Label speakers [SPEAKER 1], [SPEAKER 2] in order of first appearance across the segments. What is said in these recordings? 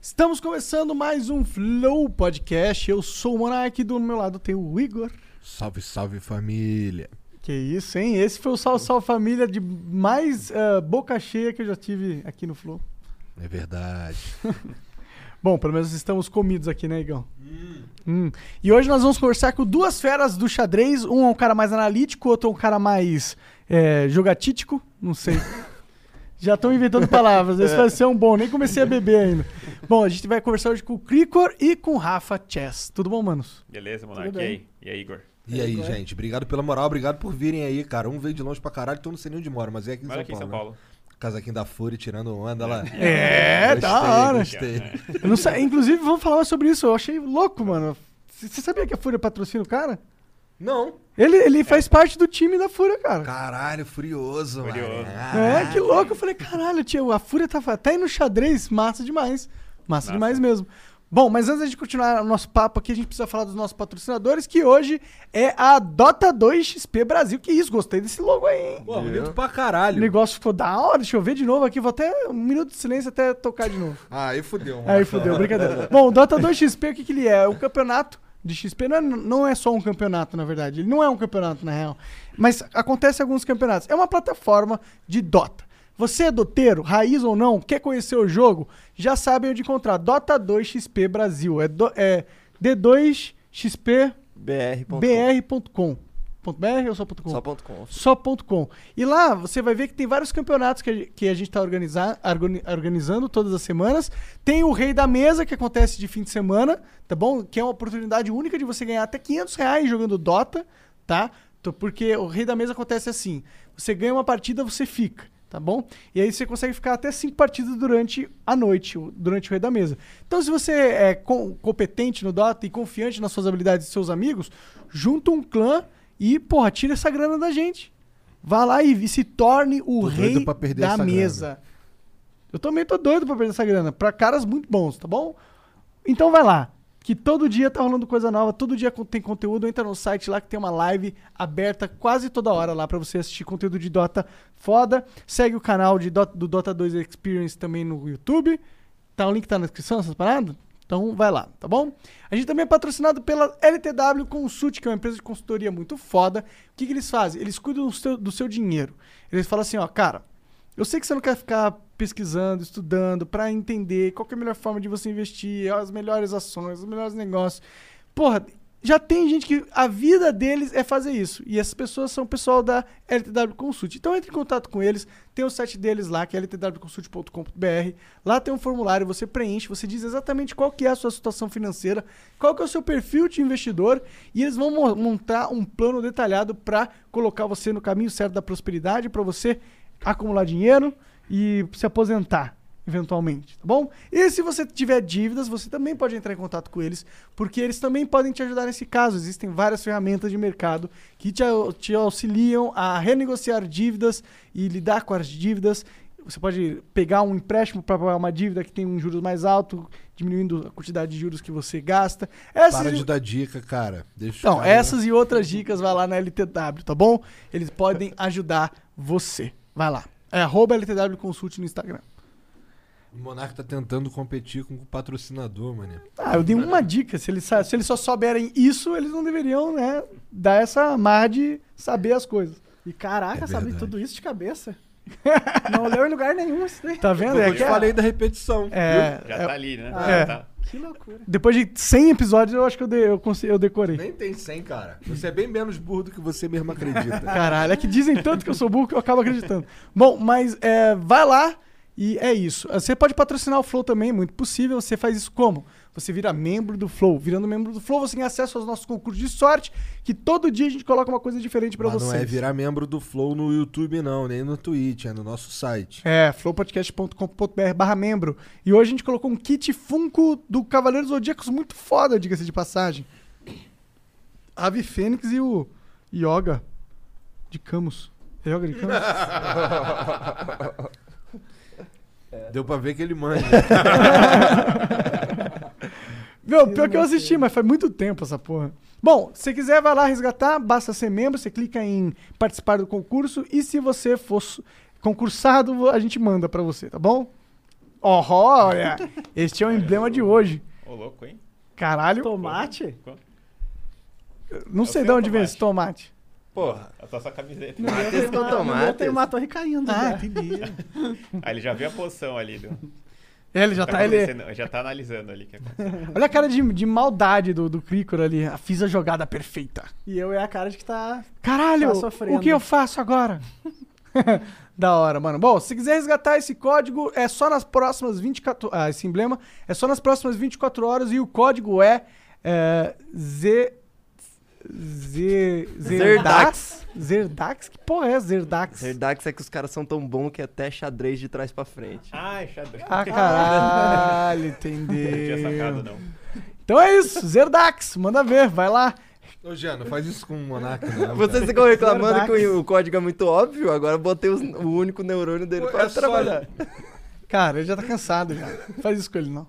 [SPEAKER 1] Estamos começando mais um Flow Podcast. Eu sou o Monark, do meu lado tem o Igor.
[SPEAKER 2] Salve, salve família.
[SPEAKER 1] Que isso, hein? Esse foi o Sal Sal Família de mais ah, boca cheia que eu já tive aqui no Flow.
[SPEAKER 2] É verdade.
[SPEAKER 1] Bom, pelo menos estamos comidos aqui, né, Igão? Hum. E hoje nós vamos conversar com duas feras do xadrez. Um é um cara mais analítico, outro é um cara mais é, jogatítico. Não sei. Já estão inventando palavras. Esse vai ser um bom. Nem comecei a beber ainda. Bom, a gente vai conversar hoje com o Cricor e com o Rafa Chess. Tudo bom, manos?
[SPEAKER 3] Beleza, Monark.
[SPEAKER 1] Tudo
[SPEAKER 3] E
[SPEAKER 1] bem.
[SPEAKER 3] aí? E aí, Igor?
[SPEAKER 2] E aí, gente, obrigado pela moral, obrigado por virem aí, cara. Um veio de longe pra caralho, então não sei nem onde mora, mas é aqui em,
[SPEAKER 3] Mora
[SPEAKER 2] São,
[SPEAKER 3] aqui em
[SPEAKER 2] Paulo,
[SPEAKER 3] São Paulo.
[SPEAKER 2] né? Casaquinho da Fúria tirando onda lá.
[SPEAKER 1] É, da hora. É.
[SPEAKER 2] Gostei.
[SPEAKER 1] Eu não sei- inclusive, vamos falar sobre isso. Eu achei louco, mano. C- Você sabia que a Fúria patrocina o cara?
[SPEAKER 2] Não,
[SPEAKER 1] Ele,
[SPEAKER 2] É.
[SPEAKER 1] ele faz parte do time da Fúria, cara.
[SPEAKER 2] caralho, furioso, mano.
[SPEAKER 3] Furioso.
[SPEAKER 2] Caralho.
[SPEAKER 1] É, que louco. Eu falei, caralho, tio, a Fúria tá até no xadrez. Massa demais. Massa, demais mesmo. Bom, mas antes da gente continuar o nosso papo aqui, a gente precisa falar dos nossos patrocinadores, que hoje é a Dota 2 XP Brasil. Que isso, gostei desse logo aí, hein?
[SPEAKER 2] Pô, bonito pra
[SPEAKER 1] O
[SPEAKER 2] caralho.
[SPEAKER 1] negócio ficou da hora, deixa eu ver de novo aqui, vou até um minuto de silêncio até tocar de novo.
[SPEAKER 2] Aí fudeu, mano.
[SPEAKER 1] Aí fudeu, brincadeira. Bom, o Dota 2 XP, o que, que ele é? É um campeonato de XP. Não é, não é só um campeonato, na verdade. Ele não é um campeonato, na real. Mas acontece alguns campeonatos. É uma plataforma de Dota. Você é doteiro, raiz ou não, quer conhecer o jogo, já sabe onde encontrar. Dota 2 XP Brasil. É, do- é D2XP.br.com.
[SPEAKER 4] br.com.
[SPEAKER 1] .br ou só ponto .com?
[SPEAKER 4] Só ponto com.
[SPEAKER 1] Só.com. E lá você vai ver que tem vários campeonatos que a, que a gente está organizando todas as semanas. Tem o Rei da Mesa, que acontece de fim de semana, tá bom? Que é uma oportunidade única de você ganhar até 500 reais jogando Dota, tá? Tô- Porque o Rei da Mesa acontece assim: você ganha uma partida, você fica. Tá bom? E aí você consegue ficar até cinco partidas durante a noite, o- durante o rei da mesa. Então, se você é co- competente no Dota e confiante nas suas habilidades e seus amigos, junta um clã e, porra, tira essa grana da gente. Vá lá e se torne o
[SPEAKER 2] Tô doido
[SPEAKER 1] rei
[SPEAKER 2] pra perder
[SPEAKER 1] da
[SPEAKER 2] essa
[SPEAKER 1] mesa. Eu também tô doido pra perder essa grana. Pra caras muito bons, tá bom? Então vai lá. Que todo dia tá rolando coisa nova, todo dia con- tem conteúdo. Entra no site lá que tem uma live aberta quase toda hora lá pra você assistir conteúdo de Dota foda. Segue o canal de Dota- do Dota 2 Experience também no YouTube. Tá, o link tá na descrição, essas paradas? Então vai lá, tá bom? A gente também é patrocinado pela LTW Consult, que é uma empresa de consultoria muito foda. O que, que eles fazem? Eles cuidam do seu, do seu dinheiro. Eles falam assim, ó, cara, eu sei que você não quer ficar pesquisando, estudando, pra entender qual que é a melhor forma de você investir, as melhores ações, os melhores negócios. Porra, já tem gente que a vida deles é fazer isso. E essas pessoas são o pessoal da LTW Consult. Então entre em contato com eles, tem o site deles lá, que é ltwconsult.com.br. Lá tem um formulário, você preenche, você diz exatamente qual que é a sua situação financeira, qual que é o seu perfil de investidor, e eles vão mo- montar um plano detalhado pra colocar você no caminho certo da prosperidade, pra você acumular dinheiro e se aposentar eventualmente, tá bom? E se você tiver dívidas, você também pode entrar em contato com eles, porque eles também podem te ajudar nesse caso. Existem várias ferramentas de mercado que te, au- te auxiliam a renegociar dívidas e lidar com as dívidas. Você pode pegar um empréstimo para pagar uma dívida que tem um juros mais alto, diminuindo a quantidade de juros que você gasta. Essas
[SPEAKER 2] Para de dar dica, cara. Deixa os
[SPEAKER 1] então,
[SPEAKER 2] caras-
[SPEAKER 1] essas e outras dicas vai lá na LTW, tá bom? Eles podem ajudar você. Vai lá. É arroba LTW Consult no Instagram.
[SPEAKER 2] O Monark tá tentando competir com o patrocinador, mano.
[SPEAKER 1] Ah, eu dei uma dica. Se eles, sa- se eles só souberem isso, eles não deveriam, né, dar essa marra de saber as coisas.
[SPEAKER 5] E caraca,
[SPEAKER 2] É
[SPEAKER 5] sabe
[SPEAKER 2] verdade.
[SPEAKER 5] tudo isso de cabeça?
[SPEAKER 6] Não leu em lugar nenhum isso daí.
[SPEAKER 1] Tá vendo?
[SPEAKER 2] Eu
[SPEAKER 1] É,
[SPEAKER 2] te
[SPEAKER 1] que é-
[SPEAKER 2] falei da repetição.
[SPEAKER 1] é,
[SPEAKER 3] Já
[SPEAKER 1] é-
[SPEAKER 3] tá ali, né?
[SPEAKER 1] é.
[SPEAKER 3] Já tá.
[SPEAKER 6] Que loucura.
[SPEAKER 1] Depois de 100 episódios, eu acho que eu, de- eu, conse- eu decorei.
[SPEAKER 2] Nem tem 100, cara. Você é bem menos burro do que você mesmo acredita.
[SPEAKER 1] Caralho, é que dizem tanto que eu sou burro que eu acabo acreditando. Bom, mas é, vai lá e é isso. Você pode patrocinar o Flow também, muito possível. Você faz isso como? Você vira membro do Flow. Virando membro do Flow, você tem acesso aos nossos concursos de sorte, que todo dia a gente coloca uma coisa diferente pra
[SPEAKER 2] Mas
[SPEAKER 1] vocês.
[SPEAKER 2] não é virar membro do Flow no YouTube, não, nem no Twitch, é no nosso site.
[SPEAKER 1] É, flowpodcast.com.br barra membro. E hoje a gente colocou um kit Funko do Cavaleiros Zodíacos muito foda, diga-se de passagem. Ave Fênix e o Yoga de Camus. É Yoga de Camus?
[SPEAKER 2] Deu pra ver que ele manja.
[SPEAKER 1] Meu, pior que eu assisti, mas faz muito tempo essa porra. Bom, se quiser, vai lá resgatar, basta ser membro, você clica em participar do concurso e se você for su- concursado, a gente manda pra você, tá bom? Oh, olha, este é o emblema de hoje.
[SPEAKER 3] Ô, louco, hein?
[SPEAKER 1] Caralho,
[SPEAKER 6] Tomate?
[SPEAKER 1] não
[SPEAKER 3] Eu
[SPEAKER 1] sei
[SPEAKER 3] sei
[SPEAKER 1] de
[SPEAKER 3] o
[SPEAKER 1] onde vem esse tomate.
[SPEAKER 3] Porra, a tua só camiseta.
[SPEAKER 6] Tem uma, no meu tem uma torre caindo.
[SPEAKER 1] Ah,
[SPEAKER 6] já.
[SPEAKER 1] entendi.
[SPEAKER 3] Aí ele já viu a poção ali. Do...
[SPEAKER 1] É, ele já tá. Ele...
[SPEAKER 3] acontecendo- Já tá analisando ali o que aconteceu.
[SPEAKER 1] Olha a cara de, de maldade do, do Cricor ali. Ah, Fiz a jogada perfeita.
[SPEAKER 6] E eu é a cara de que tá.
[SPEAKER 1] Caralho,
[SPEAKER 6] Tá sofrendo.
[SPEAKER 1] o que eu faço agora? da hora, mano. Bom, se quiser resgatar esse código, é só nas próximas 24 Ah, esse emblema é só nas próximas 24 horas e o código é. é, Z. Z. Zerdax? Zerdax? Que porra é Zerdax?
[SPEAKER 7] Zerdax é que os caras são tão bons que é até xadrez de trás pra frente.
[SPEAKER 3] Ai, xadrez.
[SPEAKER 1] Ah, caralho,
[SPEAKER 3] Não tinha sacado,
[SPEAKER 1] entendeu?
[SPEAKER 3] não.
[SPEAKER 1] Então é isso, Zerdax, manda ver, vai lá.
[SPEAKER 2] Ô, Jean, não faz isso com o né? Monarca, não.
[SPEAKER 7] Vocês ficam reclamando que o código é muito óbvio, agora eu botei os- o único neurônio dele
[SPEAKER 2] Pô,
[SPEAKER 7] pra
[SPEAKER 2] é só-
[SPEAKER 7] trabalhar.
[SPEAKER 1] Cara, ele já tá cansado já. Faz isso com ele, não.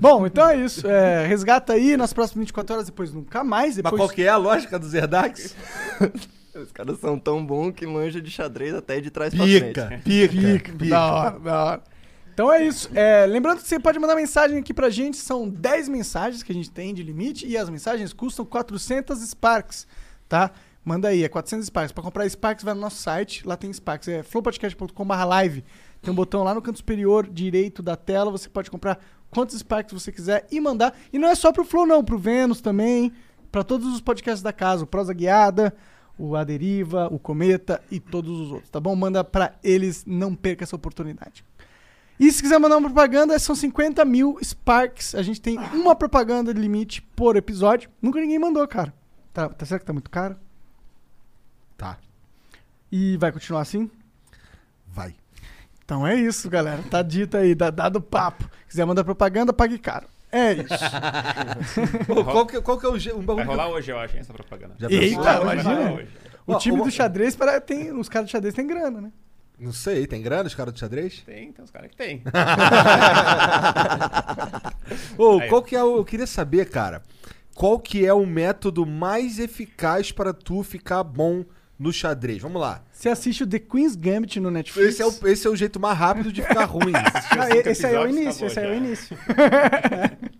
[SPEAKER 1] Bom, então é isso. É, resgata aí nas próximas 24 horas, depois nunca mais.
[SPEAKER 2] Mas
[SPEAKER 1] Depois...
[SPEAKER 2] qual que é a lógica do Zerdax?
[SPEAKER 7] Os caras são tão bons que manja de xadrez até de trás pra frente.
[SPEAKER 2] Pica, pica, pica.
[SPEAKER 1] Da hora, da hora. Então é isso. É, lembrando que você pode mandar mensagem aqui pra gente. São 10 mensagens que a gente tem de limite e as mensagens custam 400 Sparks, tá? Manda aí, é 400 Sparks. Pra comprar Sparks, vai no nosso site. Lá tem Sparks. É flowpodcast.com.br live. Tem um botão lá no canto superior direito da tela. Você pode comprar quantos Sparks você quiser e mandar. E não é só pro Flow, não. Pro Vênus também. Pra todos os podcasts da casa. O Prosa Guiada o A Deriva, o Cometa e todos os outros, tá bom? Manda pra eles, não perca essa oportunidade. E se quiser mandar uma propaganda, são 50 mil Sparks. A gente tem uma propaganda de limite por episódio. Nunca ninguém mandou, cara. Tá, tá certo que tá muito caro?
[SPEAKER 2] Tá,
[SPEAKER 1] E vai continuar assim?
[SPEAKER 2] vai.
[SPEAKER 1] Então é isso, galera. Tá dito aí, dá- dado o papo. Quiser mandar propaganda, pague caro. É isso.
[SPEAKER 2] Ô, qual, que, qual que é o... je- Um bagulho
[SPEAKER 3] Vai
[SPEAKER 2] que-
[SPEAKER 3] rolar hoje, eu acho, hein, essa propaganda.
[SPEAKER 2] Já
[SPEAKER 1] Eita,
[SPEAKER 2] pensou?
[SPEAKER 3] Vai rolar
[SPEAKER 1] imagina.
[SPEAKER 3] hoje.
[SPEAKER 1] O time do xadrez, para, tem, os caras do xadrez têm grana, né?
[SPEAKER 2] Não sei, tem grana os caras do xadrez?
[SPEAKER 3] Tem, tem uns caras que tem.
[SPEAKER 2] Ô,
[SPEAKER 3] Aí,
[SPEAKER 2] qual que é o... Eu queria saber, cara, qual que é o método mais eficaz pra tu ficar bom no xadrez? Vamos lá.
[SPEAKER 1] Você assiste o The Queen's Gambit no Netflix.
[SPEAKER 2] Esse é, o, esse é o jeito mais rápido de ficar ruim.
[SPEAKER 6] Ah, e- esse aí é o
[SPEAKER 3] episódios,
[SPEAKER 6] início,
[SPEAKER 3] acabou
[SPEAKER 6] esse aí é o
[SPEAKER 3] já.
[SPEAKER 6] início.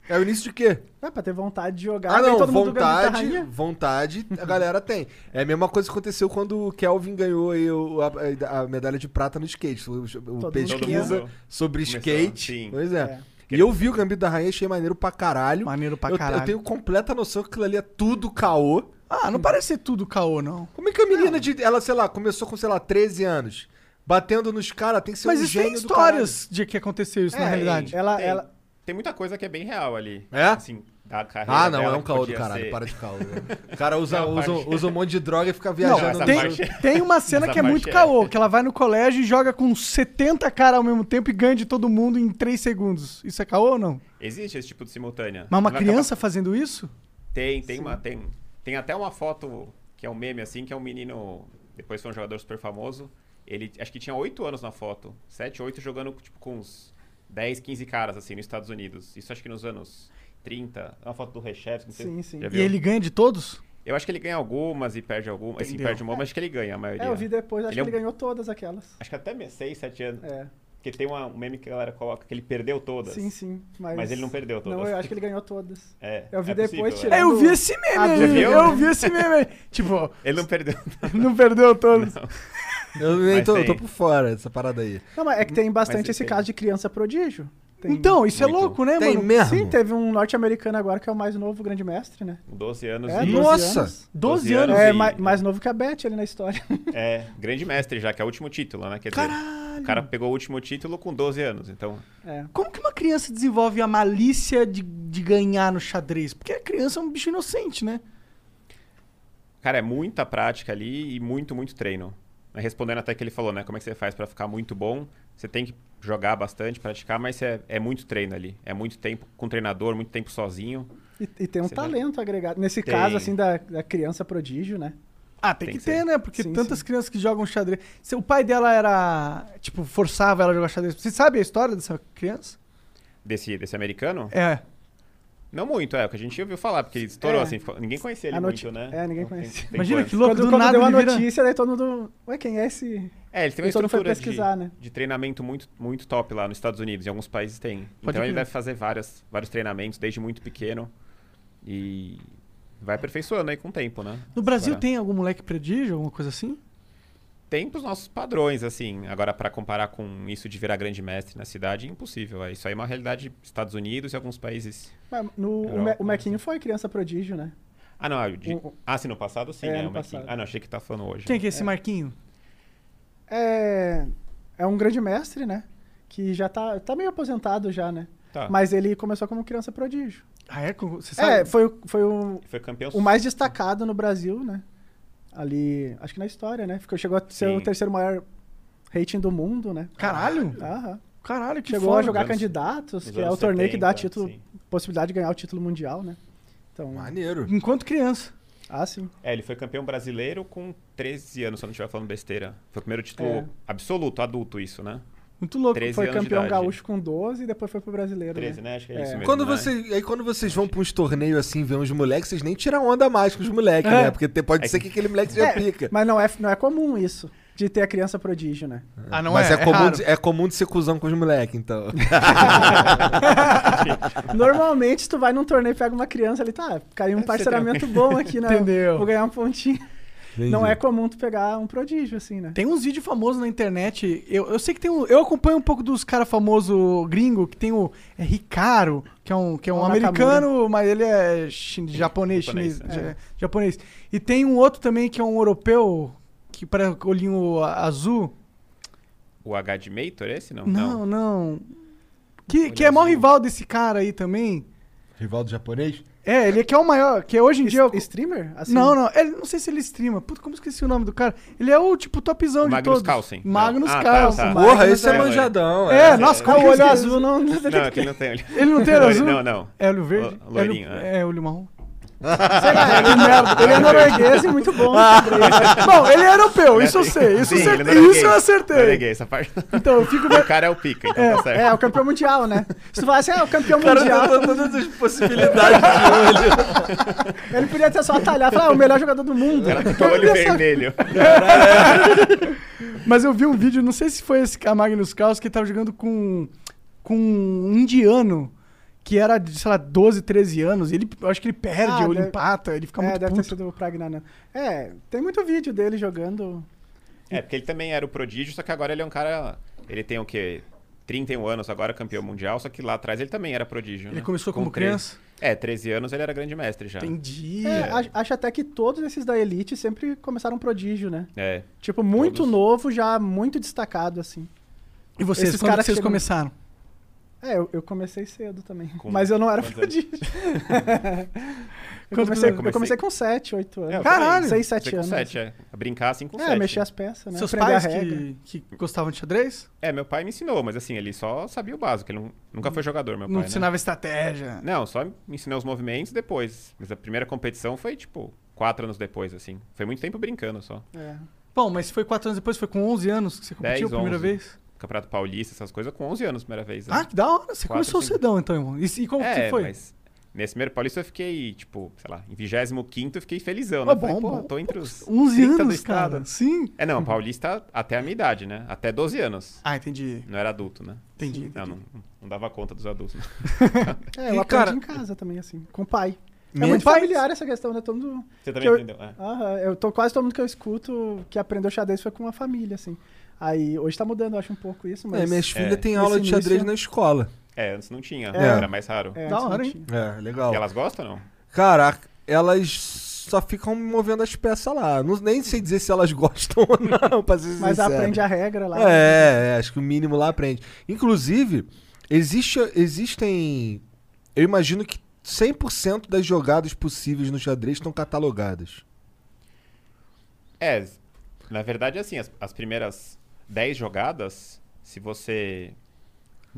[SPEAKER 2] É o início de quê?
[SPEAKER 6] É pra ter vontade de jogar.
[SPEAKER 2] Ah,
[SPEAKER 6] vem
[SPEAKER 2] não,
[SPEAKER 6] todo mundo ganhando
[SPEAKER 2] vontade,
[SPEAKER 6] guitarrinha.
[SPEAKER 2] vontade, a galera tem. É a mesma coisa que aconteceu quando o Kelvin ganhou aí o- a, a medalha de prata no skate. O, o
[SPEAKER 6] mundo
[SPEAKER 2] pesquisa
[SPEAKER 3] queria.
[SPEAKER 2] sobre
[SPEAKER 3] Começou,
[SPEAKER 2] skate.
[SPEAKER 3] sim.
[SPEAKER 2] Pois é.
[SPEAKER 6] É.
[SPEAKER 2] E eu vi o Gambito da Rainha, achei maneiro pra caralho.
[SPEAKER 1] Maneiro pra
[SPEAKER 2] eu,
[SPEAKER 1] caralho.
[SPEAKER 2] eu tenho completa noção que aquilo ali é tudo caô.
[SPEAKER 1] Ah,
[SPEAKER 6] Hum.
[SPEAKER 1] não parece ser tudo caô, não.
[SPEAKER 2] Como é que a menina de. Ela, sei lá, começou com, sei lá, 13 anos. Batendo nos caras, tem que ser
[SPEAKER 1] Mas
[SPEAKER 2] um
[SPEAKER 1] existem
[SPEAKER 2] gênio do
[SPEAKER 1] histórias de que aconteceu isso, na
[SPEAKER 3] É,
[SPEAKER 1] realidade.
[SPEAKER 3] tem-
[SPEAKER 6] Ela-
[SPEAKER 3] tem,
[SPEAKER 6] ela-
[SPEAKER 3] tem muita coisa que é bem real ali.
[SPEAKER 2] É?
[SPEAKER 3] Assim, da carreira
[SPEAKER 2] Ah, não,
[SPEAKER 3] dela,
[SPEAKER 2] é um
[SPEAKER 3] que
[SPEAKER 2] caô do
[SPEAKER 3] podia
[SPEAKER 2] caralho,
[SPEAKER 3] ser.
[SPEAKER 2] para de caô. né? O cara usa,
[SPEAKER 3] Não,
[SPEAKER 2] usa,
[SPEAKER 3] parte.
[SPEAKER 2] usa um monte de droga e fica
[SPEAKER 1] Não,
[SPEAKER 2] viajando.
[SPEAKER 3] essa
[SPEAKER 2] no-
[SPEAKER 3] parte-
[SPEAKER 1] tem, tem uma cena
[SPEAKER 3] essa
[SPEAKER 1] que é
[SPEAKER 3] parte
[SPEAKER 1] muito
[SPEAKER 3] é.
[SPEAKER 1] caô, que ela vai no colégio e joga com 70 caras ao mesmo tempo e ganha de todo mundo em 3 segundos. Isso é caô ou não?
[SPEAKER 3] Existe esse tipo de simultânea.
[SPEAKER 1] Mas uma
[SPEAKER 3] Não é
[SPEAKER 1] criança fazendo isso?
[SPEAKER 3] Tem, tem uma. Tem, tem até uma foto que é um meme, assim, que é um menino. Depois foi um jogador super famoso. Ele acho que tinha 8 anos na foto. 7, 8 jogando tipo, com uns 10, 15 caras, assim, nos Estados Unidos. Isso acho que nos anos 30. É uma foto do Rechevski, não sei.
[SPEAKER 6] Sim, sim.
[SPEAKER 3] já
[SPEAKER 1] E
[SPEAKER 3] viu?
[SPEAKER 1] ele ganha de todos?
[SPEAKER 3] Eu acho que ele ganha algumas e perde algumas. Assim, perde uma, mas acho que ele ganha a maioria.
[SPEAKER 6] É, eu vi depois, acho
[SPEAKER 3] é
[SPEAKER 6] que
[SPEAKER 3] um-
[SPEAKER 6] ele ganhou todas aquelas.
[SPEAKER 3] Acho que até 6, 7 anos.
[SPEAKER 6] É.
[SPEAKER 3] Porque tem uma- um meme que a galera coloca que ele perdeu todas.
[SPEAKER 6] Sim, sim. Mas,
[SPEAKER 3] Mas ele não perdeu todas.
[SPEAKER 6] Não, eu acho que ele ganhou todas.
[SPEAKER 3] É,
[SPEAKER 6] Eu vi
[SPEAKER 3] é
[SPEAKER 6] depois,
[SPEAKER 3] possível,
[SPEAKER 6] tirando-
[SPEAKER 1] É, eu vi esse meme
[SPEAKER 6] Ah,
[SPEAKER 1] aí.
[SPEAKER 3] já viu?
[SPEAKER 1] Eu vi esse meme aí. Tipo,
[SPEAKER 3] é. Ele não perdeu.
[SPEAKER 1] não perdeu todos.
[SPEAKER 2] Eu, nem
[SPEAKER 3] Mas
[SPEAKER 2] tô, eu
[SPEAKER 3] tem.
[SPEAKER 2] tô por fora dessa parada aí.
[SPEAKER 1] Não, mas é que tem bastante
[SPEAKER 3] Mas
[SPEAKER 1] esse
[SPEAKER 3] tem.
[SPEAKER 1] caso de criança prodígio. Tem-
[SPEAKER 8] Então, isso é
[SPEAKER 3] muito.
[SPEAKER 8] louco, né,
[SPEAKER 2] Tem
[SPEAKER 8] mano?
[SPEAKER 2] mesmo?
[SPEAKER 1] Sim, teve um norte-americano agora que é o mais novo grande mestre, né?
[SPEAKER 3] 12 anos
[SPEAKER 1] É,
[SPEAKER 3] e...
[SPEAKER 1] 12
[SPEAKER 2] Nossa!
[SPEAKER 1] anos.
[SPEAKER 8] 12
[SPEAKER 3] 12
[SPEAKER 8] anos.
[SPEAKER 3] anos.
[SPEAKER 1] É,
[SPEAKER 3] e-
[SPEAKER 1] ma- mais novo que a Beth ali na história.
[SPEAKER 3] É, grande mestre já, que é o último título, né? Quer dizer, o cara pegou o último título com 12 anos, então...
[SPEAKER 1] É.
[SPEAKER 8] Como que uma criança desenvolve a malícia de, de ganhar no xadrez? Porque a criança é um bicho inocente, né?
[SPEAKER 3] Cara, é muita prática ali e muito, muito treino. Mas Respondendo até que ele falou, né? Como é que você faz pra ficar muito bom? Você tem que jogar bastante, praticar, mas é, é muito treino ali. É muito tempo com o treinador, muito tempo sozinho.
[SPEAKER 1] E, e tem um
[SPEAKER 3] Você vai-
[SPEAKER 1] talento agregado. Nesse
[SPEAKER 3] Tem.
[SPEAKER 1] caso, assim, da, da criança prodígio, né?
[SPEAKER 8] Ah, tem,
[SPEAKER 3] Tem
[SPEAKER 8] que,
[SPEAKER 3] que
[SPEAKER 8] ter,
[SPEAKER 3] ser.
[SPEAKER 8] né? Porque
[SPEAKER 1] Sim,
[SPEAKER 8] tantas crianças que jogam xadrez. Se- O pai dela era. Tipo, forçava ela a jogar xadrez. Você sabe a história dessa criança?
[SPEAKER 3] Desse, desse americano?
[SPEAKER 8] É.
[SPEAKER 3] Não muito, é o que a gente ouviu falar, porque ele estourou
[SPEAKER 1] É.
[SPEAKER 3] assim. ficou- Ninguém conhecia ele
[SPEAKER 1] A noti-
[SPEAKER 3] muito, né?
[SPEAKER 1] é, ninguém
[SPEAKER 3] Então, tem-
[SPEAKER 1] conhecia.
[SPEAKER 3] tem
[SPEAKER 8] Imagina
[SPEAKER 3] quantos?
[SPEAKER 8] que louco,
[SPEAKER 1] quando
[SPEAKER 8] do
[SPEAKER 1] quando
[SPEAKER 8] nada
[SPEAKER 1] deu a
[SPEAKER 8] ele vira-
[SPEAKER 1] notícia, daí todo mundo. Ué, quem é esse?
[SPEAKER 3] É, ele tem uma
[SPEAKER 1] Então não foi
[SPEAKER 3] estrutura
[SPEAKER 1] pesquisar,
[SPEAKER 3] de,
[SPEAKER 1] né?
[SPEAKER 3] de treinamento muito, muito top lá nos Estados Unidos, em alguns países tem. então
[SPEAKER 8] crer.
[SPEAKER 3] ele deve fazer várias, vários treinamentos desde muito pequeno e vai aperfeiçoando aí com o tempo, né?
[SPEAKER 8] No Brasil
[SPEAKER 3] Agora,
[SPEAKER 8] tem algum moleque prodígio, alguma coisa assim?
[SPEAKER 3] Tem os nossos padrões, assim. Agora, pra comparar com isso de virar grande mestre na cidade, é impossível. é. Isso aí é uma realidade dos Estados Unidos e alguns países...
[SPEAKER 1] Mas no- o,
[SPEAKER 3] Europa,
[SPEAKER 1] Me- o
[SPEAKER 3] né?
[SPEAKER 1] Mequinho foi criança prodígio, né?
[SPEAKER 3] Ah, não. de-
[SPEAKER 1] O-
[SPEAKER 3] Ah, sim, no passado sim,
[SPEAKER 1] É,
[SPEAKER 3] né?
[SPEAKER 1] no
[SPEAKER 3] o Marquinhos.
[SPEAKER 1] passado.
[SPEAKER 3] Ah, não, achei que tá falando hoje.
[SPEAKER 8] Quem que é esse Marquinho?
[SPEAKER 1] É, é um grande mestre, né? Que já tá, tá meio aposentado já, né?
[SPEAKER 3] Tá.
[SPEAKER 1] Mas ele começou como criança prodígio.
[SPEAKER 8] Ah, é? Com- Você sabe?
[SPEAKER 1] É, foi, o- foi o,
[SPEAKER 3] Foi campeão...
[SPEAKER 1] o mais destacado no Brasil, né? Ali, acho que na história, né? Ficou, chegou a ser
[SPEAKER 3] Sim. Uhum.
[SPEAKER 1] o terceiro maior rating do mundo, né?
[SPEAKER 8] Caralho!
[SPEAKER 1] Aham.
[SPEAKER 8] Caralho, que
[SPEAKER 1] Chegou
[SPEAKER 8] foda.
[SPEAKER 1] a jogar
[SPEAKER 3] Nos anos-
[SPEAKER 1] candidatos,
[SPEAKER 3] nos
[SPEAKER 1] que é o
[SPEAKER 3] anos
[SPEAKER 1] torneio que dá
[SPEAKER 3] 70,
[SPEAKER 1] título,
[SPEAKER 3] sim.
[SPEAKER 1] possibilidade de ganhar o título mundial, né? Então,
[SPEAKER 2] Maneiro.
[SPEAKER 8] Enquanto criança.
[SPEAKER 1] ah, sim.
[SPEAKER 3] É, ele foi campeão brasileiro com 13 anos, se eu não estiver falando besteira. Foi o primeiro título
[SPEAKER 1] É.
[SPEAKER 3] absoluto, adulto isso, né?
[SPEAKER 8] Muito louco.
[SPEAKER 3] 13
[SPEAKER 1] Foi
[SPEAKER 3] anos de
[SPEAKER 1] campeão
[SPEAKER 3] idade.
[SPEAKER 1] gaúcho com 12 e depois foi pro brasileiro,
[SPEAKER 3] 13,
[SPEAKER 1] né?
[SPEAKER 3] né? Acho que é,
[SPEAKER 1] É.
[SPEAKER 3] isso mesmo.
[SPEAKER 2] Quando
[SPEAKER 3] né?
[SPEAKER 2] você, aí quando vocês vão pra uns torneios assim, ver uns moleques, vocês nem tiram onda mais com os moleques, né? Porque te- pode
[SPEAKER 3] É
[SPEAKER 2] ser que aquele moleque já pica.
[SPEAKER 1] Mas não é, não é comum isso, de ter a criança prodígio, né?
[SPEAKER 6] Ah, não
[SPEAKER 2] Mas
[SPEAKER 6] é?
[SPEAKER 2] é, comum
[SPEAKER 6] raro.
[SPEAKER 2] de, é comum de ser cuzão com os moleques, então.
[SPEAKER 1] Normalmente, tu vai num torneio e pega uma criança ali, tá, caiu um parceiramento bom aqui, né?
[SPEAKER 8] Entendeu.
[SPEAKER 1] Vou ganhar um pontinho. Não é comum tu pegar um prodígio, assim, né?
[SPEAKER 8] Tem uns vídeos famosos na internet. Eu, eu sei que tem um. Eu acompanho um pouco dos caras famosos gringo, que tem o é Ricaro, que é um, que é um
[SPEAKER 1] O Nakamura.
[SPEAKER 8] americano, mas ele é chi-
[SPEAKER 3] Japonês,
[SPEAKER 8] japonês, chinês,
[SPEAKER 3] é.
[SPEAKER 8] ja- japonês. E tem um outro também que é um europeu, que parece com olhinho a- azul.
[SPEAKER 3] O H de Mator, esse não?
[SPEAKER 8] Não, é não. Que,
[SPEAKER 3] Olho
[SPEAKER 8] que é maior
[SPEAKER 3] azul.
[SPEAKER 8] rival desse cara aí também.
[SPEAKER 2] Rival do japonês?
[SPEAKER 8] É, ele é que é o maior, que hoje em dia. eu-
[SPEAKER 1] Es- Streamer? Assim,
[SPEAKER 8] Não, não, ele, não sei se ele streama. Puta, como eu esqueci o nome do cara? Ele é o, tipo, topzão de
[SPEAKER 3] Magnus
[SPEAKER 8] todos.
[SPEAKER 3] Carlsen.
[SPEAKER 8] Magnus
[SPEAKER 3] Ah, tá, tá.
[SPEAKER 8] Carlsen.
[SPEAKER 2] Porra, esse é
[SPEAKER 3] é,
[SPEAKER 2] manjadão.
[SPEAKER 8] É,
[SPEAKER 2] é.
[SPEAKER 8] nossa,
[SPEAKER 1] Ah,
[SPEAKER 8] como
[SPEAKER 1] o
[SPEAKER 8] que eu
[SPEAKER 1] olho
[SPEAKER 8] esqueci?
[SPEAKER 1] azul não...
[SPEAKER 3] Não, aquele não tem olho.
[SPEAKER 8] Ele não tem olho azul?
[SPEAKER 3] Não, não.
[SPEAKER 8] É olho verde?
[SPEAKER 3] Lo- loirinho,
[SPEAKER 8] é. Olho,
[SPEAKER 3] é.
[SPEAKER 8] é olho marrom.
[SPEAKER 1] Sei lá,
[SPEAKER 8] um
[SPEAKER 1] que merda. Ele é norueguês e muito bom.
[SPEAKER 8] né, Bom, ele é europeu, isso eu sei. Isso, eu
[SPEAKER 3] Sim,
[SPEAKER 8] cer-
[SPEAKER 3] ele não é
[SPEAKER 8] isso eu
[SPEAKER 3] gay. Não
[SPEAKER 8] acertei.
[SPEAKER 3] neguei essa parte.
[SPEAKER 8] Então, eu fico.
[SPEAKER 3] o cara é o pica, então tá certo.
[SPEAKER 1] É, o campeão mundial, né? Se tu falasse, é, o campeão mundial,
[SPEAKER 2] todas as possibilidades.
[SPEAKER 1] ele podia ter só atalhado, falar, ah, o melhor jogador do mundo.
[SPEAKER 3] O cara tem o olho vermelho.
[SPEAKER 8] Mas eu vi um vídeo, não sei se foi esse a Magnus Carlsen, que ele tava jogando com, com um indiano. Que era, de, sei lá, 12, 13 anos. e Ele, eu acho que ele perde
[SPEAKER 1] Ah,
[SPEAKER 8] ou ele
[SPEAKER 1] deve-
[SPEAKER 8] empata, ele fica
[SPEAKER 1] é,
[SPEAKER 8] muito
[SPEAKER 1] deve
[SPEAKER 8] puto.
[SPEAKER 1] ter sido o Pragnana. É, tem muito vídeo dele jogando.
[SPEAKER 3] É, porque ele também era o prodígio, só que agora ele é um cara. Ele tem o quê? 31 anos agora, campeão mundial, só que lá atrás ele também era prodígio.
[SPEAKER 8] Ele
[SPEAKER 3] né?
[SPEAKER 8] começou como
[SPEAKER 3] treze-
[SPEAKER 8] criança?
[SPEAKER 3] É, 13 anos ele era grande mestre já.
[SPEAKER 8] Entendi.
[SPEAKER 1] É, a- acho até que todos esses da Elite sempre começaram prodígio, né?
[SPEAKER 3] É.
[SPEAKER 1] Tipo, muito
[SPEAKER 3] Todos.
[SPEAKER 1] novo, já muito destacado, assim.
[SPEAKER 8] E vocês,
[SPEAKER 1] esses
[SPEAKER 8] quando
[SPEAKER 1] caras
[SPEAKER 8] vocês
[SPEAKER 1] chegam-
[SPEAKER 8] começaram?
[SPEAKER 1] É, eu, eu comecei cedo também.
[SPEAKER 3] Com
[SPEAKER 1] Mas eu não era
[SPEAKER 3] quantos anos?
[SPEAKER 1] prodígio. eu,
[SPEAKER 8] Quantos
[SPEAKER 1] comecei,
[SPEAKER 8] anos?
[SPEAKER 1] eu comecei com 7, 8 anos.
[SPEAKER 3] É, eu
[SPEAKER 8] Caralho!
[SPEAKER 3] também.
[SPEAKER 1] 6,
[SPEAKER 3] Comecei
[SPEAKER 1] 7
[SPEAKER 3] com
[SPEAKER 1] anos.
[SPEAKER 3] sete, é. A Brincar assim com
[SPEAKER 1] é,
[SPEAKER 3] 7.
[SPEAKER 1] mexer as peças, né?
[SPEAKER 8] Seus
[SPEAKER 1] Aprender a
[SPEAKER 8] pais
[SPEAKER 1] regra.
[SPEAKER 8] que, que gostavam de xadrez?
[SPEAKER 3] É, meu pai me ensinou, mas assim, ele só sabia o básico. Ele nu- nunca foi jogador, meu
[SPEAKER 8] Não
[SPEAKER 3] pai. Né?
[SPEAKER 8] ensinava estratégia.
[SPEAKER 3] Não, só me ensinou os movimentos depois. Mas a primeira competição foi, tipo, quatro anos depois, assim. Foi muito tempo brincando só.
[SPEAKER 1] É.
[SPEAKER 8] Bom, mas foi 4 anos depois, foi com 11 anos que você competiu
[SPEAKER 3] 10,
[SPEAKER 8] a primeira
[SPEAKER 3] 11.
[SPEAKER 8] vez?
[SPEAKER 3] Campeonato Paulista, essas coisas, com 11 anos, primeira vez. né?
[SPEAKER 8] Ah, que da hora. Você
[SPEAKER 3] Quatro,
[SPEAKER 8] começou
[SPEAKER 3] cinco.
[SPEAKER 8] cedão, então, irmão. E, e como que
[SPEAKER 3] é,
[SPEAKER 8] foi?
[SPEAKER 3] mas nesse primeiro Paulista eu fiquei, tipo, sei lá, em 25 eu fiquei felizão, né?
[SPEAKER 8] Ah,
[SPEAKER 3] Falei,
[SPEAKER 8] bom,
[SPEAKER 3] pô,
[SPEAKER 8] bom.
[SPEAKER 3] tô entre os
[SPEAKER 8] 11
[SPEAKER 3] 30 do
[SPEAKER 8] anos,
[SPEAKER 3] estado.
[SPEAKER 8] cara. Sim.
[SPEAKER 3] É, não, Paulista até a minha idade, né? Até 12 anos.
[SPEAKER 8] Ah, entendi.
[SPEAKER 3] Não era adulto, né?
[SPEAKER 8] Entendi.
[SPEAKER 3] Não, não, não dava conta dos adultos.
[SPEAKER 1] É, eu
[SPEAKER 2] E,
[SPEAKER 1] aprendi
[SPEAKER 2] cara-
[SPEAKER 1] em casa também, assim, com o pai. É muito
[SPEAKER 8] faz.
[SPEAKER 1] familiar essa questão, né? Todo mundo... que
[SPEAKER 3] Você também
[SPEAKER 1] eu-
[SPEAKER 3] aprendeu. É.
[SPEAKER 1] Aham, eu tô quase todo mundo que eu escuto que aprendeu xadrez foi com uma família, assim. Aí, hoje tá mudando, eu acho, um pouco isso, mas...
[SPEAKER 2] É, minhas
[SPEAKER 3] É.
[SPEAKER 2] filhas têm aula de
[SPEAKER 1] Esse início-
[SPEAKER 2] xadrez na escola.
[SPEAKER 3] É, antes não tinha,
[SPEAKER 1] É.
[SPEAKER 3] era mais raro.
[SPEAKER 1] É,
[SPEAKER 8] Da
[SPEAKER 1] antes não
[SPEAKER 8] hora, hein?
[SPEAKER 1] tinha.
[SPEAKER 2] É, legal.
[SPEAKER 3] E elas gostam ou não?
[SPEAKER 2] Cara, a- elas só ficam movendo as peças lá. Não, nem sei dizer se elas gostam ou não, pra ser
[SPEAKER 1] Mas
[SPEAKER 2] sincero.
[SPEAKER 1] aprende a né? regra lá.
[SPEAKER 2] É, é, acho que o mínimo lá aprende. Inclusive, existe, existem. Eu imagino que 100% das jogadas possíveis no xadrez estão catalogadas.
[SPEAKER 3] É, na verdade, assim, as, as primeiras 10 jogadas, se você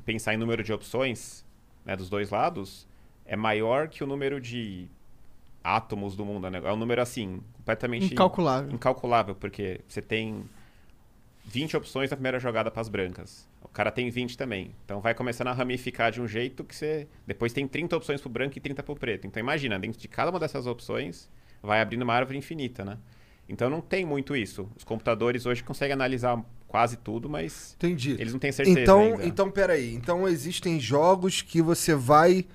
[SPEAKER 3] pensar em número de opções né, dos dois lados, é maior que o número de átomos do mundo. Né? É um número, assim, completamente
[SPEAKER 8] Incalculável.
[SPEAKER 3] incalculável, porque você tem 20 opções na primeira jogada para as brancas. O cara tem 20 também. Então vai começando a ramificar de um jeito que você. Depois tem 30 opções pro branco e 30 pro preto. Então imagina, dentro de cada uma dessas opções, vai abrindo uma árvore infinita, né? Então não tem muito isso. Os computadores hoje conseguem analisar quase tudo, mas
[SPEAKER 2] Entendi.
[SPEAKER 3] eles não têm certeza.
[SPEAKER 2] Então,
[SPEAKER 3] ainda.
[SPEAKER 2] então, peraí. Então existem jogos que você vai.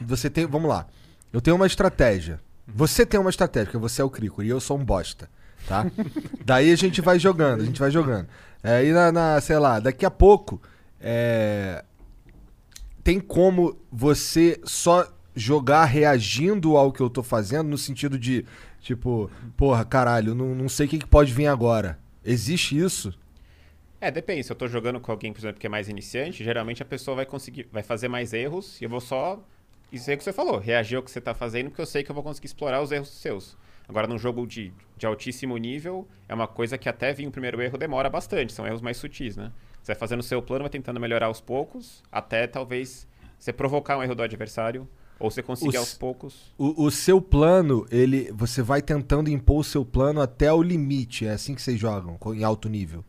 [SPEAKER 2] Você tem. Vamos lá. Eu tenho uma estratégia. Você tem uma estratégia, porque você é o Crico e eu sou um bosta. Tá? Daí a gente vai jogando, a gente vai jogando. Aí na, na, sei lá, daqui a pouco. é, Tem como você só jogar reagindo ao que eu tô fazendo, no sentido de, tipo, porra, caralho, não, não sei o que, que pode vir agora. Existe isso?
[SPEAKER 3] É, depende. Se eu tô jogando com alguém, por exemplo, que é mais iniciante, geralmente a pessoa vai conseguir, vai fazer mais erros e eu vou só. Isso aí é que você falou, reagir ao que você tá fazendo, porque eu sei que eu vou conseguir explorar os erros seus. Agora, num jogo de, de altíssimo nível, é uma coisa que até vir o primeiro erro demora bastante, são erros mais sutis, né? Você vai fazendo o seu plano, vai tentando melhorar aos poucos, até talvez você provocar um erro do adversário, ou você conseguir
[SPEAKER 2] Os-
[SPEAKER 3] aos poucos.
[SPEAKER 2] O, o seu plano, ele, você vai tentando impor o seu plano até o limite. É assim que vocês jogam, co- em alto nível.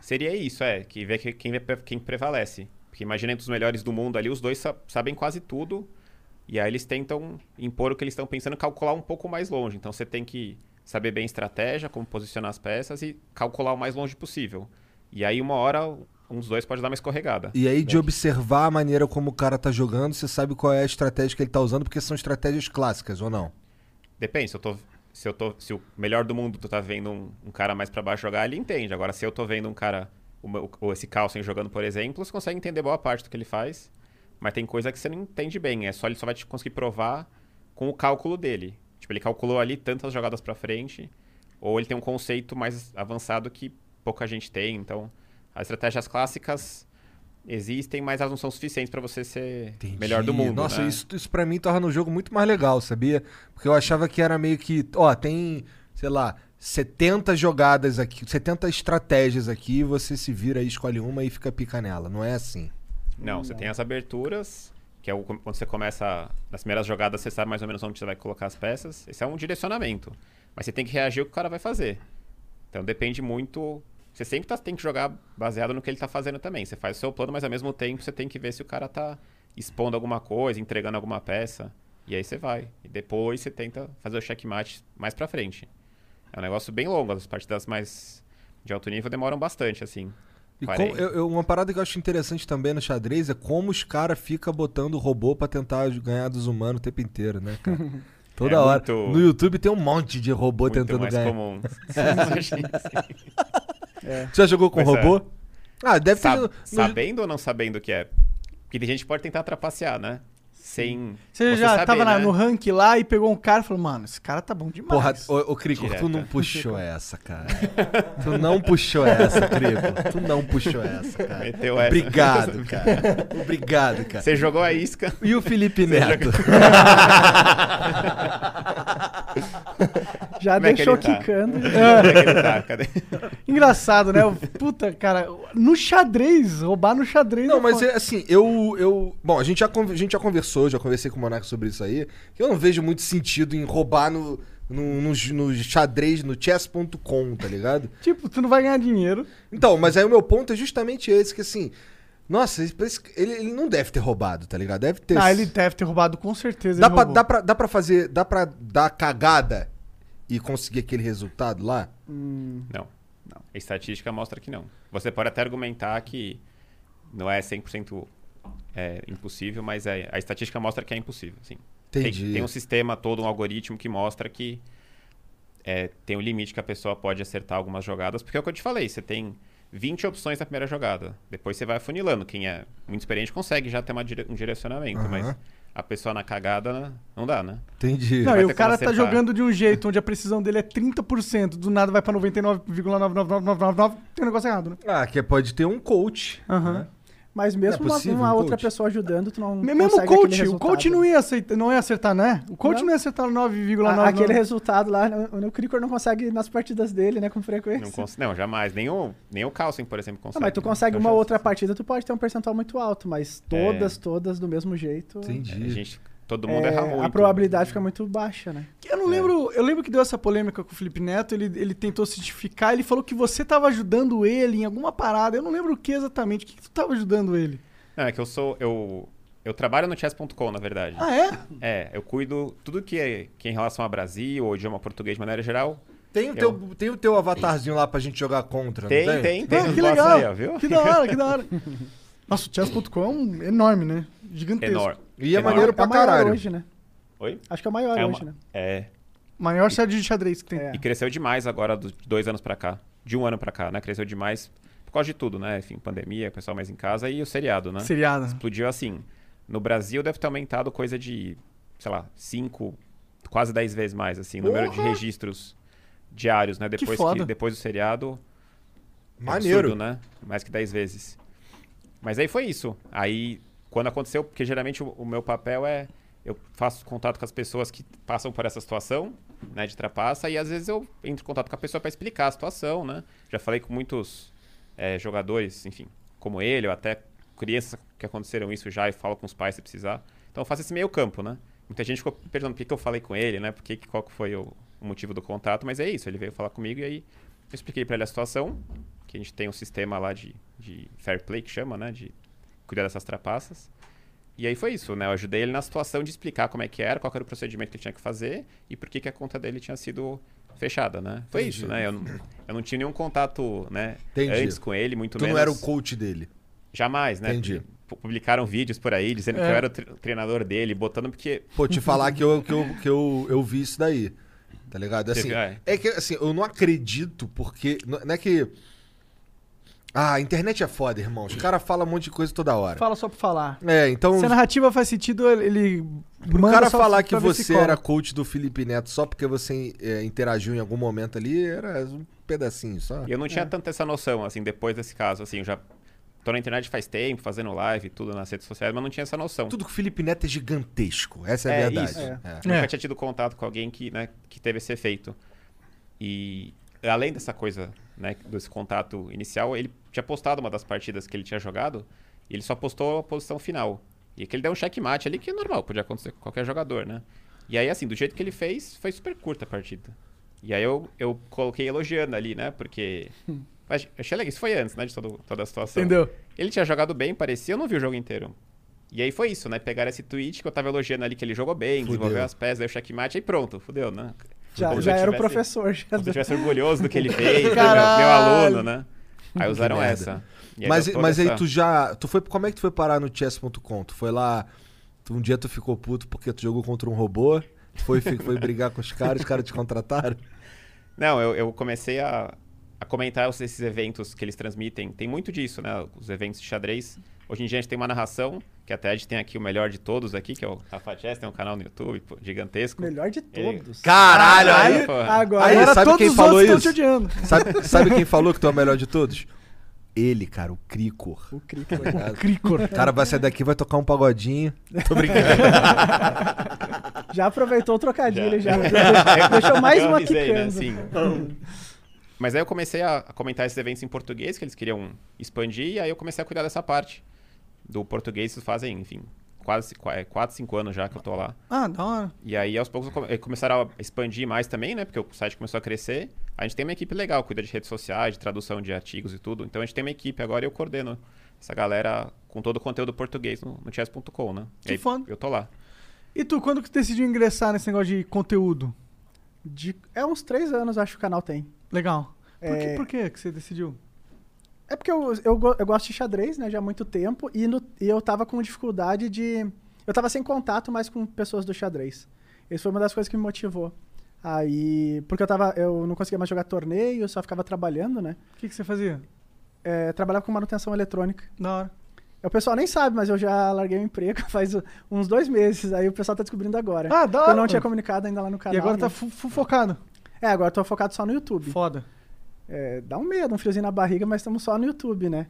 [SPEAKER 3] Seria isso, é, que vê que- quem, vai pre- quem prevalece. Porque imagina entre os melhores do mundo ali, os dois sa- sabem quase tudo, e aí eles tentam impor o que eles estão pensando, calcular um pouco mais longe. Então você tem que saber bem a estratégia, como posicionar as peças e calcular o mais longe possível. E aí uma hora um dos dois pode dar uma escorregada.
[SPEAKER 2] E aí, de observar a maneira como o cara tá jogando, você sabe qual é a estratégia que ele tá usando, porque são estratégias clássicas, ou não?
[SPEAKER 3] Depende, se eu tô. Se, eu tô, se o melhor do mundo tu tá vendo um, um cara mais pra baixo jogar, ele entende. Agora, se eu tô vendo um cara, o meu- ou esse Carlsen jogando, por exemplo, você consegue entender boa parte do que ele faz. Mas tem coisa que você não entende bem. É só ele só vai te conseguir provar com o cálculo dele. Tipo, ele calculou ali tantas jogadas pra frente. Ou ele tem um conceito mais avançado que pouca gente tem. Então, as estratégias clássicas existem, mas elas não são suficientes pra você ser melhor do mundo.
[SPEAKER 2] Nossa,
[SPEAKER 3] né?
[SPEAKER 2] isso, isso pra mim torna o jogo muito mais legal, sabia? Porque eu achava que era meio que, ó, tem, sei lá, 70 jogadas aqui, 70 estratégias aqui, você se vira aí, escolhe uma e fica pica nela. Não é assim.
[SPEAKER 3] Não, você tem as aberturas, que é o- quando você começa nas primeiras jogadas, você sabe mais ou menos onde você vai colocar as peças. Esse é um direcionamento. Mas você tem que reagir ao que o cara vai fazer. Então depende muito. Você sempre tá- tem que jogar baseado no que ele tá fazendo também. Você faz o seu plano, mas ao mesmo tempo você tem que ver se o cara tá expondo alguma coisa, entregando alguma peça. E aí você vai. E depois você tenta fazer o checkmate mais pra frente. É um negócio bem longo. As partidas mais de alto nível demoram bastante, assim.
[SPEAKER 2] E
[SPEAKER 3] Parei.
[SPEAKER 2] como- eu- eu- uma parada que eu acho interessante também no xadrez é como os caras ficam botando robô pra tentar ganhar dos humanos o tempo inteiro, né, cara? Toda
[SPEAKER 3] É
[SPEAKER 2] hora.
[SPEAKER 3] muito-
[SPEAKER 2] No YouTube tem um monte de robô
[SPEAKER 3] Muito
[SPEAKER 2] tentando
[SPEAKER 3] mais
[SPEAKER 2] ganhar.
[SPEAKER 3] comum.
[SPEAKER 2] Você já jogou com
[SPEAKER 3] Pois é.
[SPEAKER 2] robô? Ah, deve ter.
[SPEAKER 3] Sa-
[SPEAKER 2] no- no-
[SPEAKER 3] Sabendo ou não sabendo o que é? Porque tem gente que pode tentar trapacear, né? Sem.
[SPEAKER 8] Você, já
[SPEAKER 3] saber,
[SPEAKER 8] tava na-
[SPEAKER 3] né?
[SPEAKER 8] no rank lá e pegou um cara e falou, mano, esse cara tá bom demais.
[SPEAKER 2] Porra, ô, ô Crico,
[SPEAKER 3] Direta.
[SPEAKER 2] tu não puxou essa, cara. tu não puxou essa, Crico. Tu não puxou essa, cara.
[SPEAKER 3] Meteu essa.
[SPEAKER 2] Obrigado, cara. Obrigado, cara.
[SPEAKER 3] Você jogou a isca.
[SPEAKER 2] E o Felipe Neto?
[SPEAKER 1] Já
[SPEAKER 3] Como é que
[SPEAKER 1] deixou
[SPEAKER 3] ele tá?
[SPEAKER 1] quicando.
[SPEAKER 3] Onde é que ele tá? Cadê?
[SPEAKER 8] Engraçado, né? O- Puta, cara, no xadrez, roubar no xadrez.
[SPEAKER 2] Não,
[SPEAKER 8] é
[SPEAKER 2] mas
[SPEAKER 8] foda.
[SPEAKER 2] é, assim, eu. eu bom, a gente, já, con- a gente já conversou, já conversei com o Monaco sobre isso aí. que Eu não vejo muito sentido em roubar no, no, no, j- no xadrez, no chess.com, tá ligado?
[SPEAKER 8] Tipo, tu não vai ganhar dinheiro.
[SPEAKER 2] Então, mas aí o meu ponto é justamente esse, que assim. Nossa, esse- esse- ele, ele não deve ter roubado, tá ligado? Deve ter.
[SPEAKER 8] Ah, ele deve ter roubado com certeza.
[SPEAKER 2] dá,
[SPEAKER 8] ele
[SPEAKER 2] pra,
[SPEAKER 8] roubou.
[SPEAKER 2] dá, pra, dá pra fazer. Dá pra dar cagada e conseguir aquele resultado lá?
[SPEAKER 3] Não. A estatística mostra que não. Você pode até argumentar que não é 100% é, impossível, mas é- a estatística mostra que é impossível, sim. Tem,
[SPEAKER 2] Entendi.
[SPEAKER 3] tem um sistema todo, um algoritmo que mostra que é, tem um limite que a pessoa pode acertar algumas jogadas, porque é o que eu te falei, você tem 20 opções na primeira jogada. Depois você vai afunilando. Quem é muito experiente consegue já ter uma dire- um direcionamento,
[SPEAKER 2] Aham.
[SPEAKER 3] mas a pessoa na cagada não dá, né?
[SPEAKER 2] Entendi.
[SPEAKER 8] Não,
[SPEAKER 3] Vai
[SPEAKER 8] e
[SPEAKER 3] ter
[SPEAKER 8] o cara
[SPEAKER 3] como
[SPEAKER 8] tá
[SPEAKER 3] acertar.
[SPEAKER 8] jogando de um jeito onde a precisão dele é 30%, do nada vai pra 99,99999, tem um negócio errado, né?
[SPEAKER 2] Ah, que pode ter um coach. né?
[SPEAKER 1] Mas mesmo
[SPEAKER 2] É
[SPEAKER 1] uma-
[SPEAKER 2] possível,
[SPEAKER 1] uma,
[SPEAKER 2] um
[SPEAKER 1] outra
[SPEAKER 2] coach?
[SPEAKER 1] pessoa ajudando, tu não
[SPEAKER 8] Mesmo o
[SPEAKER 1] consegue aquele
[SPEAKER 8] coach, o coach
[SPEAKER 1] resultado.
[SPEAKER 8] não ia, aceitar, não ia acertar, né? O coach não,
[SPEAKER 1] Não.
[SPEAKER 8] ia acertar
[SPEAKER 1] A- Aquele
[SPEAKER 8] 9,99.
[SPEAKER 1] resultado lá, né, o, o Krikor não consegue nas partidas dele, né, com frequência.
[SPEAKER 3] Não, cons- não, jamais. Nem o, nem o Carlsen, por exemplo, consegue.
[SPEAKER 1] Ah, mas tu
[SPEAKER 3] né?
[SPEAKER 1] consegue
[SPEAKER 3] Então
[SPEAKER 1] uma
[SPEAKER 3] já-
[SPEAKER 1] outra partida, tu pode ter um percentual muito alto, mas
[SPEAKER 3] É.
[SPEAKER 1] todas, todas do mesmo jeito.
[SPEAKER 3] É,
[SPEAKER 2] Entendi.
[SPEAKER 3] a gente, todo mundo erra
[SPEAKER 1] é,
[SPEAKER 3] muito. né? É.
[SPEAKER 1] a probabilidade fica muito baixa, né?
[SPEAKER 8] Eu não lembro, eu lembro que deu essa polêmica com o Felipe Neto, ele, ele tentou se justificar, ele falou que você tava ajudando ele em alguma parada, eu não lembro o que exatamente, o que, que tu tava ajudando ele?
[SPEAKER 3] Não, é que eu sou. Eu, eu trabalho no chess.com, na verdade.
[SPEAKER 8] Ah, é?
[SPEAKER 3] É, eu cuido tudo que é, que é em relação a Brasil ou idioma português de maneira geral.
[SPEAKER 2] Tem, o
[SPEAKER 3] Eu-
[SPEAKER 2] teu, tem o teu avatarzinho lá pra é. gente jogar contra,
[SPEAKER 3] Tem,
[SPEAKER 2] não
[SPEAKER 3] tem, tem. tem
[SPEAKER 8] Ah,
[SPEAKER 3] uns
[SPEAKER 8] que
[SPEAKER 3] bots
[SPEAKER 8] legal,
[SPEAKER 3] aí, ó, viu?
[SPEAKER 8] que da hora, que da hora. Nossa, o chess.com é um enorme, né? Gigantesco.
[SPEAKER 3] Enorme.
[SPEAKER 2] E é
[SPEAKER 3] Enorme.
[SPEAKER 2] maneiro
[SPEAKER 1] É
[SPEAKER 2] pra
[SPEAKER 1] o maior
[SPEAKER 2] caralho.
[SPEAKER 1] hoje, né?
[SPEAKER 3] Oi?
[SPEAKER 1] Acho que é o maior
[SPEAKER 3] É, uma-
[SPEAKER 1] hoje, né?
[SPEAKER 3] é.
[SPEAKER 8] Maior sede de xadrez que tem.
[SPEAKER 1] É.
[SPEAKER 3] E cresceu demais agora, dos dois anos pra cá. De um ano pra cá, né? Cresceu demais por causa de tudo, né? Enfim, pandemia, pessoal mais em casa e o seriado, né?
[SPEAKER 8] Seriada.
[SPEAKER 3] Explodiu assim. No Brasil deve ter aumentado coisa de, sei lá, 5, quase 10 vezes mais, assim, o número de registros diários, né? Depois,
[SPEAKER 8] foda.
[SPEAKER 3] depois do seriado. É
[SPEAKER 2] Maneiro.
[SPEAKER 3] absurdo, né? Mais que 10 vezes. Mas aí foi isso. Aí, quando aconteceu, porque geralmente o, o meu papel é. Eu faço contato com as pessoas que passam por essa situação, né, de trapaça, e às vezes eu entro em contato com a pessoa para explicar a situação, né? Já falei com muitos eh, jogadores, enfim, como ele, ou até crianças que aconteceram isso já, e falo com os pais se precisar. Então eu faço esse meio campo, né? Muita gente ficou perguntando por que, que eu falei com ele, né? Por que, que- qual que foi o, o motivo do contato, mas é isso, ele veio falar comigo e aí eu expliquei para ele a situação, que a gente tem um sistema lá de, de fair play, que chama, né? De cuidar dessas trapaças. E aí foi isso, né? Eu ajudei ele na situação de explicar como é que era, qual que era o procedimento que ele tinha que fazer e por que, que a conta dele tinha sido fechada, né? Foi
[SPEAKER 2] Entendi.
[SPEAKER 3] isso, né? Eu, não- eu não tinha nenhum contato, né?
[SPEAKER 2] Entendi.
[SPEAKER 3] Antes com ele, muito
[SPEAKER 2] Tu
[SPEAKER 3] menos.
[SPEAKER 2] não era o coach dele.
[SPEAKER 3] Jamais, né?
[SPEAKER 2] Entendi.
[SPEAKER 3] Pu- Publicaram vídeos por aí dizendo que eu era o tre- treinador dele, botando porque
[SPEAKER 2] Pô, te falar que, eu, que, eu, que eu, eu vi isso daí. Tá ligado? Assim,
[SPEAKER 3] Teve- é.
[SPEAKER 2] é que assim, eu não acredito, porque. Não não é que. Ah, a internet é foda, irmão. Os caras falam um monte de coisa toda hora.
[SPEAKER 8] Fala só pra falar.
[SPEAKER 2] É, então.
[SPEAKER 8] Se a narrativa faz sentido, ele- ele.
[SPEAKER 2] O
[SPEAKER 8] manda
[SPEAKER 2] cara
[SPEAKER 8] só
[SPEAKER 2] falar
[SPEAKER 8] pra
[SPEAKER 2] que
[SPEAKER 8] ver se
[SPEAKER 2] você
[SPEAKER 8] cola.
[SPEAKER 2] era coach do Felipe Neto só porque você é, interagiu em algum momento ali, era um pedacinho só.
[SPEAKER 3] E eu não tinha tanta essa noção, assim, depois desse caso, assim, eu já tô na internet faz tempo, fazendo live, e tudo nas redes sociais, mas não tinha essa noção.
[SPEAKER 2] Tudo que o Felipe Neto é gigantesco. Essa é a
[SPEAKER 3] É,
[SPEAKER 2] verdade.
[SPEAKER 3] isso.
[SPEAKER 2] É.
[SPEAKER 8] É.
[SPEAKER 3] Nunca tinha tido contato com alguém que, né, que teve esse efeito. E além dessa coisa, né, desse contato inicial, ele tinha postado uma das partidas que ele tinha jogado, e ele só postou a posição final. E que ele deu um checkmate ali, que é normal, podia acontecer com qualquer jogador, né? E aí, assim, do jeito que ele fez, foi super curta a partida. E aí eu, eu coloquei elogiando ali, né? Porque. Mas achei legal, isso foi antes, né? De todo, toda a situação.
[SPEAKER 8] Entendeu?
[SPEAKER 3] Ele tinha jogado bem, parecia, eu não vi o jogo inteiro. E aí foi isso, né? Pegaram esse tweet que eu tava elogiando ali que ele jogou bem, desenvolveu as peças, deu checkmate, aí pronto, fudeu, né?
[SPEAKER 1] Já,
[SPEAKER 3] Como se
[SPEAKER 1] já
[SPEAKER 3] eu
[SPEAKER 1] era o
[SPEAKER 3] tivesse-
[SPEAKER 1] professor. Já
[SPEAKER 3] Como se eu estivesse orgulhoso do que ele fez, do meu, meu
[SPEAKER 8] Caralho!
[SPEAKER 3] aluno, né? Aí usaram
[SPEAKER 2] merda.
[SPEAKER 3] essa. E
[SPEAKER 2] Mas,
[SPEAKER 3] deu toda
[SPEAKER 2] mas aí
[SPEAKER 3] essa-
[SPEAKER 2] tu já. Tu foi, como é que tu foi parar no chess.com? Tu foi lá. tu- um dia tu ficou puto porque tu jogou contra um robô. tu Foi, fi- foi brigar com os caras, os caras te contrataram.
[SPEAKER 3] Não, eu, eu comecei a, a comentar os- esses eventos que eles transmitem. Tem muito disso, né? Os eventos de xadrez. Hoje em dia a gente tem uma narração, que até a gente tem aqui o melhor de todos aqui, que é o Rafa Chess, tem um canal no YouTube, pô, gigantesco.
[SPEAKER 1] Melhor Ah, de
[SPEAKER 3] Ele-
[SPEAKER 1] todos.
[SPEAKER 2] Caralho,
[SPEAKER 3] Aí, pô,
[SPEAKER 1] Agora,
[SPEAKER 2] Aí,
[SPEAKER 8] Agora
[SPEAKER 2] sabe
[SPEAKER 8] todos
[SPEAKER 2] quem
[SPEAKER 8] os
[SPEAKER 2] falou
[SPEAKER 8] outros tão
[SPEAKER 2] isso?
[SPEAKER 8] te odiando.
[SPEAKER 2] Sabe, sabe quem falou que tu é o melhor de todos? Ele, cara, o Cricor.
[SPEAKER 1] o Krikor.
[SPEAKER 8] Cricor.
[SPEAKER 2] O cara vai sair daqui vai tocar um pagodinho. Tô brincando.
[SPEAKER 1] Já aproveitou o trocadilho, já.
[SPEAKER 3] Já.
[SPEAKER 1] já deixou mais
[SPEAKER 3] eu
[SPEAKER 1] uma
[SPEAKER 3] avisei, né,
[SPEAKER 1] quicando.
[SPEAKER 3] assim. Mas aí eu comecei a a comentar esses eventos em português que eles queriam expandir, e aí eu comecei a cuidar dessa parte do português, isso fazem, enfim, quase 4, 5 anos já que eu tô lá.
[SPEAKER 8] Ah, da hora.
[SPEAKER 3] E aí, aos poucos, come- eh, começaram a expandir mais também, né? Porque o site começou a crescer. A gente tem uma equipe legal, cuida de redes sociais, de tradução de artigos e tudo. Então, a gente tem uma equipe agora e eu coordeno essa galera com todo o conteúdo português no, no chess.com, né?
[SPEAKER 8] Que
[SPEAKER 3] E aí,
[SPEAKER 8] foda.
[SPEAKER 3] Eu tô lá.
[SPEAKER 8] E tu, quando que tu decidiu ingressar nesse negócio de conteúdo?
[SPEAKER 1] De- É uns três anos, acho que o canal tem.
[SPEAKER 8] Legal. Por, que,
[SPEAKER 1] É.
[SPEAKER 8] por que que você decidiu?
[SPEAKER 1] É porque eu, eu, go- eu gosto de xadrez, né, já há muito tempo, e, no- e eu tava com dificuldade de Eu tava sem contato mais com pessoas do xadrez. Isso foi uma das coisas que me motivou. Aí, porque eu tava, eu não conseguia mais jogar torneio, eu só ficava trabalhando, né?
[SPEAKER 8] O que, que você fazia?
[SPEAKER 1] É, trabalhava com manutenção eletrônica.
[SPEAKER 8] Na hora.
[SPEAKER 1] O pessoal nem sabe, mas eu já larguei o emprego faz uns dois meses. Aí o pessoal tá descobrindo agora.
[SPEAKER 8] Ah, da
[SPEAKER 1] Porque Eu
[SPEAKER 8] hora.
[SPEAKER 1] não tinha comunicado ainda lá no canal.
[SPEAKER 8] e agora
[SPEAKER 1] né?
[SPEAKER 8] tá fu- fu- focado.
[SPEAKER 1] É, agora eu tô focado só no YouTube.
[SPEAKER 8] Foda.
[SPEAKER 1] É, dá um medo, um friozinho na barriga, mas estamos só no YouTube, né?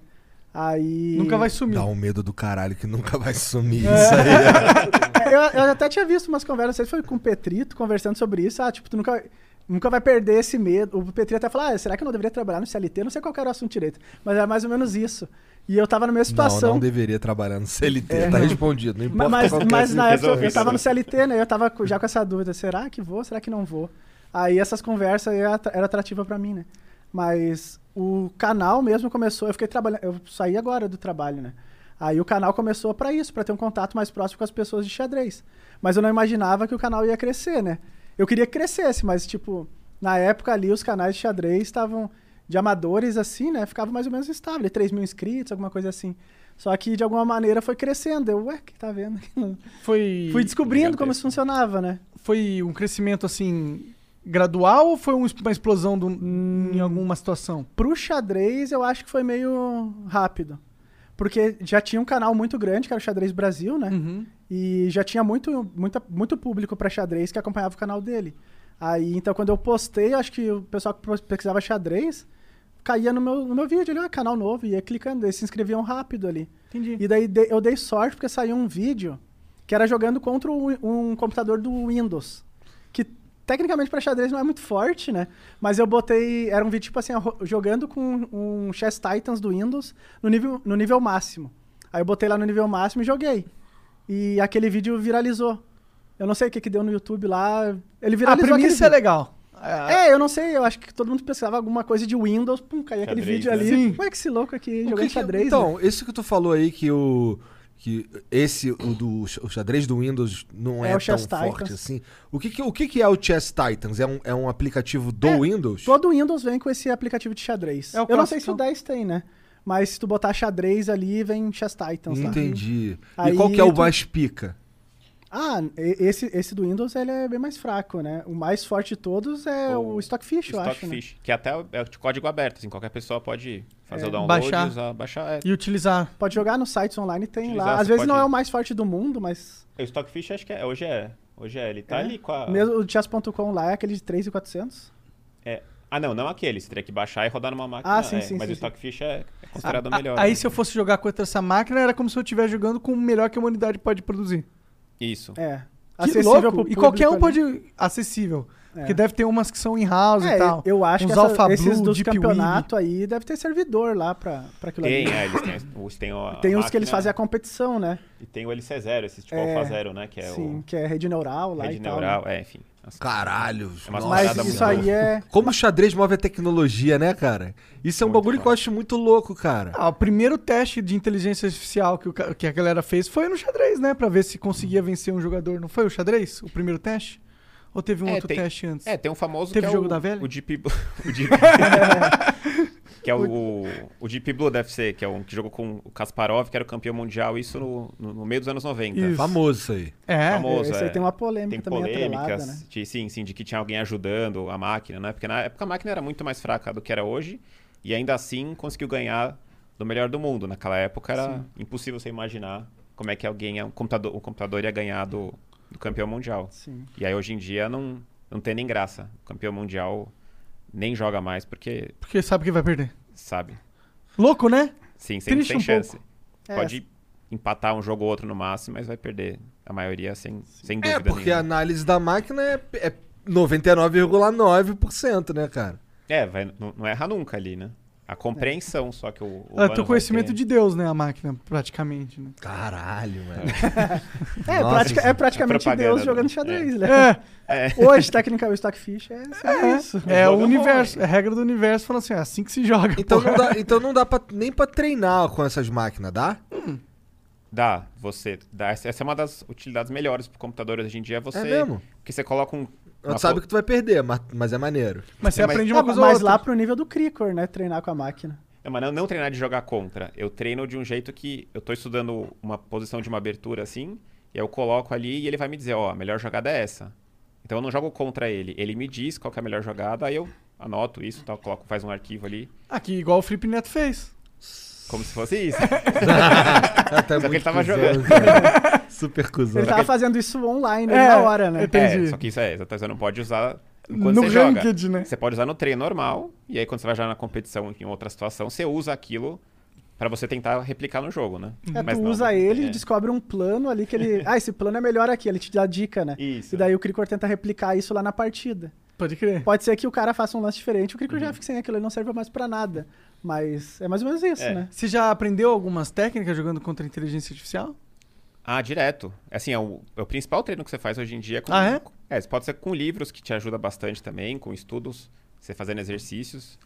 [SPEAKER 1] Aí.
[SPEAKER 8] Nunca vai sumir.
[SPEAKER 2] Dá um medo do caralho que nunca vai sumir isso aí.
[SPEAKER 1] É, eu, eu até tinha visto umas conversas, não sei se foi com o Petrito, conversando sobre isso. Ah, tipo, tu nunca, nunca vai perder esse medo. O Petrito até falou, ah, será que eu não deveria trabalhar no CLT? Não sei qual que era o assunto direito, mas era mais ou menos isso. E eu tava na mesma
[SPEAKER 2] Não,
[SPEAKER 1] situação. É.
[SPEAKER 2] não deveria trabalhar no CLT. tá respondido. Não importa
[SPEAKER 1] Mas,
[SPEAKER 2] qual que é
[SPEAKER 1] mas
[SPEAKER 2] a
[SPEAKER 1] na época eu- eu
[SPEAKER 3] resolvido,
[SPEAKER 1] tava
[SPEAKER 3] né?
[SPEAKER 1] no CLT, né? Eu tava co- já com essa dúvida: será que vou, será que não vou? Aí essas conversas aí era atra- era atrativa pra mim, né? Mas o canal mesmo começou, eu fiquei trabalhando, eu saí agora do trabalho, né? Aí o canal começou pra isso, pra ter um contato mais próximo com as pessoas de xadrez. Mas eu não imaginava que o canal ia crescer, né? Eu queria que crescesse, mas tipo, na época ali os canais de xadrez estavam de amadores assim, né? Ficava mais ou menos estável, 3 mil inscritos, alguma coisa assim. Só que de alguma maneira foi crescendo. Eu, ué, que tá vendo?
[SPEAKER 8] Foi,
[SPEAKER 1] Fui descobrindo como isso funcionava, né?
[SPEAKER 8] foi um crescimento assim gradual ou foi um es- uma explosão do- em alguma situação?
[SPEAKER 1] Pro xadrez, eu acho que foi meio rápido. Porque já tinha um canal muito grande, que era o Xadrez Brasil, né?
[SPEAKER 8] Uhum.
[SPEAKER 1] E já tinha muito, muita, muito público pra xadrez que acompanhava o canal dele. Aí, então, quando eu postei, acho que o pessoal que pos- pesquisava xadrez caía no meu, no meu vídeo ali, ó, canal novo, ia clicando, eles se inscreviam rápido ali.
[SPEAKER 8] Entendi.
[SPEAKER 1] E daí de- eu dei sorte porque saiu um vídeo que era jogando contra um, um computador do Windows. Que tecnicamente pra xadrez não é muito forte, né? Mas eu botei. Era um vídeo tipo assim, ó, ro- jogando com um Chess Titans do Windows no nível, no nível máximo. Aí eu botei lá no nível máximo e joguei. E aquele vídeo viralizou. Eu não sei o que, que deu no YouTube lá. Ele
[SPEAKER 8] A
[SPEAKER 1] viralizou. aquele
[SPEAKER 8] premissa é
[SPEAKER 1] vídeo.
[SPEAKER 8] legal.
[SPEAKER 1] É, eu não sei, eu acho que todo mundo pesquisava alguma coisa de Windows, pum, caía aquele
[SPEAKER 3] Xadrez,
[SPEAKER 1] vídeo
[SPEAKER 3] né?
[SPEAKER 1] ali.
[SPEAKER 8] Sim.
[SPEAKER 1] Como é que esse louco aqui
[SPEAKER 2] O
[SPEAKER 1] jogando
[SPEAKER 2] que que-
[SPEAKER 1] xadrez? né?
[SPEAKER 2] Então, esse que tu falou aí que o que esse o do o xadrez do Windows não
[SPEAKER 1] É
[SPEAKER 2] é,
[SPEAKER 1] o
[SPEAKER 2] tão
[SPEAKER 1] Chess
[SPEAKER 2] forte
[SPEAKER 1] Titans.
[SPEAKER 2] assim. O que que, o que que é o Chess Titans? É um, é um aplicativo do
[SPEAKER 1] É,
[SPEAKER 2] Windows?
[SPEAKER 1] Todo Windows vem com esse aplicativo de xadrez.
[SPEAKER 8] É o
[SPEAKER 1] eu não sei se
[SPEAKER 8] clássico.
[SPEAKER 1] o 10 tem, né? Mas se tu botar xadrez ali, vem Chess Titans lá.
[SPEAKER 2] Entendi.
[SPEAKER 1] Aí
[SPEAKER 2] e qual que é o
[SPEAKER 1] tu-
[SPEAKER 2] mais pica?
[SPEAKER 1] Ah, e- esse, esse do Windows ele é bem mais fraco, né? O mais forte de todos é o,
[SPEAKER 3] O
[SPEAKER 1] Stockfish, eu acho. né?
[SPEAKER 3] Stockfish, que até é de código aberto, assim, qualquer pessoa pode
[SPEAKER 1] É,
[SPEAKER 3] fazer o download,
[SPEAKER 8] baixar.
[SPEAKER 3] usar, baixar. É.
[SPEAKER 8] E utilizar.
[SPEAKER 1] Pode jogar nos sites online, tem
[SPEAKER 3] Utilizar,
[SPEAKER 1] lá. Às
[SPEAKER 3] você
[SPEAKER 1] vezes não
[SPEAKER 3] pode-
[SPEAKER 1] é o mais forte do mundo, mas
[SPEAKER 3] O Stockfish acho que é, hoje é, hoje é, ele tá
[SPEAKER 1] É.
[SPEAKER 3] ali com a...
[SPEAKER 1] mesmo o chess.com lá é aquele de 3,400.
[SPEAKER 3] É. Ah, não, não aquele. Você teria que baixar e rodar numa máquina.
[SPEAKER 1] Ah, sim,
[SPEAKER 3] é,
[SPEAKER 1] sim,
[SPEAKER 3] Mas
[SPEAKER 1] sim, Ah,
[SPEAKER 3] o Stockfish é é considerado
[SPEAKER 8] A-
[SPEAKER 3] melhor.
[SPEAKER 8] Aí
[SPEAKER 3] né?
[SPEAKER 8] se eu fosse jogar contra essa máquina, era como se eu estivesse jogando com o melhor que a humanidade pode produzir.
[SPEAKER 3] Isso.
[SPEAKER 1] É.
[SPEAKER 8] Que louco. E qualquer um pode... Acessível.
[SPEAKER 1] É.
[SPEAKER 8] Porque deve ter umas que são in-house
[SPEAKER 1] É,
[SPEAKER 8] e tal.
[SPEAKER 1] eu acho que
[SPEAKER 8] Uns
[SPEAKER 1] essa-
[SPEAKER 8] Alpha
[SPEAKER 1] esses
[SPEAKER 8] Blue,
[SPEAKER 1] dos
[SPEAKER 8] Deep Web.
[SPEAKER 1] campeonatos aí deve ter servidor lá pra, pra aquilo
[SPEAKER 3] Tem,
[SPEAKER 1] ali.
[SPEAKER 3] é, eles têm, os, tem,
[SPEAKER 1] Tem
[SPEAKER 3] a
[SPEAKER 1] os que eles
[SPEAKER 3] máquina
[SPEAKER 1] fazem a competição, né?
[SPEAKER 3] E tem o LC0, esse tipo
[SPEAKER 1] É,
[SPEAKER 3] Alpha Zero, né? Que é
[SPEAKER 1] Sim, que é rede neural
[SPEAKER 3] o
[SPEAKER 1] lá
[SPEAKER 3] rede
[SPEAKER 1] e tal. né?
[SPEAKER 3] neural, é, enfim. Nossa,
[SPEAKER 2] Caralho.
[SPEAKER 3] É uma
[SPEAKER 2] nossa.
[SPEAKER 1] Mas
[SPEAKER 3] parada
[SPEAKER 1] isso aí é.
[SPEAKER 2] Como o xadrez move a tecnologia, né, cara? Isso é um
[SPEAKER 3] Muito
[SPEAKER 2] bagulho que eu
[SPEAKER 3] foda.
[SPEAKER 2] acho muito louco, cara.
[SPEAKER 8] Ah, o primeiro teste de inteligência artificial que, o ca- que a galera fez foi no xadrez, né? Pra ver se conseguia vencer um jogador. Não foi o xadrez? O primeiro teste? Ou teve um
[SPEAKER 3] É,
[SPEAKER 8] outro
[SPEAKER 3] tem-
[SPEAKER 8] teste antes?
[SPEAKER 3] É, tem um famoso
[SPEAKER 8] Teve
[SPEAKER 3] que é
[SPEAKER 8] jogo
[SPEAKER 3] o,
[SPEAKER 8] da velha?
[SPEAKER 3] O Deep... o Deep... que é o, o Deep Blue deve ser, que é um que jogou com o Kasparov, que era o campeão mundial, isso no, no, no meio dos anos 90.
[SPEAKER 8] Isso.
[SPEAKER 2] Famoso isso aí.
[SPEAKER 8] É.
[SPEAKER 3] Famoso,
[SPEAKER 1] Esse aí
[SPEAKER 3] é.
[SPEAKER 1] tem uma polêmica
[SPEAKER 3] Tem
[SPEAKER 1] também atrelada,
[SPEAKER 3] polêmicas,
[SPEAKER 1] né?
[SPEAKER 3] de, sim, sim, de que tinha alguém ajudando a máquina, né? Porque na época a máquina era muito mais fraca do que era hoje, e ainda assim conseguiu ganhar do melhor do mundo. Naquela época era impossível você imaginar como é que alguém, um computador, um computador ia ganhar do, do campeão mundial.
[SPEAKER 1] Sim.
[SPEAKER 3] E aí hoje em dia não, não tem nem graça. O campeão mundial nem joga mais porque
[SPEAKER 8] Porque sabe que vai perder.
[SPEAKER 3] sabe.
[SPEAKER 8] Louco, né?
[SPEAKER 3] Sim, sem,
[SPEAKER 8] Triste
[SPEAKER 3] sem
[SPEAKER 8] um
[SPEAKER 3] chance.
[SPEAKER 1] É.
[SPEAKER 3] Pode empatar um jogo ou outro no máximo, mas vai perder a maioria sem, sem dúvida
[SPEAKER 2] É, porque a
[SPEAKER 3] nenhuma.
[SPEAKER 2] análise da máquina é, é 99,9%, né, cara?
[SPEAKER 3] É, vai, não, não erra nunca ali, né? A compreensão, só que o. o
[SPEAKER 8] Ah,
[SPEAKER 3] humano
[SPEAKER 8] teu
[SPEAKER 3] vai
[SPEAKER 8] conhecimento
[SPEAKER 3] ter-
[SPEAKER 8] de Deus, né? A máquina, praticamente. Né?
[SPEAKER 2] Caralho, mano.
[SPEAKER 1] É,
[SPEAKER 2] Nossa,
[SPEAKER 1] pratica- é
[SPEAKER 2] gente.
[SPEAKER 1] praticamente
[SPEAKER 3] Propaganda,
[SPEAKER 1] Deus
[SPEAKER 3] né?
[SPEAKER 1] jogando xadrez, né?
[SPEAKER 3] É.
[SPEAKER 1] Hoje, técnica, o Stockfish é, seria isso.
[SPEAKER 8] É,
[SPEAKER 3] jogo
[SPEAKER 8] o
[SPEAKER 3] é bom,
[SPEAKER 8] universo.
[SPEAKER 3] hein?
[SPEAKER 8] É a regra do universo falando assim: é assim que se joga.
[SPEAKER 2] Então
[SPEAKER 8] porra.
[SPEAKER 2] não dá, então não dá pra, nem pra treinar com essas máquinas, dá?
[SPEAKER 3] Dá, você. Dá, essa essa é uma das utilidades melhores pro computador hoje em dia. é Você,
[SPEAKER 2] mesmo?
[SPEAKER 3] Porque você coloca um. uma
[SPEAKER 2] tu sabe
[SPEAKER 3] fo-
[SPEAKER 2] que tu vai perder, mas, mas é maneiro.
[SPEAKER 8] Mas você
[SPEAKER 3] Mas-
[SPEAKER 8] aprende
[SPEAKER 1] É,
[SPEAKER 8] uma coisa ou
[SPEAKER 1] mas
[SPEAKER 8] outra.
[SPEAKER 1] lá pro nível do Cricor, né? Treinar com a máquina.
[SPEAKER 3] Não, mas não, não treinar de jogar contra. Eu treino de um jeito que eu tô estudando uma posição de uma abertura assim, E eu coloco ali e ele vai me dizer, ó, a melhor jogada é essa. Então eu não jogo contra ele. Ele me diz qual que é a melhor jogada, aí eu anoto isso, tal, coloco, faz um arquivo ali,
[SPEAKER 8] Aqui, igual o Felipe Neto fez.
[SPEAKER 3] como se fosse isso.
[SPEAKER 2] Até
[SPEAKER 3] que ele tava jogando.
[SPEAKER 2] Super cuzão.
[SPEAKER 1] Ele tava fazendo isso online,
[SPEAKER 8] É,
[SPEAKER 1] na hora, né?
[SPEAKER 8] eu- Entendi.
[SPEAKER 3] É, só que isso é, exatamente, você não pode usar quando
[SPEAKER 8] No
[SPEAKER 3] você
[SPEAKER 8] ranked,
[SPEAKER 3] joga.
[SPEAKER 8] né?
[SPEAKER 3] Você pode usar no treino normal, e aí quando você vai jogar na competição em outra situação, você usa aquilo pra você tentar replicar no jogo, né?
[SPEAKER 1] É,
[SPEAKER 3] Mas
[SPEAKER 1] tu
[SPEAKER 3] não,
[SPEAKER 1] usa
[SPEAKER 3] não
[SPEAKER 1] ele
[SPEAKER 3] tem,
[SPEAKER 1] e descobre um plano ali que ele. Ah, esse plano é melhor aqui, ele te dá dica, né?
[SPEAKER 3] Isso.
[SPEAKER 1] E daí o Cricor tenta replicar isso lá na partida.
[SPEAKER 8] Pode crer.
[SPEAKER 1] Pode ser que o cara faça um lance diferente, o Cricor
[SPEAKER 3] Uhum.
[SPEAKER 1] já fica sem aquilo, ele não serve mais pra nada. Mas é mais ou menos isso,
[SPEAKER 3] É.
[SPEAKER 1] né?
[SPEAKER 8] Você já aprendeu algumas técnicas jogando contra a inteligência artificial?
[SPEAKER 3] Ah, direto. Assim, é o, é o principal treino que você faz hoje em dia. é Com,
[SPEAKER 8] Ah, é?
[SPEAKER 3] É, você pode ser com livros que te ajuda bastante também, com estudos, você fazendo exercícios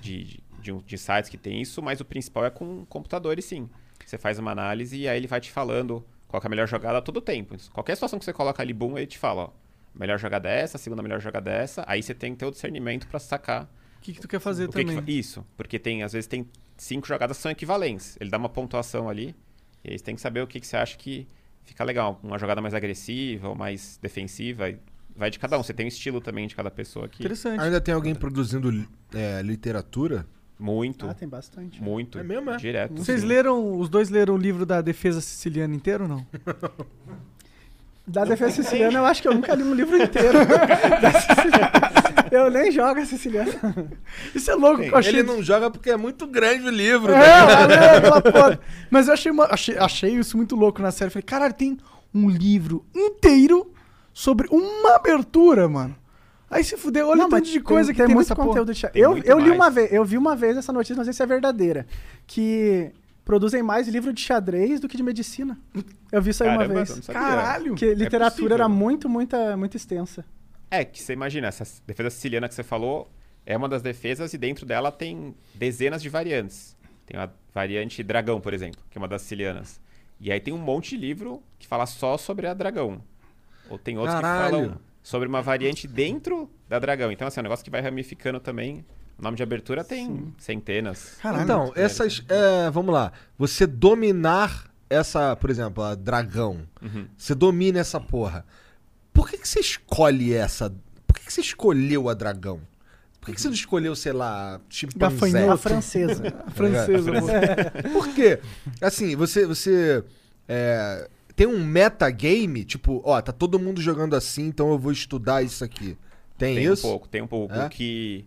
[SPEAKER 3] de, de, de, um- de sites que tem isso, mas o principal é com computadores, sim. Você faz uma análise e aí ele vai te falando qual que é a melhor jogada a todo tempo. Então, Qualquer situação que você coloca ali, boom, ele te fala, ó, melhor jogada é essa, a segunda melhor jogada é essa, aí você tem que ter o discernimento pra sacar
[SPEAKER 8] O que, que tu quer fazer
[SPEAKER 3] o que que
[SPEAKER 8] também?
[SPEAKER 3] fa- Isso, porque tem, às vezes tem cinco jogadas que são equivalentes. Ele dá uma pontuação ali, e aí você tem que saber o que, que você acha que fica legal. Uma jogada mais agressiva ou mais defensiva. e Vai de cada um. Você tem o estilo também de cada pessoa aqui.
[SPEAKER 8] Interessante.
[SPEAKER 2] Ainda tem alguém produzindo é, literatura?
[SPEAKER 3] Muito,
[SPEAKER 1] Ah, tem bastante.
[SPEAKER 3] muito.
[SPEAKER 2] É mesmo, é?
[SPEAKER 3] Direto.
[SPEAKER 8] Vocês
[SPEAKER 3] sim.
[SPEAKER 8] leram, os dois leram o livro da defesa siciliana inteiro ou não?
[SPEAKER 1] Da defesa siciliana, eu acho que eu nunca li um livro inteiro. Da siciliana. eu nem jogo a siciliana.
[SPEAKER 8] Isso é louco, que eu achei.
[SPEAKER 2] Ele não joga porque é muito grande o livro.
[SPEAKER 8] É,
[SPEAKER 2] né?
[SPEAKER 8] valeu
[SPEAKER 1] "Ah,
[SPEAKER 8] aquela porra. Mas eu achei, uma- achei, achei isso muito louco na série. Falei, caralho, tem um livro inteiro sobre uma abertura, mano. Aí se fudeu, olha o
[SPEAKER 1] mas
[SPEAKER 8] tanto de coisa
[SPEAKER 1] tem,
[SPEAKER 8] que
[SPEAKER 1] tem,
[SPEAKER 8] tem,
[SPEAKER 1] muito
[SPEAKER 8] nessa porra.
[SPEAKER 1] conteúdo. De...
[SPEAKER 3] Tem
[SPEAKER 1] Eu,
[SPEAKER 3] muito
[SPEAKER 1] eu li
[SPEAKER 3] mais.
[SPEAKER 1] uma vez, eu vi uma vez essa notícia, não sei se é verdadeira, que produzem mais livro de xadrez do que de medicina. Eu vi isso aí
[SPEAKER 3] Caramba, então
[SPEAKER 1] uma
[SPEAKER 3] eu não
[SPEAKER 1] vez.
[SPEAKER 3] sabia.
[SPEAKER 8] Caralho!
[SPEAKER 1] Que literatura
[SPEAKER 3] É possível.
[SPEAKER 1] era muito, muita, muito extensa.
[SPEAKER 3] É, que você imagina, essa defesa siciliana que você falou é uma das defesas e dentro dela tem dezenas de variantes. Tem a variante dragão, por exemplo, que é uma das sicilianas. E aí tem um monte de livro que fala só sobre a dragão. Ou tem outros
[SPEAKER 2] Caralho.
[SPEAKER 3] que falam sobre uma variante dentro da dragão. Então, assim, é um negócio que vai ramificando também. O nome de abertura tem centenas.
[SPEAKER 8] Caralho.
[SPEAKER 2] Então, essas. é, vamos lá. Você dominar essa, por exemplo, a dragão. Você domina essa porra. Por que, que você escolhe essa? Por que, que você escolheu a dragão? Por que, que você não escolheu, sei lá, chimpanzé?
[SPEAKER 1] A francesa.
[SPEAKER 8] francesa,
[SPEAKER 3] É, A né?
[SPEAKER 8] mano.
[SPEAKER 2] Por quê? Assim, você. você é, tem um metagame, tipo, ó, tá todo mundo jogando assim, então eu vou estudar isso aqui. Tem,
[SPEAKER 3] Tem
[SPEAKER 2] isso?
[SPEAKER 3] um pouco, tem um pouco
[SPEAKER 2] É?
[SPEAKER 3] que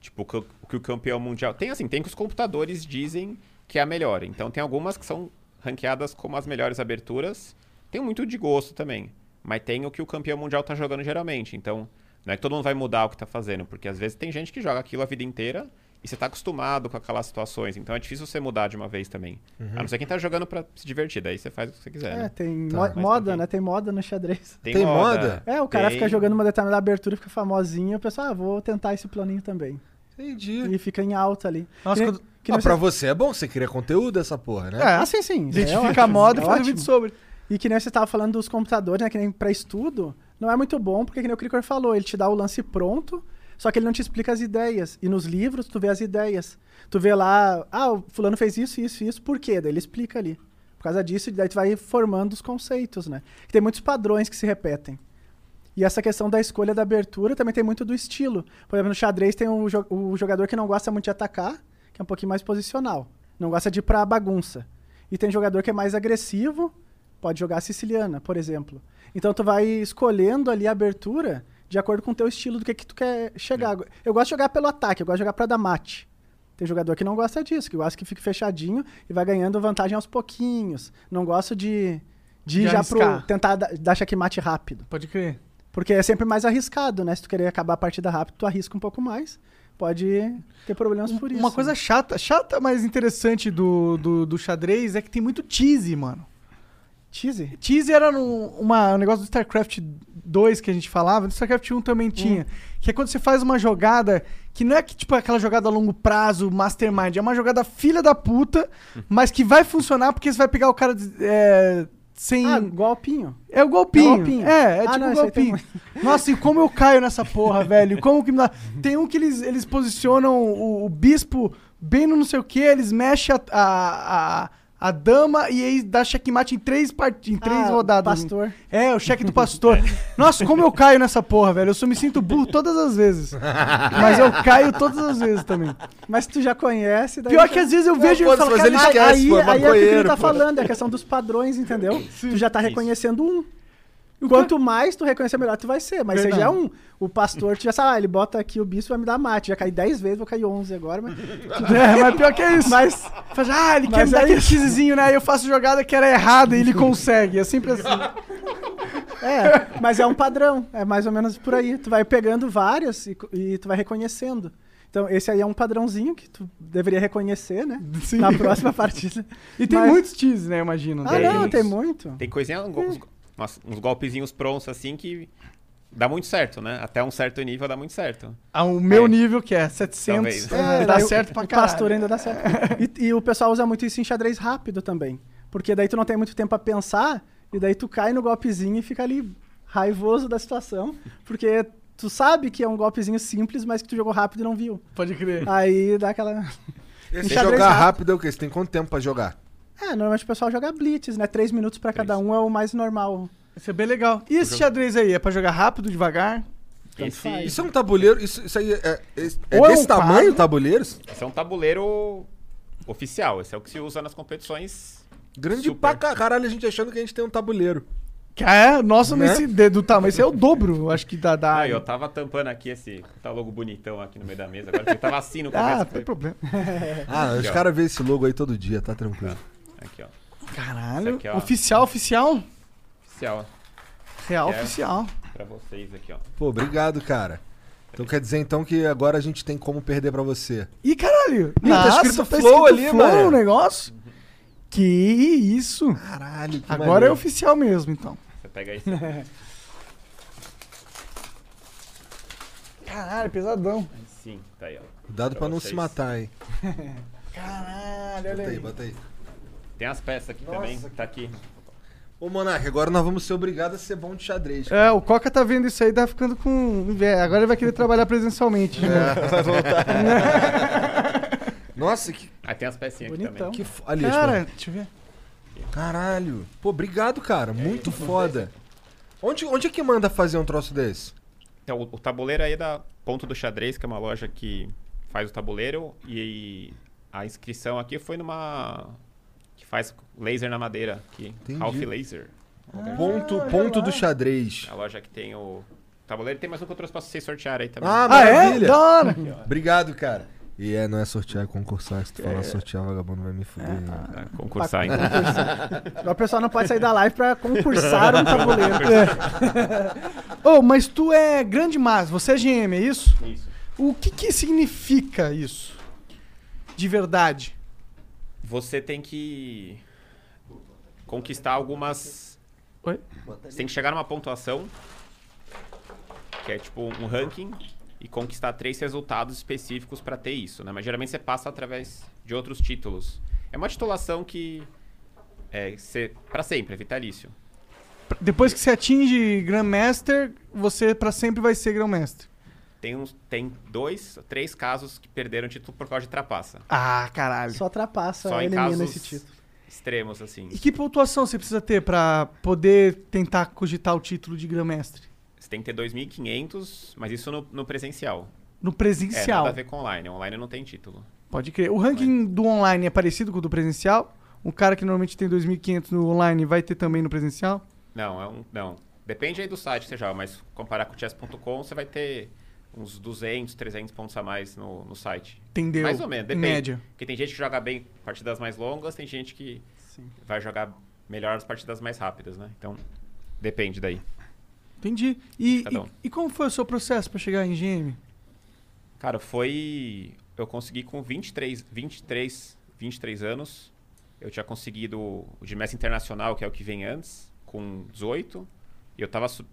[SPEAKER 3] tipo o que o- o que o campeão mundial tem assim, tem que os computadores dizem que é a melhor. Então tem algumas que são ranqueadas como as melhores aberturas. Tem muito de gosto também, mas tem o que o campeão mundial tá jogando geralmente. Então não é que todo mundo vai mudar o que tá fazendo, porque às vezes tem gente que joga aquilo a vida inteira e você tá acostumado com aquelas situações. Então é difícil você mudar de uma vez também.
[SPEAKER 2] Uhum.
[SPEAKER 3] A não ser quem tá jogando pra se divertir, daí você faz o que você quiser.
[SPEAKER 1] É,
[SPEAKER 3] né?
[SPEAKER 1] tem
[SPEAKER 2] Tá.
[SPEAKER 1] mo-
[SPEAKER 2] Mas
[SPEAKER 3] tá
[SPEAKER 1] moda,
[SPEAKER 3] bem.
[SPEAKER 1] né? Tem moda no xadrez.
[SPEAKER 2] Tem moda?
[SPEAKER 1] É, o cara
[SPEAKER 3] tem-
[SPEAKER 1] fica jogando uma determinada abertura, fica famosinho, o pessoal, ah, vou tentar esse planinho também.
[SPEAKER 2] Entendi.
[SPEAKER 1] E fica em alta ali.
[SPEAKER 8] Nossa,
[SPEAKER 1] que, nem-
[SPEAKER 8] quando-
[SPEAKER 1] que nem
[SPEAKER 2] ah,
[SPEAKER 1] você-
[SPEAKER 2] pra você é bom, você cria conteúdo essa porra, né?
[SPEAKER 1] Ah, sim, sim. isso aí é
[SPEAKER 8] Identifica
[SPEAKER 1] ótimo,
[SPEAKER 8] assim, a moda
[SPEAKER 1] é
[SPEAKER 8] e faz um
[SPEAKER 1] ótimo.
[SPEAKER 8] vídeo sobre.
[SPEAKER 1] E que nem você tava falando dos computadores, né? Que nem pra estudo, não é muito bom, porque que nem o Cricor falou, ele te dá o lance pronto, só que ele não te explica as ideias. E nos livros, tu vê as ideias. Tu vê lá, ah, o fulano fez isso, isso, isso, por quê? Daí ele explica ali. Por causa disso, daí tu vai formando os conceitos, né? Que tem muitos padrões que se repetem. E essa questão da escolha da abertura também tem muito do estilo. Por exemplo, no xadrez tem o, jo- o jogador que não gosta muito de atacar, que é um pouquinho mais posicional. Não gosta de ir pra bagunça. E tem jogador que é mais agressivo, pode jogar a siciliana, por exemplo. Então tu vai escolhendo ali a abertura de acordo com o teu estilo, do que, que tu quer chegar. Eu gosto de jogar pelo ataque, eu gosto de jogar pra dar mate. Tem jogador que não gosta disso, que gosta que fique fechadinho e vai ganhando vantagem aos pouquinhos. Não gosto de, de,
[SPEAKER 8] De
[SPEAKER 1] ir já pro,
[SPEAKER 8] arriscar.
[SPEAKER 1] tentar da- dar checkmate rápido.
[SPEAKER 8] Pode crer.
[SPEAKER 1] Porque é sempre mais arriscado, né? Se tu querer acabar a partida rápido, tu arrisca um pouco mais. Pode ter problemas por isso.
[SPEAKER 8] Um, Uma coisa
[SPEAKER 1] né?
[SPEAKER 8] chata, chata, mas interessante do, do, do xadrez é que tem muito cheese, mano.
[SPEAKER 1] cheesy.
[SPEAKER 8] Cheese era num- uma- um negócio do StarCraft 2 que a gente falava, do StarCraft 1
[SPEAKER 1] Hum.
[SPEAKER 8] também tinha. Que é quando você faz uma jogada que não é que, tipo aquela jogada a longo prazo, mastermind, é uma jogada filha da puta,
[SPEAKER 1] Hum.
[SPEAKER 8] mas que vai funcionar porque você vai pegar o cara é, sem.
[SPEAKER 1] Ah, golpinho.
[SPEAKER 8] É o golpinho.
[SPEAKER 1] É golpinho.
[SPEAKER 8] É, é
[SPEAKER 1] Ah,
[SPEAKER 8] tipo
[SPEAKER 1] não,
[SPEAKER 8] um
[SPEAKER 1] esse aí tem
[SPEAKER 8] golpinho. Nossa, e como eu caio nessa porra, velho? Como que me dá... Tem um que eles, eles posicionam o, o bispo bem no não sei o que, eles mexem a, a, a, a A dama e aí dá checkmate em três, part... em três
[SPEAKER 1] Ah,
[SPEAKER 8] rodadas.
[SPEAKER 1] pastor.
[SPEAKER 8] É, o cheque do pastor. Nossa, como eu caio nessa porra, velho. Eu só me sinto burro todas as vezes. Mas eu caio todas as vezes também.
[SPEAKER 1] Mas tu já é um conhece, daí.
[SPEAKER 8] Pior que às vezes eu vejo e eu
[SPEAKER 2] foda-se,
[SPEAKER 8] falo,
[SPEAKER 2] mas
[SPEAKER 8] cara,
[SPEAKER 2] ele esquece,
[SPEAKER 1] aí,
[SPEAKER 2] pô, é
[SPEAKER 1] aí é o que ele
[SPEAKER 2] maconheiro,
[SPEAKER 1] tá
[SPEAKER 2] pô.
[SPEAKER 1] falando, é a questão dos padrões, entendeu? Tu já tá reconhecendo um. Quanto mais tu reconhecer, melhor tu vai ser. Mas você
[SPEAKER 8] Verdade.
[SPEAKER 1] já é um. O pastor, tu já sabe, ah, ele bota aqui o bispo vai me dar mate. Já caí 10 vezes, vou cair 11 agora, mas.
[SPEAKER 8] É, mas pior que é isso. Mas, ah, ele quer
[SPEAKER 1] Mas
[SPEAKER 8] me dar
[SPEAKER 1] é
[SPEAKER 8] aquele
[SPEAKER 1] isso.
[SPEAKER 8] xizinho, né? Aí eu faço jogada que era errada e ele consegue. É sempre assim.
[SPEAKER 1] É, mas é um padrão. É mais ou menos por aí. Tu vai pegando várias e, co- e tu vai reconhecendo. Então, esse aí é um padrãozinho que tu deveria reconhecer, né?
[SPEAKER 8] Sim.
[SPEAKER 1] Na próxima partida.
[SPEAKER 8] E tem
[SPEAKER 1] Mas-
[SPEAKER 8] muitos teases, né? Imagino.
[SPEAKER 1] Ah,
[SPEAKER 8] né?
[SPEAKER 1] não,
[SPEAKER 3] Tem
[SPEAKER 1] tem
[SPEAKER 3] isso.
[SPEAKER 1] muito.
[SPEAKER 3] Tem coisinha, um go-
[SPEAKER 8] É.
[SPEAKER 3] uns, go- umas- uns golpezinhos prontos assim que dá muito certo, né? Até um certo nível dá muito certo.
[SPEAKER 8] Ah, O meu
[SPEAKER 3] É.
[SPEAKER 8] nível que é 700.
[SPEAKER 3] Talvez.
[SPEAKER 8] É,
[SPEAKER 1] É,
[SPEAKER 8] dá
[SPEAKER 1] daí o-
[SPEAKER 8] certo pra
[SPEAKER 1] o
[SPEAKER 8] caralho. É.
[SPEAKER 1] pastor ainda dá certo. E, e o pessoal usa muito isso em xadrez rápido também. Porque daí tu não tem muito tempo pra pensar, e daí tu cai no golpezinho e fica ali raivoso da situação, porque tu sabe que é um golpezinho simples, mas que tu jogou rápido e não viu.
[SPEAKER 8] Pode crer.
[SPEAKER 1] Aí dá aquela...
[SPEAKER 2] Esse
[SPEAKER 1] xadrez
[SPEAKER 2] jogar
[SPEAKER 1] rápido.
[SPEAKER 2] rápido é o quê? Você tem quanto tempo pra jogar?
[SPEAKER 1] É, normalmente o pessoal joga blitz, né? Três minutos pra cada um é o mais normal.
[SPEAKER 8] Isso é bem legal. E
[SPEAKER 3] Uhum.
[SPEAKER 8] esse xadrez aí? É pra jogar rápido, devagar?
[SPEAKER 3] Esse,
[SPEAKER 2] Isso é um tabuleiro? Isso, isso aí é, é, é
[SPEAKER 8] Ou é
[SPEAKER 2] desse
[SPEAKER 8] um
[SPEAKER 2] tamanho
[SPEAKER 8] quadro.
[SPEAKER 2] o tabuleiro?
[SPEAKER 3] esse é um tabuleiro oficial, esse é o que se usa nas competições.
[SPEAKER 2] Grande
[SPEAKER 3] Super.
[SPEAKER 2] pra ca- caralho a gente achando que a gente tem um tabuleiro.
[SPEAKER 8] Que É, nossa,
[SPEAKER 3] Uhum.
[SPEAKER 2] Né?
[SPEAKER 8] nesse dedo tá, mas esse é o dobro, eu acho que dá. dá.
[SPEAKER 3] Ah, eu tava tampando aqui esse tá logo bonitão aqui no meio da mesa. Agora porque eu tava assim no começo.
[SPEAKER 8] Ah, não tem
[SPEAKER 3] falei,
[SPEAKER 8] problema.
[SPEAKER 3] É.
[SPEAKER 2] Ah, os
[SPEAKER 3] ó.
[SPEAKER 2] caras veem esse logo aí todo dia, tá tranquilo.
[SPEAKER 3] É. Aqui, ó.
[SPEAKER 8] Caralho.
[SPEAKER 3] Isso aqui, ó.
[SPEAKER 8] oficial, oficial?
[SPEAKER 3] Oficial,
[SPEAKER 8] Real,
[SPEAKER 3] É.
[SPEAKER 8] oficial.
[SPEAKER 3] ó, pra vocês aqui, ó.
[SPEAKER 2] Pô, obrigado, cara. Então quer dizer então que agora a gente tem como perder pra você.
[SPEAKER 8] Ih, caralho.
[SPEAKER 2] Ih, tá escrito flow ali, mano.
[SPEAKER 8] o negócio. Que isso.
[SPEAKER 2] Caralho, que
[SPEAKER 8] Agora é
[SPEAKER 2] maneiro.
[SPEAKER 8] oficial mesmo, então.
[SPEAKER 3] Você pega esse.
[SPEAKER 8] Caralho, pesadão.
[SPEAKER 3] Sim, tá aí, ó.
[SPEAKER 2] Cuidado pra não
[SPEAKER 3] vocês.
[SPEAKER 2] se matar, hein.
[SPEAKER 8] Caralho, olha
[SPEAKER 2] Bota aí,
[SPEAKER 8] aí.
[SPEAKER 2] bota aí.
[SPEAKER 3] Tem as peças aqui também, tá aqui.
[SPEAKER 2] Ô, Monark, agora nós vamos ser obrigados a ser bom de xadrez.
[SPEAKER 8] É, o Coca tá vendo isso aí, tá ficando com inveja. Agora ele vai querer trabalhar presencialmente. né? de novo.
[SPEAKER 2] Nossa, que,
[SPEAKER 3] Ah, tem as pecinhas aqui
[SPEAKER 8] Bonitão.
[SPEAKER 2] que
[SPEAKER 3] também.
[SPEAKER 2] fo... Ali,
[SPEAKER 8] Cara, deixa eu ver.
[SPEAKER 2] Caralho. Pô, obrigado, cara. É, Muito foda. Onde, onde é que manda fazer um troço desse?
[SPEAKER 3] Então, o, o tabuleiro aí é da Ponto do Xadrez, que é uma loja que faz o tabuleiro. E a inscrição aqui foi numa. que faz laser na madeira aqui.
[SPEAKER 2] Entendi.
[SPEAKER 3] Half Laser. É
[SPEAKER 2] ponto ponto do xadrez.
[SPEAKER 3] A loja que tem o tabuleiro. Tem mais um que eu trouxe pra vocês sortearem aí também.
[SPEAKER 2] Ah,
[SPEAKER 8] Ah, é?
[SPEAKER 2] maravilha.
[SPEAKER 8] Da hora.
[SPEAKER 2] Obrigado, cara. E é, não é sortear, é concursar. Se tu falar sortear, o vagabundo vai me fuder. né?
[SPEAKER 3] Pra concursar então. ainda.
[SPEAKER 1] O pessoal não pode sair da live pra concursar um tabuleiro.
[SPEAKER 8] Ô, mas tu é grande mas, você é GM, é isso?
[SPEAKER 3] Isso.
[SPEAKER 8] O que que significa isso? De verdade.
[SPEAKER 3] Você tem que conquistar algumas.
[SPEAKER 8] Oi?
[SPEAKER 3] Você tem que chegar numa pontuação, que é tipo um ranking, e conquistar três resultados específicos pra ter isso, né? Mas geralmente você passa através de outros títulos. É uma titulação que é ser para sempre, é vitalício.
[SPEAKER 8] Depois que você atinge Grandmaster, você pra sempre vai ser Grandmaster.
[SPEAKER 3] Tem uns, tem dois, três casos que perderam título por causa de trapaça.
[SPEAKER 8] Ah, caralho.
[SPEAKER 1] Só trapaça,
[SPEAKER 3] Só em
[SPEAKER 1] elimina
[SPEAKER 3] casos
[SPEAKER 1] esse título.
[SPEAKER 3] extremos assim.
[SPEAKER 8] E que pontuação você precisa ter pra poder tentar cogitar o título de Grandmaster?
[SPEAKER 3] Você tem que ter 2.500, mas isso no, no presencial.
[SPEAKER 8] No
[SPEAKER 3] É,
[SPEAKER 8] presencial.
[SPEAKER 3] nada a ver com online. Online não tem título.
[SPEAKER 8] Pode crer. O ranking do online é parecido com o do presencial? Um cara que normalmente tem 2.500 no online vai ter também no presencial?
[SPEAKER 3] Não, é um. Não. Depende aí do site que você joga, mas comparar com o chess.com, você vai ter uns 200, 300 pontos a mais no, no site.
[SPEAKER 8] Entendeu?
[SPEAKER 3] Mais ou menos,
[SPEAKER 8] Em
[SPEAKER 3] depende.
[SPEAKER 8] média.
[SPEAKER 3] Porque tem gente que joga bem partidas mais longas, tem gente que vai jogar melhor as partidas mais rápidas, né? Então, depende daí.
[SPEAKER 8] Entendi. E,
[SPEAKER 3] Cada um.
[SPEAKER 8] e, e como foi o seu processo pra chegar em GM?
[SPEAKER 3] Cara, foi. Eu consegui com 23, 23, 23 anos. Eu tinha conseguido o de mestre internacional, que é o que vem antes, com 18. E eu tava. Su...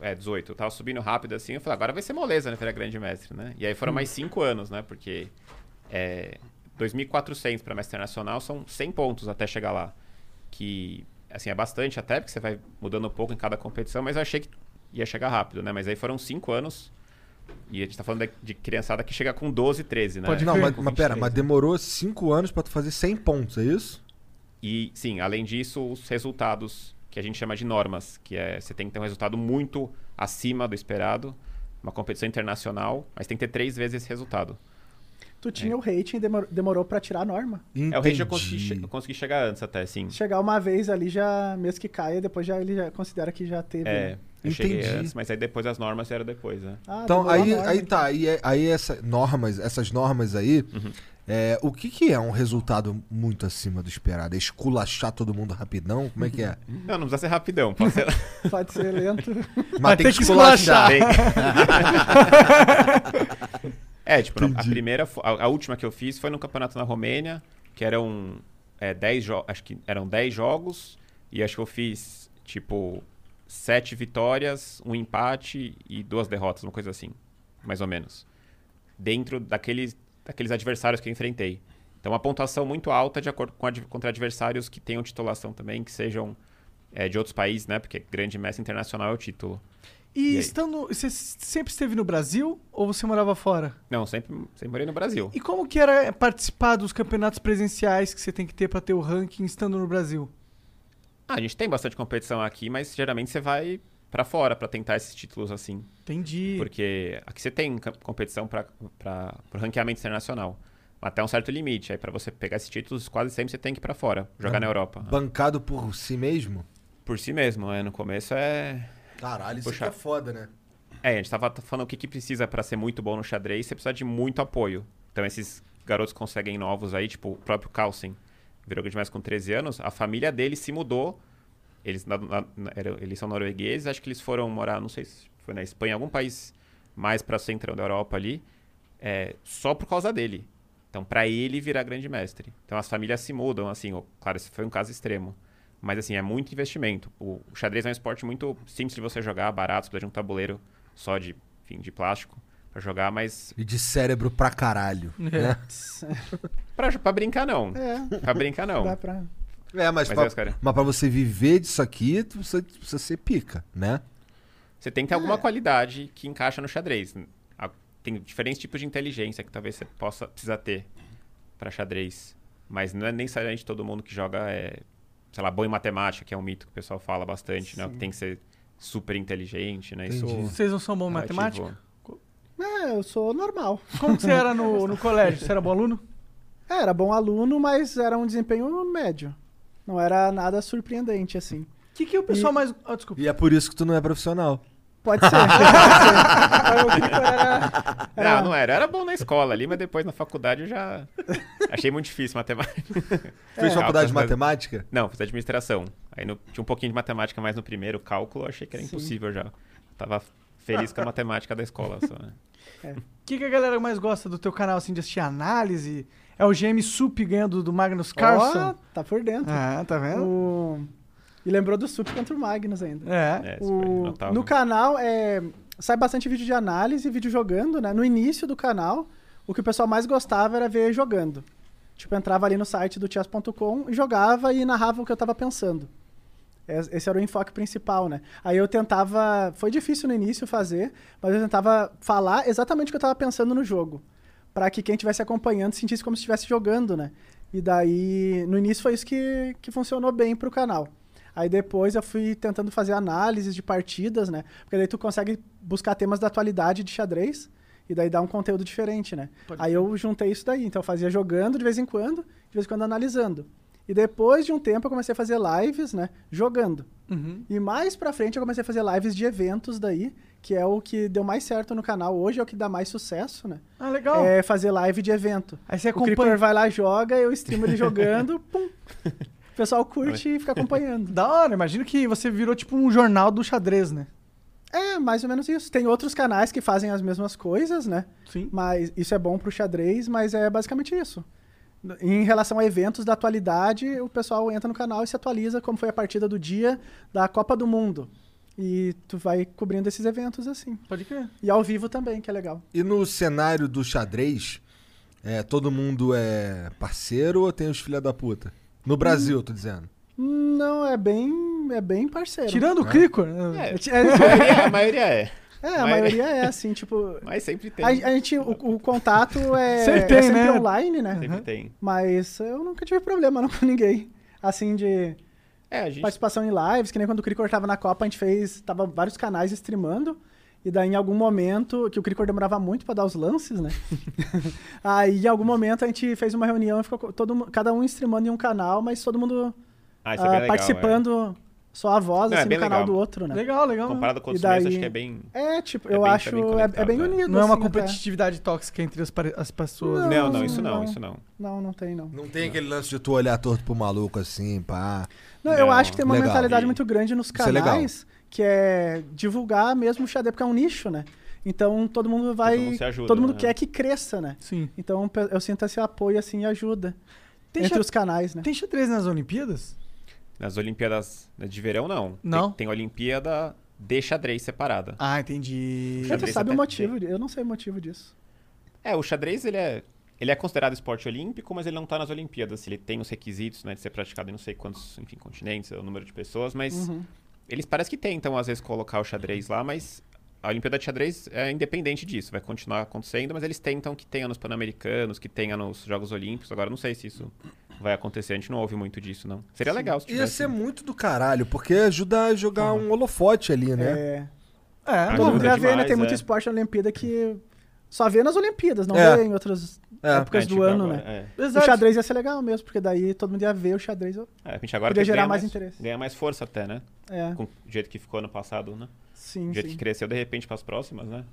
[SPEAKER 3] É, 18. Eu tava subindo rápido assim. Eu falei, agora vai ser moleza, né? Virar grande mestre, né? E aí foram mais 5 anos, né? Porque. É, 2.400 para mestre internacional são 100 pontos até chegar lá. Que, assim, é bastante até, porque você vai mudando um pouco em cada competição, mas eu achei que ia chegar rápido, né? Mas aí foram 5 anos. E a gente tá falando de, de criançada que chega com 12, 13, né?
[SPEAKER 2] Não, mas,
[SPEAKER 3] Com
[SPEAKER 2] mas pera,
[SPEAKER 3] 23,
[SPEAKER 2] mas
[SPEAKER 3] né?
[SPEAKER 2] demorou 5 anos pra tu fazer 100 pontos, é isso?
[SPEAKER 3] E sim, além disso, os resultados que a gente chama de normas, que é você tem que ter um resultado muito acima do esperado, uma competição internacional, mas tem que ter três vezes esse resultado.
[SPEAKER 8] Tu tinha o rating e demor- demorou pra tirar a norma.
[SPEAKER 2] Entendi.
[SPEAKER 3] É o range eu consegui, che- eu consegui chegar antes até, sim.
[SPEAKER 8] Chegar uma vez ali já, mesmo que caia, depois já ele já considera que já teve.
[SPEAKER 3] É,
[SPEAKER 8] né?
[SPEAKER 3] eu cheguei
[SPEAKER 2] Entendi.
[SPEAKER 3] antes, mas aí depois as normas eram depois, né?
[SPEAKER 8] Ah,
[SPEAKER 2] Então,
[SPEAKER 8] demorou a
[SPEAKER 2] aí,
[SPEAKER 8] norma,
[SPEAKER 2] aí
[SPEAKER 8] então.
[SPEAKER 2] tá, aí, é- aí essa normas, essas normas aí, é, o que, que é um resultado muito acima do esperado? É esculachar todo mundo rapidão? Como é que é?
[SPEAKER 3] Não, não precisa ser rapidão, pode ser.
[SPEAKER 8] Pode ser lento.
[SPEAKER 2] Mas tem
[SPEAKER 1] ter
[SPEAKER 2] que
[SPEAKER 1] que
[SPEAKER 2] esculachar.
[SPEAKER 3] Tem- é, tipo, não, a primeira, fo- a, a última que eu fiz foi no campeonato na Romênia, que eram é, 10 jogos, acho que eram 10 jogos, e acho que eu fiz, tipo, sete vitórias, um empate e duas derrotas, uma coisa assim, mais ou menos. Dentro daqueles, daqueles adversários que eu enfrentei. Então, uma pontuação muito alta de acordo com ad- contra adversários que tenham titulação também, que sejam é, de outros países, né? Porque grande mestre internacional é o título.
[SPEAKER 1] E,
[SPEAKER 3] E aí?
[SPEAKER 1] estando. Você sempre esteve no Brasil ou você morava fora?
[SPEAKER 3] Não, sempre, sempre morei no Brasil.
[SPEAKER 1] E como que era participar dos campeonatos presenciais que você tem que ter pra ter o ranking estando no Brasil?
[SPEAKER 3] Ah, a gente tem bastante competição aqui, mas geralmente você vai pra fora pra tentar esses títulos assim.
[SPEAKER 1] Entendi.
[SPEAKER 3] Porque aqui você tem cam- competição para o ranqueamento internacional. Até um certo limite. Aí pra você pegar esses títulos, quase sempre você tem que ir pra fora, jogar na Europa.
[SPEAKER 2] Bancado por si mesmo?
[SPEAKER 3] Por si mesmo, né? No começo é.
[SPEAKER 2] Caralho, isso
[SPEAKER 3] Puxa.
[SPEAKER 2] aqui é foda, né?
[SPEAKER 3] É, a gente tava t- falando o que, que precisa pra ser muito bom no xadrez, você precisa de muito apoio. Então esses garotos conseguem novos aí, tipo o próprio Carlsen, virou grande mais com 13 anos, a família dele se mudou. Eles, na- na- na- eram- eles são noruegueses, acho que eles foram morar, não sei se foi na Espanha, algum país mais pra centrão da Europa ali, é, só por causa dele. Então pra ele virar grande mestre. Então as famílias se mudam, assim, ó, claro, esse foi um caso extremo. Mas assim, é muito investimento. O, o xadrez é um esporte muito simples de você jogar, barato, você precisa de um tabuleiro só de, enfim, de plástico pra jogar, mas
[SPEAKER 2] E de cérebro pra caralho. né?
[SPEAKER 3] pra, pra brincar não.
[SPEAKER 8] É,
[SPEAKER 3] Pra brincar não.
[SPEAKER 8] dá pra.
[SPEAKER 2] É, mas,
[SPEAKER 3] Mas
[SPEAKER 2] pra,
[SPEAKER 3] é, cara.
[SPEAKER 2] mas pra você viver disso aqui, tu precisa, tu precisa ser pica, né?
[SPEAKER 3] Você tem que ter
[SPEAKER 8] É.
[SPEAKER 3] alguma qualidade que encaixa no xadrez. A- Tem diferentes tipos de inteligência que talvez você possa precisar ter pra xadrez. Mas não é nem necessariamente todo mundo que joga é, sei lá, bom em matemática, que é um mito que o pessoal fala bastante, né? Que tem que ser super inteligente, né? Isso
[SPEAKER 2] Entendi.
[SPEAKER 1] Vocês não são bons em
[SPEAKER 3] relativo.
[SPEAKER 1] matemática?
[SPEAKER 8] É, eu sou normal.
[SPEAKER 1] Como que você era no, no colégio? Você era bom aluno?
[SPEAKER 8] É, era bom aluno, mas era um desempenho médio. Não era nada surpreendente, assim.
[SPEAKER 1] O que, que o pessoal mais. Ah, desculpa.
[SPEAKER 2] E é por isso que tu não é profissional.
[SPEAKER 8] Pode ser. pode ser. Mas o Kiko era-
[SPEAKER 3] Não, não era. Eu Era bom na escola ali, mas depois na faculdade eu já achei muito difícil matemática.
[SPEAKER 2] Tu
[SPEAKER 3] É.
[SPEAKER 2] fez faculdade de
[SPEAKER 3] Cálculo, mas-
[SPEAKER 2] matemática?
[SPEAKER 3] Não, fiz administração. Aí no- tinha um pouquinho de matemática mais no primeiro cálculo, eu achei que era impossível já. Tava feliz com a matemática da escola só, né?
[SPEAKER 1] O que, que a galera mais gosta do teu canal, assim, de assistir análise? É o GM Sup ganhando do Magnus Carlson?
[SPEAKER 8] Ó, tá por dentro.
[SPEAKER 1] Ah, tá vendo?
[SPEAKER 8] O- E lembrou do Sup contra o Magnus ainda.
[SPEAKER 1] É.
[SPEAKER 3] É, isso foi
[SPEAKER 8] O-
[SPEAKER 3] notável.
[SPEAKER 8] no canal é, sai bastante vídeo de análise, vídeo jogando, né? No início do canal, o que o pessoal mais gostava era ver jogando. Tipo, eu entrava ali no site do chess.com e jogava e narrava o que eu tava pensando. Es- Esse era o enfoque principal, né? Aí eu tentava. Foi difícil no início fazer, mas eu tentava falar exatamente o que eu tava pensando no jogo. Pra que quem estivesse acompanhando sentisse como se estivesse jogando, né? E daí, no início foi isso que, que funcionou bem pro canal. Aí depois eu fui tentando fazer análises de partidas, né? Porque daí tu consegue buscar temas da atualidade de xadrez e daí dá um conteúdo diferente, né? Aí eu juntei isso daí. Então eu fazia jogando de vez em quando, de vez em quando analisando. E depois de um tempo eu comecei a fazer lives, né? Jogando.
[SPEAKER 1] Uhum.
[SPEAKER 8] E mais pra frente eu comecei a fazer lives de eventos daí, que é o que deu mais certo no canal hoje, é o que dá mais sucesso, né?
[SPEAKER 1] Ah, legal.
[SPEAKER 8] É fazer live de evento.
[SPEAKER 1] Aí você
[SPEAKER 8] O Creeper
[SPEAKER 1] acompanha.
[SPEAKER 8] vai lá, joga, eu streamo ele jogando, pum. O pessoal curte e fica acompanhando.
[SPEAKER 1] Da hora, imagino que você virou tipo um jornal do xadrez, né?
[SPEAKER 8] É, mais ou menos isso. Tem outros canais que fazem as mesmas coisas, né?
[SPEAKER 1] Sim.
[SPEAKER 8] Mas isso é bom pro xadrez, mas é basicamente isso. Em relação a eventos da atualidade, o pessoal entra no canal e se atualiza como foi a partida do dia da Copa do Mundo. E tu vai cobrindo esses eventos assim.
[SPEAKER 1] Pode crer.
[SPEAKER 8] E ao vivo também, que é legal.
[SPEAKER 2] E no cenário do xadrez, é, todo mundo é parceiro ou tem os filha da puta? No Brasil, eu tô dizendo.
[SPEAKER 8] Não, é bem, é bem parceiro.
[SPEAKER 1] Tirando o né? Cricor.
[SPEAKER 3] É, a, maioria, a maioria é.
[SPEAKER 8] É, é, a maioria é assim, tipo,
[SPEAKER 3] Mas sempre tem.
[SPEAKER 8] A, a gente, o, o contato é,
[SPEAKER 1] Sempre tem,
[SPEAKER 8] é sempre
[SPEAKER 1] né?
[SPEAKER 8] online, né?
[SPEAKER 3] Sempre tem.
[SPEAKER 8] Mas eu nunca tive problema não, com ninguém.
[SPEAKER 1] assim, de
[SPEAKER 3] É, a gente.
[SPEAKER 1] participação em lives, que nem quando o Cricor tava na Copa, a gente fez, tava vários canais streamando, e daí em algum momento, que o Cricor demorava muito pra dar os lances, né? Aí em algum momento a gente fez uma reunião e ficou co- todo, mu- cada um streamando em um canal, mas todo mundo
[SPEAKER 3] Ah, isso é
[SPEAKER 1] ah,
[SPEAKER 3] bem legal,
[SPEAKER 1] participando só a voz,
[SPEAKER 3] Não, é
[SPEAKER 1] assim,
[SPEAKER 3] bem
[SPEAKER 1] no canal
[SPEAKER 3] legal.
[SPEAKER 1] do outro, né?
[SPEAKER 8] Legal, legal.
[SPEAKER 3] É.
[SPEAKER 8] né?
[SPEAKER 3] Comparado com
[SPEAKER 1] E
[SPEAKER 3] outros
[SPEAKER 1] daí-
[SPEAKER 3] meios, acho que é bem.
[SPEAKER 1] É, tipo,
[SPEAKER 3] É
[SPEAKER 1] eu
[SPEAKER 3] bem- tá
[SPEAKER 1] acho.
[SPEAKER 3] bem
[SPEAKER 1] é- é,
[SPEAKER 3] conectado,
[SPEAKER 1] bem
[SPEAKER 3] né?
[SPEAKER 1] unido.
[SPEAKER 8] Não é uma
[SPEAKER 1] assim, até.
[SPEAKER 8] competitividade tóxica entre as, pare- as pessoas. né?
[SPEAKER 3] É, Não, não, isso não, isso não.
[SPEAKER 1] Não, não tem, não.
[SPEAKER 2] Não tem aquele lance de tu olhar torto pro maluco assim, pá.
[SPEAKER 1] Não, eu
[SPEAKER 3] Não,
[SPEAKER 1] acho que tem uma
[SPEAKER 2] legal.
[SPEAKER 1] mentalidade
[SPEAKER 3] E-
[SPEAKER 1] muito grande nos
[SPEAKER 2] Isso é legal.
[SPEAKER 1] canais, que é divulgar mesmo o xadê, porque é um nicho, né? Então todo mundo vai.
[SPEAKER 3] mundo se ajuda,
[SPEAKER 1] todo mundo
[SPEAKER 3] né?
[SPEAKER 1] quer que cresça, né?
[SPEAKER 8] Sim.
[SPEAKER 1] Então pe- eu sinto esse apoio assim e ajuda.
[SPEAKER 8] Tem
[SPEAKER 1] entre
[SPEAKER 8] xa-
[SPEAKER 1] os canais, né?
[SPEAKER 8] Tem xadrez nas Olimpíadas?
[SPEAKER 3] Nas Olimpíadas né, de verão, não. Tem-
[SPEAKER 8] Não?
[SPEAKER 3] Tem, Olimpíada de xadrez separada.
[SPEAKER 8] Ah, entendi.
[SPEAKER 1] Você
[SPEAKER 3] xadrez é
[SPEAKER 1] sabe o
[SPEAKER 3] até
[SPEAKER 1] motivo, de- eu não sei o motivo disso.
[SPEAKER 3] É, o xadrez, ele é. Ele é considerado esporte olímpico, mas ele não tá nas Olimpíadas. Ele tem os requisitos, né, de ser praticado em não sei quantos, enfim, continentes, o número de pessoas, mas
[SPEAKER 1] Uhum.
[SPEAKER 3] eles parecem que tentam, às vezes, colocar o xadrez lá, mas a Olimpíada de Xadrez é independente disso, vai continuar acontecendo, mas eles tentam que tenha nos Pan-Americanos, que tenha nos Jogos Olímpicos. Agora, eu não sei se isso vai acontecer, a gente não ouve muito disso, não. Seria legal se
[SPEAKER 2] Ia
[SPEAKER 3] tivesse. um
[SPEAKER 2] ser muito do caralho, porque ajuda a jogar um holofote ali, né?
[SPEAKER 1] É.
[SPEAKER 8] É,
[SPEAKER 3] Ah,
[SPEAKER 1] Todo
[SPEAKER 8] bom,
[SPEAKER 1] mundo
[SPEAKER 3] Ajuda
[SPEAKER 1] quer ver, né?
[SPEAKER 3] demais,
[SPEAKER 1] Tem muito
[SPEAKER 3] é.
[SPEAKER 1] esporte na Olimpíada que só vê nas Olimpíadas, não
[SPEAKER 2] É.
[SPEAKER 1] vê em outras
[SPEAKER 2] É.
[SPEAKER 1] épocas
[SPEAKER 3] É,
[SPEAKER 1] do
[SPEAKER 3] tipo,
[SPEAKER 1] ano,
[SPEAKER 3] agora,
[SPEAKER 1] né?
[SPEAKER 3] é.
[SPEAKER 1] O
[SPEAKER 8] Exato.
[SPEAKER 1] xadrez ia ser legal mesmo, porque daí todo mundo ia ver o xadrez.
[SPEAKER 3] É, a gente agora
[SPEAKER 1] Podia
[SPEAKER 3] tem que
[SPEAKER 1] gerar
[SPEAKER 3] ganhar
[SPEAKER 1] mais interesse.
[SPEAKER 3] Ganhar mais força até, né?
[SPEAKER 1] É,
[SPEAKER 3] Com o jeito que ficou ano passado, né?
[SPEAKER 1] sim,
[SPEAKER 3] Do jeito
[SPEAKER 1] sim.
[SPEAKER 3] que cresceu, de repente, para as próximas, né?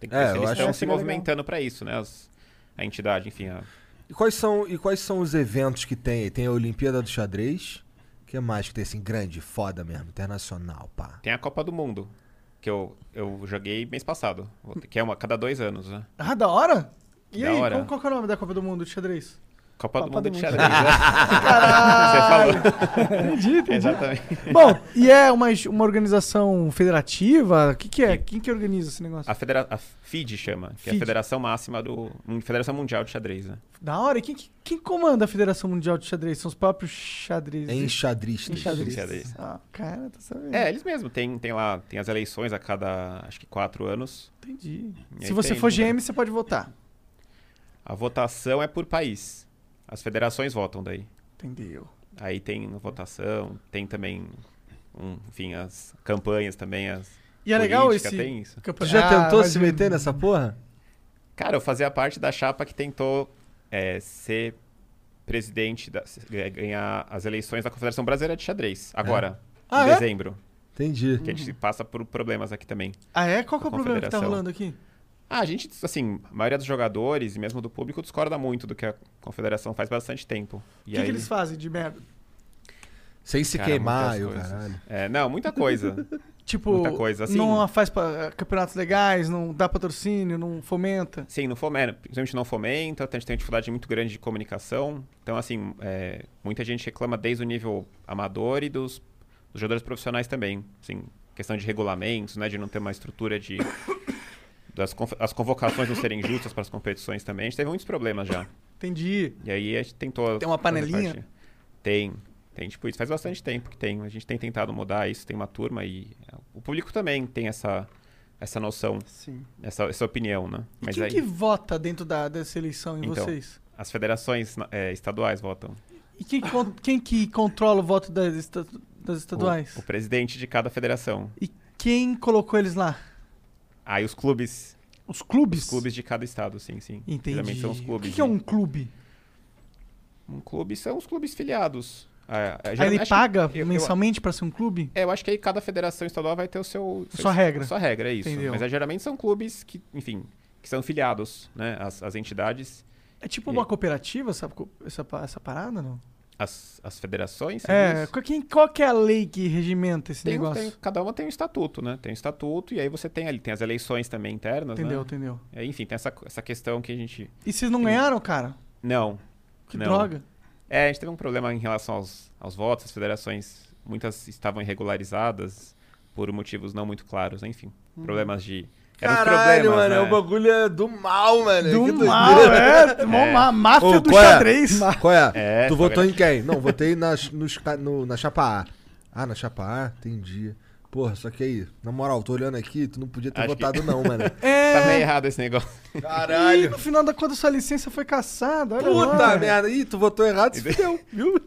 [SPEAKER 3] Tem que
[SPEAKER 2] É,
[SPEAKER 3] ver
[SPEAKER 2] eu
[SPEAKER 3] se eles
[SPEAKER 2] acho
[SPEAKER 3] estão
[SPEAKER 1] que
[SPEAKER 3] se
[SPEAKER 1] seria legal.
[SPEAKER 3] movimentando para isso, né? As- a entidade, enfim. a-
[SPEAKER 2] E quais são e quais são os eventos que tem? aí? Tem a Olimpíada do Xadrez. O que mais que tem assim grande, foda mesmo, internacional, pá.
[SPEAKER 3] Tem a Copa do Mundo, que eu, eu joguei mês passado, vou ter- que é uma cada dois anos, né?
[SPEAKER 8] Ah, da hora? E
[SPEAKER 3] Da
[SPEAKER 8] aí,
[SPEAKER 3] hora.
[SPEAKER 8] qual, qual que é o nome da Copa do Mundo de xadrez?
[SPEAKER 3] Copa, do
[SPEAKER 1] Copa
[SPEAKER 3] Mundo
[SPEAKER 1] do
[SPEAKER 3] de
[SPEAKER 1] Mundo.
[SPEAKER 3] xadrez, né? Você falou.
[SPEAKER 8] Entendi, entendi.
[SPEAKER 3] Exatamente.
[SPEAKER 8] Bom, e é uma, uma organização federativa? O que, que é? Quem que organiza esse negócio?
[SPEAKER 3] A, federa a FIDE chama, que é
[SPEAKER 8] FIDE.
[SPEAKER 3] a Federação Máxima do... Hum, Federação Mundial de Xadrez, né?
[SPEAKER 8] Da hora. E quem, que- quem comanda a Federação Mundial de Xadrez? São os próprios xadrez.
[SPEAKER 2] Em xadristas.
[SPEAKER 3] xadrez. xadrez.
[SPEAKER 8] Ah, cara, tá sabendo.
[SPEAKER 3] É, eles mesmo. Tem, tem lá, tem as eleições a cada, acho que quatro anos.
[SPEAKER 8] Entendi.
[SPEAKER 3] E
[SPEAKER 8] Se
[SPEAKER 3] aí
[SPEAKER 8] você
[SPEAKER 3] tem,
[SPEAKER 8] for
[SPEAKER 3] né?
[SPEAKER 8] GM, você pode votar.
[SPEAKER 3] A votação é por país. As federações votam daí.
[SPEAKER 8] Entendeu.
[SPEAKER 3] Aí tem votação, tem também, um, enfim, as campanhas também, as
[SPEAKER 8] E é legal
[SPEAKER 3] política,
[SPEAKER 8] esse...
[SPEAKER 3] tem isso.
[SPEAKER 2] Tu
[SPEAKER 8] campeonato?
[SPEAKER 2] já
[SPEAKER 8] Ah,
[SPEAKER 2] tentou se
[SPEAKER 8] imagina.
[SPEAKER 2] meter nessa porra?
[SPEAKER 3] Cara, eu fazia parte da chapa que tentou é, ser presidente, da, eh, ganhar as eleições da Confederação Brasileira de Xadrez, agora,
[SPEAKER 8] Ah,
[SPEAKER 3] em
[SPEAKER 8] é? Hum.
[SPEAKER 3] dezembro.
[SPEAKER 2] Entendi.
[SPEAKER 3] Que a gente passa por problemas aqui também.
[SPEAKER 8] Ah, é? Qual que é o problema que tá
[SPEAKER 3] Confederação.
[SPEAKER 8] rolando aqui?
[SPEAKER 3] Ah, a gente, assim, a maioria dos jogadores e mesmo do público discorda muito do que a Confederação faz bastante tempo.
[SPEAKER 8] O
[SPEAKER 3] E
[SPEAKER 8] que, que
[SPEAKER 3] aí-
[SPEAKER 8] eles fazem de merda?
[SPEAKER 2] Sem se
[SPEAKER 3] Cara,
[SPEAKER 2] queimar,
[SPEAKER 3] muitas
[SPEAKER 2] eu
[SPEAKER 3] coisas.
[SPEAKER 2] caralho.
[SPEAKER 3] É, não, muita coisa.
[SPEAKER 8] Tipo,
[SPEAKER 3] Muita coisa, assim.
[SPEAKER 8] não faz pa- eh, campeonatos legais, não dá patrocínio, não fomenta.
[SPEAKER 3] Sim, não fomenta, principalmente não fomenta, a gente tem uma dificuldade muito grande de comunicação. Então, assim, é, muita gente reclama desde o nível amador e dos, dos jogadores profissionais também. Assim, questão de regulamentos, né? De não ter uma estrutura de. Das conf- as convocações não serem justas para as competições também. A gente teve muitos problemas já.
[SPEAKER 8] Entendi.
[SPEAKER 3] E aí a gente tentou.
[SPEAKER 8] Tem uma
[SPEAKER 3] fazer
[SPEAKER 8] panelinha?
[SPEAKER 3] parte. Tem. Tem, tipo, isso faz bastante tempo que tem. A gente tem tentado mudar isso, tem uma turma e. é, O público também tem essa, essa noção,
[SPEAKER 1] Sim.
[SPEAKER 3] essa, essa opinião, né?
[SPEAKER 8] E quem que vota dentro da, dessa eleição em
[SPEAKER 3] Então.
[SPEAKER 8] vocês?
[SPEAKER 3] As federações na- eh, estaduais votam.
[SPEAKER 8] E quem, que con- quem que controla o voto das, esta- das estaduais?
[SPEAKER 3] O, o presidente de cada federação.
[SPEAKER 8] E quem colocou eles lá?
[SPEAKER 3] Aí os clubes.
[SPEAKER 8] Os clubes?
[SPEAKER 3] Os clubes de cada estado, sim, sim.
[SPEAKER 8] Entendi.
[SPEAKER 3] Geralmente são os clubes.
[SPEAKER 8] o que, que é um
[SPEAKER 3] né?
[SPEAKER 8] clube?
[SPEAKER 3] Um clube são os clubes filiados. Ah, ah,
[SPEAKER 8] Aí
[SPEAKER 3] geralmente-
[SPEAKER 8] ele
[SPEAKER 3] acho
[SPEAKER 8] paga
[SPEAKER 3] que- eu- eu-
[SPEAKER 8] mensalmente pra ser um clube?
[SPEAKER 3] é, eu acho que aí cada federação estadual vai ter o seu.
[SPEAKER 8] Sua regra.
[SPEAKER 3] Sua regra, é isso.
[SPEAKER 8] Entendeu.
[SPEAKER 3] Mas ah, geralmente são clubes que, enfim, que são filiados, né? As, as entidades,
[SPEAKER 8] É tipo
[SPEAKER 3] E-
[SPEAKER 8] uma cooperativa, essa, co- essa, pa- essa parada, não?
[SPEAKER 3] as, as federações. você
[SPEAKER 8] É,
[SPEAKER 3] diz?
[SPEAKER 8] qual, quem, qual que é a lei que regimenta esse
[SPEAKER 3] Tem um-
[SPEAKER 8] negócio?
[SPEAKER 3] tem- cada uma tem um estatuto, né? Tem um estatuto e aí você tem ali, tem as eleições também internas,
[SPEAKER 8] Entendeu,
[SPEAKER 3] né?
[SPEAKER 8] entendeu.
[SPEAKER 3] É, Enfim, tem essa, essa questão que a gente.
[SPEAKER 8] E vocês não
[SPEAKER 3] Sim.
[SPEAKER 8] ganharam, cara?
[SPEAKER 3] Não.
[SPEAKER 8] Que
[SPEAKER 3] Não.
[SPEAKER 8] droga.
[SPEAKER 3] É, a gente teve um problema em relação aos, aos votos, as federações, muitas estavam irregularizadas por motivos não muito claros, enfim. Problemas de. Eram
[SPEAKER 2] Caralho,
[SPEAKER 3] problemas,
[SPEAKER 2] mano,
[SPEAKER 3] né?
[SPEAKER 2] é o bagulho é do mal, mano.
[SPEAKER 8] Do
[SPEAKER 2] Que doideira.
[SPEAKER 8] mal, é. Mó má- máfia
[SPEAKER 2] Ô,
[SPEAKER 8] do
[SPEAKER 2] qual é?
[SPEAKER 8] xadrez.
[SPEAKER 2] Qual é?
[SPEAKER 3] É,
[SPEAKER 2] tu
[SPEAKER 3] tá
[SPEAKER 2] votou em quem? Não, votei nas, nos ca- no- na chapa A. Ah, na chapa A, entendi. Porra, só que aí, na moral, tô olhando aqui, tu não podia ter
[SPEAKER 3] Acho que-
[SPEAKER 2] votado não, mano.
[SPEAKER 3] Tá
[SPEAKER 2] É.
[SPEAKER 3] meio errado esse negócio.
[SPEAKER 8] E
[SPEAKER 2] Caralho.
[SPEAKER 8] no final da conta sua licença foi caçada. Olha
[SPEAKER 2] Puta
[SPEAKER 8] lá.
[SPEAKER 2] merda. Ih, tu votou errado, se fudeu.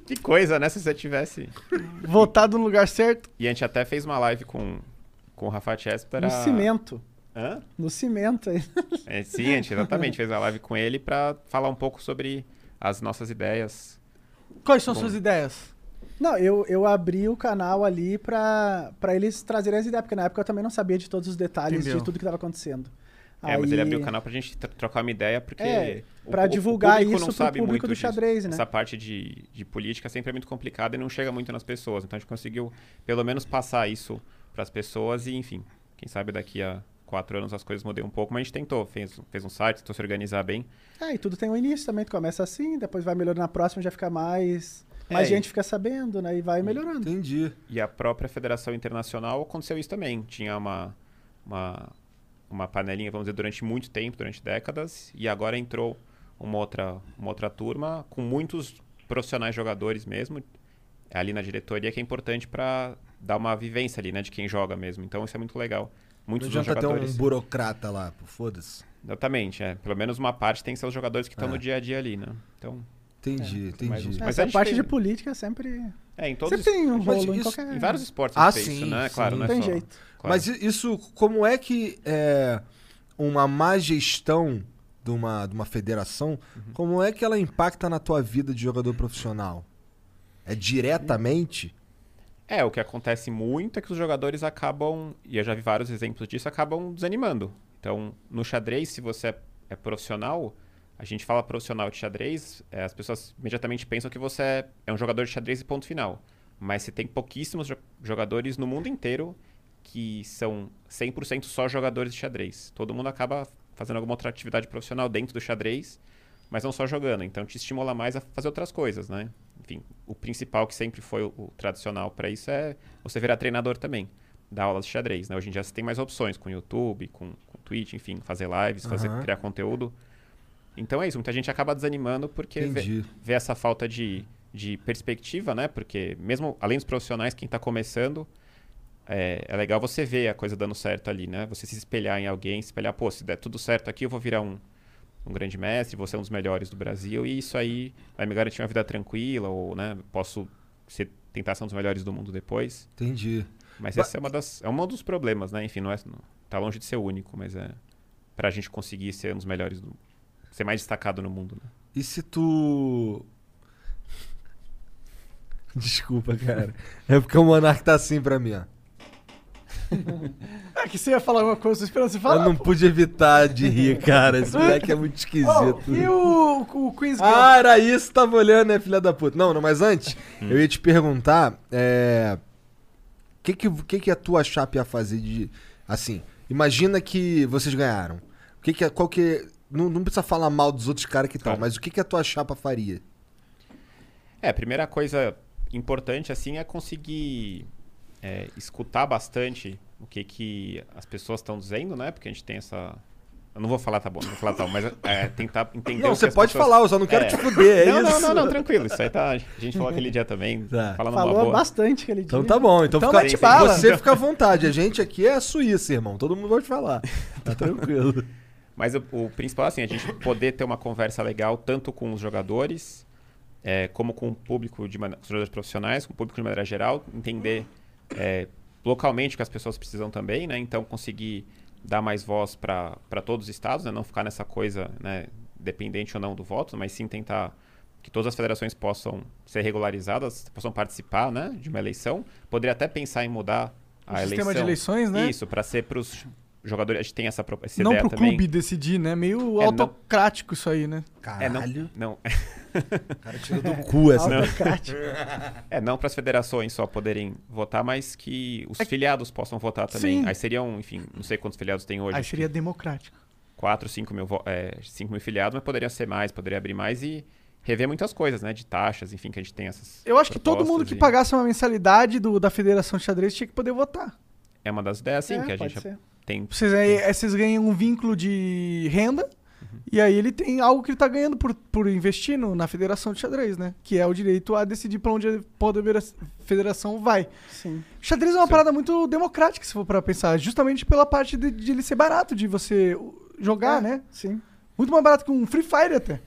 [SPEAKER 3] Que coisa, né? Se você tivesse.
[SPEAKER 8] Votado no lugar certo,
[SPEAKER 3] E a gente até fez uma live com, com o Rafa Chester.
[SPEAKER 1] No cimento.
[SPEAKER 3] Hã?
[SPEAKER 1] No cimento aí.
[SPEAKER 3] É, sim, a gente exatamente fez uma live com ele pra falar um pouco sobre as nossas ideias.
[SPEAKER 8] quais são suas ideias?
[SPEAKER 1] Não, eu, eu abri o canal ali pra, pra eles trazerem as ideias, porque na época eu também não sabia de todos os detalhes
[SPEAKER 8] Entendeu.
[SPEAKER 1] de tudo que tava acontecendo.
[SPEAKER 3] É, mas
[SPEAKER 1] Aí-
[SPEAKER 3] ele abriu o canal pra gente tro- trocar uma ideia, porque.
[SPEAKER 1] É,
[SPEAKER 3] o-
[SPEAKER 1] pra
[SPEAKER 3] o- o
[SPEAKER 1] divulgar
[SPEAKER 3] público
[SPEAKER 1] isso
[SPEAKER 3] não
[SPEAKER 1] pro
[SPEAKER 3] sabe
[SPEAKER 1] público
[SPEAKER 3] muito
[SPEAKER 1] do
[SPEAKER 3] disso.
[SPEAKER 1] xadrez, né?
[SPEAKER 3] Essa parte de, de política sempre é muito complicada e não chega muito nas pessoas. Então a gente conseguiu, pelo menos, passar isso pras pessoas e, enfim, quem sabe daqui a quatro anos as coisas mudem um pouco, mas a gente tentou. Fez, fez um site, tentou se organizar bem.
[SPEAKER 1] É, e tudo tem um início também, tu começa assim, depois vai melhorando na próxima, já fica mais. Mais
[SPEAKER 3] É,
[SPEAKER 1] gente fica sabendo, né? E
[SPEAKER 8] tá
[SPEAKER 1] vai melhorando.
[SPEAKER 2] Entendi.
[SPEAKER 3] E a própria Federação Internacional aconteceu isso também. Tinha uma, uma, uma panelinha, vamos dizer, durante muito tempo, durante décadas, e agora entrou uma outra, uma outra turma com muitos profissionais jogadores mesmo, ali na diretoria, que é importante para dar uma vivência ali, né, de quem joga mesmo. Então isso é muito legal.
[SPEAKER 2] Não
[SPEAKER 3] Muitos dos
[SPEAKER 2] adianta ter um
[SPEAKER 3] jogadores.
[SPEAKER 2] burocrata lá, pô, foda-se.
[SPEAKER 3] Exatamente, é. Pelo menos uma parte tem que ser os jogadores que estão
[SPEAKER 2] É.
[SPEAKER 3] no dia a dia ali, né? Então,
[SPEAKER 2] Entendi,
[SPEAKER 3] mais
[SPEAKER 2] entendi.
[SPEAKER 8] É,
[SPEAKER 3] uns- mas
[SPEAKER 1] Essa
[SPEAKER 3] a gente
[SPEAKER 1] parte
[SPEAKER 3] tem-
[SPEAKER 1] de
[SPEAKER 8] né?
[SPEAKER 1] política sempre.
[SPEAKER 3] é, em todos
[SPEAKER 1] Sempre
[SPEAKER 3] os-
[SPEAKER 1] tem um
[SPEAKER 2] mas
[SPEAKER 1] rolo em
[SPEAKER 2] isso-
[SPEAKER 1] qualquer.
[SPEAKER 3] em vários esportes
[SPEAKER 2] Ah,
[SPEAKER 3] tem isso,
[SPEAKER 2] sim,
[SPEAKER 3] né? Claro,
[SPEAKER 2] sim.
[SPEAKER 3] não é
[SPEAKER 1] Tem
[SPEAKER 3] só-
[SPEAKER 1] jeito.
[SPEAKER 3] claro.
[SPEAKER 2] Mas i- isso, como é que é uma má gestão de uma, de uma federação,
[SPEAKER 8] Uhum.
[SPEAKER 2] como é que ela impacta na tua vida de jogador profissional? É diretamente?
[SPEAKER 3] É, o que acontece muito é que os jogadores acabam, e eu já vi vários exemplos disso, acabam desanimando. Então, no xadrez, se você é- é profissional, a gente fala profissional de xadrez, é, as pessoas imediatamente pensam que você é- é um jogador de xadrez e ponto final. Mas você tem pouquíssimos jo- jogadores no mundo inteiro que são 100% só jogadores de xadrez. Todo mundo acaba fazendo alguma outra atividade profissional dentro do xadrez, mas não só jogando. Então te estimula mais a fazer outras coisas, né? Enfim, o principal que sempre foi o, o tradicional para isso é você virar treinador também, dar aulas de xadrez, né? Hoje em dia você tem mais opções com YouTube, com, com Twitch, enfim, fazer lives, fazer
[SPEAKER 2] Aham.
[SPEAKER 3] criar conteúdo. Então é isso, muita gente acaba desanimando porque
[SPEAKER 2] Entendi.
[SPEAKER 3] vê, vê essa falta de, de perspectiva, né? Porque mesmo além dos profissionais, quem está começando, é, é legal você ver a coisa dando certo ali, né? Você se espelhar em alguém, se espelhar, pô, se der tudo certo aqui, eu vou virar um, um grande mestre, vou ser um dos melhores do Brasil, e isso aí vai me garantir uma vida tranquila, ou, né, posso ser, tentar ser um dos melhores do mundo depois.
[SPEAKER 2] Entendi.
[SPEAKER 3] Mas
[SPEAKER 2] Ba-
[SPEAKER 3] esse é, uma das, é um dos problemas, né? Enfim, não é, não, tá longe de ser único, mas é pra gente conseguir ser um dos melhores, do, ser mais destacado no mundo, né?
[SPEAKER 2] E se tu. Desculpa, cara. É porque o Monark tá assim pra mim, ó.
[SPEAKER 8] É que você ia falar alguma coisa, tô esperando você assim,
[SPEAKER 2] Eu
[SPEAKER 8] falar.
[SPEAKER 2] não pude evitar de rir, cara. Esse moleque é muito
[SPEAKER 8] Oh,
[SPEAKER 2] esquisito.
[SPEAKER 8] e o, o Queen's Gambit?
[SPEAKER 2] Ah, era isso, tava olhando, né, filha da puta. Não, não, mas antes,
[SPEAKER 3] Hum.
[SPEAKER 2] eu ia te perguntar, é... O que que, que que a tua chapa ia fazer de... Assim, imagina que vocês ganharam. O que que... a- Qual que... Não, não precisa falar mal dos outros caras que tal,
[SPEAKER 3] Claro.
[SPEAKER 2] mas o que que a tua chapa faria?
[SPEAKER 3] É, a primeira coisa importante, assim, é conseguir é, escutar bastante o que, que as pessoas estão dizendo, né? Porque a gente tem essa... Eu não vou falar, tá bom, não vou falar tal, mas é, tentar entender o
[SPEAKER 2] não,
[SPEAKER 3] que
[SPEAKER 2] você
[SPEAKER 3] as
[SPEAKER 2] pode
[SPEAKER 3] pessoas-
[SPEAKER 2] falar, eu só não quero
[SPEAKER 3] É.
[SPEAKER 2] te fuder, é
[SPEAKER 3] não,
[SPEAKER 2] isso.
[SPEAKER 3] não, não, não, tranquilo. Isso aí tá. A gente falou aquele dia também.
[SPEAKER 2] Tá.
[SPEAKER 3] Fala numa
[SPEAKER 1] Falou
[SPEAKER 3] boa.
[SPEAKER 1] bastante aquele dia.
[SPEAKER 2] Então tá bom, então,
[SPEAKER 8] Então
[SPEAKER 2] fica,
[SPEAKER 8] bate bala.
[SPEAKER 2] você fica à vontade. A gente aqui é a Suíça, irmão. Todo mundo vai te falar. Tá tranquilo.
[SPEAKER 3] Mas o, o principal é assim, a gente poder ter uma conversa legal tanto com os jogadores, é, como com o público de maneira, os jogadores profissionais, com o público de maneira geral, entender é, localmente o que as pessoas precisam também, né? Então conseguir dar mais voz para todos os estados, né? não ficar nessa coisa né, dependente ou não do voto, mas sim tentar que todas as federações possam ser regularizadas, possam participar né, de uma eleição. Poderia até pensar em mudar
[SPEAKER 8] O
[SPEAKER 3] a
[SPEAKER 8] sistema
[SPEAKER 3] eleição.
[SPEAKER 8] de eleições, né?
[SPEAKER 3] Isso, para ser para os jogadores. A gente tem essa, pro- essa
[SPEAKER 8] não
[SPEAKER 3] ideia
[SPEAKER 8] pro
[SPEAKER 3] também.
[SPEAKER 8] clube decidir, né? Meio
[SPEAKER 3] É, não-
[SPEAKER 8] autocrático isso aí, né?
[SPEAKER 3] É, não,
[SPEAKER 2] Caralho,
[SPEAKER 3] não,
[SPEAKER 2] o cara tirou do cu essa.
[SPEAKER 1] Autocrático.
[SPEAKER 3] é, não para as federações só poderem votar, mas que os filiados possam votar também.
[SPEAKER 8] Sim.
[SPEAKER 3] Aí seriam, enfim, não sei quantos filiados tem hoje.
[SPEAKER 8] Aí seria democrático.
[SPEAKER 3] 4, 5 mil, vo- é, 5 mil filiados, mas poderia ser mais, poderia abrir mais e rever muitas coisas, né? De taxas, enfim, que a gente tem essas.
[SPEAKER 8] Eu acho que todo
[SPEAKER 3] propostas
[SPEAKER 8] mundo que
[SPEAKER 3] e-
[SPEAKER 8] pagasse uma mensalidade do, da Federação de Xadrez tinha que poder votar.
[SPEAKER 3] É uma das ideias, sim,
[SPEAKER 1] É,
[SPEAKER 3] que a
[SPEAKER 1] pode
[SPEAKER 3] gente
[SPEAKER 1] ser.
[SPEAKER 3] tem.
[SPEAKER 8] Vocês, aí, aí vocês ganham um vínculo de renda E aí ele tem algo que ele tá ganhando por, por investir no- na federação de xadrez, né? Que é o direito a decidir pra onde a poder- a federação vai.
[SPEAKER 1] Sim.
[SPEAKER 8] Xadrez é uma parada muito democrática, se for pra pensar. Justamente pela parte de, de ele ser barato, de você uh, jogar,
[SPEAKER 1] É,
[SPEAKER 8] né?
[SPEAKER 1] Sim.
[SPEAKER 8] Muito mais barato que um Free Fire até.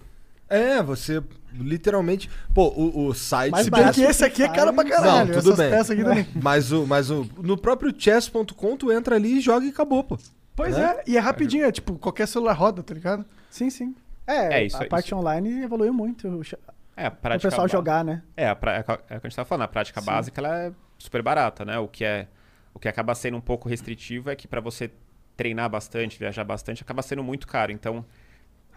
[SPEAKER 2] É, você literalmente. Pô, o, o site.
[SPEAKER 1] Mas
[SPEAKER 8] Se bem
[SPEAKER 1] barato
[SPEAKER 8] que
[SPEAKER 1] que
[SPEAKER 8] esse aqui é
[SPEAKER 1] Free
[SPEAKER 8] caro pra
[SPEAKER 1] Fire.
[SPEAKER 8] caralho.
[SPEAKER 2] Não, tudo
[SPEAKER 8] essas
[SPEAKER 2] bem.
[SPEAKER 8] peças aqui também.
[SPEAKER 2] Mas o, mas o. No próprio chess.com, tu entra ali e joga e acabou, pô.
[SPEAKER 8] Pois
[SPEAKER 2] Né?
[SPEAKER 8] é, e é rapidinho, é tipo, qualquer celular roda, tá ligado?
[SPEAKER 1] Sim, sim. É,
[SPEAKER 3] É, isso-
[SPEAKER 1] a parte
[SPEAKER 3] isso-
[SPEAKER 1] online evoluiu muito. O, cha-
[SPEAKER 3] É, a
[SPEAKER 1] o
[SPEAKER 3] prática
[SPEAKER 1] pessoal
[SPEAKER 3] ba-
[SPEAKER 1] jogar, né?
[SPEAKER 3] É, a pra- é o que a gente estava falando, a prática básica ela é super barata, né? O que, é, o que acaba sendo um pouco restritivo é que para você treinar bastante, viajar bastante, acaba sendo muito caro. Então,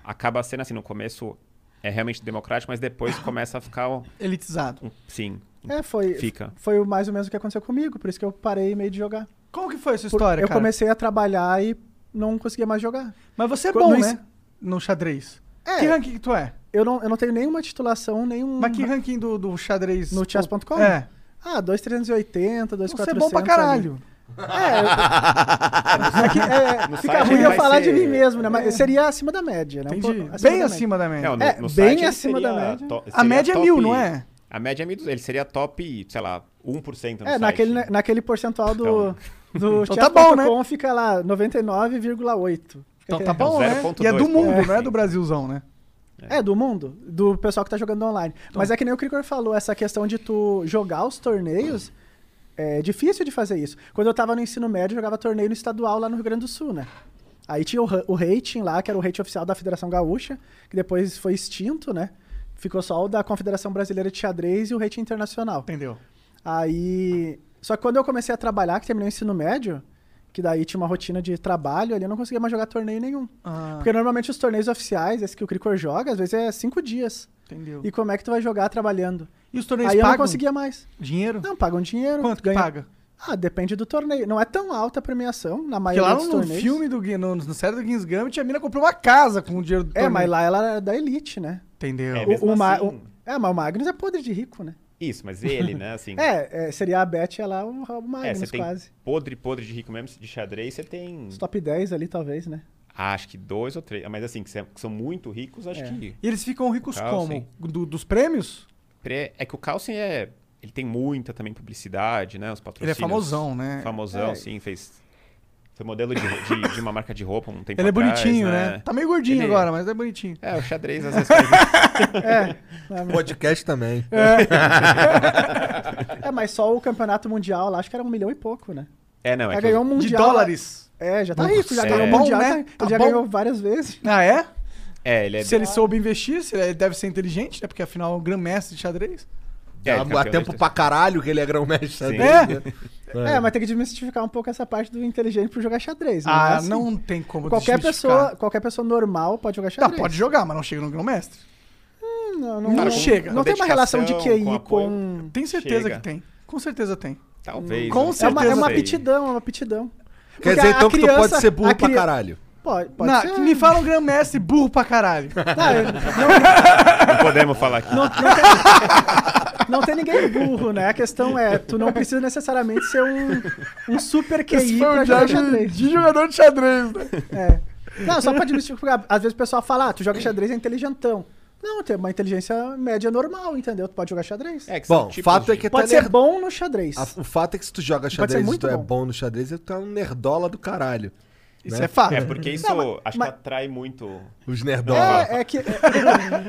[SPEAKER 3] acaba sendo assim, no começo é realmente democrático, mas depois começa a ficar. um-
[SPEAKER 8] Elitizado.
[SPEAKER 3] um- sim,
[SPEAKER 1] É, foi.
[SPEAKER 3] fica.
[SPEAKER 1] Foi o mais ou menos o que aconteceu comigo, por isso que eu parei meio de jogar.
[SPEAKER 8] Como que foi essa
[SPEAKER 1] Por-
[SPEAKER 8] história,
[SPEAKER 1] eu
[SPEAKER 8] cara?
[SPEAKER 1] comecei a trabalhar e não conseguia mais jogar.
[SPEAKER 8] Mas você é
[SPEAKER 1] Quando
[SPEAKER 8] bom,
[SPEAKER 1] isso-
[SPEAKER 8] né? No xadrez.
[SPEAKER 1] É.
[SPEAKER 8] Que ranking que tu é?
[SPEAKER 1] Eu não, eu não tenho nenhuma titulação, nenhum.
[SPEAKER 8] Mas que ranking do, do xadrez?
[SPEAKER 1] No chess.com?
[SPEAKER 8] É.
[SPEAKER 1] Ah, 2,380,
[SPEAKER 8] Você
[SPEAKER 1] 2,400.
[SPEAKER 8] é bom pra caralho.
[SPEAKER 1] É, que, é,
[SPEAKER 3] No
[SPEAKER 1] fica
[SPEAKER 3] site
[SPEAKER 1] ruim
[SPEAKER 3] ele
[SPEAKER 1] eu
[SPEAKER 3] vai
[SPEAKER 1] falar de
[SPEAKER 3] ser-
[SPEAKER 1] mim mesmo, né? Mas seria acima da média, né? Um
[SPEAKER 8] É. Entendi.
[SPEAKER 1] pouco
[SPEAKER 8] Bem
[SPEAKER 1] da média.
[SPEAKER 8] acima da média.
[SPEAKER 3] Não,
[SPEAKER 1] É, bem
[SPEAKER 3] ele
[SPEAKER 1] acima da
[SPEAKER 3] seria
[SPEAKER 1] média.
[SPEAKER 3] to-
[SPEAKER 8] A
[SPEAKER 3] seria
[SPEAKER 8] média é
[SPEAKER 3] top-
[SPEAKER 8] mil, não é?
[SPEAKER 3] A média é mil, ele seria top, sei lá, 1% no
[SPEAKER 1] É,
[SPEAKER 3] site.
[SPEAKER 1] naquele, na- naquele percentual do,
[SPEAKER 3] Então-
[SPEAKER 1] do
[SPEAKER 8] Então tá bom, né?
[SPEAKER 1] chess.com fica lá 99,8.
[SPEAKER 8] Então
[SPEAKER 1] Fica
[SPEAKER 8] tá bom, né?
[SPEAKER 3] 0.2,
[SPEAKER 8] E é do mundo,
[SPEAKER 3] pô.
[SPEAKER 8] não é do Brasilzão, né?
[SPEAKER 1] É, do mundo, do pessoal que tá jogando online. Mas é que nem o Krikor falou, essa questão de tu jogar os torneios, é difícil de fazer isso. Quando eu tava no ensino médio, eu jogava torneio no estadual lá no Rio Grande do Sul, né? Aí tinha o, ra- o rating lá, que era o rating oficial da Federação Gaúcha, que depois foi extinto, né? Ficou só o da Confederação Brasileira de Xadrez e o rating internacional.
[SPEAKER 8] Entendeu?
[SPEAKER 1] Aí. Só que quando eu comecei a trabalhar, que terminei o ensino médio, que daí tinha uma rotina de trabalho ali, eu não conseguia mais jogar torneio nenhum.
[SPEAKER 8] Ah,
[SPEAKER 1] Porque normalmente os torneios oficiais, esse que o Cricor joga, às vezes é cinco dias.
[SPEAKER 8] entendeu.
[SPEAKER 1] E como é que tu vai jogar trabalhando?
[SPEAKER 8] E os
[SPEAKER 1] Aí
[SPEAKER 8] torneios
[SPEAKER 1] eu não
[SPEAKER 8] pagam
[SPEAKER 1] conseguia mais.
[SPEAKER 8] dinheiro?
[SPEAKER 1] Não, pagam dinheiro.
[SPEAKER 8] Quanto que
[SPEAKER 1] ganha-
[SPEAKER 8] paga?
[SPEAKER 1] Ah, depende do torneio. Não é tão alta a premiação, na
[SPEAKER 8] Porque
[SPEAKER 1] maioria
[SPEAKER 8] lá
[SPEAKER 1] dos
[SPEAKER 8] no
[SPEAKER 1] torneios. É,
[SPEAKER 8] filme do Gui- no, no série do Kings Gambit, a mina comprou uma casa com o dinheiro do
[SPEAKER 1] É,
[SPEAKER 8] torneio.
[SPEAKER 1] mas lá ela era da elite, né?
[SPEAKER 8] Entendeu?
[SPEAKER 3] É,
[SPEAKER 1] O-
[SPEAKER 3] mesmo
[SPEAKER 1] o Ma-
[SPEAKER 3] assim.
[SPEAKER 1] o- É, mas o Magnus é podre de rico, né?
[SPEAKER 3] Isso, mas ele, né? Assim,
[SPEAKER 1] É, é, seria a Beth, ela é o o
[SPEAKER 3] é, você
[SPEAKER 1] Magnus
[SPEAKER 3] tem
[SPEAKER 1] quase.
[SPEAKER 3] podre, podre de rico mesmo, de xadrez, você tem.
[SPEAKER 1] Os top 10 ali, talvez, né?
[SPEAKER 3] Acho que dois ou três. Mas assim, que são- que são muito ricos, acho que.
[SPEAKER 8] E eles ficam ricos
[SPEAKER 3] Ah,
[SPEAKER 8] como?
[SPEAKER 3] sim.
[SPEAKER 8] Do- dos prêmios?
[SPEAKER 3] Pre- É que o Carlsen é. Ele tem muita também publicidade, né? Os
[SPEAKER 8] Ele é
[SPEAKER 3] patrocínios.
[SPEAKER 8] famosão, né?
[SPEAKER 3] Famosão, sim, fez. Foi modelo de, de- de uma marca de roupa um tempo
[SPEAKER 8] Ele é
[SPEAKER 3] atrás,
[SPEAKER 8] bonitinho, né? Tá meio gordinho
[SPEAKER 3] Ele-
[SPEAKER 8] agora, mas é bonitinho.
[SPEAKER 3] É, o xadrez às vezes faz-
[SPEAKER 2] Podcast também.
[SPEAKER 1] É, mas só o campeonato mundial lá, acho que era um milhão e pouco, né?
[SPEAKER 3] É, não, é
[SPEAKER 1] Já
[SPEAKER 3] que
[SPEAKER 1] ganhou
[SPEAKER 3] o-
[SPEAKER 1] um
[SPEAKER 8] De
[SPEAKER 1] mundial.
[SPEAKER 8] dólares.
[SPEAKER 1] É, já tá
[SPEAKER 8] Nossa,
[SPEAKER 1] rico, já
[SPEAKER 3] é.
[SPEAKER 1] ganhou o
[SPEAKER 3] Tá
[SPEAKER 8] bom,
[SPEAKER 1] mundial,
[SPEAKER 8] né?
[SPEAKER 1] tá-
[SPEAKER 8] Tá
[SPEAKER 1] ele já
[SPEAKER 8] bom.
[SPEAKER 1] ganhou várias vezes.
[SPEAKER 8] Ah, é?
[SPEAKER 3] É, ele é.
[SPEAKER 8] Se ele soube investir, se ele deve ser inteligente, né? Porque afinal é um grande-mestre de xadrez.
[SPEAKER 3] é,
[SPEAKER 2] Há-
[SPEAKER 3] ele é
[SPEAKER 2] Há
[SPEAKER 3] campeão
[SPEAKER 2] um tempo
[SPEAKER 3] da-
[SPEAKER 2] pra caralho que ele é grão-mestre.
[SPEAKER 3] Sim.
[SPEAKER 2] né?
[SPEAKER 1] É, mas tem que desmistificar um pouco essa parte do inteligente por jogar xadrez. é
[SPEAKER 8] Ah,
[SPEAKER 1] assim.
[SPEAKER 8] não tem como
[SPEAKER 1] Qualquer
[SPEAKER 8] desmistificar.
[SPEAKER 1] pessoa, qualquer pessoa normal pode jogar
[SPEAKER 8] Tá,
[SPEAKER 1] xadrez.
[SPEAKER 8] pode jogar, mas não chega no grão-mestre.
[SPEAKER 1] Não,
[SPEAKER 8] Não
[SPEAKER 1] não-
[SPEAKER 8] chega.
[SPEAKER 1] Não
[SPEAKER 3] Com
[SPEAKER 1] tem uma relação de
[SPEAKER 3] dedicação,
[SPEAKER 1] QI com.
[SPEAKER 3] com apoio.
[SPEAKER 8] Tem certeza
[SPEAKER 3] Chega.
[SPEAKER 8] que tem. Com certeza tem.
[SPEAKER 3] Talvez. né?
[SPEAKER 8] Com
[SPEAKER 1] É uma, é
[SPEAKER 8] certeza
[SPEAKER 1] uma
[SPEAKER 8] tem.
[SPEAKER 1] aptidão, é uma aptidão.
[SPEAKER 2] Quer
[SPEAKER 1] Porque
[SPEAKER 2] dizer,
[SPEAKER 1] a- a
[SPEAKER 2] então, que tu
[SPEAKER 1] criança-
[SPEAKER 2] pode ser
[SPEAKER 1] a
[SPEAKER 2] burro pra
[SPEAKER 1] cria-
[SPEAKER 2] caralho.
[SPEAKER 1] Pode, pode
[SPEAKER 8] Não,
[SPEAKER 1] ser.
[SPEAKER 8] Me fala um grão-mestre burro pra caralho.
[SPEAKER 1] Não, eu-
[SPEAKER 3] Não podemos falar aqui.
[SPEAKER 1] não tem ninguém burro, né? A questão é, tu não precisa necessariamente ser um, um super QI pra jogar xadrez.
[SPEAKER 8] de jogador de xadrez, né?
[SPEAKER 1] É. Não, só pra desmistificar. Às vezes o pessoal fala, ah, tu joga xadrez é inteligentão. Não, tem uma inteligência média normal, entendeu? Tu pode jogar xadrez.
[SPEAKER 3] É, que são
[SPEAKER 2] Bom, o
[SPEAKER 3] tipos
[SPEAKER 2] fato é
[SPEAKER 3] de-
[SPEAKER 2] que tu é
[SPEAKER 1] Pode ser
[SPEAKER 2] ner-
[SPEAKER 1] bom no xadrez.
[SPEAKER 2] A- O fato é que se tu joga
[SPEAKER 1] ser
[SPEAKER 2] xadrez e
[SPEAKER 1] muito
[SPEAKER 2] tu é
[SPEAKER 1] bom.
[SPEAKER 2] bom no xadrez, tu é um nerdola do caralho.
[SPEAKER 8] Isso
[SPEAKER 2] Né?
[SPEAKER 8] é fato.
[SPEAKER 3] É porque isso
[SPEAKER 1] mas-
[SPEAKER 3] acho
[SPEAKER 1] mas-
[SPEAKER 3] que atrai muito.
[SPEAKER 2] Os nerdola.
[SPEAKER 1] É, é que, é, é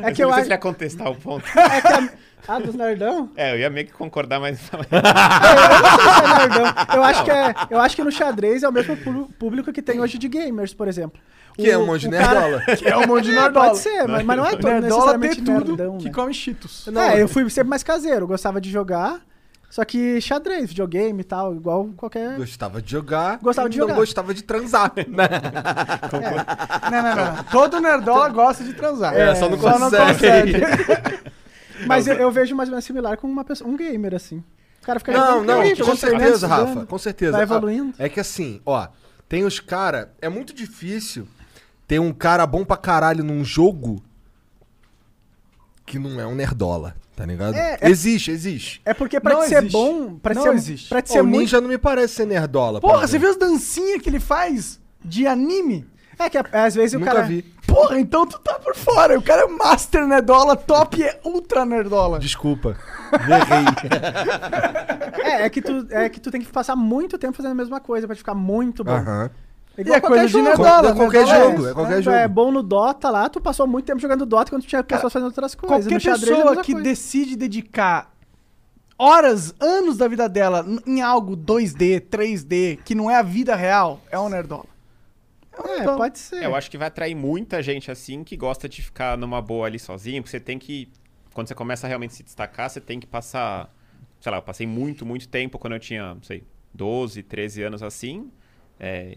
[SPEAKER 3] Mas
[SPEAKER 1] que eu
[SPEAKER 3] não sei
[SPEAKER 1] acho.
[SPEAKER 3] se ele ia contestar o ponto.
[SPEAKER 1] É que a, ah, dos nerdão?
[SPEAKER 3] É, eu ia meio que concordar, mas falar.
[SPEAKER 1] Isso é nerdão. Eu acho, que é, eu acho que no xadrez é o mesmo pú- público que tem hoje de gamers, por exemplo.
[SPEAKER 2] Que é
[SPEAKER 1] O-
[SPEAKER 2] um monte de
[SPEAKER 1] o cara-
[SPEAKER 2] nerdola.
[SPEAKER 8] É um monte de
[SPEAKER 1] É,
[SPEAKER 8] nerdola.
[SPEAKER 1] pode ser, mas, mas não é todo
[SPEAKER 8] Nerdola tem
[SPEAKER 1] necessariamente
[SPEAKER 8] tudo
[SPEAKER 1] nerdão,
[SPEAKER 8] que
[SPEAKER 1] né?
[SPEAKER 8] come cheetos.
[SPEAKER 1] É, eu fui sempre mais caseiro, gostava de jogar, só que xadrez, videogame e tal, igual qualquer...
[SPEAKER 2] Gostava de jogar.
[SPEAKER 1] Gostava de
[SPEAKER 2] não
[SPEAKER 1] jogar.
[SPEAKER 2] gostava de transar. né?
[SPEAKER 8] Não, não, não. Todo nerdola gosta de transar.
[SPEAKER 2] É, só não consegue.
[SPEAKER 1] Mas eu, eu vejo mais ou menos similar com uma pessoa, um gamer, assim. O cara fica...
[SPEAKER 2] Não,
[SPEAKER 1] jogando
[SPEAKER 2] não,
[SPEAKER 1] videogame,
[SPEAKER 2] com
[SPEAKER 1] jogando
[SPEAKER 2] certeza,
[SPEAKER 1] jogando,
[SPEAKER 2] Rafa. Com certeza.
[SPEAKER 1] Vai
[SPEAKER 2] Ah,
[SPEAKER 1] Tá evoluindo.
[SPEAKER 2] É que assim, ó, tem os cara. É muito difícil ter um cara bom pra caralho num jogo que não é um nerdola, tá ligado?
[SPEAKER 1] É, é-
[SPEAKER 2] Existe, existe.
[SPEAKER 1] É porque pra
[SPEAKER 8] Não
[SPEAKER 1] te ser
[SPEAKER 8] existe.
[SPEAKER 1] bom, pra te
[SPEAKER 8] Não
[SPEAKER 1] ser,
[SPEAKER 8] existe.
[SPEAKER 1] Pra te
[SPEAKER 2] Pô,
[SPEAKER 1] ser
[SPEAKER 2] o
[SPEAKER 1] muito...
[SPEAKER 2] Ninja não me parece ser nerdola. por
[SPEAKER 8] Porra, você
[SPEAKER 2] exemplo.
[SPEAKER 8] viu as dancinhas que ele faz de anime?
[SPEAKER 1] É que é, às vezes o
[SPEAKER 2] Nunca
[SPEAKER 1] cara.
[SPEAKER 2] vi.
[SPEAKER 8] Porra, então tu tá por fora. O cara é master nerdola, top e é ultra nerdola.
[SPEAKER 2] Desculpa. Me errei.
[SPEAKER 1] É, é que, tu, é que tu tem que passar muito tempo fazendo a mesma coisa pra te ficar muito bom.
[SPEAKER 2] Aham.
[SPEAKER 1] É
[SPEAKER 8] E é coisa de nerdola,
[SPEAKER 2] Qual- é qualquer
[SPEAKER 8] nerdola
[SPEAKER 2] jogo,
[SPEAKER 8] isso,
[SPEAKER 2] é
[SPEAKER 8] né?
[SPEAKER 2] qualquer
[SPEAKER 1] Tu
[SPEAKER 2] jogo.
[SPEAKER 1] é bom no Dota lá, tu passou muito tempo jogando Dota quando tu tinha pessoas fazendo outras coisas.
[SPEAKER 8] Qualquer
[SPEAKER 1] No xadrez é a
[SPEAKER 8] pessoa
[SPEAKER 1] mesma
[SPEAKER 8] que
[SPEAKER 1] coisa.
[SPEAKER 8] decide dedicar horas, anos da vida dela n- em algo 2D, 3D, que não é a vida real, é um nerdola. um
[SPEAKER 1] É,
[SPEAKER 8] nerdola.
[SPEAKER 1] pode ser.
[SPEAKER 3] É, eu acho que vai atrair muita gente assim que gosta de ficar numa boa ali sozinho, porque você tem que. Quando você começa a realmente se destacar, você tem que passar. Sei lá, eu passei muito, muito tempo quando eu tinha, não sei, 12, 13 anos assim, é,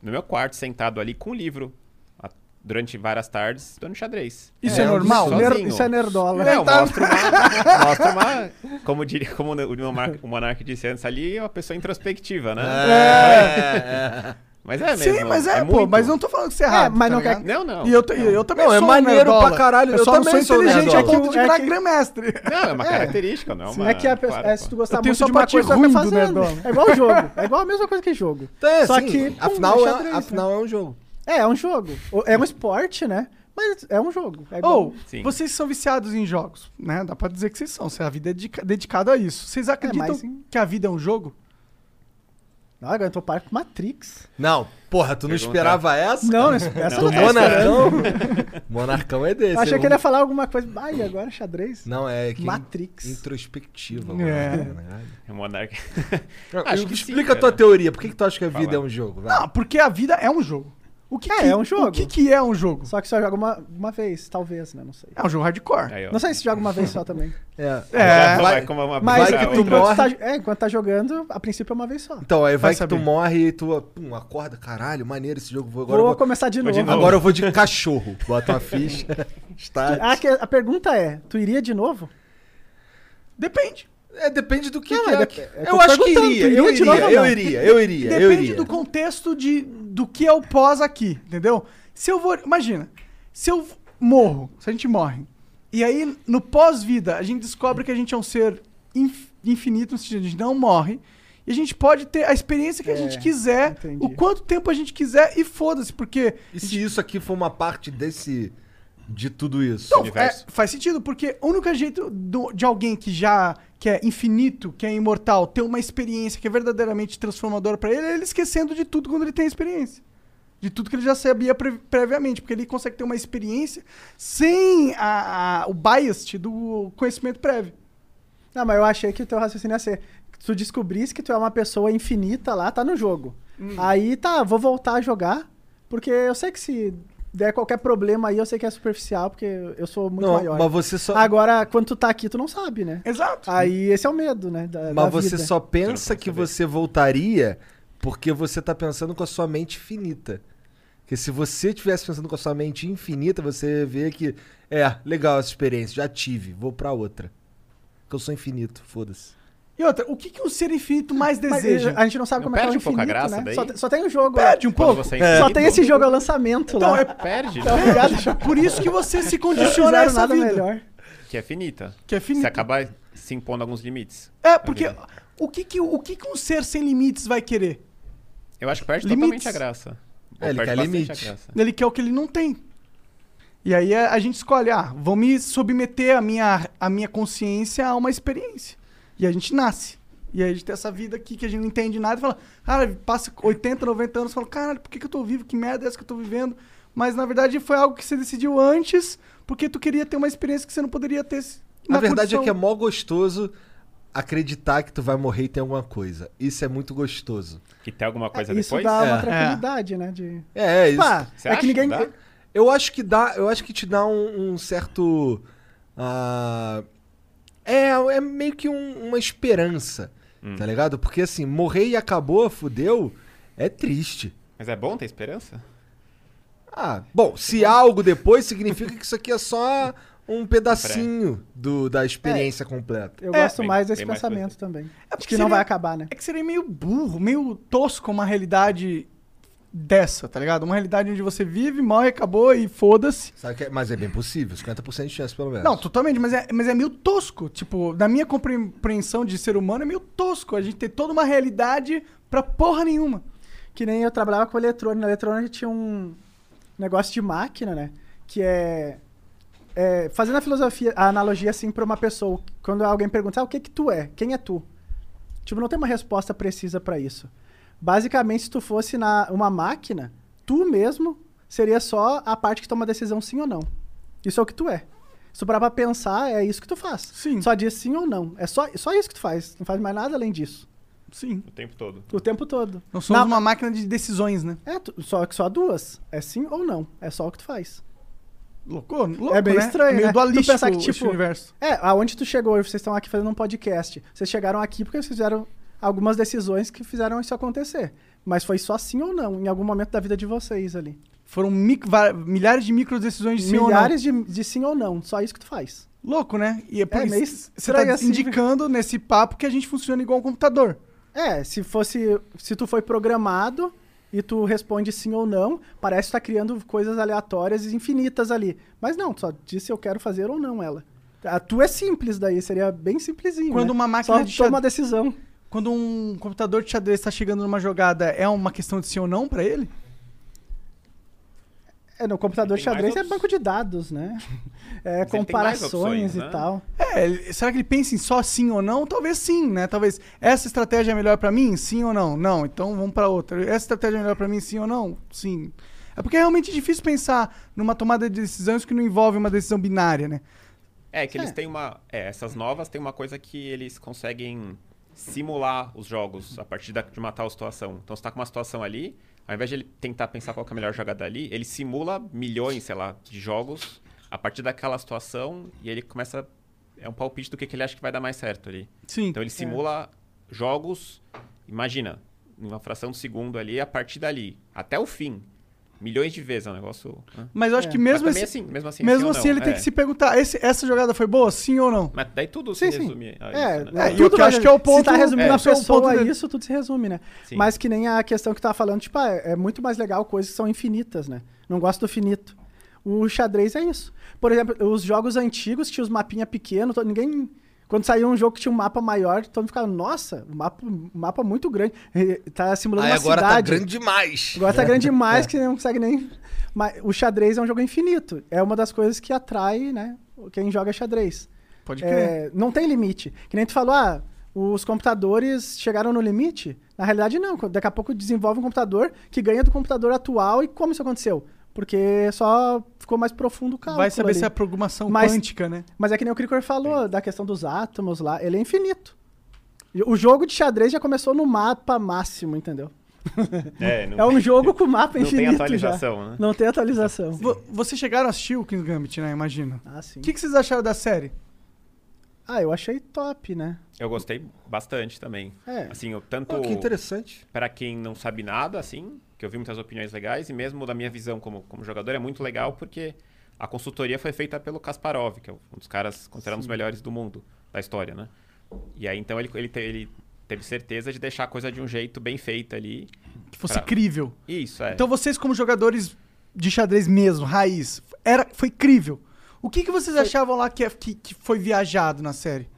[SPEAKER 3] no meu quarto, sentado ali com um livro, a- durante várias tardes, dando xadrez.
[SPEAKER 8] Isso né? é,
[SPEAKER 1] um
[SPEAKER 2] É,
[SPEAKER 8] normal?
[SPEAKER 3] sozinho.
[SPEAKER 1] Ner- Isso é nerdola.
[SPEAKER 3] Não,
[SPEAKER 8] Tá-
[SPEAKER 3] mostra uma. mostra uma como diria, como o Monark, o Monark disse antes ali, é uma pessoa introspectiva, né? Mas é mesmo.
[SPEAKER 8] Sim, mas é, pô,
[SPEAKER 3] muito.
[SPEAKER 8] mas não tô falando que você é errado.
[SPEAKER 1] mas não
[SPEAKER 8] ligado?
[SPEAKER 1] quer-
[SPEAKER 3] Não, não.
[SPEAKER 8] E eu, t- e eu também
[SPEAKER 2] Não, é
[SPEAKER 8] sou um
[SPEAKER 2] maneiro
[SPEAKER 8] nerdola.
[SPEAKER 2] pra caralho,
[SPEAKER 8] Eu,
[SPEAKER 2] eu
[SPEAKER 8] só não
[SPEAKER 2] também
[SPEAKER 8] sou
[SPEAKER 2] sou
[SPEAKER 8] inteligente a
[SPEAKER 1] nerdola.
[SPEAKER 8] ponto de
[SPEAKER 1] É que-
[SPEAKER 8] virar grã-mestre.
[SPEAKER 3] Não, é uma característica, não é uma...
[SPEAKER 1] é que a pe-
[SPEAKER 3] claro,
[SPEAKER 1] é,
[SPEAKER 3] pô.
[SPEAKER 1] se tu gostar
[SPEAKER 8] Eu tenho
[SPEAKER 1] muito de uma
[SPEAKER 8] sapatinho
[SPEAKER 1] coisa, tu
[SPEAKER 8] ruim
[SPEAKER 1] vai
[SPEAKER 8] do
[SPEAKER 3] né,
[SPEAKER 1] fazendo.
[SPEAKER 8] nerdola.
[SPEAKER 1] É igual jogo. É igual a mesma coisa que jogo.
[SPEAKER 2] Então, é,
[SPEAKER 1] Só
[SPEAKER 2] assim,
[SPEAKER 1] que. pum,
[SPEAKER 2] afinal,
[SPEAKER 1] é
[SPEAKER 2] é,
[SPEAKER 1] xadrez, né?
[SPEAKER 2] afinal é um jogo.
[SPEAKER 1] É, é um jogo. O- É um esporte, né? Mas é um jogo. É igual-
[SPEAKER 8] Ou,
[SPEAKER 3] Sim.
[SPEAKER 8] vocês são viciados em jogos, né? Dá pra dizer que vocês são. se A vida é dedica- dedicada a isso. Vocês acreditam
[SPEAKER 1] É, mas em-
[SPEAKER 8] que a vida é um jogo?
[SPEAKER 1] Não, agora eu tô parado com Matrix.
[SPEAKER 2] Não, porra, tu não
[SPEAKER 3] Pergunta-
[SPEAKER 2] esperava essa?
[SPEAKER 8] né?
[SPEAKER 1] Não, essa não,
[SPEAKER 2] Do
[SPEAKER 1] não
[SPEAKER 2] Monarcão? Monarcão é desse.
[SPEAKER 1] Eu achei
[SPEAKER 2] é
[SPEAKER 1] que ele
[SPEAKER 2] um-
[SPEAKER 1] ia falar alguma coisa. Ai, agora xadrez?
[SPEAKER 2] Não, é que
[SPEAKER 1] Matrix.
[SPEAKER 2] introspectiva.
[SPEAKER 8] É.
[SPEAKER 1] né?
[SPEAKER 3] É Monarca.
[SPEAKER 2] Acho
[SPEAKER 3] Acho
[SPEAKER 2] que
[SPEAKER 3] que sim,
[SPEAKER 2] Explica a
[SPEAKER 3] cara.
[SPEAKER 2] tua teoria. Por que, que tu acha que a vida
[SPEAKER 3] Fala.
[SPEAKER 2] é um jogo? Vai.
[SPEAKER 8] Não, porque a vida é um jogo. O que
[SPEAKER 1] É,
[SPEAKER 8] que-
[SPEAKER 1] é um jogo.
[SPEAKER 8] O que, que é um jogo?
[SPEAKER 1] Só que só joga uma, uma vez, talvez, né? Não sei.
[SPEAKER 8] É um jogo hardcore.
[SPEAKER 3] Aí, ó.
[SPEAKER 1] Não sei se joga uma vez só também.
[SPEAKER 2] É.
[SPEAKER 3] Já
[SPEAKER 8] É.
[SPEAKER 3] vai,
[SPEAKER 2] vai-
[SPEAKER 3] como uma
[SPEAKER 1] Mas
[SPEAKER 2] Vai que
[SPEAKER 3] outra-
[SPEAKER 2] tu
[SPEAKER 1] enquanto,
[SPEAKER 2] morre.
[SPEAKER 1] tá, é, enquanto tá jogando, a princípio é uma vez só.
[SPEAKER 2] Então, aí vai, que
[SPEAKER 8] Vai
[SPEAKER 2] tu
[SPEAKER 8] saber.
[SPEAKER 2] morre e tu pum, acorda, caralho, maneiro esse jogo. Vou, agora,
[SPEAKER 1] Vou,
[SPEAKER 2] eu vou,
[SPEAKER 1] começar de
[SPEAKER 3] Vou
[SPEAKER 1] novo.
[SPEAKER 3] de novo.
[SPEAKER 2] agora eu vou de cachorro. Bota uma ficha. Está.
[SPEAKER 1] Ah, que- a pergunta é, tu iria de novo?
[SPEAKER 8] Depende.
[SPEAKER 2] É, depende do que,
[SPEAKER 1] Não,
[SPEAKER 2] que
[SPEAKER 1] é
[SPEAKER 2] é.
[SPEAKER 1] dep- é que eu
[SPEAKER 2] eu
[SPEAKER 1] tô
[SPEAKER 2] acho que
[SPEAKER 1] perguntando,
[SPEAKER 2] iria.
[SPEAKER 1] tu
[SPEAKER 2] Eu
[SPEAKER 1] iria de novo
[SPEAKER 2] iria,
[SPEAKER 1] ou
[SPEAKER 2] eu
[SPEAKER 1] não?
[SPEAKER 2] iria, eu iria, eu
[SPEAKER 8] Depende
[SPEAKER 2] iria.
[SPEAKER 8] do contexto de, do que é o pós aqui, entendeu? Se eu vou. Imagina, se eu morro, se a gente morre, e aí no pós-vida a gente descobre que a gente é um ser inf- infinito, no sentido, a gente não morre. E a gente pode ter a experiência que a
[SPEAKER 1] É,
[SPEAKER 8] gente quiser,
[SPEAKER 1] entendi.
[SPEAKER 8] o quanto tempo a gente quiser, e foda-se, porque
[SPEAKER 2] E se isso aqui for uma parte desse... De tudo isso?
[SPEAKER 8] Então,
[SPEAKER 3] universo.
[SPEAKER 8] é, faz sentido, porque o único jeito do- de alguém que já que é infinito, que é imortal, ter uma experiência que é verdadeiramente transformadora pra ele, é ele esquecendo de tudo quando ele tem a experiência. De tudo que ele já sabia pre- previamente, porque ele consegue ter uma experiência sem a- a- o bias do conhecimento prévio.
[SPEAKER 1] Não, mas eu achei que o teu raciocínio ia ser. que Tu descobrisse que tu é uma pessoa infinita lá, tá no jogo.
[SPEAKER 8] Hum.
[SPEAKER 1] Aí tá, vou voltar a jogar, porque eu sei que se der qualquer problema aí, eu sei que é superficial, porque eu sou muito
[SPEAKER 2] não,
[SPEAKER 1] maior. Ah,
[SPEAKER 2] mas você só...
[SPEAKER 1] Agora, quando tu tá aqui, tu não sabe, né?
[SPEAKER 8] Exato.
[SPEAKER 1] Aí esse é o medo, né? Da, da
[SPEAKER 2] Mas você
[SPEAKER 1] vida.
[SPEAKER 2] só
[SPEAKER 3] Você
[SPEAKER 2] pensa
[SPEAKER 3] não
[SPEAKER 2] que
[SPEAKER 3] consegue.
[SPEAKER 2] você voltaria porque você tá pensando com a sua mente finita. Porque se você tivesse pensando com a sua mente infinita, você vê que é legal essa experiência, já tive, vou pra outra. Porque eu sou infinito, foda-se.
[SPEAKER 8] E outra, o que, que um ser infinito mais
[SPEAKER 1] Mas eh,
[SPEAKER 8] deseja?
[SPEAKER 1] a gente não sabe
[SPEAKER 3] Não
[SPEAKER 1] como é que é o
[SPEAKER 3] perde um pouco
[SPEAKER 1] infinito,
[SPEAKER 3] a graça
[SPEAKER 1] né?
[SPEAKER 3] daí?
[SPEAKER 1] Só, te- só tem o jogo.
[SPEAKER 8] Perde um
[SPEAKER 3] Quando
[SPEAKER 8] pouco.
[SPEAKER 3] você
[SPEAKER 1] Só
[SPEAKER 3] infinito,
[SPEAKER 1] tem esse jogo, é o lançamento
[SPEAKER 8] Então,
[SPEAKER 1] lá.
[SPEAKER 8] é-
[SPEAKER 3] Perde,
[SPEAKER 1] Tá
[SPEAKER 3] né?
[SPEAKER 1] ligado?
[SPEAKER 8] Por isso que você se
[SPEAKER 1] Não
[SPEAKER 8] condiciona
[SPEAKER 1] fizeram
[SPEAKER 8] a essa
[SPEAKER 1] nada
[SPEAKER 8] vida.
[SPEAKER 1] melhor.
[SPEAKER 3] Que é finita.
[SPEAKER 8] Que é finita.
[SPEAKER 3] Você acaba se impondo alguns limites.
[SPEAKER 8] É, porque
[SPEAKER 3] vida.
[SPEAKER 8] o que, que, o que, que um ser sem limites vai querer?
[SPEAKER 3] Eu acho que perde
[SPEAKER 8] Limites.
[SPEAKER 3] totalmente a graça.
[SPEAKER 2] É,
[SPEAKER 3] Ou
[SPEAKER 2] ele
[SPEAKER 3] perde
[SPEAKER 2] quer
[SPEAKER 3] bastante
[SPEAKER 2] limite.
[SPEAKER 3] a graça.
[SPEAKER 8] Ele quer o que ele não tem. E aí a, a gente escolhe, ah, vou me submeter a minha, a minha consciência a uma experiência. E a gente nasce. E aí a gente tem essa vida aqui que a gente não entende nada e fala, cara, passa 80, 90 anos e fala, caralho, por que, que eu tô vivo? Que merda é essa que eu tô vivendo? Mas na verdade foi algo que você decidiu antes, porque tu queria ter uma experiência que você não poderia ter. se-
[SPEAKER 2] Na
[SPEAKER 8] na
[SPEAKER 2] verdade é que é
[SPEAKER 8] condição.
[SPEAKER 2] mó gostoso acreditar que tu vai morrer e tem alguma coisa. Isso é muito gostoso.
[SPEAKER 3] Que tem alguma coisa
[SPEAKER 1] Isso
[SPEAKER 3] depois?
[SPEAKER 1] dá
[SPEAKER 2] É.
[SPEAKER 1] uma tranquilidade, né? De...
[SPEAKER 2] É, é isso.
[SPEAKER 1] Pá,
[SPEAKER 3] Você
[SPEAKER 1] é
[SPEAKER 3] acha
[SPEAKER 1] que ninguém.
[SPEAKER 3] dá?
[SPEAKER 2] Eu acho que dá, eu acho que te dá um, um certo. ah, é, é meio que um- uma esperança, tá ligado? Porque assim, morrer e acabou, fudeu, é triste.
[SPEAKER 3] Mas é bom ter esperança?
[SPEAKER 2] Ah, bom, se há algo depois, significa que isso aqui é só um pedacinho do, da experiência completa.
[SPEAKER 1] Eu
[SPEAKER 8] É.
[SPEAKER 1] gosto mais
[SPEAKER 3] Tem-
[SPEAKER 1] desse
[SPEAKER 3] tem mais
[SPEAKER 1] pensamento também.
[SPEAKER 8] porque
[SPEAKER 1] de que não
[SPEAKER 8] seria-
[SPEAKER 1] vai acabar, né?
[SPEAKER 8] É que seria meio burro, meio tosco uma realidade dessa, tá ligado? Uma realidade onde você vive, morre, acabou e foda-se.
[SPEAKER 2] Sabe que é- mas é bem possível, 50% de chance pelo menos.
[SPEAKER 8] Não, totalmente, mas é, mas é meio tosco. Tipo, na minha compreensão de ser humano, é meio tosco a gente ter toda uma realidade pra porra nenhuma.
[SPEAKER 1] Que nem eu trabalhava com eletrônica. Na eletrônica tinha um, negócio de máquina, né? Que é. é, fazendo a filosofia, a analogia assim pra uma pessoa. Quando alguém pergunta, ah, o que que tu é? Quem é tu? Tipo, não tem uma resposta precisa pra isso. Basicamente, se tu fosse na, uma máquina, tu mesmo seria só a parte que toma a decisão sim ou não. Isso é o que tu é. Se tu parar pra pensar, é isso que tu faz.
[SPEAKER 8] Sim.
[SPEAKER 1] Só diz sim ou não. É só, só isso que tu faz. Não faz mais nada além disso.
[SPEAKER 8] Sim.
[SPEAKER 3] o tempo todo.
[SPEAKER 1] O tempo todo.
[SPEAKER 8] Nós somos
[SPEAKER 1] Na-
[SPEAKER 8] uma máquina de decisões, né?
[SPEAKER 1] É, tu- só que só duas. É sim ou não. É só o que tu faz.
[SPEAKER 8] Louco, louco
[SPEAKER 1] É bem
[SPEAKER 8] né?
[SPEAKER 1] estranho,
[SPEAKER 8] Meio
[SPEAKER 1] né?
[SPEAKER 8] dualístico
[SPEAKER 1] Tu pensar que,
[SPEAKER 8] esse
[SPEAKER 1] tipo,
[SPEAKER 8] universo.
[SPEAKER 1] É, aonde tu chegou, vocês estão aqui fazendo um podcast. Vocês chegaram aqui porque vocês fizeram algumas decisões que fizeram isso acontecer. Mas foi só sim ou não, em algum momento da vida de vocês ali.
[SPEAKER 8] Foram mic- va- milhares de micro decisões de sim ou não.
[SPEAKER 1] Milhares de, de sim ou não, só isso que tu faz.
[SPEAKER 8] Louco, né? E é por
[SPEAKER 1] É,
[SPEAKER 8] isso
[SPEAKER 1] meio
[SPEAKER 8] você tá
[SPEAKER 1] estranho assim,
[SPEAKER 8] indicando nesse papo que a gente funciona igual um computador.
[SPEAKER 1] É, se fosse. Se tu foi programado e tu responde sim ou não, parece que tu tá criando coisas aleatórias e infinitas ali. Mas não, tu só diz se eu quero fazer ou não ela. A tua é simples daí, seria bem simplesinho.
[SPEAKER 8] Quando
[SPEAKER 1] né?
[SPEAKER 8] uma máquina
[SPEAKER 1] só
[SPEAKER 8] de
[SPEAKER 1] toma
[SPEAKER 8] xadrez-
[SPEAKER 1] a decisão.
[SPEAKER 8] Quando um computador de xadrez está chegando numa jogada, é uma questão de sim ou não pra ele?
[SPEAKER 1] É, no computador
[SPEAKER 3] Ele tem
[SPEAKER 1] xadrez
[SPEAKER 3] mais
[SPEAKER 1] é
[SPEAKER 3] op-
[SPEAKER 1] banco de dados, né? É
[SPEAKER 3] Mas ele tem mais
[SPEAKER 1] comparações
[SPEAKER 3] opções,
[SPEAKER 1] e
[SPEAKER 3] né?
[SPEAKER 1] tal.
[SPEAKER 8] É, ele- será que ele pensa em só sim ou não? Talvez sim, né? Talvez essa estratégia é melhor pra mim? Sim ou não? Não, então vamos pra outra. Essa estratégia é melhor pra mim? Sim ou não? Sim. É porque é realmente difícil pensar numa tomada de decisões que não envolve uma decisão binária, né?
[SPEAKER 3] É, que eles têm uma. É, essas novas têm uma coisa que eles conseguem simular os jogos a partir da- de uma tal situação. Então você tá com uma situação ali, ao invés de ele tentar pensar qual que é a melhor jogada ali, ele simula milhões, sei lá, de jogos a partir daquela situação e ele começa. É um palpite do que, que ele acha que vai dar mais certo ali.
[SPEAKER 8] Sim. É.
[SPEAKER 3] Então ele simula jogos, imagina, em uma fração de segundo ali, a partir dali, até o fim. Milhões de vezes é um negócio. né?
[SPEAKER 8] Mas eu acho que
[SPEAKER 3] Mas
[SPEAKER 8] mesmo
[SPEAKER 3] também
[SPEAKER 8] assim,
[SPEAKER 3] assim, mesmo assim.
[SPEAKER 8] mesmo
[SPEAKER 3] sim ou
[SPEAKER 8] assim
[SPEAKER 3] não,
[SPEAKER 8] ele
[SPEAKER 3] é.
[SPEAKER 8] tem que se perguntar, "Esse- essa jogada foi boa? Sim ou não?
[SPEAKER 3] Mas daí tudo
[SPEAKER 1] Sim, sim.
[SPEAKER 3] se resume a
[SPEAKER 1] É,
[SPEAKER 3] isso, né?
[SPEAKER 1] é,
[SPEAKER 8] E
[SPEAKER 1] tudo
[SPEAKER 8] o que eu
[SPEAKER 1] na-
[SPEAKER 8] acho que é o
[SPEAKER 1] Se
[SPEAKER 8] ponto-
[SPEAKER 1] tá resumindo
[SPEAKER 8] é,
[SPEAKER 1] a
[SPEAKER 8] esse é o
[SPEAKER 1] pessoa,
[SPEAKER 8] ponto dele.
[SPEAKER 1] isso tudo se resume, né?
[SPEAKER 3] Sim.
[SPEAKER 1] Mas que nem a questão que tu tava falando, tipo, ah, é é muito mais legal coisas que são infinitas, né? Não gosto do finito. O xadrez é isso. Por exemplo, os jogos antigos tinha os mapinha pequenos, to- ninguém... Quando saiu um jogo que tinha um mapa maior, todo mundo ficava, nossa, um mapa, um mapa muito grande. Eh, Tá simulando
[SPEAKER 8] Ah,
[SPEAKER 2] Aí
[SPEAKER 1] uma
[SPEAKER 2] agora
[SPEAKER 1] cidade.
[SPEAKER 2] tá grande demais.
[SPEAKER 8] É.
[SPEAKER 1] Agora tá grande demais que você não consegue nem. Mas o xadrez é um jogo infinito. É uma das coisas que atrai, né? Quem joga xadrez.
[SPEAKER 8] Pode crer.
[SPEAKER 1] É, não tem limite. Que nem tu falou, ah, os computadores chegaram no limite. Na realidade, não. Daqui a pouco desenvolve um computador que ganha do computador atual. E como isso aconteceu? Porque só ficou mais profundo o cálculo.
[SPEAKER 8] Vai saber
[SPEAKER 1] ali.
[SPEAKER 8] se é a programação
[SPEAKER 1] Mas-
[SPEAKER 8] quântica, né?
[SPEAKER 1] Mas é que nem o Cricor falou da questão dos átomos lá. Ele é infinito. O jogo de xadrez já começou no mapa máximo, entendeu?
[SPEAKER 3] É, não-
[SPEAKER 1] É um jogo com mapa
[SPEAKER 3] Não tem
[SPEAKER 1] infinito.
[SPEAKER 3] atualização,
[SPEAKER 1] já.
[SPEAKER 3] né?
[SPEAKER 1] Não tem atualização.
[SPEAKER 8] Vo- Vocês chegaram a assistir o King's Gambit, né? Imagino.
[SPEAKER 1] Ah, sim.
[SPEAKER 8] O que, que vocês acharam da série?
[SPEAKER 1] Ah, eu achei top, né?
[SPEAKER 3] Eu gostei bastante também.
[SPEAKER 1] É.
[SPEAKER 3] Assim, eu tanto
[SPEAKER 2] Pô, que interessante.
[SPEAKER 3] para quem não sabe nada, assim, que eu vi muitas opiniões legais e mesmo da minha visão como, como jogador é muito legal porque a consultoria foi feita pelo Kasparov, que é um dos caras considerados os melhores do mundo da história, né? E aí então ele ele, te- ele teve certeza de deixar a coisa de um jeito bem feita ali.
[SPEAKER 8] Que fosse
[SPEAKER 3] Pra-
[SPEAKER 8] crível.
[SPEAKER 3] Isso, é.
[SPEAKER 8] Então vocês, como jogadores de xadrez mesmo, raiz, era, foi crível. O que, que vocês achavam lá que, é- que, que foi viajado na série?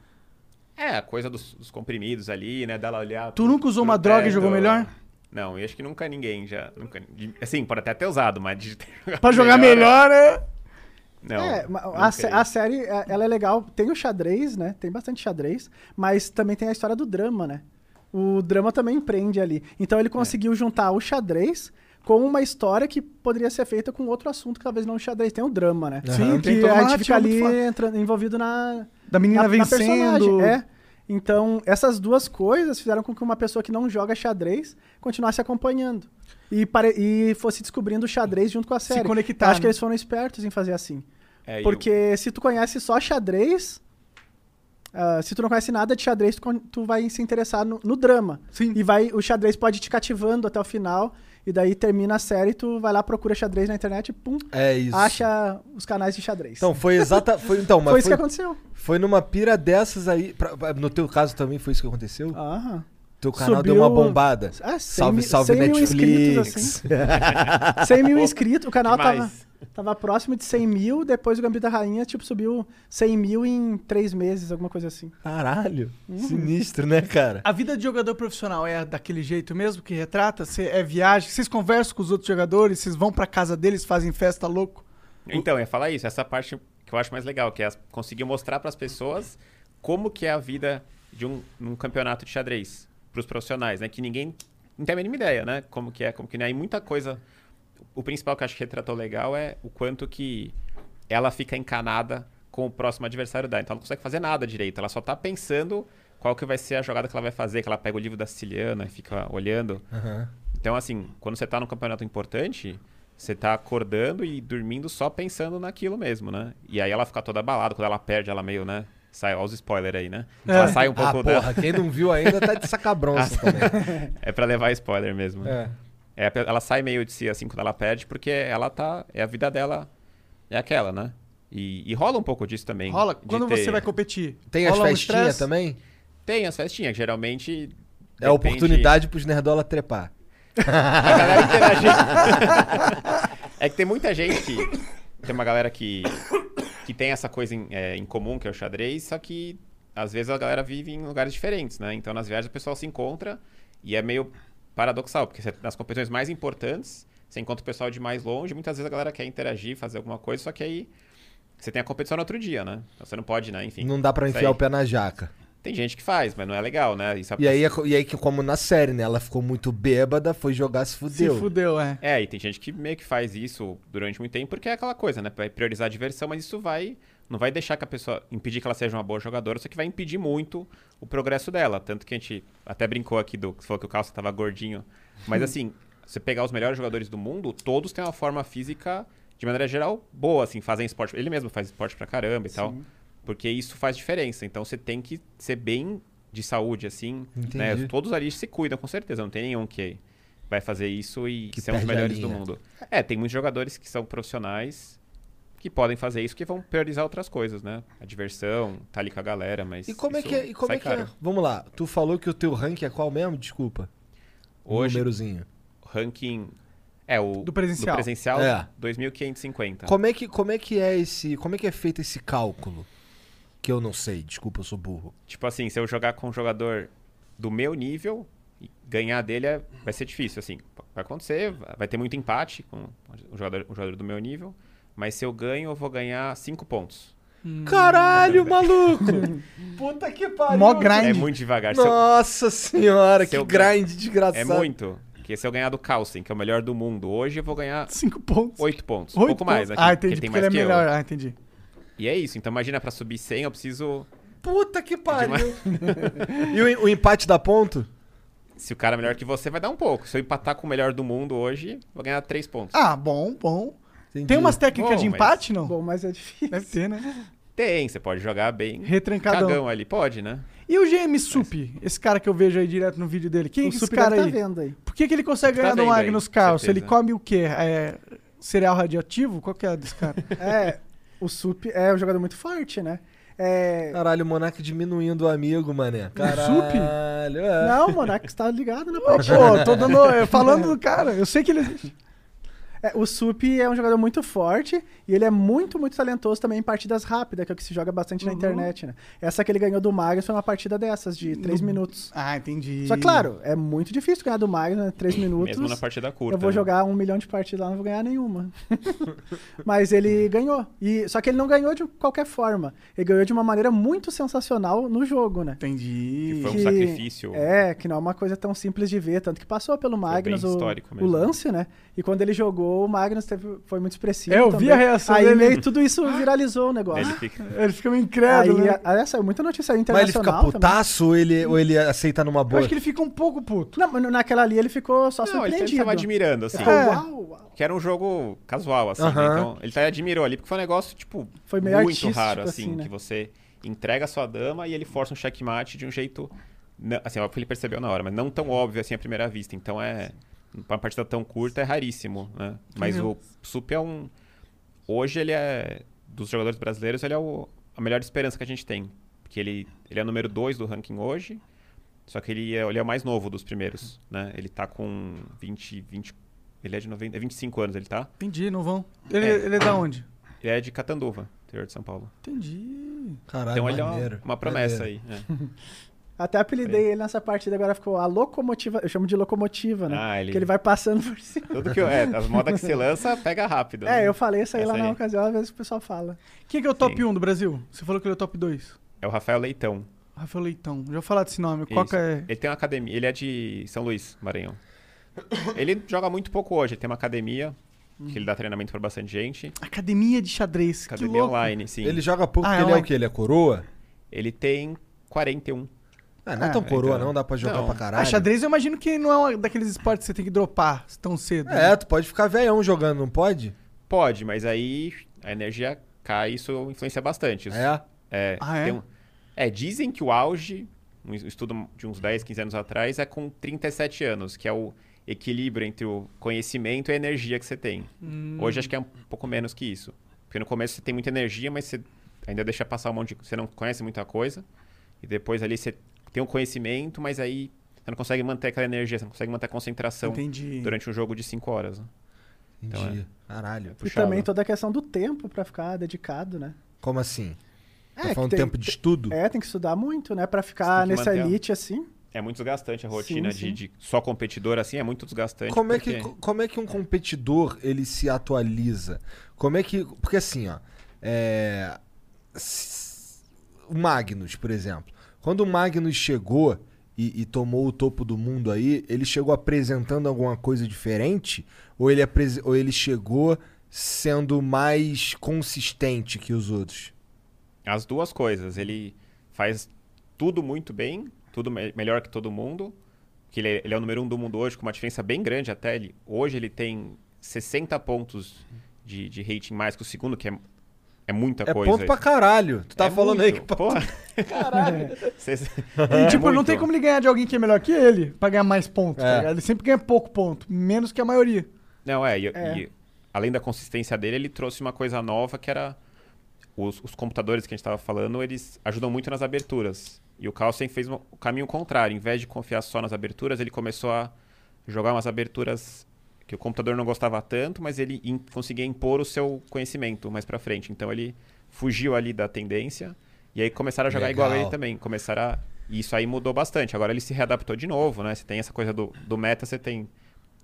[SPEAKER 3] É, a coisa dos, dos comprimidos ali, né? Dela olhar.
[SPEAKER 8] Tu nunca usou
[SPEAKER 3] pro
[SPEAKER 8] uma droga e
[SPEAKER 3] teto.
[SPEAKER 8] jogou melhor?
[SPEAKER 3] Não, eu acho que nunca ninguém já. Nunca, de- assim, pode até ter usado, mas de ter jogado
[SPEAKER 8] Pra jogar melhor, é...
[SPEAKER 3] Não.
[SPEAKER 1] é, ma-
[SPEAKER 3] nunca
[SPEAKER 1] a, sé-
[SPEAKER 3] isso.
[SPEAKER 1] a série, é- ela é legal. Tem o xadrez, né? Tem bastante xadrez, mas também tem a história do drama, né? O drama também empreende ali. Então
[SPEAKER 3] É.
[SPEAKER 1] ele conseguiu juntar o xadrez com uma história que poderia ser feita com outro assunto que talvez não o xadrez. Tem o drama, né?
[SPEAKER 8] Sim, tem
[SPEAKER 1] que
[SPEAKER 8] toda uma
[SPEAKER 1] a gente fica
[SPEAKER 8] narrativa muito
[SPEAKER 1] ali
[SPEAKER 8] foda.
[SPEAKER 1] entrando, envolvido na,
[SPEAKER 8] Da menina vencendo.
[SPEAKER 1] personagem, é. Então, essas duas coisas fizeram com que uma pessoa que não joga xadrez continuasse acompanhando. E, pare- e fosse descobrindo o xadrez junto com a série.
[SPEAKER 8] conectar,
[SPEAKER 1] Eu Acho que
[SPEAKER 8] né?
[SPEAKER 1] eles foram espertos em fazer assim.
[SPEAKER 3] É, e o-
[SPEAKER 1] Porque se tu conhece só xadrez, ah, se tu não conhece nada de xadrez, tu, con- tu vai se interessar no, no drama.
[SPEAKER 8] Sim.
[SPEAKER 1] E vai, o xadrez pode te cativando até o final. E daí termina a série, tu vai lá, procura xadrez na internet e pum,
[SPEAKER 2] É isso.
[SPEAKER 1] acha os canais de xadrez.
[SPEAKER 2] Então, foi exata. Foi, então, mas
[SPEAKER 1] foi isso
[SPEAKER 2] foi,
[SPEAKER 1] que aconteceu.
[SPEAKER 2] foi numa pira dessas aí. pra- pra- no teu caso também foi isso que aconteceu?
[SPEAKER 1] Aham.
[SPEAKER 2] teu canal
[SPEAKER 1] subiu-
[SPEAKER 2] deu uma bombada.
[SPEAKER 1] Ah, 100
[SPEAKER 2] salve,
[SPEAKER 1] mil-
[SPEAKER 2] salve
[SPEAKER 1] 100 mil
[SPEAKER 2] Netflix.
[SPEAKER 1] inscritos, assim. 100 mil inscritos, o canal
[SPEAKER 3] Demais.
[SPEAKER 1] tava. Tava próximo de 100 mil, depois o Gambito da Rainha, tipo, subiu 100 mil em três meses, alguma coisa assim.
[SPEAKER 7] Caralho. Sinistro, né, cara?
[SPEAKER 8] A vida de jogador profissional é daquele jeito mesmo que retrata? Cê, é viagem? Vocês conversam com os outros jogadores? Vocês vão pra casa deles, fazem festa louco?
[SPEAKER 3] Então, eu ia falar isso. Essa parte que eu acho mais legal, que é as- conseguir mostrar para as pessoas como que é a vida de um, num campeonato de xadrez para os profissionais, né? Que ninguém não tem a mínima ideia, né? Como que é, como que não é. E muita coisa... O principal que eu acho que retratou legal é o quanto que ela fica encanada com o próximo adversário dela. Então, ela não consegue fazer nada direito. Ela só tá pensando qual que vai ser a jogada que ela vai fazer, que ela pega o livro da Siciliana e fica olhando. Então, assim, quando você tá num campeonato importante, você tá acordando e dormindo só pensando naquilo mesmo, né? E aí ela fica toda abalada, quando ela perde, ela meio, né? Sai, ó, os spoilers aí, né? Ela sai um
[SPEAKER 2] ah,
[SPEAKER 3] pouco
[SPEAKER 2] porra,
[SPEAKER 3] dela.
[SPEAKER 2] quem não viu ainda tá de sacabronça também.
[SPEAKER 3] É pra levar spoiler mesmo. né?
[SPEAKER 2] É.
[SPEAKER 3] É, pe- ela sai meio de si assim quando ela perde, porque ela tá. É a vida dela, é aquela, né? E, e rola um pouco disso também.
[SPEAKER 8] Rola?
[SPEAKER 3] de
[SPEAKER 8] Quando
[SPEAKER 3] ter-
[SPEAKER 8] você vai competir?
[SPEAKER 2] Tem as
[SPEAKER 8] rola um
[SPEAKER 2] festinhas
[SPEAKER 8] estresse?
[SPEAKER 2] também?
[SPEAKER 3] Tem as festinhas, que geralmente.
[SPEAKER 2] É a oportunidade pros nerdola trepar.
[SPEAKER 3] A galera interage. é que tem muita gente que. Tem uma galera que. que tem essa coisa em, é, em comum, que é o xadrez, só que às vezes a galera vive em lugares diferentes, né? Então nas viagens o pessoal se encontra e é meio paradoxal, porque você- nas competições mais importantes, você encontra o pessoal de mais longe, muitas vezes a galera quer interagir, fazer alguma coisa, só que aí. Você tem a competição no outro dia, né? Então você não pode, né? Enfim.
[SPEAKER 2] Não dá pra
[SPEAKER 3] isso
[SPEAKER 2] enfiar
[SPEAKER 3] aí.
[SPEAKER 2] o pé na jaca.
[SPEAKER 3] Tem gente que faz, mas não é legal, né? Isso é-
[SPEAKER 2] E aí, é co- e aí que como na série, né? Ela ficou muito bêbada, foi jogar, se
[SPEAKER 8] Se
[SPEAKER 2] fudeu.
[SPEAKER 8] fudeu, é.
[SPEAKER 3] É, e tem gente que meio que faz isso durante muito tempo porque é aquela coisa, né? Vai priorizar a diversão, mas isso vai. Não vai deixar que a pessoa. impedir que ela seja uma boa jogadora, só que vai impedir muito o progresso dela. Tanto que a gente até brincou aqui do. Você falou que o Calça tava gordinho. Mas assim, você pegar os melhores jogadores do mundo, todos têm uma forma física, de maneira geral, boa, assim, fazem esporte. Ele mesmo faz esporte pra caramba e tal. Porque isso faz diferença. Então você tem que ser bem de saúde, assim. né?
[SPEAKER 2] Entendi.
[SPEAKER 3] Todos ali se cuidam, com certeza. Não tem nenhum que vai fazer isso e
[SPEAKER 2] Que
[SPEAKER 3] ser um dos
[SPEAKER 2] perde a
[SPEAKER 3] melhores do
[SPEAKER 2] linha.
[SPEAKER 3] mundo. É, tem muitos jogadores que são profissionais que podem fazer isso, que vão priorizar outras coisas, né? A diversão, tá ali com a galera, mas.
[SPEAKER 2] E como é
[SPEAKER 3] isso
[SPEAKER 2] que é? E como
[SPEAKER 3] sai
[SPEAKER 2] é que é?
[SPEAKER 3] caro.
[SPEAKER 2] Vamos lá, tu falou que o teu rank é qual mesmo? Desculpa. O
[SPEAKER 3] Hoje,
[SPEAKER 2] númerozinho.
[SPEAKER 3] ranking. É, o.
[SPEAKER 8] Do presencial.
[SPEAKER 3] Do presencial,
[SPEAKER 2] É.
[SPEAKER 3] 2.550.
[SPEAKER 2] Como é que como é que é esse, como é que é feito esse cálculo? Que eu não sei, desculpa, eu sou burro.
[SPEAKER 3] Tipo assim, se eu jogar com um jogador do meu nível e ganhar dele é- vai ser difícil, assim. P- Vai acontecer, va- vai ter muito empate com um jogador, um jogador do meu nível. Mas se eu ganho, eu vou ganhar 5 pontos.
[SPEAKER 8] Hum.
[SPEAKER 2] Caralho, maluco. Puta que pariu.
[SPEAKER 8] Mó grind.
[SPEAKER 3] É muito devagar. Se eu-
[SPEAKER 2] Nossa senhora, que
[SPEAKER 3] Seu-
[SPEAKER 2] grind desgraçado.
[SPEAKER 3] é muito. Porque se eu ganhar do Carlsen, que é o melhor do mundo hoje, eu vou ganhar
[SPEAKER 8] Cinco pontos.
[SPEAKER 3] 8 pontos. um
[SPEAKER 8] Oito
[SPEAKER 3] pouco mais, né?
[SPEAKER 8] pontos. Ah,
[SPEAKER 3] que- que
[SPEAKER 8] entendi. Porque ele é
[SPEAKER 3] mais que eu. né?
[SPEAKER 8] melhor. Ah, entendi.
[SPEAKER 3] E é isso. Então imagina, pra subir 100, eu preciso...
[SPEAKER 2] Puta que
[SPEAKER 3] É Demais.
[SPEAKER 2] pariu. e o, o empate dá ponto?
[SPEAKER 3] Se o cara é melhor que você, vai dar um pouco. Se eu empatar com o melhor do mundo hoje, eu vou ganhar 3 pontos.
[SPEAKER 8] Ah, bom, bom.
[SPEAKER 2] Entendi.
[SPEAKER 8] Tem umas técnicas
[SPEAKER 3] Bom,
[SPEAKER 8] de
[SPEAKER 3] mas-
[SPEAKER 8] empate, não?
[SPEAKER 1] Bom, mas é difícil.
[SPEAKER 8] Deve ter, né?
[SPEAKER 3] Tem, você pode jogar bem...
[SPEAKER 8] Retrancadão.
[SPEAKER 3] Cagão ali. Pode, né?
[SPEAKER 8] E o GM Sup? Esse cara que eu vejo aí direto no vídeo dele. Quem é
[SPEAKER 1] O
[SPEAKER 8] esse
[SPEAKER 1] Sup
[SPEAKER 8] cara
[SPEAKER 1] deve
[SPEAKER 8] aí?
[SPEAKER 1] tá vendo aí.
[SPEAKER 8] Por que, que ele consegue
[SPEAKER 3] Tá
[SPEAKER 8] ganhar do
[SPEAKER 3] vendo aí,
[SPEAKER 8] Magnus
[SPEAKER 3] com
[SPEAKER 8] Carlsen? Ele
[SPEAKER 3] certeza.
[SPEAKER 8] come o quê? É, cereal radioativo? Qual que é desse cara?
[SPEAKER 1] É, o Sup é um jogador muito forte, né? É,
[SPEAKER 2] Caralho, o Monark diminuindo o amigo, mané.
[SPEAKER 8] Zup?
[SPEAKER 2] Caralho, é.
[SPEAKER 1] não, o Monark está tá ligado na
[SPEAKER 8] Ô,
[SPEAKER 1] partida.
[SPEAKER 8] Pô, tô dando, eu falando do cara. Eu sei que ele existe.
[SPEAKER 1] É, o Sup é um jogador muito forte e ele é muito, muito talentoso também em partidas rápidas, que é o que se joga bastante na internet, né? Essa que ele ganhou do Magnus foi uma partida dessas, de 3 minutos.
[SPEAKER 8] Ah, entendi.
[SPEAKER 1] Só que, claro, é muito difícil ganhar do Magnus em 3 minutos.
[SPEAKER 3] Mesmo na partida curta.
[SPEAKER 1] Eu vou
[SPEAKER 3] né?
[SPEAKER 1] jogar um milhão de partidas lá, não vou ganhar nenhuma. Mas ele ganhou. E, só que ele não ganhou de qualquer forma. Ele ganhou de uma maneira muito sensacional no jogo, né?
[SPEAKER 8] Entendi.
[SPEAKER 3] Que foi um
[SPEAKER 1] que-
[SPEAKER 3] sacrifício.
[SPEAKER 1] É, que não é uma coisa tão simples de ver, tanto que passou pelo Magnus o,
[SPEAKER 3] histórico
[SPEAKER 1] o
[SPEAKER 3] mesmo.
[SPEAKER 1] lance, né? E quando ele jogou, o Magnus teve, foi muito expressivo.
[SPEAKER 8] É, eu vi
[SPEAKER 1] também.
[SPEAKER 8] a reação
[SPEAKER 1] Aí
[SPEAKER 8] dele.
[SPEAKER 1] meio tudo isso viralizou o
[SPEAKER 3] Aí Ele
[SPEAKER 1] negócio.
[SPEAKER 3] fica...
[SPEAKER 8] Ele fica meio
[SPEAKER 1] Aí,
[SPEAKER 8] incrédulo. né?
[SPEAKER 1] a, a- saiu muita notícia
[SPEAKER 2] Mas ele fica
[SPEAKER 1] internacional também.
[SPEAKER 2] putaço ou ele, ou ele aceita numa
[SPEAKER 8] Eu
[SPEAKER 2] boa?
[SPEAKER 8] acho que ele fica um pouco puto.
[SPEAKER 1] Não, mas naquela ali ele ficou só
[SPEAKER 3] Não, ele
[SPEAKER 1] surpreendido.
[SPEAKER 3] estava admirando, assim.
[SPEAKER 8] É.
[SPEAKER 1] Ficou, uau, uau.
[SPEAKER 3] Que era um jogo casual, assim, né?
[SPEAKER 2] Aham.
[SPEAKER 3] Então, ele tá- admirou ali, porque foi um negócio, tipo,
[SPEAKER 1] Foi meio
[SPEAKER 3] muito
[SPEAKER 1] artístico,
[SPEAKER 3] raro, assim,
[SPEAKER 1] assim, né?
[SPEAKER 3] que você entrega a sua dama e ele força um checkmate de um jeito, não- assim, óbvio que ele percebeu na hora, mas não tão óbvio, assim, à primeira vista. Então, é... Pra uma partida tão curta, é raríssimo, né? Mas
[SPEAKER 1] Uhum.
[SPEAKER 3] o Sup é um... Hoje, ele é... Dos jogadores brasileiros, ele é o, a melhor esperança que a gente tem. Porque ele, ele é o número 2 do ranking hoje, só que ele é, ele é o mais novo dos primeiros, né? Ele tá com 20, 20, Ele é de 90, é 25 anos, ele tá?
[SPEAKER 8] Entendi, não vão. Ele
[SPEAKER 3] É.
[SPEAKER 8] é, ele é da onde?
[SPEAKER 3] Ele é de Catanduva, interior de São Paulo.
[SPEAKER 8] Entendi.
[SPEAKER 2] Caralho,
[SPEAKER 3] Então ele é
[SPEAKER 2] Ah, maneiro.
[SPEAKER 3] uma, uma promessa
[SPEAKER 2] maneiro.
[SPEAKER 3] aí. é.
[SPEAKER 1] Até apelidei ele nessa partida, agora ficou a locomotiva. Eu chamo de locomotiva, né?
[SPEAKER 3] Ah, ele-
[SPEAKER 1] Porque ele vai passando por cima.
[SPEAKER 3] Tudo que eu, é, as modas que você lança, pega rápido. né?
[SPEAKER 1] É, eu falei isso aí
[SPEAKER 3] Essa
[SPEAKER 1] lá na
[SPEAKER 3] aí.
[SPEAKER 1] ocasião, às vezes o pessoal fala.
[SPEAKER 8] Quem que é o top
[SPEAKER 3] Sim.
[SPEAKER 8] 1 do Brasil? Você falou que ele é o top 2.
[SPEAKER 3] É o Rafael Leitão.
[SPEAKER 8] Rafael Leitão. então, Já vou falar desse nome.
[SPEAKER 3] Isso.
[SPEAKER 8] Coca é.
[SPEAKER 3] Ele tem uma academia. Ele é de São Luís, Maranhão. Ele joga muito pouco hoje. Ele tem uma academia que ele dá treinamento pra bastante gente.
[SPEAKER 8] Academia de xadrez. que
[SPEAKER 3] Academia
[SPEAKER 8] louco.
[SPEAKER 3] online, sim.
[SPEAKER 2] Ele
[SPEAKER 3] Ele...
[SPEAKER 2] joga pouco,
[SPEAKER 8] Ah,
[SPEAKER 2] porque ele
[SPEAKER 8] é
[SPEAKER 2] é o
[SPEAKER 8] uma-
[SPEAKER 2] quê? Ele é coroa?
[SPEAKER 3] tem 41.
[SPEAKER 2] Ah, não é tão
[SPEAKER 3] Ah,
[SPEAKER 2] coroa,
[SPEAKER 3] então-
[SPEAKER 2] não. Dá pra jogar
[SPEAKER 3] não.
[SPEAKER 2] pra
[SPEAKER 8] Ah,
[SPEAKER 2] caralho.
[SPEAKER 8] xadrez eu imagino que não é uma daqueles esportes que você tem que dropar tão cedo. né?
[SPEAKER 2] É, tu pode ficar velhão jogando, não pode?
[SPEAKER 3] Pode, mas aí a energia cai, isso influencia bastante. Isso-
[SPEAKER 2] É.
[SPEAKER 3] É,
[SPEAKER 8] Ah, é?
[SPEAKER 3] tem um- é, dizem que o auge, um es- estudo de uns 10, 15 anos atrás, é com 37 anos, que é o equilíbrio entre o conhecimento e a energia que você tem.
[SPEAKER 8] Hum.
[SPEAKER 3] Hoje acho que é um pouco menos que isso. Porque no começo você tem muita energia, mas você ainda deixa passar um monte de... Você não conhece muita coisa. E depois ali você tem um conhecimento, mas aí você não consegue manter aquela energia, você não consegue manter a concentração
[SPEAKER 8] Entendi.
[SPEAKER 3] durante um jogo de 5 horas. né? Então,
[SPEAKER 2] Entendi. Caralho.
[SPEAKER 3] Puxado.
[SPEAKER 1] E também toda a questão do tempo pra ficar dedicado, né?
[SPEAKER 2] Como assim?
[SPEAKER 1] É,
[SPEAKER 2] tá falando
[SPEAKER 1] que tem-
[SPEAKER 2] tempo de estudo?
[SPEAKER 1] É, tem que estudar muito, né? Pra
[SPEAKER 3] Você
[SPEAKER 1] ficar
[SPEAKER 3] tem que
[SPEAKER 1] nessa
[SPEAKER 3] manter a-
[SPEAKER 1] elite assim.
[SPEAKER 3] É muito desgastante a rotina
[SPEAKER 1] sim.
[SPEAKER 3] De, de só competidor assim, é muito desgastante.
[SPEAKER 2] Como é, que,
[SPEAKER 3] porque-
[SPEAKER 2] como é que um competidor ele se atualiza? Como é que. Porque assim, ó. É, s- o Magnus, por exemplo. Quando o Magnus chegou e, e tomou o topo do mundo aí, ele chegou apresentando alguma coisa diferente? Ou ele, apres- ou ele chegou sendo mais consistente que os outros?
[SPEAKER 3] As duas coisas. Ele faz tudo muito bem, tudo me- melhor que todo mundo. Que ele, é- ele é o número um do mundo hoje, com uma diferença bem grande até. Ele, hoje ele tem 60 pontos de, de rating mais que o segundo, que é, é muita
[SPEAKER 2] É
[SPEAKER 3] coisa.
[SPEAKER 2] ponto pra caralho. Tu tá
[SPEAKER 3] É
[SPEAKER 2] falando aí que.
[SPEAKER 3] muito, Porra. Caralho. Cês-
[SPEAKER 8] E,
[SPEAKER 3] é
[SPEAKER 8] tipo, não
[SPEAKER 3] muito.
[SPEAKER 8] tem como ele ganhar de alguém que é melhor que ele pra ganhar mais pontos. tá
[SPEAKER 2] É.
[SPEAKER 8] ligado? Ele sempre ganha pouco ponto, menos que a maioria.
[SPEAKER 3] Não, é. E,
[SPEAKER 1] É.
[SPEAKER 3] e além da consistência dele, ele trouxe uma coisa nova que era. Os, os computadores que a gente estava falando, eles ajudam muito nas aberturas. E o Carlsen fez uma- o caminho contrário. Em vez de confiar só nas aberturas, ele começou a jogar umas aberturas que o computador não gostava tanto, mas ele im- conseguia impor o seu conhecimento mais pra frente. Então ele fugiu ali da tendência. E aí começaram a jogar igual a
[SPEAKER 2] Legal.
[SPEAKER 3] ele também. Começaram a... E isso aí mudou bastante. Agora ele se readaptou de novo, né? Você tem essa coisa do, do meta, você tem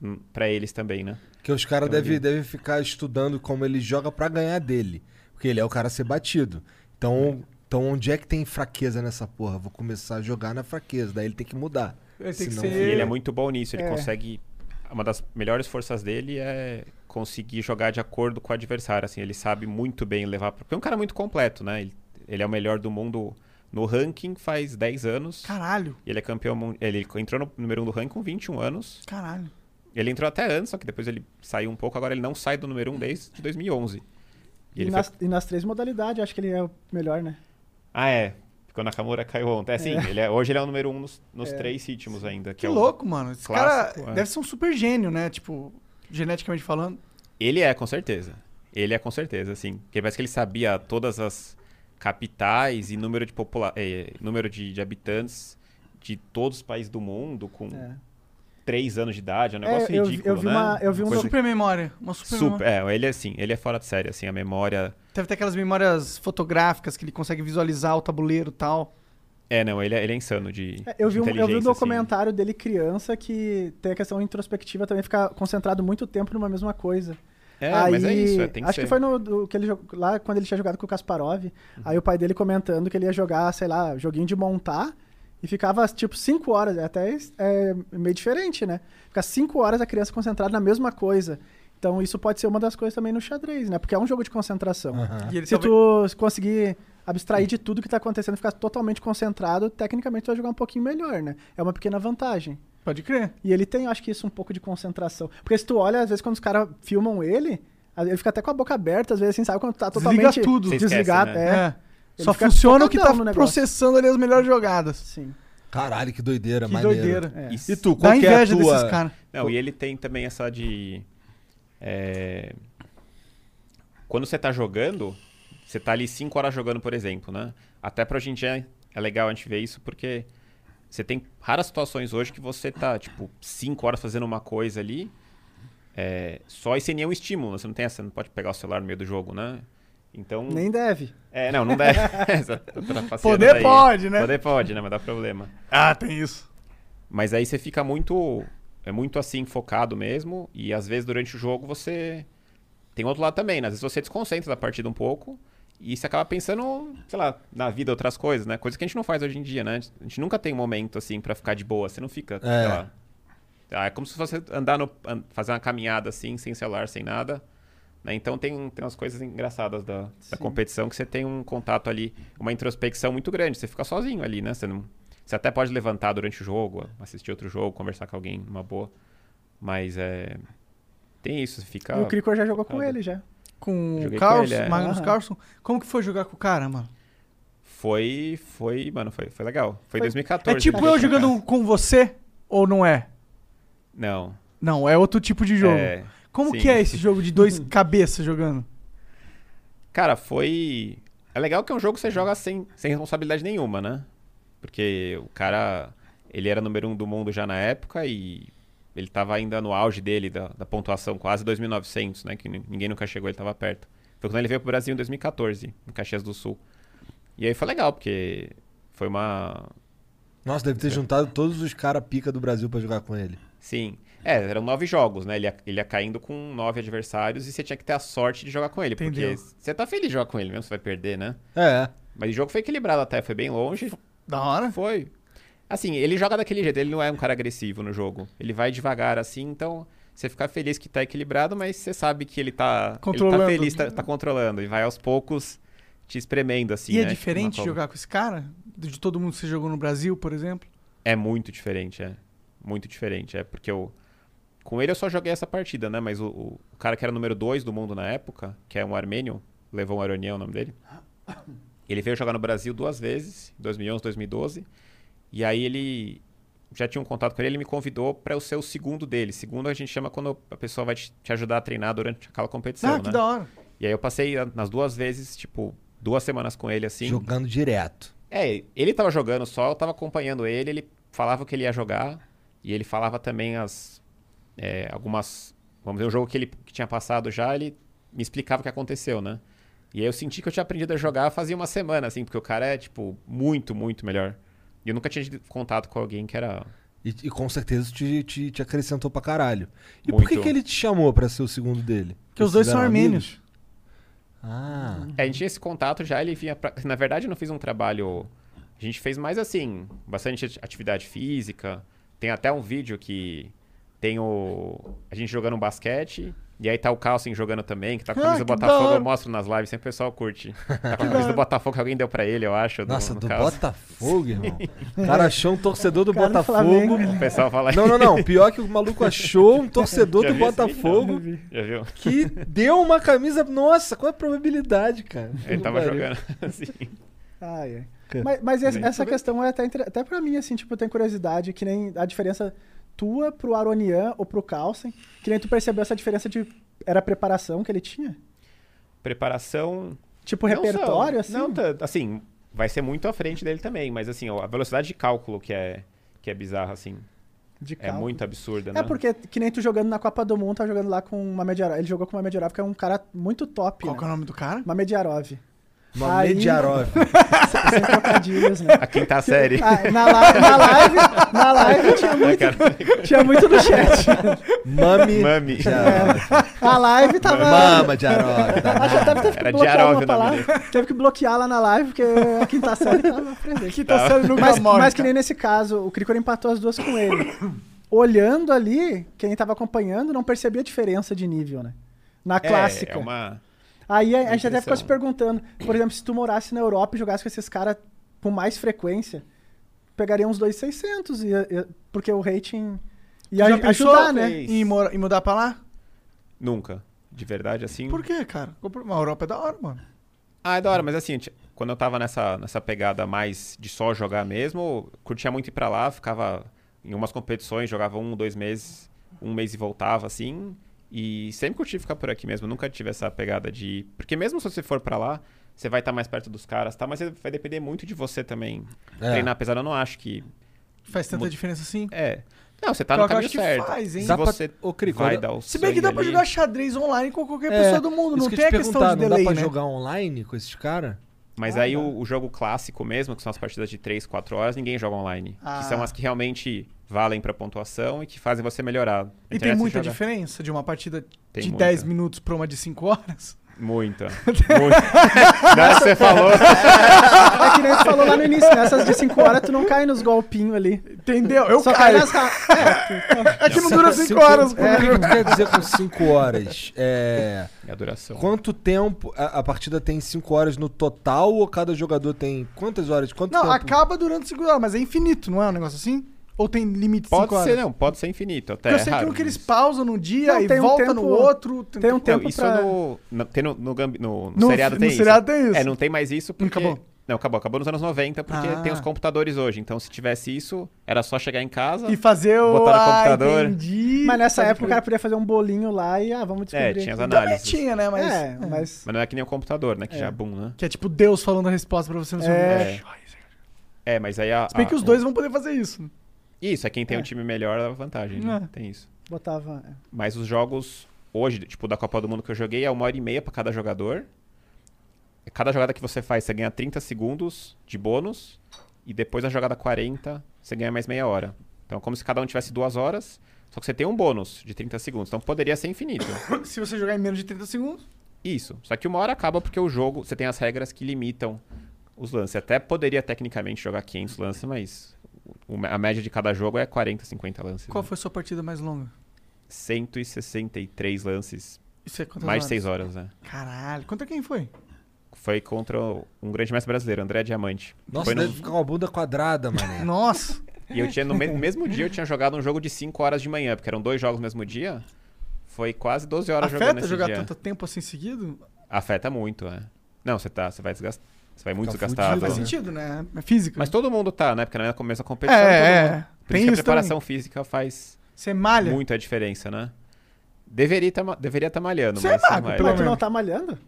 [SPEAKER 3] hum, pra eles também, né?
[SPEAKER 2] Que os caras
[SPEAKER 3] Então,
[SPEAKER 2] devem
[SPEAKER 3] ele-
[SPEAKER 2] deve ficar estudando como ele joga pra ganhar dele. Porque ele é o cara a ser batido. Então, então onde é que tem fraqueza nessa porra? Vou começar a jogar na fraqueza. Daí ele tem que mudar.
[SPEAKER 8] Ele tem que
[SPEAKER 2] Senão-
[SPEAKER 8] ser-
[SPEAKER 3] E ele é
[SPEAKER 8] Eu-
[SPEAKER 3] muito bom nisso, ele
[SPEAKER 1] É.
[SPEAKER 3] consegue. Uma das melhores forças dele é conseguir jogar de acordo com o adversário. Assim, ele sabe muito bem levar. pra- Porque é um cara muito completo, né? Ele, ele é o melhor do mundo no ranking faz 10 anos.
[SPEAKER 8] Caralho,
[SPEAKER 3] E Ele é campeão. mun- Ele entrou no número 1 do ranking com 21 anos.
[SPEAKER 8] caralho.
[SPEAKER 3] Ele entrou até antes, só que depois ele saiu um pouco. Agora ele não sai do número 1 desde 2011. E
[SPEAKER 1] E,
[SPEAKER 3] ele foi-
[SPEAKER 1] nas, e nas três modalidades, eu acho que ele é o melhor, né?
[SPEAKER 3] Ah, é. Ficou na Kamura caiu ontem. É assim, Ele é- hoje ele é o número 1 nos, nos três ritmos ainda.
[SPEAKER 8] Que
[SPEAKER 3] é o-
[SPEAKER 8] louco, mano. Esse
[SPEAKER 3] clássico,
[SPEAKER 8] cara
[SPEAKER 3] é.
[SPEAKER 8] deve ser um super gênio, né? Tipo, geneticamente falando.
[SPEAKER 3] Ele é, com certeza. Ele é, com certeza, assim. Porque parece que ele sabia todas as capitais e número de, popula eh, número de, de habitantes de todos os países do mundo com
[SPEAKER 1] É.
[SPEAKER 3] três anos de idade. É um
[SPEAKER 1] É,
[SPEAKER 3] negócio
[SPEAKER 1] eu vi-
[SPEAKER 3] ridículo,
[SPEAKER 1] eu vi
[SPEAKER 3] né?
[SPEAKER 1] uma- eu vi um
[SPEAKER 3] Coisa
[SPEAKER 8] Super memória. Uma super,
[SPEAKER 3] super...
[SPEAKER 8] memória.
[SPEAKER 3] É, ele é assim, ele é fora de série, assim. A memória...
[SPEAKER 8] Deve ter aquelas memórias fotográficas que ele consegue visualizar o tabuleiro e tal.
[SPEAKER 3] É, não, ele é, ele é insano de
[SPEAKER 1] É, Eu vi, um, eu vi um
[SPEAKER 3] de inteligência, assim. né?
[SPEAKER 1] documentário dele criança que tem a questão introspectiva também, ficar concentrado muito tempo numa mesma coisa.
[SPEAKER 3] Assim. É, mas é isso, é, tem que
[SPEAKER 1] Acho
[SPEAKER 3] ser. Uhum.
[SPEAKER 1] que foi no, do- que ele, jogou- lá quando ele tinha jogado com o Kasparov. Aí o pai dele comentando que ele ia jogar, sei lá, joguinho de montar. E ficava, tipo, cinco horas. Até es- é meio diferente, né? Ficar cinco horas a criança concentrada na mesma coisa. Então isso pode ser uma das coisas também no xadrez, né? Porque é um jogo de concentração.
[SPEAKER 2] Aham.
[SPEAKER 8] E ele
[SPEAKER 1] Se
[SPEAKER 8] talvez-
[SPEAKER 1] tu conseguir abstrair de tudo que tá acontecendo, ficar totalmente concentrado, tecnicamente tu vai jogar um pouquinho melhor, né? É uma pequena vantagem.
[SPEAKER 8] Pode crer.
[SPEAKER 1] E ele tem, eu acho que isso, um pouco de concentração. Porque se tu olha, às vezes, quando os caras filmam ele, a- ele fica até com a boca aberta, às vezes, assim, sabe? Quando tá totalmente...
[SPEAKER 8] Desliga tudo.
[SPEAKER 3] Você esquece,
[SPEAKER 1] Desligado,
[SPEAKER 3] né?
[SPEAKER 1] é.
[SPEAKER 8] É. Só
[SPEAKER 1] fica
[SPEAKER 8] funciona o que tá
[SPEAKER 1] focadão no negócio.
[SPEAKER 8] processando ali as melhores jogadas.
[SPEAKER 1] Sim.
[SPEAKER 2] Caralho, que doideira,
[SPEAKER 8] Que
[SPEAKER 2] maneiro.
[SPEAKER 8] doideira.
[SPEAKER 1] É.
[SPEAKER 3] Isso.
[SPEAKER 2] E tu, qual
[SPEAKER 8] Dá
[SPEAKER 2] que é a
[SPEAKER 8] inveja
[SPEAKER 2] tua...
[SPEAKER 8] desses caras.
[SPEAKER 3] Não, e ele tem também essa de. é, Quando você tá jogando, você tá ali 5 horas jogando, por exemplo, né? Até pra hoje em dia é legal a gente ver isso, porque você tem raras situações hoje que você tá, tipo, 5 horas fazendo uma coisa ali. é, só e sem nenhum estímulo. né? Você não tem essa, não pode pegar o celular no meio do jogo, né? Então.
[SPEAKER 1] Nem deve.
[SPEAKER 3] É, não, não deve. Essa trapaceada
[SPEAKER 8] Poder
[SPEAKER 3] daí.
[SPEAKER 8] pode, né?
[SPEAKER 3] Poder pode, né? Mas dá problema.
[SPEAKER 8] Ah, tem isso.
[SPEAKER 3] Mas aí você fica muito. É muito assim, focado mesmo. E às vezes durante o jogo você. Tem outro lado também, né? Às vezes você desconcentra da partida um pouco. E você acaba pensando, sei lá, na vida, outras coisas, né? Coisas que a gente não faz hoje em dia, né? A gente nunca tem um momento assim pra ficar de boa. Você não fica,
[SPEAKER 2] É.
[SPEAKER 3] sei lá. Ah, É como se você andar no. an- fazer uma caminhada assim, sem celular, sem nada. né? Então tem, tem umas coisas engraçadas da, da competição que você tem um contato ali, uma introspecção muito grande. Você fica sozinho ali, né? Você, não, você até pode levantar durante o jogo, assistir outro jogo, conversar com alguém numa boa. Mas é. Tem isso, você fica.
[SPEAKER 1] E o Cricor já jogou com
[SPEAKER 3] focado.
[SPEAKER 1] ele já.
[SPEAKER 8] Com o
[SPEAKER 3] Joguei com
[SPEAKER 8] Carlson,
[SPEAKER 3] ele, é.
[SPEAKER 8] Magnus
[SPEAKER 1] Aham.
[SPEAKER 8] Carlson. Como que foi jogar com o cara, mano?
[SPEAKER 3] Foi. Foi. Mano, foi, foi legal. Foi,
[SPEAKER 1] Foi-
[SPEAKER 3] 2014.
[SPEAKER 8] É tipo eu jogando com você ou não é?
[SPEAKER 3] Não.
[SPEAKER 8] Não, é outro tipo de jogo.
[SPEAKER 3] É,
[SPEAKER 8] Como
[SPEAKER 3] sim.
[SPEAKER 8] que é esse jogo de dois cabeças jogando?
[SPEAKER 3] Cara, foi. É legal que é um jogo que você joga sem, sem responsabilidade nenhuma, né? Porque o cara. Ele era número um do mundo já na época e ele tava ainda no auge dele, da, da pontuação, quase 2.900, né? Que nin- ninguém nunca chegou, ele tava perto. Foi quando ele veio pro Brasil em 2014, em Caxias do Sul. E aí foi legal, porque foi uma.
[SPEAKER 2] Nossa, deve ter juntado todos os cara pica do Brasil pra jogar com ele.
[SPEAKER 3] Sim. É, eram nove jogos, né? Ele ia, ele ia caindo com nove adversários e você tinha que ter a sorte de jogar com ele.
[SPEAKER 8] Entendeu.
[SPEAKER 3] Porque você tá feliz de jogar com ele mesmo, você vai perder, né?
[SPEAKER 2] É.
[SPEAKER 3] Mas o jogo foi equilibrado até, foi bem longe.
[SPEAKER 8] Da hora?
[SPEAKER 3] Foi. Assim, ele joga daquele jeito, ele não é um cara agressivo no jogo. Ele vai devagar assim, então você fica feliz que tá equilibrado, mas você sabe que ele tá, ele
[SPEAKER 8] Controlando.
[SPEAKER 3] tá feliz, tá, tá controlando. E vai aos poucos te espremendo, assim.
[SPEAKER 8] e é
[SPEAKER 3] né? Uma
[SPEAKER 8] diferente
[SPEAKER 3] cobra.
[SPEAKER 8] jogar com esse cara? De todo mundo que você jogou no Brasil, por exemplo?
[SPEAKER 3] É muito diferente, é. Muito diferente, é. Porque eu. Com ele eu só joguei essa partida, né? Mas o, o- o cara que era número 2 do mundo na época, que é um armênio, Levon Aronian é o nome dele. Ele veio jogar no Brasil duas vezes, em 2011, 2012. E aí ele já tinha um contato com ele, ele me convidou pra eu ser o segundo dele. Segundo a gente chama quando a pessoa vai te, te ajudar a treinar durante aquela competição,
[SPEAKER 8] ah,
[SPEAKER 3] né?
[SPEAKER 8] que da hora.
[SPEAKER 3] E aí eu passei a- nas duas vezes, tipo, duas semanas com ele assim.
[SPEAKER 2] Jogando direto.
[SPEAKER 3] É, ele tava jogando só, eu tava acompanhando ele, ele falava o que ele ia jogar, e ele falava também as. é, algumas. Vamos dizer, um jogo que ele que tinha passado já, ele me explicava o que aconteceu, né? E aí eu senti que eu tinha aprendido a jogar fazia uma semana, assim, porque o cara é, tipo, muito, muito melhor. E eu nunca tinha tido contato com alguém que era.
[SPEAKER 2] E, e com certeza te, te, te acrescentou pra caralho. E por
[SPEAKER 3] Muito.
[SPEAKER 2] que, que ele te chamou pra ser o segundo dele?
[SPEAKER 8] Porque os dois são
[SPEAKER 2] Eles eram
[SPEAKER 8] armênios.
[SPEAKER 2] Ah.
[SPEAKER 3] É, a gente tinha esse contato já, ele vinha pra... Na verdade, eu não fiz um trabalho... A gente fez mais assim, bastante ati- atividade física. Tem até um vídeo que tem o... A gente jogando um basquete... E aí tá o Carlsen jogando também, que tá com a
[SPEAKER 8] Ah,
[SPEAKER 3] camisa do
[SPEAKER 8] que da
[SPEAKER 3] Botafogo,
[SPEAKER 8] hora.
[SPEAKER 3] eu mostro nas lives, sempre o pessoal curte. Tá com a
[SPEAKER 8] da
[SPEAKER 3] camisa
[SPEAKER 8] hora.
[SPEAKER 3] do Botafogo que alguém deu pra ele, eu acho. no-
[SPEAKER 2] Nossa,
[SPEAKER 3] no
[SPEAKER 2] do
[SPEAKER 3] caso.
[SPEAKER 2] Botafogo, irmão. O cara achou um torcedor do
[SPEAKER 1] Cara do
[SPEAKER 2] Botafogo.
[SPEAKER 1] Flamengo.
[SPEAKER 3] O pessoal fala
[SPEAKER 2] Não, não, não. Pior que o maluco achou um torcedor
[SPEAKER 3] Já
[SPEAKER 2] do
[SPEAKER 3] vi esse
[SPEAKER 2] Botafogo
[SPEAKER 3] vídeo? Já viu?
[SPEAKER 2] que deu uma camisa. Nossa, qual é a probabilidade, cara?
[SPEAKER 3] Ele tava
[SPEAKER 2] Pariu.
[SPEAKER 3] jogando assim.
[SPEAKER 1] Ai, ai.
[SPEAKER 2] Cara,
[SPEAKER 1] Mas, mas essa,
[SPEAKER 3] nem
[SPEAKER 1] essa questão é até, inter- até pra mim, assim, tipo, eu tenho curiosidade, que nem a diferença tua pro Aronian ou pro Carlsen, que nem tu percebeu essa diferença de. Era a preparação que ele tinha?
[SPEAKER 3] Preparação
[SPEAKER 1] Tipo,
[SPEAKER 3] Não
[SPEAKER 1] repertório,
[SPEAKER 3] são.
[SPEAKER 1] assim?
[SPEAKER 3] Não, tanto. assim, vai ser muito à frente dele também, mas assim, ó, a velocidade de cálculo que é, que é bizarra, assim,
[SPEAKER 1] de
[SPEAKER 3] é
[SPEAKER 1] cálculo.
[SPEAKER 3] muito absurda, né?
[SPEAKER 1] É porque, que nem tu jogando na Copa do Mundo, tá jogando lá com uma Mediarov. Ele jogou com uma Mediarov, que é um cara muito top,
[SPEAKER 8] Qual
[SPEAKER 1] né?
[SPEAKER 8] que é o nome do cara?
[SPEAKER 1] Uma Mediarov.
[SPEAKER 2] Uma
[SPEAKER 1] Aí- tá
[SPEAKER 2] Mediarov.
[SPEAKER 1] Sem trocadilhos, né?
[SPEAKER 3] A quinta série.
[SPEAKER 1] Ah, na, li- na live, na live tinha muito, tinha muito no chat.
[SPEAKER 2] Mami.
[SPEAKER 1] É,
[SPEAKER 3] Mami. É,
[SPEAKER 2] Jarov.
[SPEAKER 1] Na live tava...
[SPEAKER 2] Mama Jarov.
[SPEAKER 1] Acho que até teve que
[SPEAKER 3] tá Era
[SPEAKER 1] bloquear
[SPEAKER 3] Diarov
[SPEAKER 1] uma
[SPEAKER 3] o nome
[SPEAKER 1] palavra. Teve que bloquear lá na live, porque a quinta série tava presente.
[SPEAKER 8] Que tá sendo nunca
[SPEAKER 1] Mas,
[SPEAKER 8] morre,
[SPEAKER 1] mas que
[SPEAKER 8] cara.
[SPEAKER 1] nem nesse caso, o Cricor empatou as duas com ele. Olhando ali, quem tava acompanhando não percebia a diferença de nível, né? Na
[SPEAKER 3] É,
[SPEAKER 1] clássica.
[SPEAKER 3] É, uma...
[SPEAKER 1] Aí a, a gente até
[SPEAKER 3] Impressão.
[SPEAKER 1] ficou se perguntando, por exemplo, se tu morasse na Europa e jogasse com esses caras com mais frequência, pegaria uns 2,600, e, e, porque o rating ia
[SPEAKER 8] Já
[SPEAKER 1] aj-
[SPEAKER 8] pensou
[SPEAKER 1] ajudar, né?
[SPEAKER 8] em, mora- em mudar pra lá?
[SPEAKER 3] Nunca. De verdade, assim.
[SPEAKER 8] Por quê, cara? A Europa é da hora, mano.
[SPEAKER 3] Ah, é da hora, mas assim, ti- quando eu tava nessa, nessa pegada mais de só jogar mesmo, eu curtia muito ir pra lá, ficava em umas competições, jogava um, dois meses, um mês e voltava, assim. E sempre curti ficar por aqui mesmo, nunca tive essa pegada de. Porque mesmo se você for pra lá, você vai estar mais perto dos caras, tá? Mas vai depender muito de você também
[SPEAKER 2] É.
[SPEAKER 3] treinar, apesar de eu não acho que.
[SPEAKER 8] Faz tanta
[SPEAKER 3] Mu-
[SPEAKER 8] diferença assim?
[SPEAKER 3] É. Não, você tá
[SPEAKER 8] Pior
[SPEAKER 3] no
[SPEAKER 8] que eu
[SPEAKER 3] caminho
[SPEAKER 8] acho que
[SPEAKER 3] certo.
[SPEAKER 8] faz, hein?
[SPEAKER 3] Se
[SPEAKER 2] Dá pra-
[SPEAKER 3] você
[SPEAKER 2] Ô, Crico,
[SPEAKER 3] vai
[SPEAKER 2] olha-
[SPEAKER 3] dar o
[SPEAKER 8] Se bem que dá pra
[SPEAKER 3] sangue
[SPEAKER 8] jogar
[SPEAKER 3] ali,
[SPEAKER 8] xadrez online com qualquer pessoa do mundo, não
[SPEAKER 2] É, isso que
[SPEAKER 8] tem
[SPEAKER 2] eu
[SPEAKER 8] a
[SPEAKER 2] te
[SPEAKER 8] questão
[SPEAKER 2] perguntar,
[SPEAKER 8] de delay,
[SPEAKER 2] Não dá pra
[SPEAKER 8] né?
[SPEAKER 2] jogar online com esses caras?
[SPEAKER 3] Mas aí o, o jogo clássico mesmo, que são as partidas de 3, 4 horas, ninguém joga online.
[SPEAKER 8] Ah.
[SPEAKER 3] Que são as que realmente valem pra pontuação e que fazem você melhorar. Na
[SPEAKER 8] E tem
[SPEAKER 3] internet você
[SPEAKER 8] muita
[SPEAKER 3] joga-
[SPEAKER 8] diferença de uma partida
[SPEAKER 3] Tem
[SPEAKER 8] de
[SPEAKER 3] muita.
[SPEAKER 8] 10 minutos pra uma de 5 horas?
[SPEAKER 3] Muita. Muita. Não, você falou.
[SPEAKER 1] É que nem tu falou lá no início, nessas de 5 horas tu não cai nos golpinhos ali.
[SPEAKER 8] Entendeu? Eu
[SPEAKER 1] Só cai
[SPEAKER 8] caio.
[SPEAKER 1] nas... ra-
[SPEAKER 8] É que não dura 5 horas.
[SPEAKER 2] É, o que eu quero dizer com 5 horas? É,
[SPEAKER 3] É a duração.
[SPEAKER 2] quanto tempo a, a partida tem 5 horas no total ou cada jogador tem quantas horas?
[SPEAKER 3] É.
[SPEAKER 2] Quanto
[SPEAKER 8] Não,
[SPEAKER 2] tempo?
[SPEAKER 8] acaba durante 5 horas, mas é infinito, não é um negócio assim? Ou tem limite de 5
[SPEAKER 3] Pode
[SPEAKER 8] horas?
[SPEAKER 3] ser, não, pode ser infinito. Até
[SPEAKER 8] Porque eu
[SPEAKER 3] é
[SPEAKER 8] sei
[SPEAKER 3] raro,
[SPEAKER 8] que, um que eles
[SPEAKER 3] mas-
[SPEAKER 8] pausam num dia
[SPEAKER 1] Não,
[SPEAKER 8] e
[SPEAKER 1] tem um
[SPEAKER 8] volta
[SPEAKER 1] tempo-
[SPEAKER 8] no outro.
[SPEAKER 1] Tem um tempo
[SPEAKER 3] não, isso
[SPEAKER 1] pra...
[SPEAKER 3] no, no, tem no, no, Gambi- no, no
[SPEAKER 8] No
[SPEAKER 3] seriado
[SPEAKER 8] fi-
[SPEAKER 3] tem
[SPEAKER 8] no
[SPEAKER 3] isso.
[SPEAKER 8] seriado tem isso. Hum,
[SPEAKER 3] É, não tem mais isso porque...
[SPEAKER 8] acabou.
[SPEAKER 3] Não, acabou. Acabou nos anos 90 porque
[SPEAKER 8] Ah.
[SPEAKER 3] tem os computadores hoje. Então, se tivesse isso, era só chegar em casa... É,
[SPEAKER 8] E fazer o...
[SPEAKER 3] Botar no
[SPEAKER 8] Ah,
[SPEAKER 3] computador.
[SPEAKER 8] entendi.
[SPEAKER 1] Mas nessa
[SPEAKER 8] Pode
[SPEAKER 1] época o
[SPEAKER 8] crer.
[SPEAKER 1] cara podia fazer um bolinho lá e, ah, vamos
[SPEAKER 3] É,
[SPEAKER 1] descobrir.
[SPEAKER 3] tinha as
[SPEAKER 1] aqui.
[SPEAKER 8] Também
[SPEAKER 3] análises.
[SPEAKER 8] tinha, né? Mas...
[SPEAKER 1] É, mas...
[SPEAKER 3] Mas não é que nem o computador, né? Que já, bum, né?
[SPEAKER 8] Que é tipo Deus falando a resposta pra você no seu
[SPEAKER 1] É.
[SPEAKER 8] vídeo.
[SPEAKER 3] É, mas aí a...
[SPEAKER 8] Se bem
[SPEAKER 3] a-
[SPEAKER 8] que os dois vão poder fazer isso.
[SPEAKER 3] Isso, é quem tem um time melhor dá vantagem, né?
[SPEAKER 8] É.
[SPEAKER 3] Tem isso.
[SPEAKER 1] Botava... é.
[SPEAKER 3] Mas os jogos hoje, tipo, da Copa do Mundo que eu joguei, é uma hora e meia pra cada jogador. Cada jogada que você faz, você ganha 30 segundos de bônus. E depois da jogada 40, você ganha mais meia hora. Então é como se cada um tivesse duas horas, só que você tem um bônus de 30 segundos. Então poderia ser infinito.
[SPEAKER 8] Se você jogar em menos de 30 segundos.
[SPEAKER 3] Isso. Só que uma hora acaba porque o jogo, você tem as regras que limitam os lances. Até poderia tecnicamente jogar 500 lances, mas o- a média de cada jogo é 40, 50 lances.
[SPEAKER 8] Qual
[SPEAKER 3] né?
[SPEAKER 8] foi a sua partida mais longa?
[SPEAKER 3] 163 lances,
[SPEAKER 8] Isso é quantas
[SPEAKER 3] mais
[SPEAKER 8] horas?
[SPEAKER 3] de 6 horas, né?
[SPEAKER 8] Caralho, contra quem foi?
[SPEAKER 3] Foi contra um grande mestre brasileiro, André Diamante.
[SPEAKER 2] Nossa,
[SPEAKER 3] Foi no-
[SPEAKER 2] deve ficar uma bunda quadrada, mano.
[SPEAKER 8] Nossa.
[SPEAKER 3] E eu tinha, no me- mesmo dia, eu tinha jogado um jogo de 5 horas de manhã, porque eram dois jogos no mesmo dia. Foi quase 12 horas jogando
[SPEAKER 8] Afeta
[SPEAKER 3] nesse
[SPEAKER 8] jogar
[SPEAKER 3] dia.
[SPEAKER 8] tanto tempo assim seguido?
[SPEAKER 3] Afeta muito, né? Não, você tá, você vai desgastar. Você vai muito
[SPEAKER 2] Fica
[SPEAKER 3] desgastado.
[SPEAKER 2] fudido,
[SPEAKER 8] Faz
[SPEAKER 2] Tá.
[SPEAKER 3] né?
[SPEAKER 8] sentido, né? É físico.
[SPEAKER 3] Mas todo mundo tá, né? Porque na começo da competição. todo mundo-
[SPEAKER 8] é, é.
[SPEAKER 3] Por
[SPEAKER 8] Tem
[SPEAKER 3] isso que
[SPEAKER 8] isso
[SPEAKER 3] a preparação
[SPEAKER 8] também.
[SPEAKER 3] física faz
[SPEAKER 8] Você malha.
[SPEAKER 3] muito a diferença, né? Deveria tá, ma- deveria tá malhando,
[SPEAKER 8] Você é
[SPEAKER 3] mas não
[SPEAKER 8] magro,
[SPEAKER 3] malha.
[SPEAKER 8] pelo
[SPEAKER 1] Mas
[SPEAKER 8] menos.
[SPEAKER 1] tu não tá malhando?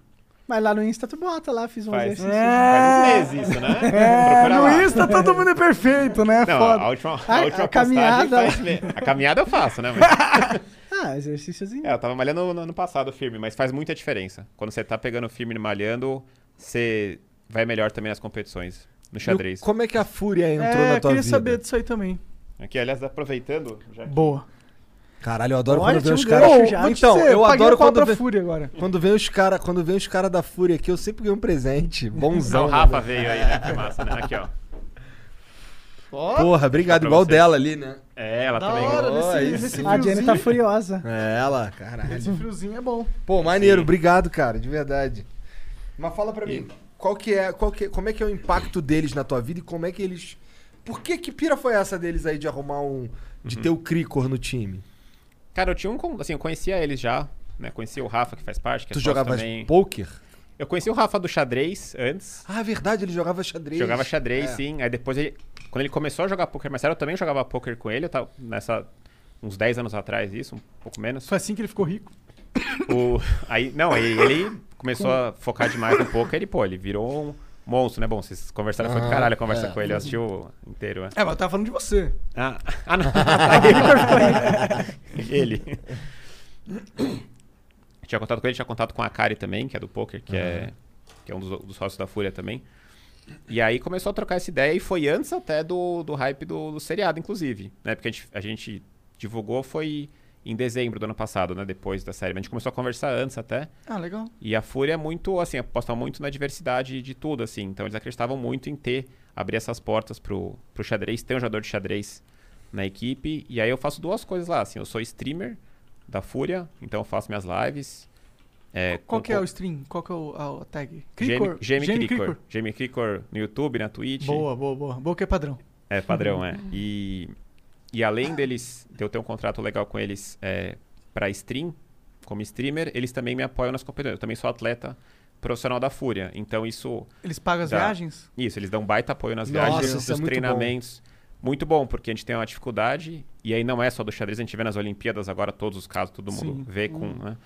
[SPEAKER 1] Mas lá no Insta tu bota lá, fiz um
[SPEAKER 3] Faz.
[SPEAKER 1] exercício.
[SPEAKER 8] É,
[SPEAKER 3] Faz uns meses isso, né?
[SPEAKER 8] é
[SPEAKER 3] Procura lá.
[SPEAKER 8] no Insta todo mundo é perfeito, né?
[SPEAKER 3] Não,
[SPEAKER 8] Foda.
[SPEAKER 3] a última, a
[SPEAKER 1] A-
[SPEAKER 3] última
[SPEAKER 1] a caminhada-
[SPEAKER 3] postagem faz me- A caminhada eu faço, né? Mas,
[SPEAKER 1] Ah, exercíciozinho.
[SPEAKER 3] é, eu tava malhando no- no ano passado firme, mas faz muita diferença. Quando você tá pegando firme e malhando, você vai melhor também nas competições, no xadrez.
[SPEAKER 2] E o- Como é que a fúria entrou
[SPEAKER 8] é,
[SPEAKER 2] na tua
[SPEAKER 8] queria
[SPEAKER 2] vida?
[SPEAKER 8] saber disso aí também.
[SPEAKER 3] Aqui, aliás, aproveitando, já que
[SPEAKER 8] Boa.
[SPEAKER 2] Caralho, eu adoro
[SPEAKER 1] Olha,
[SPEAKER 2] quando vem
[SPEAKER 1] tinha
[SPEAKER 2] os
[SPEAKER 1] um
[SPEAKER 2] caras.
[SPEAKER 1] gancho já.
[SPEAKER 2] Então, eu
[SPEAKER 8] paguei
[SPEAKER 2] adoro
[SPEAKER 8] o pau
[SPEAKER 2] quando
[SPEAKER 8] pra
[SPEAKER 2] vem,
[SPEAKER 8] Fúria agora.
[SPEAKER 2] quando vem os cara, quando vem os cara da fúria aqui, eu sempre ganho um presente, bonzão.
[SPEAKER 3] o Rafa veio aí, né? Que massa, né? Aqui, ó.
[SPEAKER 2] Porra, obrigado,
[SPEAKER 3] tá Pra
[SPEAKER 2] igual
[SPEAKER 3] vocês.
[SPEAKER 2] dela ali, né?
[SPEAKER 3] É, ela também.
[SPEAKER 8] hora, nesse-
[SPEAKER 2] aí
[SPEAKER 8] nesse
[SPEAKER 2] sim.
[SPEAKER 1] A Jenny tá furiosa.
[SPEAKER 2] É ela, caralho.
[SPEAKER 8] Esse friozinho é bom.
[SPEAKER 2] Pô, maneiro,
[SPEAKER 3] Sim.
[SPEAKER 2] obrigado, cara, de verdade. Mas fala pra mim, qual que é, qual que, como é que é o impacto deles na tua vida e como é que eles... Por que que pira foi essa deles aí de arrumar um... de ter o Cricor no time?
[SPEAKER 3] Cara, Uhum. eu tinha um. con- Assim, eu conhecia eles já, né? Conhecia o Rafa, que faz parte,
[SPEAKER 2] tu
[SPEAKER 3] que é sócio
[SPEAKER 2] jogava
[SPEAKER 3] também.
[SPEAKER 2] poker?
[SPEAKER 3] Eu conheci o Rafa do xadrez antes.
[SPEAKER 2] Ah, é verdade, ele jogava xadrez.
[SPEAKER 3] Jogava xadrez,
[SPEAKER 2] É.
[SPEAKER 3] sim. Aí depois ele. Quando ele começou a jogar poker mais sério, eu também jogava poker com ele. Eu tava nessa. Uns 10 anos atrás, isso, um pouco menos.
[SPEAKER 8] Foi assim que ele ficou rico.
[SPEAKER 3] O, aí, não, aí ele começou a focar demais no poker e, pô, ele virou um monstro, né? Bom, vocês conversaram foi do
[SPEAKER 2] Ah,
[SPEAKER 3] caralho a conversa
[SPEAKER 2] é.
[SPEAKER 3] com ele, eu assisti o inteiro, né?
[SPEAKER 8] É, mas eu tava falando de você.
[SPEAKER 3] Ah, ah não. Tá aí. ele. Tinha contato com ele, tinha contato com a Akari também, que é do poker, que, é, que é um dos, dos sócios da Fúria também. E aí começou a trocar essa ideia e foi antes até do, do hype do, do seriado, inclusive. Né? Porque a gente, a gente divulgou foi em dezembro do ano passado, né? Depois da série. Mas a gente começou a conversar antes até.
[SPEAKER 8] Ah, legal.
[SPEAKER 3] E a Fúria é muito, assim, aposta muito na diversidade de tudo, assim. Então eles acreditavam muito em ter, abrir essas portas pro, pro xadrez, ter um jogador de xadrez na equipe. E aí eu faço duas coisas lá, assim. Eu sou streamer da Fúria, então eu faço minhas lives. É,
[SPEAKER 8] Qual
[SPEAKER 3] com-
[SPEAKER 8] que é o stream? Qual que é o, a- a tag?
[SPEAKER 3] Jamie, Jamie,
[SPEAKER 8] Jamie
[SPEAKER 3] Cricor. Jamie Cricor no YouTube, na Twitch.
[SPEAKER 8] Boa, boa, boa. Boa que é padrão.
[SPEAKER 3] É padrão, é. E, e além deles, de eu ter um contrato legal com eles é, para stream, como streamer, eles também me apoiam nas competições. Eu também sou atleta profissional da Fúria. Então isso,
[SPEAKER 8] Eles pagam as
[SPEAKER 3] Dá.
[SPEAKER 8] viagens?
[SPEAKER 3] isso eles dão baita apoio nas
[SPEAKER 2] Nossa,
[SPEAKER 3] viagens,
[SPEAKER 2] isso é
[SPEAKER 3] nos
[SPEAKER 2] muito
[SPEAKER 3] treinamentos. Muito bom, porque a gente tem uma dificuldade, e aí não é só do xadrez, a gente vê nas Olimpíadas agora todos os casos, todo mundo
[SPEAKER 8] Sim.
[SPEAKER 3] vê com, né,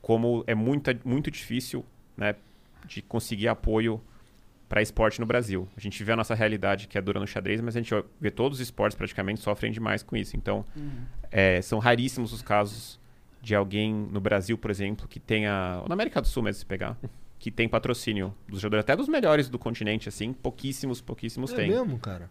[SPEAKER 3] como é muito, muito difícil né, de conseguir apoio para esporte no Brasil. A gente vê a nossa realidade que é dura no xadrez, mas a gente vê todos os esportes praticamente sofrem demais com isso. Então,
[SPEAKER 2] Uhum.
[SPEAKER 3] é, são raríssimos os casos de alguém no Brasil, por exemplo, que tenha. ou Na América do Sul mesmo, se pegar. Que tem patrocínio dos jogadores, até dos melhores do continente, assim, pouquíssimos, pouquíssimos
[SPEAKER 2] É
[SPEAKER 3] têm.
[SPEAKER 2] mesmo, cara?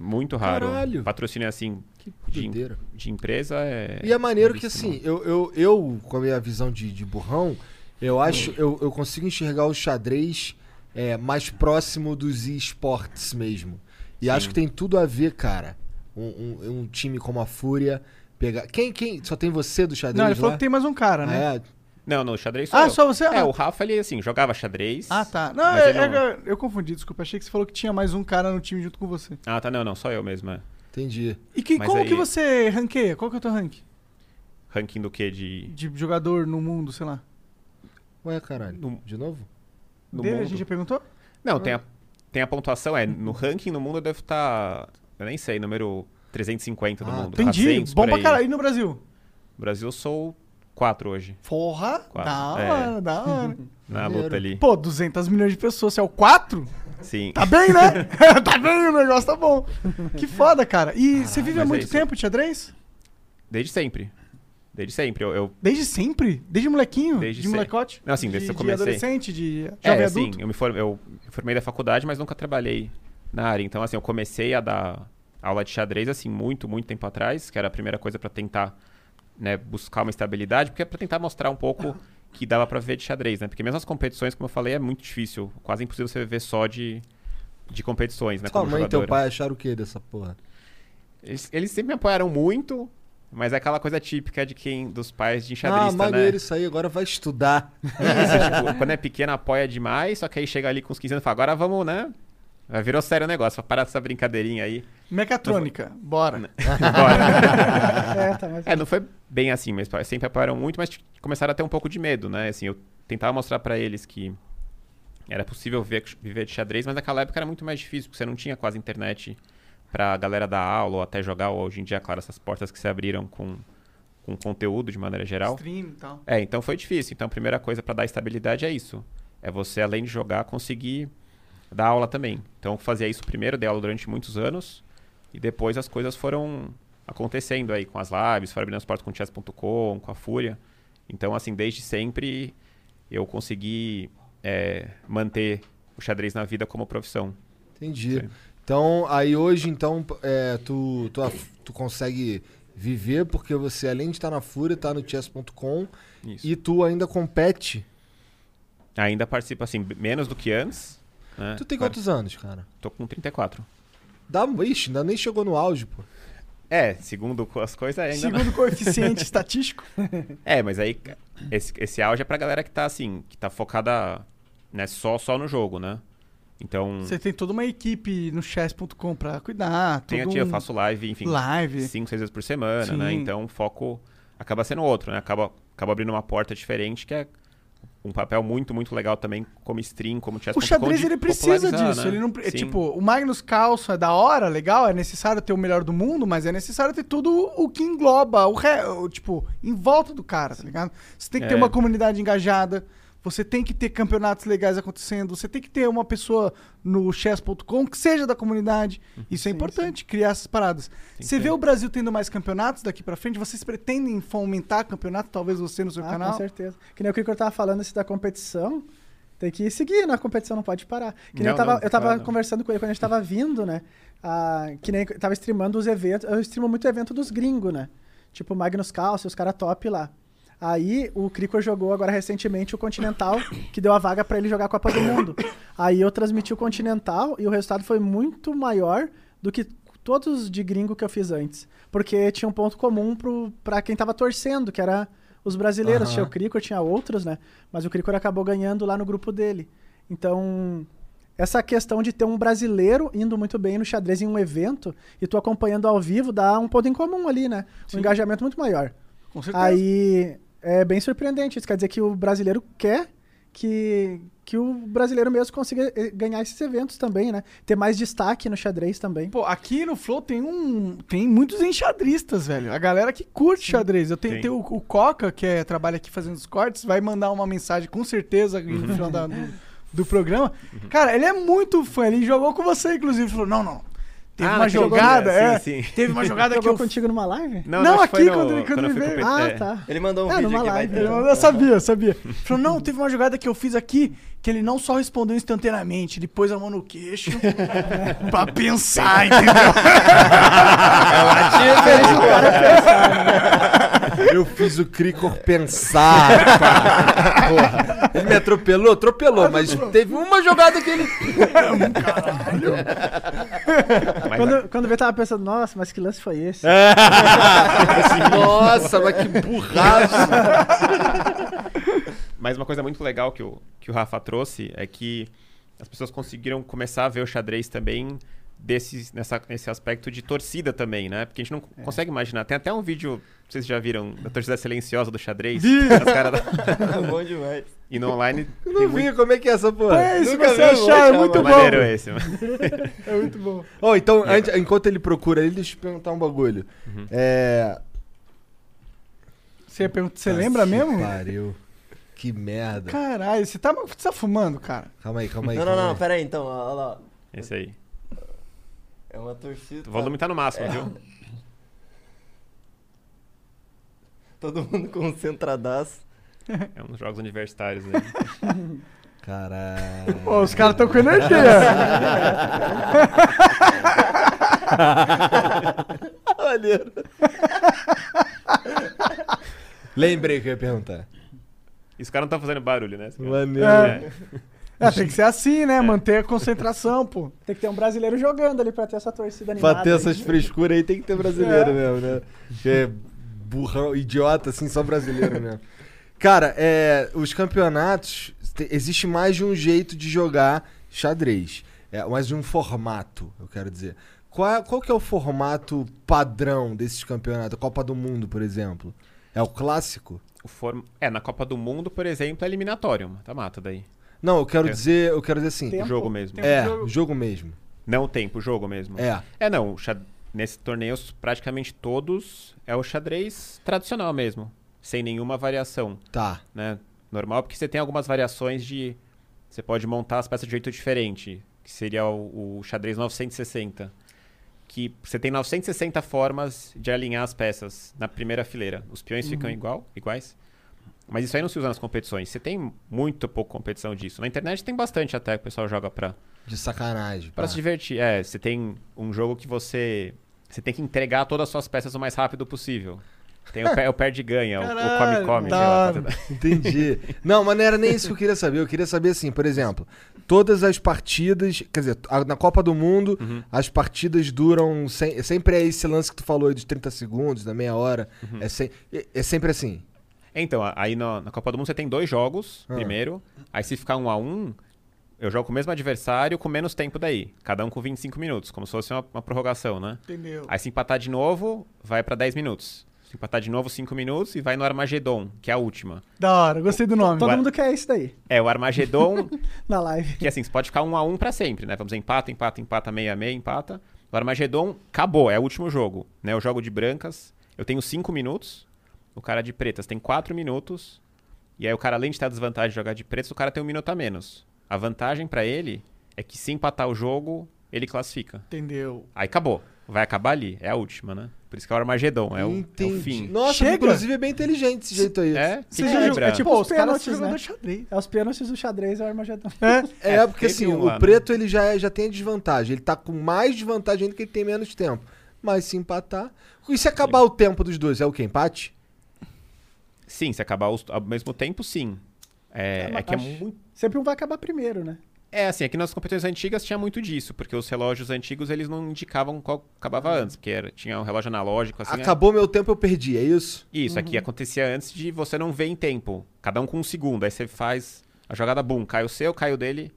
[SPEAKER 3] Muito raro.
[SPEAKER 2] Caralho.
[SPEAKER 3] Patrocínio assim
[SPEAKER 2] Que
[SPEAKER 3] de, em-
[SPEAKER 2] doideira.
[SPEAKER 3] de empresa é.
[SPEAKER 2] E é maneiro que,
[SPEAKER 3] raríssimo.
[SPEAKER 2] assim, eu, eu, eu, com a minha visão de, de burrão, eu
[SPEAKER 3] Hum.
[SPEAKER 2] acho, eu, eu consigo enxergar o xadrez é, mais próximo dos esportes mesmo. E acho que tem tudo a ver, cara. Um, um- um time como a Fúria pegar. Quem, quem? Só tem você do xadrez?
[SPEAKER 8] Não, ele falou
[SPEAKER 2] É lá?
[SPEAKER 8] que tem mais um cara, né?
[SPEAKER 2] Ah, é?
[SPEAKER 3] Não, no xadrez sou
[SPEAKER 8] Ah,
[SPEAKER 3] eu.
[SPEAKER 8] só você?
[SPEAKER 3] É,
[SPEAKER 8] Ah.
[SPEAKER 3] o Rafa, ele assim, jogava xadrez.
[SPEAKER 8] Ah, tá. Não,
[SPEAKER 3] Mas
[SPEAKER 8] é-
[SPEAKER 3] ele não-
[SPEAKER 8] é- eu confundi, desculpa. Achei que você falou que tinha mais um cara no time junto com você.
[SPEAKER 3] Ah, tá, não, não, só eu mesmo. é.
[SPEAKER 2] Entendi.
[SPEAKER 8] E que,
[SPEAKER 3] Mas
[SPEAKER 8] como
[SPEAKER 3] aí-
[SPEAKER 8] que você ranqueia? Qual que é o teu rank?
[SPEAKER 3] Ranking do quê? De.
[SPEAKER 8] De jogador no mundo, sei lá.
[SPEAKER 2] Ué, caralho.
[SPEAKER 3] No-
[SPEAKER 2] De novo?
[SPEAKER 3] No
[SPEAKER 8] Dele a
[SPEAKER 3] mundo?
[SPEAKER 8] gente já perguntou? Hum.
[SPEAKER 3] Não, tem a, tem a pontuação, é. No ranking no mundo eu devo estar. eu nem sei, número 350 do
[SPEAKER 2] Ah,
[SPEAKER 3] mundo.
[SPEAKER 8] Entendi.
[SPEAKER 3] 400
[SPEAKER 8] Bom
[SPEAKER 3] por
[SPEAKER 8] pra
[SPEAKER 3] aí.
[SPEAKER 8] caralho. E no Brasil?
[SPEAKER 3] No Brasil eu sou 4 hoje,
[SPEAKER 8] Porra,
[SPEAKER 3] Quatro.
[SPEAKER 8] da
[SPEAKER 3] É.
[SPEAKER 8] hora, da hora.
[SPEAKER 3] na
[SPEAKER 2] Maneiro.
[SPEAKER 3] luta ali.
[SPEAKER 8] Pô, 200 milhões de pessoas, você é o 4?
[SPEAKER 3] Sim.
[SPEAKER 8] Tá bem, né? tá bem, o negócio tá bom. Que foda, cara. E você vive há
[SPEAKER 3] mas é
[SPEAKER 8] muito
[SPEAKER 3] isso.
[SPEAKER 8] tempo de xadrez?
[SPEAKER 3] Desde sempre. Desde sempre. Eu, eu-
[SPEAKER 8] Desde sempre? Desde molequinho?
[SPEAKER 3] Desde
[SPEAKER 8] de
[SPEAKER 3] sempre.
[SPEAKER 8] molecote?
[SPEAKER 3] Não, assim, desde
[SPEAKER 8] de,
[SPEAKER 3] que eu comecei.
[SPEAKER 8] De adolescente, de jovem
[SPEAKER 3] É, assim,
[SPEAKER 8] adulto?
[SPEAKER 3] eu me, form- eu me formei da faculdade, mas nunca trabalhei na área. Então, assim, eu comecei a dar aula de xadrez, assim, muito, muito tempo atrás, que era a primeira coisa pra tentar, né, buscar uma estabilidade, porque é pra tentar mostrar um pouco que dava pra viver de xadrez, né? Porque mesmo as competições, como eu falei, é muito difícil, quase impossível você viver só de, de competições, né?
[SPEAKER 2] Tua
[SPEAKER 3] como
[SPEAKER 2] mãe e teu
[SPEAKER 3] jogador.
[SPEAKER 2] pai acharam o que dessa porra?
[SPEAKER 3] Eles, eles sempre me apoiaram muito, mas é aquela coisa típica de quem, dos pais de
[SPEAKER 2] ah,
[SPEAKER 3] enxadrista, né?
[SPEAKER 2] maneiro isso aí, agora vai estudar.
[SPEAKER 3] Isso, tipo, quando é pequeno, apoia demais, só que aí chega ali com os 15 anos e fala, agora vamos, né? Aí Virou sério o negócio, fala, parar essa brincadeirinha aí.
[SPEAKER 8] Mecatrônica, bora.
[SPEAKER 3] Bora.
[SPEAKER 1] É, tá, mas...
[SPEAKER 3] é, não foi bem assim, meus pais sempre apoiaram muito, mas t- começaram a ter um pouco de medo, né? Assim, eu tentava mostrar pra eles que era possível ver- viver de xadrez, mas naquela época era muito mais difícil, porque você não tinha quase internet pra galera dar aula ou até jogar, ou hoje em dia, claro, essas portas que se abriram com, com conteúdo de maneira geral.
[SPEAKER 8] Stream e tal.
[SPEAKER 3] É, então foi difícil. Então a primeira coisa pra dar estabilidade é isso. É você, além de jogar, conseguir dar aula também. Então eu fazia isso primeiro, dei aula durante muitos anos. E depois as coisas foram acontecendo aí com as lives, fora abrindo as portas com o chess.com, com a Fúria. Então, assim, desde sempre eu consegui é, manter o xadrez na vida como profissão.
[SPEAKER 2] Entendi.
[SPEAKER 3] Sim.
[SPEAKER 2] Então, aí hoje, então, é, tu, tu, af- tu consegue viver porque você, além de estar na Fúria, tá no chess.com
[SPEAKER 3] Isso.
[SPEAKER 2] e tu ainda compete.
[SPEAKER 3] Ainda participo, assim, b- menos do que antes. né?
[SPEAKER 2] Tu tem
[SPEAKER 3] Claro,
[SPEAKER 2] quantos anos, cara?
[SPEAKER 3] Tô com 34.
[SPEAKER 2] Dá, ixi, ainda nem chegou no auge, pô.
[SPEAKER 3] É, segundo co- as coisas, ainda não.
[SPEAKER 8] Segundo coeficiente estatístico.
[SPEAKER 3] É, mas aí ca- esse, esse auge é pra galera que tá assim, que tá focada né, só, só no jogo, né? Então,
[SPEAKER 8] Você tem toda uma equipe no chess.com pra cuidar.
[SPEAKER 3] tem
[SPEAKER 8] todo
[SPEAKER 3] aqui, eu
[SPEAKER 8] um
[SPEAKER 3] faço live, enfim,
[SPEAKER 8] live.
[SPEAKER 3] cinco, seis vezes por semana, né?
[SPEAKER 8] Sim.
[SPEAKER 3] Então o foco acaba sendo outro, né? Acaba, acaba abrindo uma porta diferente, que é um papel muito, muito legal também como stream, como chess.com.
[SPEAKER 8] O xadrez
[SPEAKER 3] de
[SPEAKER 8] ele precisa
[SPEAKER 3] popularizar,
[SPEAKER 8] disso.
[SPEAKER 3] né?
[SPEAKER 8] Ele não, pre- é
[SPEAKER 3] Sim.
[SPEAKER 8] tipo, o Magnus Carlsen é da hora, legal, é necessário ter o melhor do mundo, mas é necessário ter tudo o que engloba, o, re- o, tipo, em volta do cara, tá ligado? Você tem que ter
[SPEAKER 3] É.
[SPEAKER 8] uma comunidade engajada, você tem que ter campeonatos legais acontecendo, você tem que ter uma pessoa no chess.com que seja da comunidade.
[SPEAKER 3] Uhum.
[SPEAKER 8] Isso é importante, criar essas paradas. Você vê o Brasil tendo mais campeonatos daqui pra frente, vocês pretendem fomentar campeonato, talvez você no seu
[SPEAKER 1] Ah,
[SPEAKER 8] canal?
[SPEAKER 1] com certeza. Que nem o que eu tava falando, esse da competição. Tem que seguir, na competição não pode parar. Que nem
[SPEAKER 3] Não,
[SPEAKER 1] eu tava,
[SPEAKER 3] não,
[SPEAKER 1] eu tava
[SPEAKER 3] claro, não.
[SPEAKER 1] conversando com ele quando a gente tava vindo, né? Ah, que nem eu tava streamando os eventos. Eu streamo muito evento dos gringos, né? Tipo Magnus Calcio, os caras top lá. Aí o Cricor jogou agora recentemente o Continental, que deu a vaga pra ele jogar a Copa do Mundo. Aí eu transmiti o Continental e o resultado foi muito maior do que todos de gringo que eu fiz antes. Porque tinha um ponto comum pro, pra quem tava torcendo, que era os brasileiros.
[SPEAKER 2] Aham.
[SPEAKER 1] Tinha o Cricor, tinha outros, né? Mas o Cricor acabou ganhando lá no grupo dele. Então, essa questão de ter um brasileiro indo muito bem no xadrez em um evento e tu acompanhando ao vivo dá um ponto em comum ali, né? Um engajamento muito maior.
[SPEAKER 8] Com certeza.
[SPEAKER 1] Aí é bem surpreendente. Isso quer dizer que o brasileiro quer que, que o brasileiro mesmo consiga eh, ganhar esses eventos também, né? Ter mais destaque no xadrez também.
[SPEAKER 8] Pô, aqui no Flow tem um. Tem muitos enxadristas, velho. A galera que curte xadrez. Eu tenho,
[SPEAKER 3] Tem.
[SPEAKER 8] tem o, o Coca, que é, trabalha aqui fazendo os cortes, vai mandar uma mensagem com certeza no final da. no- do programa. Cara, ele é muito fã. Ele jogou com você, inclusive. Falou, não, não. Teve
[SPEAKER 3] Ah,
[SPEAKER 8] uma
[SPEAKER 3] naquele
[SPEAKER 8] jogada,
[SPEAKER 3] lugar,
[SPEAKER 8] é.
[SPEAKER 3] sim, sim.
[SPEAKER 8] Teve uma jogada que
[SPEAKER 1] Jogou
[SPEAKER 8] eu...
[SPEAKER 1] contigo numa live?
[SPEAKER 8] Não,
[SPEAKER 3] acho que foi
[SPEAKER 8] aqui
[SPEAKER 3] no-
[SPEAKER 8] quando ele- quando
[SPEAKER 3] eu
[SPEAKER 8] ele
[SPEAKER 3] fui
[SPEAKER 8] veio.
[SPEAKER 3] pro PT.
[SPEAKER 1] Ah,
[SPEAKER 3] É.
[SPEAKER 1] tá.
[SPEAKER 7] Ele mandou um
[SPEAKER 1] É,
[SPEAKER 7] vídeo
[SPEAKER 1] numa
[SPEAKER 7] aqui, vai
[SPEAKER 1] live,
[SPEAKER 7] ver.
[SPEAKER 8] Eu, eu sabia, eu sabia. Falou, não, teve uma jogada que eu fiz aqui que ele não só respondeu instantaneamente, ele pôs a mão no queixo pra
[SPEAKER 3] Ah,
[SPEAKER 8] pensar, entendeu?
[SPEAKER 2] Ah, Eu fiz o Cricor pensar. pá. Porra. Ele me atropelou? Atropelou, mas teve uma jogada que ele.
[SPEAKER 3] Mas,
[SPEAKER 1] Quando, quando eu tava pensando, nossa, mas que lance foi
[SPEAKER 8] É.
[SPEAKER 1] esse?
[SPEAKER 2] Nossa, mas que burraço.
[SPEAKER 3] mas uma coisa muito legal que o, que o Rafa trouxe é que as pessoas conseguiram começar a ver o xadrez também desse, nessa, nesse aspecto de torcida também, né? Porque a gente não consegue imaginar. Tem até um vídeo, vocês já viram, da torcida silenciosa do xadrez. As caras da-
[SPEAKER 7] Bom demais.
[SPEAKER 3] E no online
[SPEAKER 2] Eu
[SPEAKER 3] tem
[SPEAKER 2] não
[SPEAKER 3] muito
[SPEAKER 2] vi, como é que é essa porra?
[SPEAKER 8] É isso,
[SPEAKER 7] Nunca
[SPEAKER 8] você
[SPEAKER 7] vi, um eu vou
[SPEAKER 8] achar, é
[SPEAKER 7] achar,
[SPEAKER 8] muito
[SPEAKER 7] mano.
[SPEAKER 8] bom.
[SPEAKER 3] maneiro esse, mano.
[SPEAKER 8] É muito bom.
[SPEAKER 2] Ó, então, antes- enquanto ele procura ele, deixa eu te perguntar um bagulho.
[SPEAKER 7] Uhum.
[SPEAKER 2] É.
[SPEAKER 8] Você, ia perguntar, você lembra
[SPEAKER 2] que
[SPEAKER 8] mesmo?
[SPEAKER 2] Pariu. Que merda.
[SPEAKER 8] Caralho, você tá, você tá fumando, cara?
[SPEAKER 2] Calma aí, calma aí.
[SPEAKER 7] Não, não,
[SPEAKER 2] calma
[SPEAKER 7] não,
[SPEAKER 2] aí.
[SPEAKER 7] pera aí então, olha lá. ó.
[SPEAKER 3] Esse aí.
[SPEAKER 7] É uma torcida.
[SPEAKER 3] O volume tá no máximo, viu?
[SPEAKER 7] Todo mundo concentradaço.
[SPEAKER 3] É uns jogos universitários aí.
[SPEAKER 2] Caralho.
[SPEAKER 8] Pô, os caras tão com energia.
[SPEAKER 7] Olha.
[SPEAKER 2] Lembrei que eu ia perguntar.
[SPEAKER 3] E os caras não estão fazendo barulho, né?
[SPEAKER 2] Maneiro.
[SPEAKER 3] É.
[SPEAKER 8] é, tem que ser assim, né? Manter a concentração, pô.
[SPEAKER 1] Tem que ter um brasileiro jogando ali pra ter essa torcida animada.
[SPEAKER 2] Pra ter essas
[SPEAKER 1] aí.
[SPEAKER 2] frescuras aí tem que ter brasileiro mesmo, né? Que é burrão, idiota, assim, só brasileiro mesmo. Cara, é, os campeonatos, te- existe mais de um jeito de jogar xadrez. É, mais de um formato, eu quero dizer. Qual, é- qual que é o formato padrão desses campeonatos? Copa do Mundo, por exemplo. É o clássico?
[SPEAKER 3] O form... é, na Copa do Mundo, por exemplo, é eliminatório. Tá mata daí.
[SPEAKER 2] Não, eu quero
[SPEAKER 3] É.
[SPEAKER 2] dizer, eu quero dizer assim.
[SPEAKER 3] O
[SPEAKER 1] um Tempo.
[SPEAKER 3] jogo mesmo.
[SPEAKER 2] É, o jogo mesmo.
[SPEAKER 3] Não o tempo, o jogo mesmo.
[SPEAKER 2] É.
[SPEAKER 3] É, não. o xa- Nesse torneio, praticamente todos é o xadrez tradicional mesmo. Sem nenhuma variação,
[SPEAKER 2] Tá.
[SPEAKER 3] né? Normal, porque você tem algumas variações de... Você pode montar as peças de jeito diferente. Que seria o, o xadrez 960. Que você tem 960 formas de alinhar as peças na primeira fileira. Os peões ficam igual, iguais. Mas isso aí não se usa nas competições. Você tem muito pouco competição disso. Na internet tem bastante até, que o pessoal joga pra...
[SPEAKER 2] De sacanagem. tá.
[SPEAKER 3] Pra
[SPEAKER 2] pá.
[SPEAKER 3] se divertir. É, você tem um jogo que você. Você tem que entregar todas as suas peças o mais rápido possível. Tem o, pé, o perde e ganha, o- o come-come. sei lá, tá-
[SPEAKER 2] Entendi. Não, mas não era nem isso que eu queria saber. Eu queria saber assim, por exemplo, todas as partidas, quer dizer, a- na Copa do Mundo,
[SPEAKER 3] Uhum.
[SPEAKER 2] as partidas duram sem- sempre é esse lance que tu falou aí dos 30 segundos, da meia hora.
[SPEAKER 3] Uhum.
[SPEAKER 2] É, se- é- é sempre assim.
[SPEAKER 3] Então, a- aí na, na Copa do Mundo você tem dois jogos, primeiro. Aí se ficar um a um, eu jogo com o mesmo adversário com menos tempo daí. Cada um com 25 minutos, como se fosse uma, uma prorrogação, né?
[SPEAKER 8] Entendeu?
[SPEAKER 3] Aí se empatar de novo, vai pra 10 minutos. Se empatar de novo, 5 minutos e vai no Armagedon, que é a última.
[SPEAKER 8] Da hora, gostei do nome.
[SPEAKER 1] Todo
[SPEAKER 3] Vai.
[SPEAKER 1] mundo quer isso daí,
[SPEAKER 3] É, o Armagedon
[SPEAKER 1] na live.
[SPEAKER 3] Que assim, você pode ficar um a um pra sempre, né? Vamos dizer, empata, empata, empata, meia, meia, empata. O Armagedon acabou, é o último jogo, né? Eu jogo de brancas, eu tenho cinco minutos, o cara de pretas tem quatro minutos, e aí o cara, além de ter a desvantagem de jogar de pretas, o cara tem um minuto a menos. A vantagem pra ele é que se empatar o jogo, ele classifica.
[SPEAKER 8] Entendeu?
[SPEAKER 3] Aí acabou, vai acabar ali, é a última, né? Por isso que é o Armagedon, é o, é o fim.
[SPEAKER 2] Nossa,
[SPEAKER 8] Chega.
[SPEAKER 2] inclusive é bem inteligente esse jeito aí.
[SPEAKER 3] É, que
[SPEAKER 8] Você já jogou?
[SPEAKER 3] lembra?
[SPEAKER 8] É tipo Pô, os
[SPEAKER 1] os
[SPEAKER 8] caras
[SPEAKER 1] pênaltis,
[SPEAKER 8] jogando
[SPEAKER 1] né?
[SPEAKER 8] xadrez.
[SPEAKER 1] É os pênaltis do xadrez, é o armagedão.
[SPEAKER 2] É,
[SPEAKER 3] É,
[SPEAKER 2] porque assim,
[SPEAKER 3] teve um
[SPEAKER 2] o
[SPEAKER 3] ano.
[SPEAKER 2] preto ele já, é- já tem a desvantagem. Ele tá com mais desvantagem ainda que ele tem menos tempo. Mas se empatar. E se acabar o tempo dos dois? É o quê? Empate?
[SPEAKER 3] Sim, se acabar os- ao mesmo tempo, sim. É, é que é muito
[SPEAKER 1] Sempre um vai acabar primeiro, né?
[SPEAKER 3] É, assim, aqui nas competições antigas tinha muito disso, porque os relógios antigos eles não indicavam qual acabava antes, porque era- tinha um relógio analógico, assim.
[SPEAKER 2] Acabou meu tempo, eu perdi, é isso?
[SPEAKER 3] é- Isso, aqui acontecia antes de você não ver em tempo. Cada um com um segundo, aí você faz a jogada, bum, cai o seu, cai o dele,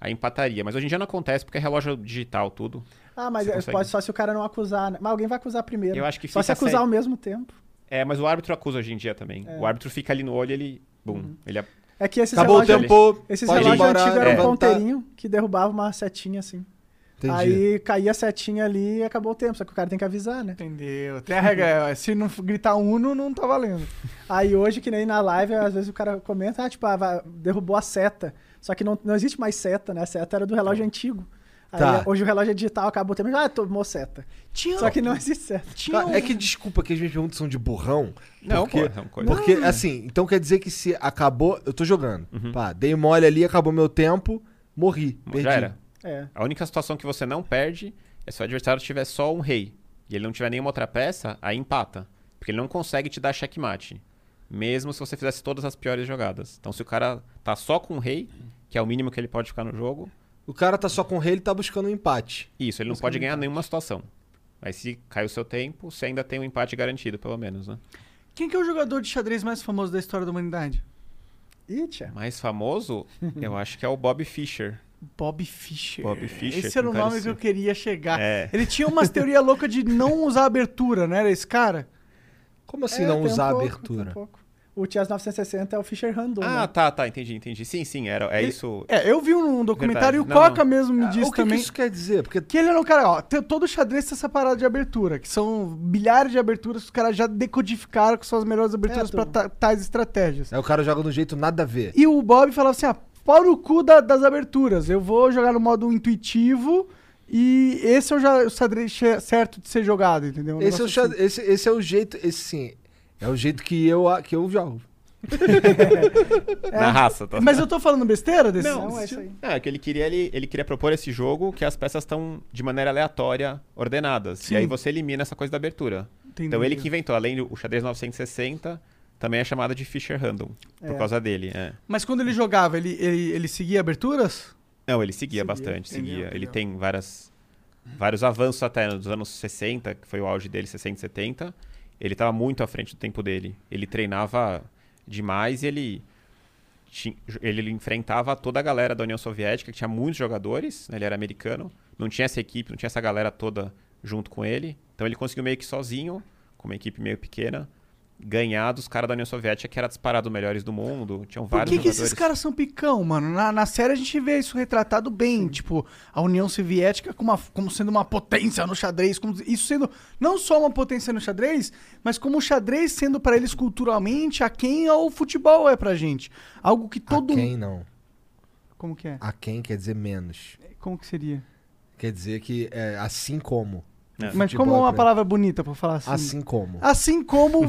[SPEAKER 3] aí empataria. Mas hoje em dia não acontece porque é relógio digital, tudo.
[SPEAKER 1] Ah, mas
[SPEAKER 3] Você
[SPEAKER 1] é-
[SPEAKER 3] consegue.
[SPEAKER 1] pode só se o cara não acusar, né? Mas alguém vai acusar primeiro.
[SPEAKER 3] Eu acho que
[SPEAKER 1] Só se
[SPEAKER 3] fica
[SPEAKER 1] acusar
[SPEAKER 3] sério.
[SPEAKER 1] ao mesmo tempo.
[SPEAKER 3] É, mas o árbitro acusa hoje em dia também. O árbitro fica ali no olho, ele, bum, ele é-
[SPEAKER 1] É que esses
[SPEAKER 2] Acabou o
[SPEAKER 1] relógios,
[SPEAKER 2] tempo.
[SPEAKER 1] esses
[SPEAKER 2] pode ir
[SPEAKER 1] relógios
[SPEAKER 2] embora, é.
[SPEAKER 1] antigos eram um
[SPEAKER 2] levantar.
[SPEAKER 1] ponteirinho que derrubava uma setinha assim.
[SPEAKER 2] Tá, Entendi.
[SPEAKER 1] Aí caía a setinha ali e acabou o tempo. Só que o cara tem que avisar, né?
[SPEAKER 8] Entendeu? Tem a regra, é, se não gritar uno, não tá valendo.
[SPEAKER 1] Aí hoje, que nem na live, às vezes o cara comenta, ah, tipo, ah, vai- derrubou a seta. Só que não, não existe mais seta, né? A seta era do relógio antigo. Aí,
[SPEAKER 2] Tá.
[SPEAKER 1] Hoje o relógio é digital, acabou o tempo. Ah, tomou seta.
[SPEAKER 2] Tinha,
[SPEAKER 1] Só que não existe seta.
[SPEAKER 2] Tá, É que desculpa que as minhas perguntas são de burrão.
[SPEAKER 3] Não,
[SPEAKER 2] porque,
[SPEAKER 3] pô, são coisas-
[SPEAKER 2] Porque, assim, então quer dizer que se acabou, eu tô jogando. Pá, dei mole ali, acabou meu tempo, morri. Perdi.
[SPEAKER 3] Já era.
[SPEAKER 1] É.
[SPEAKER 3] A única situação que você não perde é se o adversário tiver só um rei e ele não tiver nenhuma outra peça, aí empata. Porque ele não consegue te dar checkmate. Mesmo se você fizesse todas as piores jogadas. Então, se o cara tá só com um rei, que é o mínimo que ele pode ficar no jogo,
[SPEAKER 2] O cara tá só com o rei, ele tá buscando um empate.
[SPEAKER 3] isso, ele
[SPEAKER 8] é
[SPEAKER 3] não pode ganhar nenhuma situação. Mas se cai o seu tempo, você ainda tem um empate garantido, pelo menos, né?
[SPEAKER 8] Quem que é o jogador de xadrez mais famoso da história da humanidade?
[SPEAKER 1] Ih, tia.
[SPEAKER 3] Mais famoso, eu acho que é o Bob Fischer.
[SPEAKER 8] Bob Fischer.
[SPEAKER 3] Bob Fischer,
[SPEAKER 8] Esse era o
[SPEAKER 3] com
[SPEAKER 8] nome
[SPEAKER 3] cara
[SPEAKER 8] que eu
[SPEAKER 3] assim.
[SPEAKER 8] queria chegar.
[SPEAKER 3] É.
[SPEAKER 8] Ele tinha umas teorias loucas de não usar abertura, né? Era esse cara?
[SPEAKER 2] Como assim
[SPEAKER 1] É,
[SPEAKER 2] não
[SPEAKER 1] tem um
[SPEAKER 2] usar a
[SPEAKER 1] pouco, tem
[SPEAKER 2] abertura?
[SPEAKER 1] um pouco. O Tias 960 é o Fischer Random.
[SPEAKER 3] Ah,
[SPEAKER 1] né?
[SPEAKER 3] tá, tá, entendi, entendi. Sim, sim, era, é isso.
[SPEAKER 8] É, eu vi um documentário e o
[SPEAKER 3] Verdade. Não,
[SPEAKER 8] Coca
[SPEAKER 3] não.
[SPEAKER 8] mesmo me
[SPEAKER 2] Ah, o
[SPEAKER 8] disse
[SPEAKER 2] que que,
[SPEAKER 8] também.
[SPEAKER 2] isso quer dizer? Porque
[SPEAKER 8] Que ele era um cara, ó, tem- todo xadrez tem essa parada de abertura, que são milhares de aberturas que os caras já decodificaram que são as melhores aberturas
[SPEAKER 1] É,
[SPEAKER 8] pra
[SPEAKER 1] turma.
[SPEAKER 8] ta- tais estratégias.
[SPEAKER 2] aí o cara joga de um jeito nada a ver.
[SPEAKER 8] E o Bob falava assim, ah, pau no cu da- das aberturas, eu vou jogar no modo intuitivo e esse é o, já, o xadrez che- certo de ser jogado, entendeu? Um
[SPEAKER 2] Esse é, o,
[SPEAKER 8] negócio
[SPEAKER 2] xa-
[SPEAKER 1] assim.
[SPEAKER 2] esse, esse é o jeito, esse sim, é o jeito que eu, a- que eu jogo.
[SPEAKER 3] Na raça, tá?
[SPEAKER 8] assim. Mas eu tô falando besteira desse?
[SPEAKER 1] Não, é isso aí.
[SPEAKER 3] Não, é que ele queria, ele, ele queria propor esse jogo que as peças estão de maneira aleatória ordenadas.
[SPEAKER 8] Sim.
[SPEAKER 3] E aí você elimina essa coisa da abertura.
[SPEAKER 8] Entendi.
[SPEAKER 3] Então ele que inventou, além do o xadrez 960, também é chamado de Fischer Random, por
[SPEAKER 1] É.
[SPEAKER 3] causa dele. é.
[SPEAKER 8] Mas quando ele jogava, ele, ele, ele seguia aberturas?
[SPEAKER 3] Não, ele seguia, bastante,
[SPEAKER 8] Entendeu,
[SPEAKER 3] seguia. Ele
[SPEAKER 8] entendeu.
[SPEAKER 3] tem várias, vários avanços até nos anos 60, que foi o auge dele, 60 e 70. Ele estava muito à frente do tempo dele. Ele treinava demais e ele, ti- ele enfrentava toda a galera da União Soviética, que tinha muitos jogadores, né? ele era americano, não tinha essa equipe, não tinha essa galera toda junto com ele. Então ele conseguiu meio que sozinho, com uma equipe meio pequena, ganhar dos caras da União Soviética, que era disparado os melhores do mundo. Tinham
[SPEAKER 8] Por
[SPEAKER 3] vários
[SPEAKER 8] que, que
[SPEAKER 3] jogadores.
[SPEAKER 8] esses caras são picão, mano? Na, na série a gente vê isso retratado bem. Tipo, a União Soviética como, uma- como sendo uma potência no xadrez. Como, isso sendo não só uma potência no xadrez, mas como o xadrez sendo pra eles culturalmente a quem o futebol é pra gente. Algo que todo
[SPEAKER 2] A quem não?
[SPEAKER 8] Como que é?
[SPEAKER 2] A quem quer dizer menos.
[SPEAKER 8] Como que seria?
[SPEAKER 2] Quer dizer que é assim como.
[SPEAKER 3] É.
[SPEAKER 8] Mas
[SPEAKER 2] Futebol
[SPEAKER 8] como
[SPEAKER 2] é
[SPEAKER 8] uma
[SPEAKER 2] pra-
[SPEAKER 8] palavra bonita pra falar assim?
[SPEAKER 2] Assim como.
[SPEAKER 8] Assim como o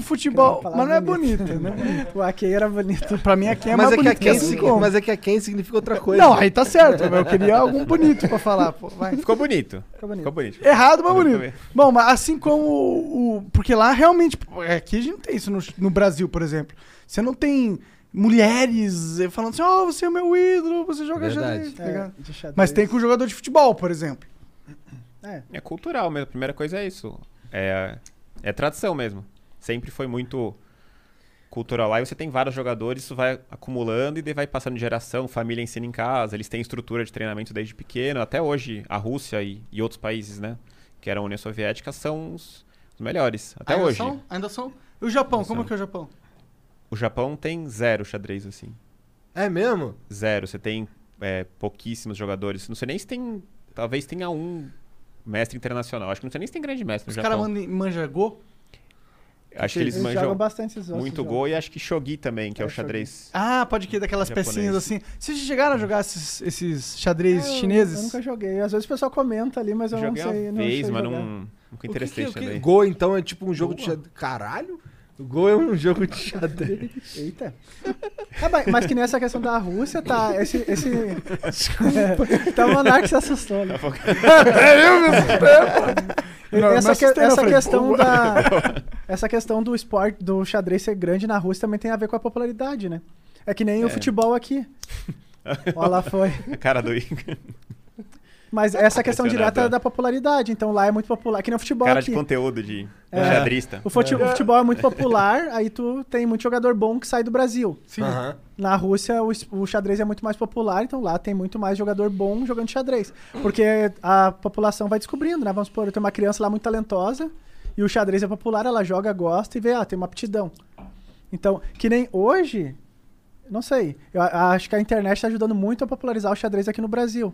[SPEAKER 8] futebol.
[SPEAKER 1] Que é uma
[SPEAKER 8] mas não é
[SPEAKER 1] palavra
[SPEAKER 8] bonita, né?
[SPEAKER 1] O Ake era bonito.
[SPEAKER 8] Pra mim aqui é
[SPEAKER 2] mas,
[SPEAKER 8] mais
[SPEAKER 2] é que a
[SPEAKER 8] bonito.
[SPEAKER 2] quem
[SPEAKER 8] assim
[SPEAKER 2] signi-
[SPEAKER 8] como.
[SPEAKER 2] mas é que a quem significa outra coisa.
[SPEAKER 8] Não, aí tá certo. mas Eu queria algo bonito pra falar. Pô, vai.
[SPEAKER 3] Ficou bonito.
[SPEAKER 1] Ficou bonito.
[SPEAKER 3] Ficou bonito.
[SPEAKER 8] Errado, mas
[SPEAKER 3] Eu
[SPEAKER 8] bonito.
[SPEAKER 3] também.
[SPEAKER 8] Bom, mas assim como o. o- Porque lá realmente. pô, é, Aqui a gente não tem isso no, no Brasil, por exemplo. Você não tem mulheres eh, falando assim, ó, você é meu ídolo, você joga
[SPEAKER 2] Verdade.
[SPEAKER 8] xadrez, tá
[SPEAKER 1] É,
[SPEAKER 8] ligado?
[SPEAKER 1] de xadrez.
[SPEAKER 8] Mas tem com o jogador de futebol, por exemplo.
[SPEAKER 1] É,
[SPEAKER 3] É cultural mesmo. A primeira coisa é isso. É, é tradição mesmo. Sempre foi muito cultural lá. E você tem vários jogadores, isso vai acumulando e daí vai passando de geração. Família ensina em casa, eles têm estrutura de treinamento desde pequeno. Até hoje, a Rússia e, e outros países, né? Que eram a União Soviética, são os, os melhores. Até
[SPEAKER 8] Ainda
[SPEAKER 3] hoje.
[SPEAKER 8] Ah, São? Ainda são? E o Japão,
[SPEAKER 3] Ainda
[SPEAKER 8] como
[SPEAKER 3] são.
[SPEAKER 8] que é o Japão?
[SPEAKER 3] O Japão tem zero xadrez, assim.
[SPEAKER 2] É mesmo?
[SPEAKER 3] Zero. Você tem é, pouquíssimos jogadores. Não sei nem se tem. Talvez tenha um mestre internacional. Acho que não sei nem se tem grande mestre no
[SPEAKER 8] Os
[SPEAKER 3] Japão.
[SPEAKER 8] caras mandam em manja go?
[SPEAKER 3] Acho que eles,
[SPEAKER 1] eles
[SPEAKER 3] manjam
[SPEAKER 1] jogam bastante esses né? outros
[SPEAKER 3] muito
[SPEAKER 1] jogos.
[SPEAKER 3] gol e acho que Shogi também, que é,
[SPEAKER 1] É,
[SPEAKER 3] o xadrez.
[SPEAKER 8] Ah, pode que daquelas
[SPEAKER 3] Japonês.
[SPEAKER 8] pecinhas assim. Vocês chegaram a jogar esses, esses xadrez
[SPEAKER 1] Eu-
[SPEAKER 8] chineses?
[SPEAKER 1] Eu nunca joguei. Às vezes o pessoal comenta ali, mas eu não
[SPEAKER 3] Joguei
[SPEAKER 1] sei.
[SPEAKER 3] uma
[SPEAKER 1] não
[SPEAKER 3] vez,
[SPEAKER 1] sei
[SPEAKER 3] mas
[SPEAKER 1] jogar.
[SPEAKER 3] não, nunca
[SPEAKER 2] O que que-
[SPEAKER 3] interessei
[SPEAKER 2] o que-
[SPEAKER 3] xadrez.
[SPEAKER 2] Go, então, é tipo um jogo de xadrez. Caralho? Go é um jogo de xadrez.
[SPEAKER 1] Eita. Ah, mas, mas que nessa questão da Rússia, tá. Esse. esse... tá o Monark se assustou,
[SPEAKER 3] Tá
[SPEAKER 1] né?
[SPEAKER 8] Não, eu me
[SPEAKER 1] essa que-
[SPEAKER 8] assustei,
[SPEAKER 1] essa
[SPEAKER 8] eu falei,
[SPEAKER 1] questão
[SPEAKER 8] "Pô".
[SPEAKER 1] da essa questão do esporte do xadrez ser grande na Rússia também tem a ver com a popularidade, né? É que nem o futebol aqui. Ó, lá foi.
[SPEAKER 3] A cara do Igor.
[SPEAKER 1] Mas essa questão
[SPEAKER 3] Impressionado.
[SPEAKER 1] direta é da popularidade, então lá é muito popular, que nem o futebol
[SPEAKER 3] é. Cara de
[SPEAKER 1] aqui.
[SPEAKER 3] conteúdo de
[SPEAKER 1] É.
[SPEAKER 3] xadrista.
[SPEAKER 1] O fute- o futebol, é muito popular, aí tu tem muito jogador bom que sai do Brasil.
[SPEAKER 2] Aham.
[SPEAKER 1] Na Rússia, o, es- o xadrez é muito mais popular, então lá tem muito mais jogador bom jogando xadrez. Porque a população vai descobrindo, né? Vamos supor, eu tenho uma criança lá muito talentosa e o xadrez é popular, ela joga, gosta e vê, ah, tem uma aptidão. Então, que nem hoje, não sei, eu a- acho que a internet está ajudando muito a popularizar o xadrez aqui no Brasil.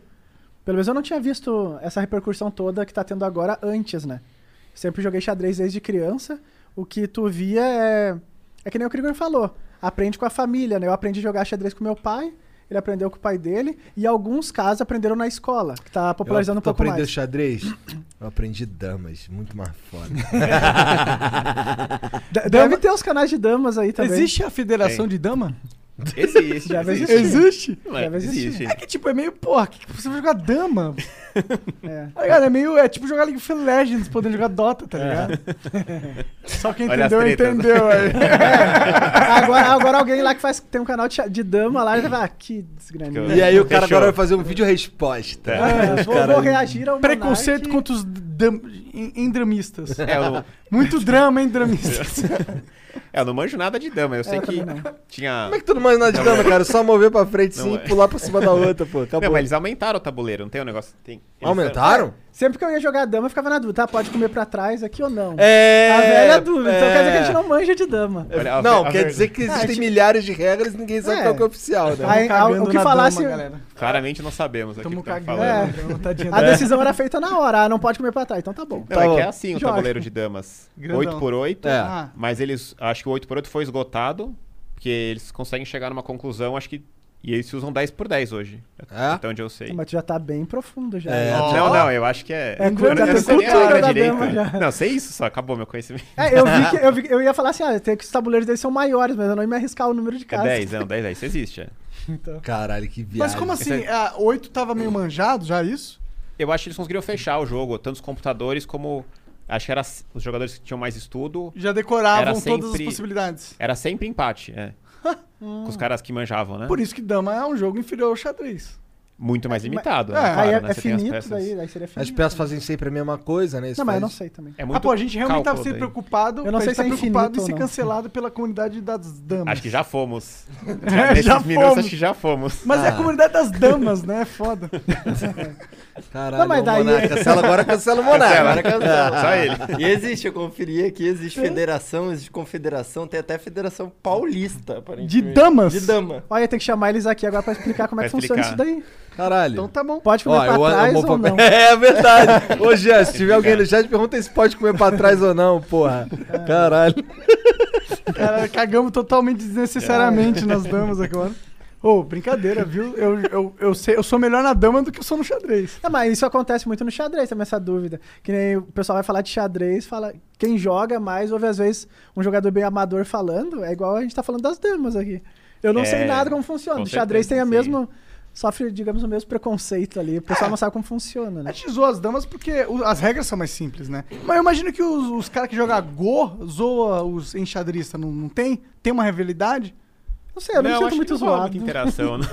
[SPEAKER 1] Pelo menos eu não tinha visto essa repercussão toda que tá tendo agora antes, né? Sempre joguei xadrez desde criança. O que tu via é. É que nem o Krieger falou. Aprende com a família, né? Eu aprendi a jogar xadrez com meu pai. ele aprendeu com o pai dele, e alguns casos aprenderam na escola, que tá popularizando
[SPEAKER 2] eu
[SPEAKER 1] um pouco
[SPEAKER 2] aprendi
[SPEAKER 1] mais.
[SPEAKER 2] xadrez, eu aprendi damas, muito mais foda.
[SPEAKER 1] De- Deve ter os canais de damas aí também.
[SPEAKER 8] Existe a federação
[SPEAKER 3] Tem.
[SPEAKER 8] de dama?
[SPEAKER 3] Existe.
[SPEAKER 1] Já
[SPEAKER 3] existe.
[SPEAKER 1] existiu.
[SPEAKER 8] Existe?
[SPEAKER 3] Não é,
[SPEAKER 1] Deve existir.
[SPEAKER 3] existe.
[SPEAKER 8] É que tipo, é meio, porra, que você vai jogar dama?
[SPEAKER 1] É.
[SPEAKER 8] Tá ligado? É meio, é tipo jogar League of Legends, podendo jogar Dota, tá ligado? Só quem
[SPEAKER 3] Olha as
[SPEAKER 8] entendeu,
[SPEAKER 3] tretas.
[SPEAKER 8] entendeu. velho.
[SPEAKER 1] Agora, agora alguém lá que faz, tem um canal de, cha- de dama lá, ele vai, ah, que desgraninha.
[SPEAKER 2] e aí o cara
[SPEAKER 3] Fechou.
[SPEAKER 2] agora vai fazer um vídeo resposta.
[SPEAKER 1] É, vou, vou reagir ao
[SPEAKER 8] Preconceito
[SPEAKER 1] Monark.
[SPEAKER 8] contra os dam- en- endramistas.
[SPEAKER 3] É, eu, não,
[SPEAKER 8] Muito drama, hein, dramistas.
[SPEAKER 3] é, eu não manjo nada de dama. Eu sei
[SPEAKER 1] eu
[SPEAKER 3] que
[SPEAKER 1] também
[SPEAKER 3] tinha.
[SPEAKER 2] Como é que tu não manda nada de dama, cara? Só mover pra frente sim
[SPEAKER 3] Não,
[SPEAKER 2] e
[SPEAKER 3] é.
[SPEAKER 2] pular pra cima da outra, pô. Acabou.
[SPEAKER 3] Não, mas eles aumentaram o tabuleiro, não tem um negócio. Tem, eles-
[SPEAKER 2] Aumentaram?
[SPEAKER 1] Sempre que eu ia jogar dama, eu ficava na dúvida, tá? Pode comer pra trás aqui ou não.
[SPEAKER 2] É.
[SPEAKER 1] A velha dúvida. Então quer dizer
[SPEAKER 3] é.
[SPEAKER 1] que a gente
[SPEAKER 2] não.
[SPEAKER 1] não manja de dama.
[SPEAKER 3] Olha, a
[SPEAKER 2] Não,
[SPEAKER 3] ver- a
[SPEAKER 2] quer
[SPEAKER 3] ver-
[SPEAKER 2] dizer que existem
[SPEAKER 1] Ah, tipo-
[SPEAKER 2] milhares de regras e ninguém sabe
[SPEAKER 1] É.
[SPEAKER 2] qual que é o oficial, né?
[SPEAKER 1] Aí, a- o que falasse.
[SPEAKER 3] Claramente não sabemos aqui o
[SPEAKER 8] Tamo
[SPEAKER 3] que tá
[SPEAKER 8] cagando.
[SPEAKER 3] falando.
[SPEAKER 1] É.
[SPEAKER 8] É. Tadinha
[SPEAKER 1] a
[SPEAKER 8] dela.
[SPEAKER 1] decisão era feita na hora. Ah, não pode comer pra trás. Então tá bom.
[SPEAKER 3] Não, é que é assim o
[SPEAKER 1] Joga.
[SPEAKER 3] tabuleiro de damas.
[SPEAKER 8] Grandão.
[SPEAKER 3] 8 por 8
[SPEAKER 2] É.
[SPEAKER 8] Ah,
[SPEAKER 3] Mas eles. Acho que o 8 por 8 foi esgotado. Porque eles conseguem chegar numa conclusão, acho que. E eles usam 10 por 10 hoje.
[SPEAKER 2] É?
[SPEAKER 3] Até onde eu sei.
[SPEAKER 1] Ah. Mas tu já tá bem profundo já.
[SPEAKER 2] É.
[SPEAKER 1] né?
[SPEAKER 3] Não, não, eu acho que é.
[SPEAKER 1] É
[SPEAKER 3] eu não-
[SPEAKER 1] cultura-
[SPEAKER 3] eu não
[SPEAKER 1] é
[SPEAKER 3] sei nem a
[SPEAKER 1] cultura
[SPEAKER 3] hora
[SPEAKER 1] da
[SPEAKER 3] direito.
[SPEAKER 1] dama já.
[SPEAKER 3] Não, sei isso só, acabou meu conhecimento.
[SPEAKER 1] É, eu vi que eu, vi que- eu ia falar assim, ah, tem que os tabuleiros deles são maiores, mas eu não ia me arriscar o número de
[SPEAKER 3] É
[SPEAKER 1] casas.
[SPEAKER 3] 10, não, 10, 10, isso existe. é.
[SPEAKER 2] Caralho, que viagem.
[SPEAKER 8] Mas como assim? A 8 tava meio manjado já, isso?
[SPEAKER 3] Eu acho que eles conseguiram fechar o jogo, tanto os computadores como. Acho que era s- os jogadores que tinham mais estudo.
[SPEAKER 8] Já decoravam
[SPEAKER 3] Era
[SPEAKER 8] todas as
[SPEAKER 3] sempre-
[SPEAKER 8] possibilidades.
[SPEAKER 3] Era sempre empate, é. Com os caras que manjavam, né?
[SPEAKER 8] Por isso que dama é um jogo inferior ao xadrez.
[SPEAKER 3] Muito mais limitado.
[SPEAKER 8] é,
[SPEAKER 3] né? claro,
[SPEAKER 1] aí é,
[SPEAKER 3] né?
[SPEAKER 1] é
[SPEAKER 3] Você tem as
[SPEAKER 1] finito,
[SPEAKER 3] peças.
[SPEAKER 1] daí, aí seria finito.
[SPEAKER 2] As peças fazem sempre a mesma coisa, né? Isso
[SPEAKER 1] Não, mas eu não
[SPEAKER 2] faz-
[SPEAKER 1] sei também.
[SPEAKER 3] É
[SPEAKER 8] ah,
[SPEAKER 3] muito
[SPEAKER 8] pô, a gente realmente tava
[SPEAKER 3] cálculo
[SPEAKER 8] sendo
[SPEAKER 3] daí.
[SPEAKER 8] preocupado.
[SPEAKER 1] Eu não
[SPEAKER 8] a
[SPEAKER 1] sei
[SPEAKER 8] gente tá
[SPEAKER 1] se é
[SPEAKER 8] preocupado
[SPEAKER 1] infinito
[SPEAKER 8] em
[SPEAKER 1] ou
[SPEAKER 8] ser
[SPEAKER 1] não.
[SPEAKER 8] cancelado pela comunidade das damas.
[SPEAKER 3] Acho que já fomos.
[SPEAKER 8] É,
[SPEAKER 3] Nesses
[SPEAKER 8] já
[SPEAKER 3] minutos,
[SPEAKER 8] fomos.
[SPEAKER 3] acho que tá. já fomos.
[SPEAKER 8] Mas é a
[SPEAKER 2] Ah.
[SPEAKER 8] comunidade das damas, né? É Foda.
[SPEAKER 2] Caralho,
[SPEAKER 1] Não, mas
[SPEAKER 2] o
[SPEAKER 1] daí-
[SPEAKER 2] Monarca, cancela agora, cancela o Monarca.
[SPEAKER 3] Só ele.
[SPEAKER 7] E existe, eu conferi aqui, existe federação, existe confederação, tem até federação paulista,
[SPEAKER 8] De
[SPEAKER 7] aparentemente.
[SPEAKER 8] damas.
[SPEAKER 7] De dama.
[SPEAKER 1] Olha, tem que chamar eles aqui agora pra explicar como é que
[SPEAKER 3] Pra
[SPEAKER 1] funciona isso
[SPEAKER 3] explicar.
[SPEAKER 1] daí.
[SPEAKER 2] né? Caralho.
[SPEAKER 8] Então tá bom.
[SPEAKER 1] Pode comer
[SPEAKER 2] Ó,
[SPEAKER 1] pra
[SPEAKER 2] eu- eu
[SPEAKER 1] trás
[SPEAKER 2] vou
[SPEAKER 1] ou
[SPEAKER 2] pra-
[SPEAKER 1] não.
[SPEAKER 2] É verdade. Ô, Jean, se tiver alguém no chat, pergunta se pode comer pra trás ou não, porra. Caralho.
[SPEAKER 8] Cara, cagamos totalmente desnecessariamente nas damas agora. Ô, brincadeira, viu? Eu, eu, eu, sei, eu sou melhor na dama do que eu sou no xadrez.
[SPEAKER 1] Não, mas isso acontece muito no xadrez também, essa dúvida. Que nem o pessoal vai falar de xadrez, fala. Quem joga mais, ouve às vezes um jogador bem amador falando, é igual a gente tá falando das damas aqui. Eu não
[SPEAKER 3] É,
[SPEAKER 1] sei nada como funciona.
[SPEAKER 3] com
[SPEAKER 1] O xadrez tem a
[SPEAKER 3] certeza,
[SPEAKER 1] mesma. Sofre, digamos, o mesmo preconceito ali. O pessoal não sabe como funciona,
[SPEAKER 8] A
[SPEAKER 1] né?
[SPEAKER 8] gente zoa É as damas porque o- as regras são mais simples, né? Mas eu imagino que os, os caras que jogam Go zoa os enxadristas, não, não tem? Tem uma rivalidade?
[SPEAKER 1] Não sei, eu não, me
[SPEAKER 3] acho
[SPEAKER 1] sinto
[SPEAKER 3] que
[SPEAKER 1] muito
[SPEAKER 3] não rola
[SPEAKER 1] zoado.
[SPEAKER 3] muita interação. não.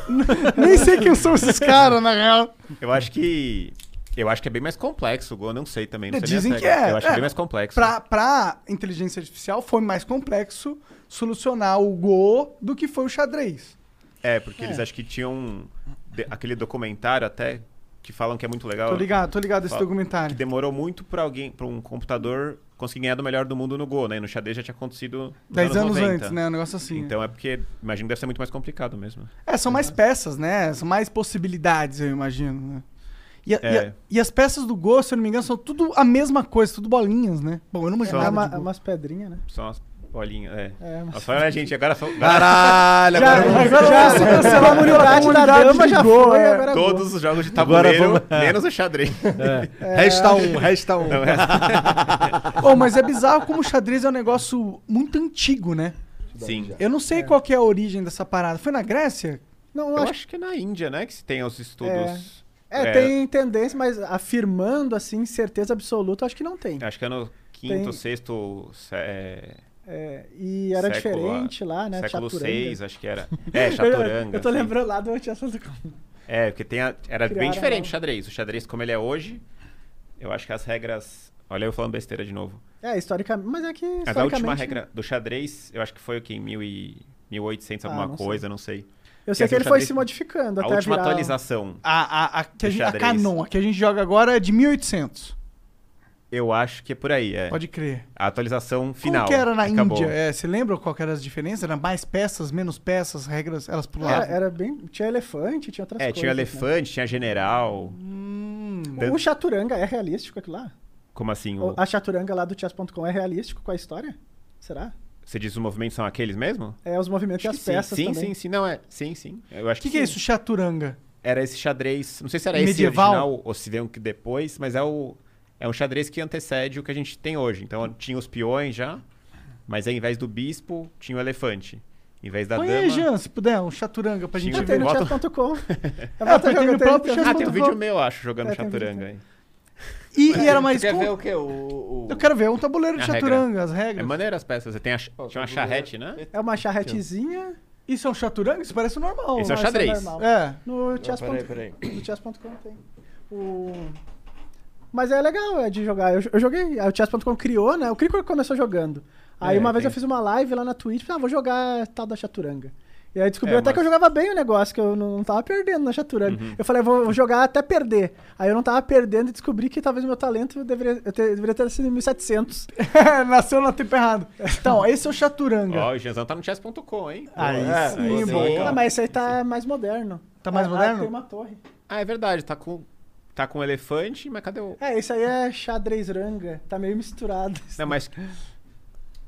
[SPEAKER 8] Nem sei quem são esses caras, na real.
[SPEAKER 3] Eu acho que. Eu acho que é bem mais complexo o Go, não sei também. Não sei nem
[SPEAKER 8] Dizem
[SPEAKER 3] as
[SPEAKER 8] que
[SPEAKER 3] regras.
[SPEAKER 8] é,
[SPEAKER 3] Eu acho
[SPEAKER 8] é.
[SPEAKER 3] bem mais complexo.
[SPEAKER 8] Pra, pra inteligência artificial, foi mais complexo solucionar o Go do que foi o xadrez.
[SPEAKER 3] É, porque eles acho que tinham um, de- aquele documentário até que falam que é muito legal.
[SPEAKER 8] Tô ligado, tô ligado esse
[SPEAKER 3] Fala. Que
[SPEAKER 8] documentário.
[SPEAKER 3] demorou muito pra alguém, para um computador conseguir ganhar do melhor do mundo no Go, né? E no xadrez já tinha acontecido nos
[SPEAKER 8] Dez anos
[SPEAKER 3] 90.
[SPEAKER 8] antes, né? Um negócio assim. né?
[SPEAKER 3] Então é porque, imagino que deve ser muito mais complicado mesmo.
[SPEAKER 8] É, são
[SPEAKER 3] Uhum.
[SPEAKER 8] mais peças, né? São mais possibilidades, eu imagino. Né? E, a- e a-
[SPEAKER 3] É.
[SPEAKER 8] e as peças do Go, se eu não me engano, são tudo a mesma coisa, tudo bolinhas, né? Bom, eu não manjo
[SPEAKER 1] É,
[SPEAKER 8] nada
[SPEAKER 1] uma-
[SPEAKER 8] de
[SPEAKER 3] tipo,
[SPEAKER 8] Go.
[SPEAKER 1] é umas pedrinhas, né?
[SPEAKER 3] São as bolinhas, é.
[SPEAKER 1] É, mas...
[SPEAKER 3] Nossa, olha, gente, agora são
[SPEAKER 2] Caralho,
[SPEAKER 1] Já,
[SPEAKER 2] agora...
[SPEAKER 1] agora já, já, a comunidade da
[SPEAKER 8] comunidade
[SPEAKER 1] dama
[SPEAKER 8] de
[SPEAKER 1] já
[SPEAKER 8] Go,
[SPEAKER 1] foi,
[SPEAKER 8] é.
[SPEAKER 1] agora é Go.
[SPEAKER 3] todos os jogos de tabuleiro,
[SPEAKER 2] vamos-
[SPEAKER 3] menos o xadrez.
[SPEAKER 2] É. Resta um, resta um.
[SPEAKER 8] Ô, mas é bizarro como o xadrez é um negócio muito antigo, né?
[SPEAKER 3] Sim.
[SPEAKER 8] Eu não sei qual que é a origem dessa parada. Foi na Grécia?
[SPEAKER 1] Não, eu
[SPEAKER 3] Eu
[SPEAKER 1] acho
[SPEAKER 3] acho que é na Índia, né, que se tem os estudos.
[SPEAKER 1] É, tem tendência, mas afirmando assim, certeza absoluta, eu acho que não tem.
[SPEAKER 3] Acho que é no quinto,
[SPEAKER 1] Tem-
[SPEAKER 3] sexto, sé-
[SPEAKER 1] É, e era
[SPEAKER 3] Século-
[SPEAKER 1] diferente lá, né?
[SPEAKER 3] século
[SPEAKER 1] Chaturanga.
[SPEAKER 3] VI, acho que era. É,
[SPEAKER 1] Eu,
[SPEAKER 3] chaturanga.
[SPEAKER 1] eu tô
[SPEAKER 3] sim.
[SPEAKER 1] lembrando lá do Tia Santa
[SPEAKER 3] É, porque tem a- era bem
[SPEAKER 1] Criaram
[SPEAKER 3] diferente
[SPEAKER 1] lá.
[SPEAKER 3] o xadrez. O xadrez, como ele é hoje, eu acho que as regras... Olha eu falando besteira de novo.
[SPEAKER 1] É, historicamente. Mas é que.
[SPEAKER 3] Mas a
[SPEAKER 1] Historicamente, né?
[SPEAKER 3] última regra do xadrez, eu acho que foi o quê? Em mil e... 1800
[SPEAKER 1] Ah,
[SPEAKER 3] alguma
[SPEAKER 1] não sei.
[SPEAKER 3] coisa, não sei.
[SPEAKER 1] Eu sei
[SPEAKER 3] assim,
[SPEAKER 1] que ele
[SPEAKER 3] o
[SPEAKER 1] foi
[SPEAKER 3] xadrez-
[SPEAKER 1] se modificando
[SPEAKER 3] A
[SPEAKER 1] até
[SPEAKER 3] última
[SPEAKER 1] virar.
[SPEAKER 3] atualização,
[SPEAKER 8] A, a, a, que a,
[SPEAKER 3] Do
[SPEAKER 8] gente, a
[SPEAKER 3] xadrez.
[SPEAKER 8] Canon, a que a gente joga agora é de 1800.
[SPEAKER 3] eu acho que é por aí, é.
[SPEAKER 8] Pode crer.
[SPEAKER 3] A atualização final.
[SPEAKER 8] Qual que era na
[SPEAKER 3] acabou.
[SPEAKER 8] Índia? É, você lembra qual que era as diferenças? Era mais peças, menos peças, regras, elas pulavam.
[SPEAKER 1] Era, era bem. Tinha elefante, tinha outras
[SPEAKER 3] É,
[SPEAKER 1] coisas.
[SPEAKER 3] tinha
[SPEAKER 1] né?
[SPEAKER 3] elefante, né? tinha general.
[SPEAKER 1] O Chaturanga é realístico aquilo lá?
[SPEAKER 3] Como assim?
[SPEAKER 1] Ou
[SPEAKER 3] O...
[SPEAKER 1] A Chaturanga lá do Chess.com é realístico com a história? Será?
[SPEAKER 3] Você diz os movimentos são aqueles mesmo?
[SPEAKER 1] É os movimentos e as
[SPEAKER 3] Acho que sim.
[SPEAKER 1] peças
[SPEAKER 3] sim,
[SPEAKER 1] também.
[SPEAKER 3] sim, sim, não é. Sim, sim. Eu acho
[SPEAKER 8] O que, que é isso, chaturanga?
[SPEAKER 3] Era esse xadrez, não sei se era
[SPEAKER 8] Medieval?
[SPEAKER 3] esse original ou se veio um que depois, mas é o é um xadrez que antecede o que a gente tem hoje. Então tinha os peões já, mas aí, ao invés do bispo, tinha o elefante. Em vez da
[SPEAKER 8] Põe
[SPEAKER 3] dama.
[SPEAKER 8] aí, Jean, se puder, um chaturanga pra
[SPEAKER 3] Tinha
[SPEAKER 8] gente
[SPEAKER 3] um-
[SPEAKER 1] Eu tenho
[SPEAKER 8] ver.
[SPEAKER 1] no
[SPEAKER 3] Bota-
[SPEAKER 1] chess.com.
[SPEAKER 3] um
[SPEAKER 1] Eu
[SPEAKER 8] Ah,
[SPEAKER 1] boto
[SPEAKER 8] tem no
[SPEAKER 1] jogando
[SPEAKER 8] próprio
[SPEAKER 1] tênis.
[SPEAKER 3] Ah, tem um
[SPEAKER 8] Ponto
[SPEAKER 3] vídeo
[SPEAKER 8] com.
[SPEAKER 3] meu, eu acho, jogando
[SPEAKER 1] É, tem
[SPEAKER 3] chaturanga aí.
[SPEAKER 8] E, um e era mais.
[SPEAKER 7] Quer
[SPEAKER 8] com-
[SPEAKER 7] ver o quê? O, o...
[SPEAKER 8] Eu quero ver um tabuleiro de
[SPEAKER 3] A regra.
[SPEAKER 8] chaturanga, as
[SPEAKER 3] É
[SPEAKER 8] regras.
[SPEAKER 3] maneiro as peças. Você tem a, tinha uma charrete, né?
[SPEAKER 1] É uma charretezinha.
[SPEAKER 8] Isso é um chaturanga? Isso parece normal.
[SPEAKER 3] Esse é
[SPEAKER 1] Nossa,
[SPEAKER 3] o xadrez.
[SPEAKER 1] normal.
[SPEAKER 8] É.
[SPEAKER 3] Ah,
[SPEAKER 1] No
[SPEAKER 7] Não, peraí,
[SPEAKER 1] chess.com.
[SPEAKER 7] peraí.
[SPEAKER 1] No chess.com tem. O... Mas é legal é de jogar. Eu, eu joguei. Aí o chess.com criou, né? O Cricor começou jogando. Aí
[SPEAKER 3] É,
[SPEAKER 1] uma vez
[SPEAKER 3] tem.
[SPEAKER 1] eu fiz uma live lá na Twitch, ah, vou jogar tal da chaturanga. E aí descobri
[SPEAKER 3] É,
[SPEAKER 1] até que eu
[SPEAKER 3] mas- Uhum.
[SPEAKER 1] jogava bem o negócio, que eu não, não tava perdendo na chaturanga. Eu falei, "Ah, vou, vou jogar até perder. Aí eu não tava perdendo e descobri que talvez meu talento eu deveria, eu te- deveria ter sido em 1700.
[SPEAKER 8] Nasceu no tempo errado. Então, esse é o chaturanga.
[SPEAKER 3] Ó, o Jeanzão tá no chess.com, hein?
[SPEAKER 8] Aí
[SPEAKER 3] Boa.
[SPEAKER 8] sim,
[SPEAKER 3] Aí
[SPEAKER 7] boa.
[SPEAKER 3] é, legal.
[SPEAKER 1] Ah, mas esse aí tá mais moderno.
[SPEAKER 8] Tá mais
[SPEAKER 1] Ah,
[SPEAKER 8] moderno?
[SPEAKER 1] Tem uma torre.
[SPEAKER 3] Ah, é verdade, tá com. Tá com um elefante, mas cadê o.
[SPEAKER 1] É, esse aí é xadrez ranga. Tá meio misturado.
[SPEAKER 3] Não, mas.
[SPEAKER 7] Tá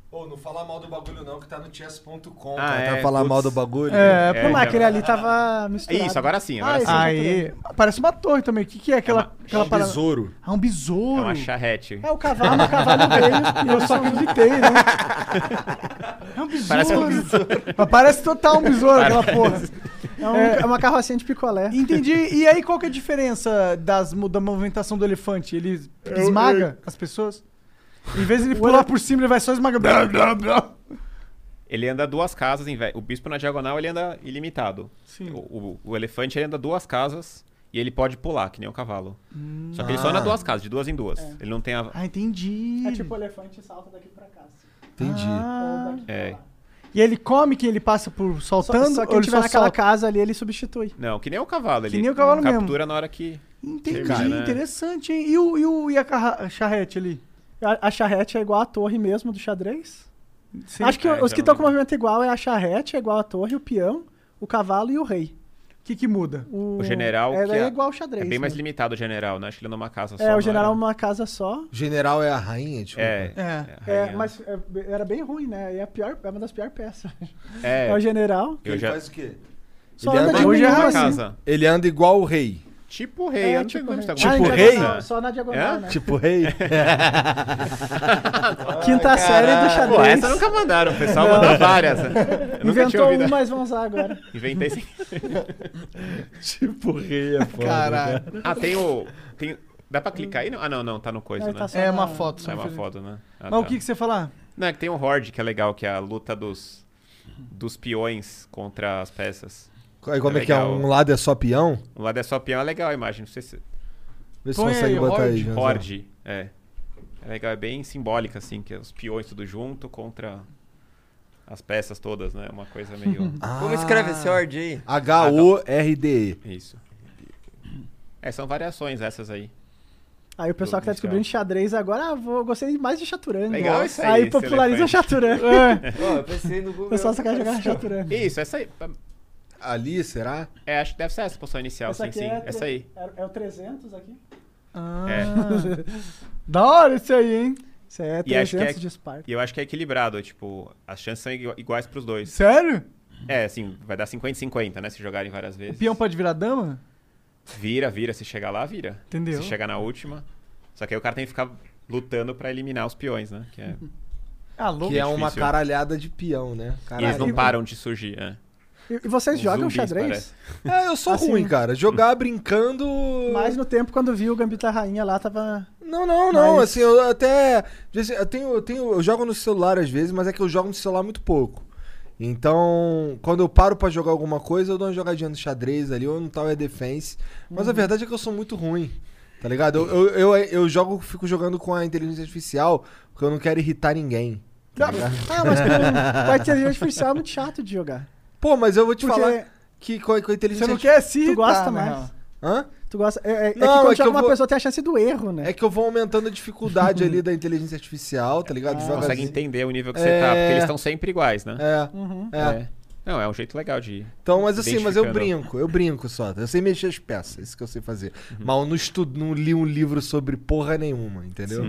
[SPEAKER 2] Pô, não fala mal do bagulho não, que tá no chess.com.
[SPEAKER 3] Ah,
[SPEAKER 2] Ah,
[SPEAKER 3] é,
[SPEAKER 2] falar
[SPEAKER 3] putz.
[SPEAKER 2] mal do bagulho.
[SPEAKER 8] É,
[SPEAKER 7] né?
[SPEAKER 3] É,
[SPEAKER 1] Não, mas
[SPEAKER 3] já-
[SPEAKER 1] aquele ali tava misturado.
[SPEAKER 3] Isso, agora sim, agora
[SPEAKER 1] Ah,
[SPEAKER 3] sim.
[SPEAKER 1] esse-
[SPEAKER 8] Aí. é. Parece uma torre também. O que, que é aquela,
[SPEAKER 3] uma-
[SPEAKER 2] É
[SPEAKER 8] aquela
[SPEAKER 2] um
[SPEAKER 8] parada?
[SPEAKER 2] besouro.
[SPEAKER 8] Ah, um
[SPEAKER 3] É
[SPEAKER 8] besouro.
[SPEAKER 3] uma charrete.
[SPEAKER 1] É, o cavalo, o cavalo veio e eu só acreditei, né?
[SPEAKER 8] É um besouro.
[SPEAKER 3] Parece um
[SPEAKER 8] Mas parece total um besouro aquela porra.
[SPEAKER 1] É, um-
[SPEAKER 8] É.
[SPEAKER 1] é uma carrocinha de picolé.
[SPEAKER 8] Entendi. E aí, qual que é a diferença das, mo- da movimentação do elefante? Ele
[SPEAKER 1] É
[SPEAKER 8] esmaga as pessoas? Em vez de ele pular por cima, ele vai só esmagar. Blá, blá, blá.
[SPEAKER 3] Ele anda duas casas, em vez- o bispo na diagonal ele anda ilimitado. O, o- o elefante ele anda duas casas e ele pode pular, que nem um cavalo. Só que ele só anda
[SPEAKER 2] Ah.
[SPEAKER 3] duas casas, de duas em duas. Ele não tem a.
[SPEAKER 8] Ah, entendi.
[SPEAKER 1] É tipo o elefante salta daqui pra cá. assim.
[SPEAKER 2] Entendi.
[SPEAKER 8] Ah.
[SPEAKER 1] Ou daqui
[SPEAKER 3] É.
[SPEAKER 1] pra lá.
[SPEAKER 8] E ele come quem ele passa por
[SPEAKER 1] Só,
[SPEAKER 8] saltando?
[SPEAKER 1] só
[SPEAKER 8] ou
[SPEAKER 1] quem
[SPEAKER 8] ele
[SPEAKER 1] tiver
[SPEAKER 8] só
[SPEAKER 1] naquela
[SPEAKER 8] salta?
[SPEAKER 1] casa ali, ele substitui.
[SPEAKER 3] Não, que nem o cavalo. Ele
[SPEAKER 8] nem o cavalo mesmo.
[SPEAKER 3] captura na hora que. é
[SPEAKER 8] Entendi,
[SPEAKER 3] Cara, né?
[SPEAKER 8] interessante, hein? E, o, e, o, e a carra- a charrete ali?
[SPEAKER 1] A, a charrete é igual à torre mesmo do xadrez?
[SPEAKER 8] Sim.
[SPEAKER 1] Acho que
[SPEAKER 3] É,
[SPEAKER 1] os
[SPEAKER 3] já
[SPEAKER 1] que
[SPEAKER 3] não
[SPEAKER 1] estão com
[SPEAKER 3] lembro.
[SPEAKER 1] movimento igual é a charrete, é igual à torre, o peão, o cavalo e o rei.
[SPEAKER 8] O que, que muda?
[SPEAKER 1] O,
[SPEAKER 3] O general,
[SPEAKER 1] É,
[SPEAKER 3] que
[SPEAKER 1] daí
[SPEAKER 3] é-
[SPEAKER 1] é igual ao xadrez.
[SPEAKER 3] É bem mais
[SPEAKER 1] né?
[SPEAKER 3] limitado o general, né? Acho que ele anda numa casa só.
[SPEAKER 1] É,
[SPEAKER 3] não
[SPEAKER 1] o general é uma casa só.
[SPEAKER 2] General é a rainha, tipo.
[SPEAKER 3] É.
[SPEAKER 8] É.
[SPEAKER 3] a
[SPEAKER 1] É,
[SPEAKER 3] rainha.
[SPEAKER 1] mas é, era bem ruim, né? E é, a pior, é uma das piores peças.
[SPEAKER 3] É,
[SPEAKER 1] É, o general.
[SPEAKER 3] eu
[SPEAKER 2] Ele
[SPEAKER 3] já.
[SPEAKER 2] faz o quê?
[SPEAKER 1] Só
[SPEAKER 2] Ele
[SPEAKER 1] anda
[SPEAKER 2] anda
[SPEAKER 1] de
[SPEAKER 3] Hoje é
[SPEAKER 1] mula,
[SPEAKER 3] uma
[SPEAKER 1] assim.
[SPEAKER 3] casa.
[SPEAKER 2] Ele anda igual o rei.
[SPEAKER 3] Tipo
[SPEAKER 1] É,
[SPEAKER 3] o rei, eu não sei como se tá
[SPEAKER 2] Tipo
[SPEAKER 3] acontecendo.
[SPEAKER 2] rei?
[SPEAKER 1] Ah, Só, só na diagonal,
[SPEAKER 3] É? ah,
[SPEAKER 1] né?
[SPEAKER 2] Tipo o rei?
[SPEAKER 1] Quinta
[SPEAKER 2] Ah,
[SPEAKER 1] série do xadrez.
[SPEAKER 3] Pô, essa nunca mandaram, o pessoal mandou várias. Eu nunca tinha
[SPEAKER 1] Inventou um,
[SPEAKER 3] ouvido.
[SPEAKER 1] mas vão usar agora.
[SPEAKER 3] Inventei sim.
[SPEAKER 2] tipo o rei, é foda.
[SPEAKER 8] Caralho.
[SPEAKER 3] Ah, tem o. Tem... Dá pra clicar aí? não? Ah, não, não, tá no coisa,
[SPEAKER 1] Não,
[SPEAKER 3] né?
[SPEAKER 1] tá só
[SPEAKER 8] É
[SPEAKER 1] na-
[SPEAKER 8] uma foto. só
[SPEAKER 3] É uma
[SPEAKER 8] infelizmente.
[SPEAKER 3] foto, né? Ah,
[SPEAKER 8] Mas o
[SPEAKER 3] tá.
[SPEAKER 8] que, que você falar?
[SPEAKER 3] Não, é que tem o Horde, que é legal, que é a luta dos. Dos peões contra as peças.
[SPEAKER 2] Aí como é,
[SPEAKER 3] É
[SPEAKER 2] que é?
[SPEAKER 3] legal.
[SPEAKER 2] Um lado é só peão?
[SPEAKER 3] Um lado é só peão, é legal a imagem. Não sei se.
[SPEAKER 2] Vê se
[SPEAKER 8] Põe
[SPEAKER 2] consegue
[SPEAKER 8] aí,
[SPEAKER 2] botar aí,
[SPEAKER 8] horde,
[SPEAKER 2] Janzão.
[SPEAKER 3] Horde, é. É legal, é bem simbólica, assim, que é os peões tudo junto contra as peças todas, né? Uma coisa meio.
[SPEAKER 2] Ah,
[SPEAKER 7] Como escreve esse Horde aí?
[SPEAKER 2] H-O-R-D-E.
[SPEAKER 3] Isso. É, são variações essas aí.
[SPEAKER 1] Aí o pessoal que tá
[SPEAKER 3] Inicial.
[SPEAKER 1] descobrindo xadrez agora, ah, vou, gostei mais de chaturanga.
[SPEAKER 3] Legal isso aí,
[SPEAKER 1] Aí
[SPEAKER 3] esse
[SPEAKER 1] populariza o
[SPEAKER 3] elefante. é
[SPEAKER 1] chaturanga.
[SPEAKER 7] Ó, eu pensei no Google.
[SPEAKER 1] O pessoal só quer jogar chaturanga.
[SPEAKER 3] Isso, essa aí.
[SPEAKER 2] Ali, será?
[SPEAKER 3] É, acho que deve ser essa a posição inicial, sim, sim.
[SPEAKER 1] tre-
[SPEAKER 3] Essa aí.
[SPEAKER 1] É, Ah. é o 300 aqui.
[SPEAKER 3] É.
[SPEAKER 8] Da hora esse aí, hein?
[SPEAKER 1] Isso aí é
[SPEAKER 3] E acho que
[SPEAKER 1] 300
[SPEAKER 3] é-
[SPEAKER 1] de Esparta.
[SPEAKER 3] E eu acho que é equilibrado, tipo, as chances são igua- iguais pros dois.
[SPEAKER 8] Sério?
[SPEAKER 3] É, assim, vai dar 50-50, né? Se jogarem várias
[SPEAKER 8] O
[SPEAKER 3] vezes.
[SPEAKER 8] peão pode virar dama?
[SPEAKER 3] Vira, vira, se chegar lá, vira.
[SPEAKER 8] Entendeu.
[SPEAKER 3] Se chegar na última. Só que aí o cara tem que ficar lutando pra eliminar os peões, né? Que é-
[SPEAKER 8] Ah, louco.
[SPEAKER 2] Que é uma
[SPEAKER 3] difícil.
[SPEAKER 2] caralhada de peão, né?
[SPEAKER 3] E eles
[SPEAKER 2] Caralho.
[SPEAKER 3] não param de surgir. É.
[SPEAKER 1] E, e vocês jogam
[SPEAKER 3] Zumbis,
[SPEAKER 1] xadrez?
[SPEAKER 3] parece.
[SPEAKER 2] É, eu sou
[SPEAKER 1] Assim.
[SPEAKER 2] ruim, cara. Jogar brincando.
[SPEAKER 1] Mas no tempo, quando vi o Gambito da Rainha lá, tava...
[SPEAKER 2] Não, não, não.
[SPEAKER 1] Mas-
[SPEAKER 2] Assim, eu até. Eu tenho, eu tenho. Eu jogo no celular às vezes, mas é que eu jogo no celular muito pouco. Então, quando eu paro pra jogar alguma coisa, eu dou uma jogadinha no xadrez ali, ou no tal é defense. Mas a verdade é que eu sou muito ruim. Tá ligado? Eu, eu, eu, eu jogo, fico jogando com a inteligência artificial, porque eu não quero irritar ninguém.
[SPEAKER 1] Ah, mas com, com a inteligência artificial é muito chato de jogar.
[SPEAKER 2] Pô, mas eu vou te
[SPEAKER 1] Porque- é
[SPEAKER 2] falar que com a, com a
[SPEAKER 8] Você
[SPEAKER 2] inteligência
[SPEAKER 8] não quer se
[SPEAKER 1] tipo, Tu
[SPEAKER 8] irritar,
[SPEAKER 1] gosta
[SPEAKER 8] né?
[SPEAKER 1] mais.
[SPEAKER 2] Hã?
[SPEAKER 1] Tu gosta... É, é- é que
[SPEAKER 2] Não,
[SPEAKER 1] quando
[SPEAKER 2] é que
[SPEAKER 1] joga
[SPEAKER 2] eu
[SPEAKER 1] uma
[SPEAKER 2] vou-
[SPEAKER 1] pessoa tem a chance do erro, né?
[SPEAKER 2] É que eu vou aumentando a dificuldade ali da inteligência artificial, tá ligado?
[SPEAKER 3] Você
[SPEAKER 2] Joga
[SPEAKER 3] Ah, consegue
[SPEAKER 2] as-
[SPEAKER 3] entender o nível que você tá, porque
[SPEAKER 2] É.
[SPEAKER 3] eles estão sempre iguais, né?
[SPEAKER 2] É, é.
[SPEAKER 3] É. Não, é um jeito legal de ir.
[SPEAKER 2] Então, mas assim, mas eu
[SPEAKER 3] Identificando.
[SPEAKER 2] brinco, eu brinco só. Eu sei mexer as peças, isso que eu sei fazer.
[SPEAKER 3] Uhum.
[SPEAKER 2] Mas eu não estudo, não li um livro sobre porra nenhuma, entendeu?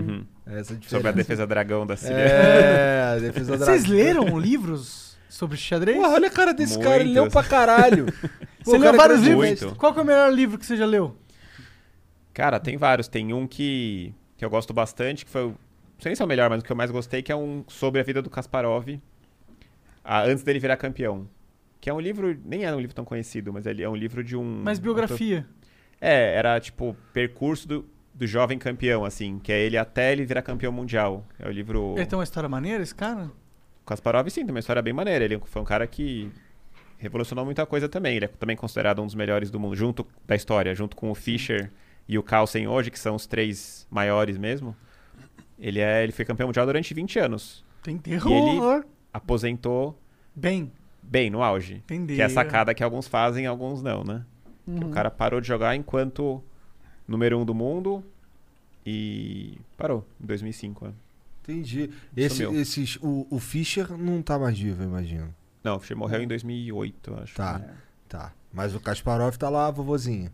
[SPEAKER 2] É Essa a diferença.
[SPEAKER 3] Uhum. Sobre a defesa dragão da Síria.
[SPEAKER 2] É, a defesa da
[SPEAKER 8] Vocês leram livros sobre xadrez?
[SPEAKER 2] Porra, olha a cara desse cara, ele
[SPEAKER 3] Muito.
[SPEAKER 2] leu pra caralho. Pô,
[SPEAKER 8] Você
[SPEAKER 2] o
[SPEAKER 8] leu
[SPEAKER 2] cara
[SPEAKER 8] vários
[SPEAKER 2] que é
[SPEAKER 8] livros?
[SPEAKER 2] mestre.
[SPEAKER 3] Muito.
[SPEAKER 8] Qual que é o melhor livro que você já leu?
[SPEAKER 3] Cara, tem vários. Tem um que, que eu gosto bastante, que foi. o- Não sei nem se é o melhor, mas o que eu mais gostei, que é um sobre a vida do Kasparov, a- antes dele virar campeão. Que é um livro. Nem é um livro tão conhecido, mas ele é um livro de um.
[SPEAKER 8] Mas biografia.
[SPEAKER 3] É, era tipo percurso do, do jovem campeão, assim, que é ele até ele virar campeão mundial. É o livro.
[SPEAKER 8] Ele tem uma história maneira, esse cara?
[SPEAKER 3] Kasparov, sim, tem uma história bem maneira. Ele foi um cara que revolucionou muita coisa também. Ele é também considerado um dos melhores do mundo, junto da história, junto com o Fischer e o Carlsen hoje, que são os três maiores mesmo. Ele, é, ele foi campeão mundial durante 20 anos.
[SPEAKER 8] Tem
[SPEAKER 3] E
[SPEAKER 8] terror.
[SPEAKER 3] Aposentou
[SPEAKER 8] Bem,
[SPEAKER 3] bem no auge.
[SPEAKER 8] entendi.
[SPEAKER 3] Que é a sacada que alguns fazem, alguns não, né? Que o cara parou de jogar enquanto número um do mundo e parou em 2005. Né?
[SPEAKER 2] Entendi. Esse,
[SPEAKER 3] Sumiu.
[SPEAKER 2] esses, o, o Fischer não tá mais vivo, eu imagino.
[SPEAKER 3] Não, o Fischer morreu em 2008, eu acho.
[SPEAKER 2] Tá, tá. Mas o Kasparov tá lá, vovozinho.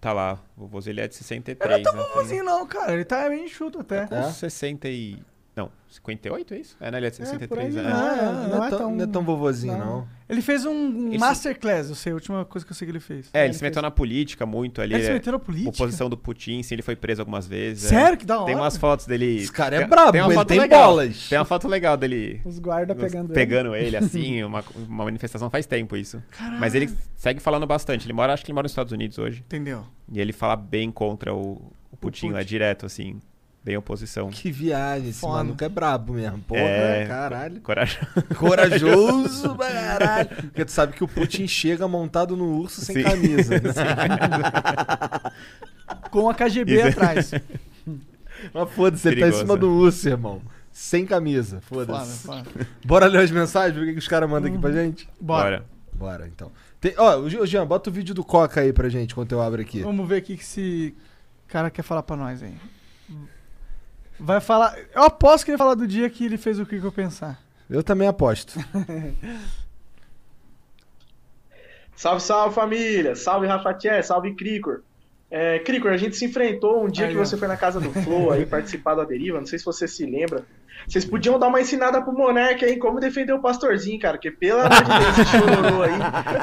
[SPEAKER 3] Tá lá, o Vozelli é de 63, né?
[SPEAKER 8] Assim não, cara. Ele tá bem enxuto até.
[SPEAKER 3] Com 60 e... Não, 58 é isso? É, né? Ele é de 63,
[SPEAKER 1] aí,
[SPEAKER 3] né?
[SPEAKER 1] né? Ah,
[SPEAKER 2] Ah, não,
[SPEAKER 1] não
[SPEAKER 2] é
[SPEAKER 1] é
[SPEAKER 2] tão,
[SPEAKER 1] tão-
[SPEAKER 2] não é tão vovozinho, não.
[SPEAKER 8] Ele fez um
[SPEAKER 3] Esse-
[SPEAKER 8] masterclass, eu sei, a última coisa que eu sei que ele fez.
[SPEAKER 3] É, ele se meteu na política muito ali.
[SPEAKER 8] Ele se
[SPEAKER 3] é
[SPEAKER 8] meteu na política?
[SPEAKER 3] Oposição do Putin, sim, ele foi preso algumas vezes. é.
[SPEAKER 8] Sério? Que da hora.
[SPEAKER 3] Tem umas fotos dele...
[SPEAKER 2] Esse cara é
[SPEAKER 3] Tem-
[SPEAKER 2] brabo,
[SPEAKER 3] tem uma
[SPEAKER 2] ele
[SPEAKER 3] foto
[SPEAKER 2] tem
[SPEAKER 3] legal.
[SPEAKER 2] bolas.
[SPEAKER 3] Tem uma foto legal dele
[SPEAKER 1] Os guardas pegando,
[SPEAKER 3] ele. assim, uma, uma manifestação faz tempo isso. Mas ele segue falando bastante. Ele mora, acho que ele mora nos Estados Unidos hoje.
[SPEAKER 8] Entendeu?
[SPEAKER 3] E ele fala bem contra o, o Putin lá, direto, assim. Bem oposição.
[SPEAKER 2] Que viagem, esse
[SPEAKER 8] Foda.
[SPEAKER 2] maluco é brabo mesmo. Porra, né,
[SPEAKER 3] É.
[SPEAKER 2] caralho.
[SPEAKER 3] Coragem.
[SPEAKER 2] Corajoso pra caralho. Porque tu sabe que o Putin chega montado no urso sem
[SPEAKER 3] Sim.
[SPEAKER 2] camisa. né?
[SPEAKER 8] Com a KGB
[SPEAKER 3] Isso.
[SPEAKER 8] atrás.
[SPEAKER 2] Mas foda-se, ele tá em
[SPEAKER 3] Perigoso. né?
[SPEAKER 2] cima do urso, irmão. Sem camisa,
[SPEAKER 8] Foda,
[SPEAKER 2] foda-se.
[SPEAKER 8] foda. Uhum.
[SPEAKER 2] Bora ler as mensagens, ver o que que os caras mandam aqui pra gente?
[SPEAKER 8] Bora.
[SPEAKER 2] Bora, então. Tem- ó, o Gi- o Jean, bota o vídeo do Coca aí pra gente, quando eu abro aqui.
[SPEAKER 8] Vamos ver o que que esse cara quer falar pra nós aí. Vai falar. Eu aposto que ele vai falar do dia que ele fez o que que eu pensar.
[SPEAKER 2] Eu também aposto.
[SPEAKER 9] Salve, salve família! Salve Rafa Tchê, salve Cricor! É, Cricor, a gente se enfrentou um dia
[SPEAKER 8] Aí,
[SPEAKER 9] que
[SPEAKER 8] ó.
[SPEAKER 9] você foi na casa do Flow aí participar da deriva, não sei se você se lembra. Vocês podiam dar uma ensinada pro Monark aí em como defender o pastorzinho, cara, que pelo amor de Deus, esse chororô aí.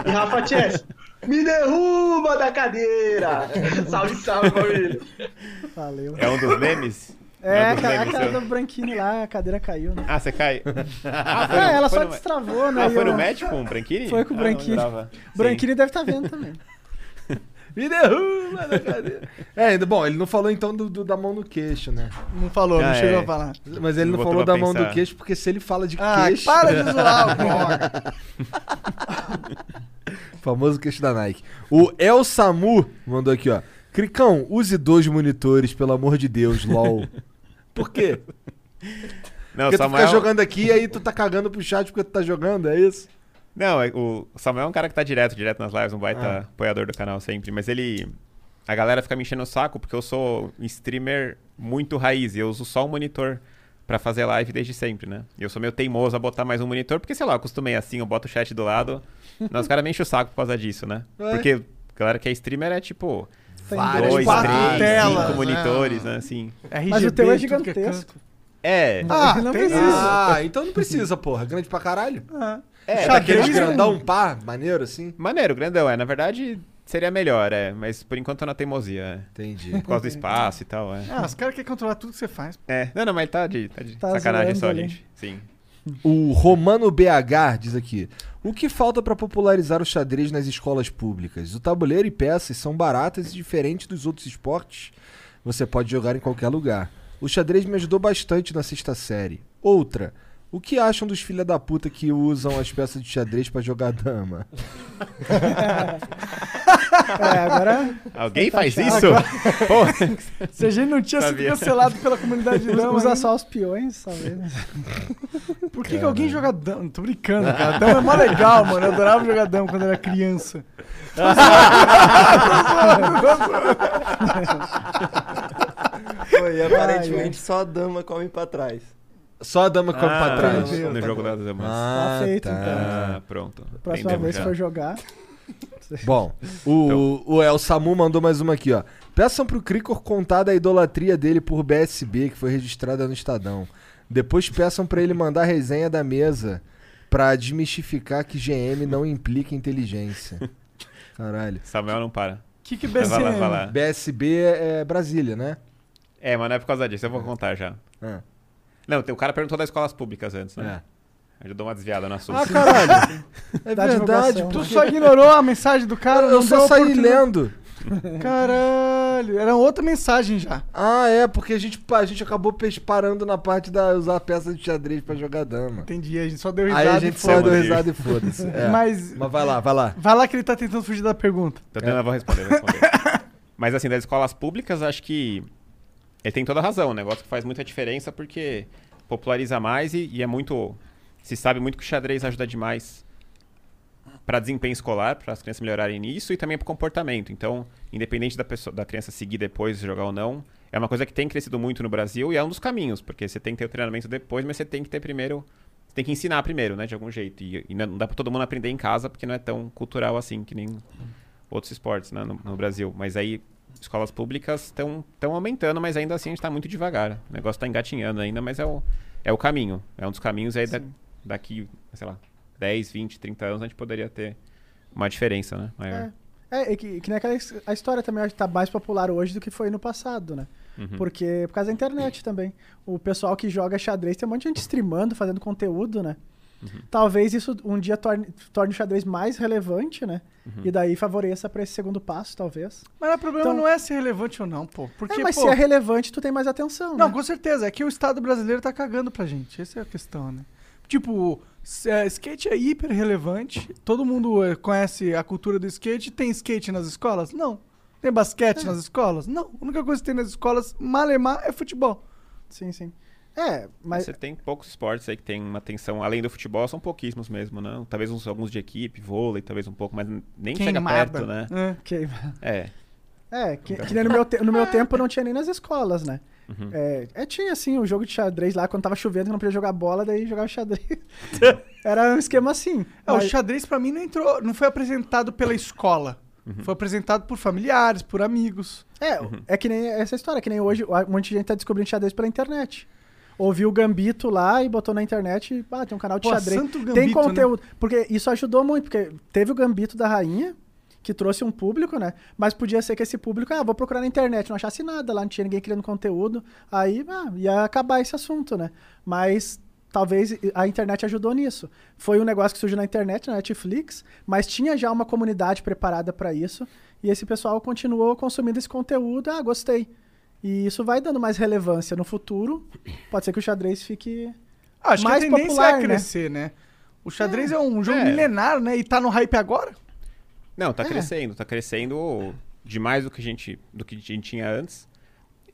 [SPEAKER 9] E Rafa Tchê, me derruba da cadeira! Salve, salve família!
[SPEAKER 1] Valeu.
[SPEAKER 3] É um dos memes?
[SPEAKER 1] É,
[SPEAKER 3] um dos
[SPEAKER 1] cara, a
[SPEAKER 3] memes,
[SPEAKER 1] cara
[SPEAKER 3] seu?
[SPEAKER 1] do branquinho lá, a cadeira caiu, né?
[SPEAKER 3] Ah, você cai. Ah, foi no-
[SPEAKER 1] Ah, ela
[SPEAKER 3] foi
[SPEAKER 1] só
[SPEAKER 3] no-
[SPEAKER 1] destravou, né?
[SPEAKER 3] Ah,
[SPEAKER 1] E
[SPEAKER 3] foi no
[SPEAKER 1] eu-
[SPEAKER 3] médico um Branquini?
[SPEAKER 1] Foi com o
[SPEAKER 3] Ah,
[SPEAKER 1] Branquini.
[SPEAKER 3] não lembrava. Sim.
[SPEAKER 1] Branquini deve estar vendo também.
[SPEAKER 2] Me derruba na cadeira. É, ainda- bom, ele não falou então do- do- da mão no queixo, né?
[SPEAKER 8] Não falou, não
[SPEAKER 3] Ah,
[SPEAKER 8] chegou
[SPEAKER 3] é.
[SPEAKER 8] a falar.
[SPEAKER 2] Mas ele
[SPEAKER 3] Me
[SPEAKER 2] não
[SPEAKER 3] botou
[SPEAKER 2] falou
[SPEAKER 3] pra
[SPEAKER 2] da mão do
[SPEAKER 3] pensar.
[SPEAKER 2] queixo, porque se ele fala de
[SPEAKER 8] Ah,
[SPEAKER 2] queixo.
[SPEAKER 8] para de zoar o Coca.
[SPEAKER 2] Famoso queixo da Nike. O El Samu mandou aqui, ó. Cricão, use dois monitores, pelo amor de Deus, LOL. Por quê?
[SPEAKER 3] Não,
[SPEAKER 2] Porque tu
[SPEAKER 3] Samuel...
[SPEAKER 2] fica jogando aqui e aí tu tá cagando pro chat porque tu tá jogando, é isso?
[SPEAKER 3] Não, é- o Samuel é um cara que tá direto, direto nas lives, um
[SPEAKER 2] Ah.
[SPEAKER 3] baita apoiador do canal sempre, mas ele. A galera fica me enchendo o saco porque eu sou um streamer muito raiz e eu uso só um monitor pra fazer live desde sempre, né? E eu sou meio teimoso a botar mais um monitor porque, sei lá, eu acostumei assim, eu boto o chat do lado. Mas os caras me enchem o saco por causa disso, né?
[SPEAKER 2] É.
[SPEAKER 3] Porque a galera que é streamer é tipo.
[SPEAKER 1] Tem
[SPEAKER 2] Várias
[SPEAKER 3] Dois,
[SPEAKER 8] quatro
[SPEAKER 3] três,
[SPEAKER 8] telas,
[SPEAKER 3] cinco
[SPEAKER 8] né?
[SPEAKER 3] monitores, né? Assim.
[SPEAKER 8] RGB,
[SPEAKER 1] Mas o teu é
[SPEAKER 8] tudo que
[SPEAKER 1] gigantesco.
[SPEAKER 8] canto.
[SPEAKER 3] É.
[SPEAKER 2] Ah,
[SPEAKER 1] não
[SPEAKER 8] tem
[SPEAKER 1] precisa.
[SPEAKER 2] Ah, então não precisa, porra. Grande pra caralho. Daqueles
[SPEAKER 3] é, daqueles-
[SPEAKER 2] grandão, pá, maneiro assim.
[SPEAKER 3] Maneiro, grandão, é. Na verdade, seria melhor, é. Mas por enquanto eu na teimosia, é.
[SPEAKER 2] Entendi.
[SPEAKER 3] Por causa do espaço e tal, é.
[SPEAKER 8] Ah, os caras querem controlar tudo que você faz.
[SPEAKER 3] É, não, não, mas tá de, tá de
[SPEAKER 1] Tá
[SPEAKER 3] sacanagem
[SPEAKER 1] zoando
[SPEAKER 3] só,
[SPEAKER 1] ali.
[SPEAKER 3] gente. Sim.
[SPEAKER 2] O Romano BH diz aqui: O que falta pra popularizar o xadrez nas escolas públicas? O tabuleiro e peças são baratas e diferentes dos outros esportes. Você pode jogar em qualquer lugar. O xadrez me ajudou bastante na sexta série. Outra. O que acham dos filha da puta que usam as peças de xadrez pra jogar dama?
[SPEAKER 1] É, agora
[SPEAKER 3] Alguém faz isso? Pô,
[SPEAKER 8] Se a gente não tinha sido
[SPEAKER 3] Sabia.
[SPEAKER 8] cancelado pela comunidade não,
[SPEAKER 1] usa
[SPEAKER 8] hein?
[SPEAKER 1] só os peões, talvez.
[SPEAKER 8] Por que, que alguém joga dama? Tô brincando, cara. Dama é mó legal, mano. Eu adorava jogar dama quando era criança.
[SPEAKER 7] Foi, aparentemente só a dama come pra trás.
[SPEAKER 2] Só a dama come pra trás.
[SPEAKER 3] no jogo das damas.
[SPEAKER 2] Ah,
[SPEAKER 1] Tá feito,
[SPEAKER 3] Ah, pronto.
[SPEAKER 1] Próxima
[SPEAKER 3] Entendemos
[SPEAKER 1] vez
[SPEAKER 3] já.
[SPEAKER 1] que for jogar.
[SPEAKER 2] Bom, o, o El Samu mandou mais uma aqui, ó. Peçam pro Cricor contar da idolatria dele por BSB, que foi registrada no Estadão. Depois peçam pra ele mandar a resenha da mesa pra desmistificar que GM não implica inteligência. Caralho.
[SPEAKER 3] Samuel não para.
[SPEAKER 8] Que que
[SPEAKER 3] Vai lá,
[SPEAKER 8] BCM?
[SPEAKER 3] vai lá.
[SPEAKER 2] BSB é Brasília, né?
[SPEAKER 3] É, mas não é por causa disso, eu vou contar já.
[SPEAKER 2] Ah,
[SPEAKER 3] Não, tem- o cara perguntou das escolas públicas antes, né?
[SPEAKER 2] é.
[SPEAKER 3] Eu já dou uma desviada no assunto.
[SPEAKER 2] Ah, caralho. É
[SPEAKER 1] Dá
[SPEAKER 2] verdade.
[SPEAKER 1] divulgação.
[SPEAKER 8] Tu só ignorou a mensagem do cara?
[SPEAKER 2] Eu
[SPEAKER 8] não deu
[SPEAKER 2] só saí
[SPEAKER 8] oportunidade.
[SPEAKER 2] lendo.
[SPEAKER 8] Caralho, era outra mensagem já.
[SPEAKER 2] Ah, é, porque a gente, a gente acabou pes- parando na parte da usar a peça de xadrez pra jogar dama.
[SPEAKER 8] Entendi, a gente só deu
[SPEAKER 2] Aí
[SPEAKER 8] risada
[SPEAKER 2] a
[SPEAKER 8] e
[SPEAKER 2] gente
[SPEAKER 8] foi.
[SPEAKER 2] só deu
[SPEAKER 3] foda-se.
[SPEAKER 2] risada e foda-se. É. Mas...
[SPEAKER 8] Mas
[SPEAKER 2] vai lá, vai lá.
[SPEAKER 8] vai lá que ele tá tentando fugir da pergunta.
[SPEAKER 3] Tô tentando, eu vou responder, vou responder. Mas assim, das escolas públicas, acho que ele tem toda a razão. Um negócio que faz muita diferença porque populariza mais e, e é muito. Se sabe muito que o xadrez ajuda demais para desempenho escolar, para as crianças melhorarem nisso e também para comportamento. Então, independente da, pessoa, da criança seguir depois, jogar ou não, é uma coisa que tem crescido muito no Brasil e é um dos caminhos, porque você tem que ter o treinamento depois, mas você tem que ter primeiro. Você tem que ensinar primeiro, né, de algum jeito. E, e não dá para todo mundo aprender em casa porque não é tão cultural assim que nem outros esportes né, no, no Brasil. Mas aí escolas públicas estão aumentando, mas ainda assim a gente está muito devagar. O negócio está engatinhando ainda, mas é o, é o caminho. É um dos caminhos aí da, daqui, sei lá, 10, 20, 30 anos a gente poderia ter uma diferença né, maior.
[SPEAKER 1] É, e que, que nem aquela his- a história também acho que tá mais popular hoje do que foi no passado, né?
[SPEAKER 8] Uhum.
[SPEAKER 1] Porque por causa da internet também. O pessoal que joga xadrez tem um monte de gente streamando, fazendo conteúdo, né?
[SPEAKER 8] Uhum.
[SPEAKER 1] Talvez isso um dia torne, torne o xadrez mais relevante, né?
[SPEAKER 8] Uhum.
[SPEAKER 1] E daí favoreça pra esse segundo passo, talvez.
[SPEAKER 8] Mas o problema
[SPEAKER 1] Então-
[SPEAKER 8] não é ser relevante ou não, pô. Porque,
[SPEAKER 1] É, mas
[SPEAKER 8] pô,
[SPEAKER 1] se é relevante, tu tem mais atenção,
[SPEAKER 8] Não,
[SPEAKER 1] né?
[SPEAKER 8] com certeza. É que o Estado brasileiro tá cagando pra gente. Essa é a questão, né? Tipo, s- é, skate é hiper relevante. Todo mundo é, conhece a cultura do skate. Tem skate nas escolas? Não. Tem basquete
[SPEAKER 1] É.
[SPEAKER 8] nas escolas? Não. A única coisa que tem nas escolas, malemar, é futebol.
[SPEAKER 1] Sim, sim. É, mas...
[SPEAKER 3] Você tem poucos esportes aí que tem uma atenção, além do futebol, são pouquíssimos mesmo, né? Talvez uns, alguns de equipe, vôlei, talvez um pouco, mas nem chega perto, né?
[SPEAKER 8] É.
[SPEAKER 1] Ok,
[SPEAKER 3] É.
[SPEAKER 1] É, que, que nem no meu, te- no meu tempo não tinha nem nas escolas, né? É, é, tinha assim, o jogo de xadrez lá, quando tava chovendo, que não podia jogar bola, daí jogava xadrez. Era um esquema assim.
[SPEAKER 8] É,
[SPEAKER 1] Mas-
[SPEAKER 8] O xadrez pra mim não entrou, não foi apresentado pela escola.
[SPEAKER 3] Uhum.
[SPEAKER 8] Foi apresentado por familiares, por amigos.
[SPEAKER 1] é, é que nem essa história, que nem hoje um monte de gente tá descobrindo xadrez pela internet. Ouviu o Gambito lá e botou na internet, e, ah, tem um canal de
[SPEAKER 8] Pô,
[SPEAKER 1] xadrez.
[SPEAKER 8] santo
[SPEAKER 1] tem
[SPEAKER 8] Gambito, né?
[SPEAKER 1] conteúdo. Porque isso ajudou muito, porque teve o Gambito da Rainha, que trouxe um público, né? Mas podia ser que esse público, ah, vou procurar na internet, não achasse nada, lá não tinha ninguém criando conteúdo, aí ah, ia acabar esse assunto, né? Mas talvez a internet ajudou nisso. Foi um negócio que surgiu na internet, na Netflix, mas tinha já uma comunidade preparada para isso, e esse pessoal continuou consumindo esse conteúdo, ah, gostei. E isso vai dando mais relevância no futuro. Pode ser que o xadrez fique.
[SPEAKER 8] Acho
[SPEAKER 1] Mais
[SPEAKER 8] que a tendência
[SPEAKER 1] popular,
[SPEAKER 8] é
[SPEAKER 1] né?
[SPEAKER 8] crescer, né? O xadrez é, um jogo
[SPEAKER 3] É.
[SPEAKER 8] milenar, né? E tá no hype agora?
[SPEAKER 3] Não, tá crescendo, tá crescendo demais do que a gente do que a gente tinha antes.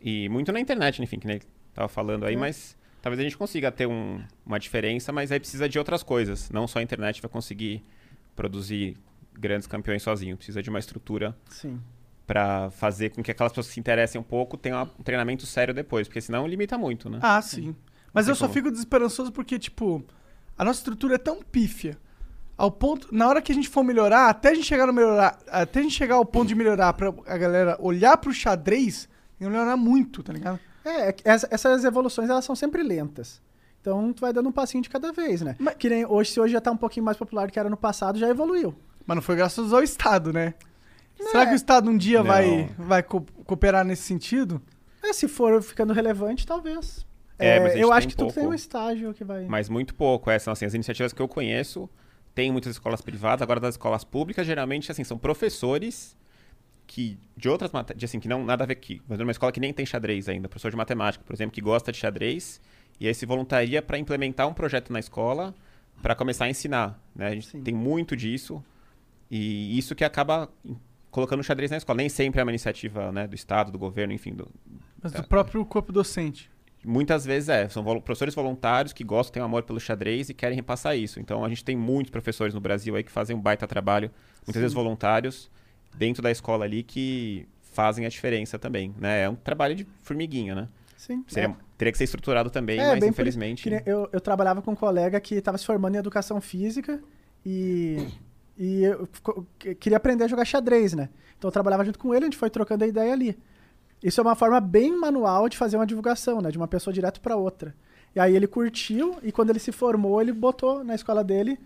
[SPEAKER 3] E muito na internet, enfim, que nem ele tava falando aí, mas talvez a gente consiga ter um- uma diferença, mas aí precisa de outras coisas. Não só a internet vai conseguir produzir grandes campeões sozinho, precisa de uma estrutura
[SPEAKER 1] Sim.
[SPEAKER 3] pra fazer com que aquelas pessoas que se interessem um pouco tenham um treinamento sério depois, porque senão limita muito, né?
[SPEAKER 8] Ah, sim. Mas
[SPEAKER 3] Não
[SPEAKER 8] eu
[SPEAKER 3] tem
[SPEAKER 8] só
[SPEAKER 3] como.
[SPEAKER 8] fico desesperançoso porque, tipo, a nossa estrutura é tão pífia. Ao ponto. Na hora que a gente for melhorar, até a gente chegar no melhorar. Até a gente chegar ao ponto de melhorar pra a galera olhar pro xadrez, e melhorar muito, tá ligado?
[SPEAKER 1] É, é que essa- essas evoluções elas são sempre lentas. Então tu vai dando um passinho de cada vez, né?
[SPEAKER 8] Mas-
[SPEAKER 1] Que nem hoje, se hoje já tá um pouquinho mais popular do que era no passado, já evoluiu.
[SPEAKER 8] Mas não foi graças ao Estado, né? Será que o Estado um dia
[SPEAKER 3] Não.
[SPEAKER 8] vai, vai co- cooperar nesse sentido?
[SPEAKER 1] É, se for ficando relevante, talvez.
[SPEAKER 3] É, mas a gente
[SPEAKER 1] eu
[SPEAKER 3] tem
[SPEAKER 1] acho que tu
[SPEAKER 3] pouco.
[SPEAKER 1] tem um estágio que vai.
[SPEAKER 3] Mas muito pouco. Essas são assim, as iniciativas que eu conheço. Tem muitas escolas privadas, agora das escolas públicas, geralmente assim, são professores que de outras matérias, assim, que não nada a ver aqui, mas numa escola que nem tem xadrez ainda, professor de matemática, por exemplo, que gosta de xadrez e aí se voluntaria para implementar um projeto na escola para começar a ensinar, né? A gente tem muito disso e isso que acaba em- colocando o xadrez na escola. Nem sempre é uma iniciativa, né, do estado, do governo, enfim, do,
[SPEAKER 8] Mas do próprio corpo docente.
[SPEAKER 3] Muitas vezes é. São volu- professores voluntários que gostam, têm um amor pelo xadrez e querem repassar isso. Então a gente tem muitos professores no Brasil aí que fazem um baita trabalho, muitas vezes voluntários, dentro da escola ali que fazem a diferença também. Né? É um trabalho de formiguinha, né?
[SPEAKER 1] Sim.
[SPEAKER 3] Seria- teria que ser estruturado também, mas
[SPEAKER 1] É, bem por-
[SPEAKER 3] infelizmente. né?
[SPEAKER 1] que nem Eu, eu trabalhava com um colega que estava se formando em educação física e, e eu co- que- queria aprender a jogar xadrez, né? Então eu trabalhava junto com ele, a gente foi trocando a ideia ali. Isso é uma forma bem manual de fazer uma divulgação, né? De uma pessoa direto para outra. E aí ele curtiu e quando ele se formou, ele botou na escola dele.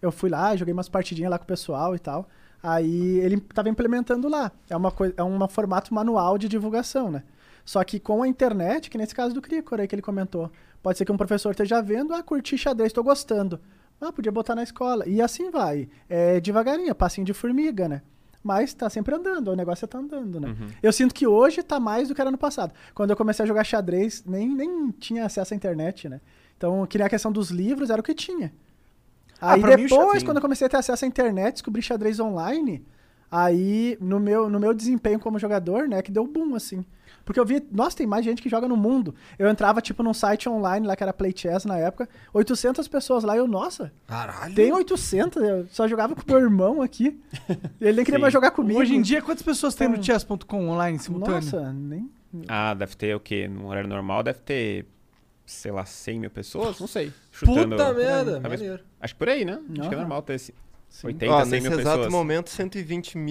[SPEAKER 1] Eu fui lá, joguei umas partidinhas lá com o pessoal e tal. Aí ele estava implementando lá. É uma coisa, é um formato manual de divulgação, né? Só que com a internet, que nesse caso do Cricor aí que ele comentou, pode ser que um professor esteja vendo, ah, curti xadrez, estou gostando. Ah, podia botar na escola. E assim vai. É devagarinho, passinho de formiga, né? Mas tá sempre andando, o negócio tá andando, né? Eu sinto que hoje tá mais do que era no passado. Quando eu comecei a jogar xadrez, nem, nem tinha acesso à internet, né? Então, que nem a questão dos livros, era o que tinha.
[SPEAKER 9] Ah,
[SPEAKER 1] Aí
[SPEAKER 9] pra mim, o
[SPEAKER 1] depois,
[SPEAKER 9] xadrez-
[SPEAKER 1] quando eu comecei a ter acesso à internet, descobri xadrez online, aí no meu, no meu desempenho como jogador, né, que deu boom, assim. Porque eu vi, nossa, tem mais gente que joga no mundo. Eu entrava, tipo, num site online lá, que era Play Chess na época, 800 pessoas lá, e eu, nossa,
[SPEAKER 2] Caralho.
[SPEAKER 1] tem 800, eu só jogava com meu irmão aqui. Ele nem queria
[SPEAKER 3] Sim.
[SPEAKER 1] mais jogar comigo.
[SPEAKER 8] Hoje em dia, quantas pessoas tem no chess.com online simultâneo?
[SPEAKER 1] Nossa, nem...
[SPEAKER 3] Ah, deve ter o quê? Num horário normal deve ter, sei lá, 100 mil pessoas? Não sei. Chutando. É,
[SPEAKER 2] Puta merda,
[SPEAKER 3] Talvez-
[SPEAKER 2] maneiro.
[SPEAKER 3] Acho que por aí, né? Acho que é
[SPEAKER 1] Aham.
[SPEAKER 3] normal ter esse.
[SPEAKER 1] Sim.
[SPEAKER 3] 80,
[SPEAKER 7] Ó,
[SPEAKER 3] 100
[SPEAKER 7] nesse
[SPEAKER 3] mil
[SPEAKER 7] exato
[SPEAKER 3] pessoas.
[SPEAKER 7] momento,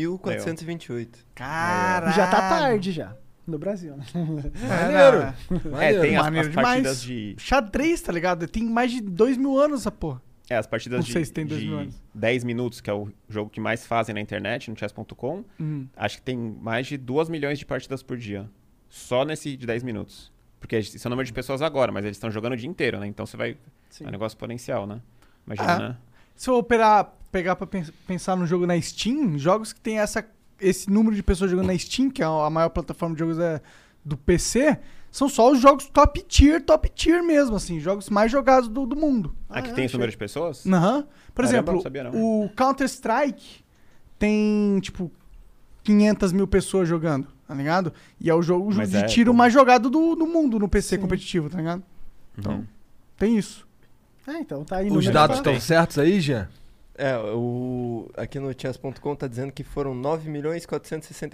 [SPEAKER 7] 120.428.
[SPEAKER 1] E já tá tarde já, no Brasil. né?
[SPEAKER 8] Maneiro.
[SPEAKER 3] É,
[SPEAKER 2] Maneiro.
[SPEAKER 3] tem as,
[SPEAKER 8] Maneiro
[SPEAKER 3] as
[SPEAKER 8] demais.
[SPEAKER 3] partidas de.
[SPEAKER 8] Xadrez, tá ligado? Tem mais de dois mil anos essa porra.
[SPEAKER 3] É, as partidas
[SPEAKER 8] Não
[SPEAKER 3] de,
[SPEAKER 8] sei se tem dois
[SPEAKER 3] de
[SPEAKER 8] mil anos.
[SPEAKER 3] 10 minutos, que é o jogo que mais fazem na internet, no chess.com.
[SPEAKER 8] Hum.
[SPEAKER 3] Acho que tem mais de 2 milhões de partidas por dia. Só nesse de 10 minutos. Porque isso é o número de pessoas agora, mas eles estão jogando o dia inteiro, né? Então você vai.
[SPEAKER 1] Sim.
[SPEAKER 3] É um negócio exponencial, né? Imagina,
[SPEAKER 8] Ah.
[SPEAKER 3] né?
[SPEAKER 8] Se eu operar, pegar pra pens- pensar num jogo na Steam, jogos que tem essa, esse número de pessoas jogando na Steam, que é a maior plataforma de jogos é, do PC, são só os jogos top tier, top tier mesmo, assim, jogos mais jogados do, do mundo.
[SPEAKER 3] Aqui Ah, tem esse número de pessoas?
[SPEAKER 8] Aham. Por
[SPEAKER 3] Caramba,
[SPEAKER 8] exemplo,
[SPEAKER 3] não sabia não.
[SPEAKER 8] o Counter-Strike tem, tipo, 500 mil pessoas jogando, tá ligado? E é o jogo
[SPEAKER 3] Mas
[SPEAKER 8] de
[SPEAKER 3] é,
[SPEAKER 8] tiro
[SPEAKER 3] pô.
[SPEAKER 8] mais jogado do, do mundo no PC competitivo, tá ligado?
[SPEAKER 3] Uhum.
[SPEAKER 8] Então, tem isso.
[SPEAKER 1] Ah, então tá aí.
[SPEAKER 2] Os
[SPEAKER 1] número
[SPEAKER 2] dados
[SPEAKER 1] pra-
[SPEAKER 2] estão certos aí, Jean?
[SPEAKER 7] É, o, aqui no chess.com tá dizendo que foram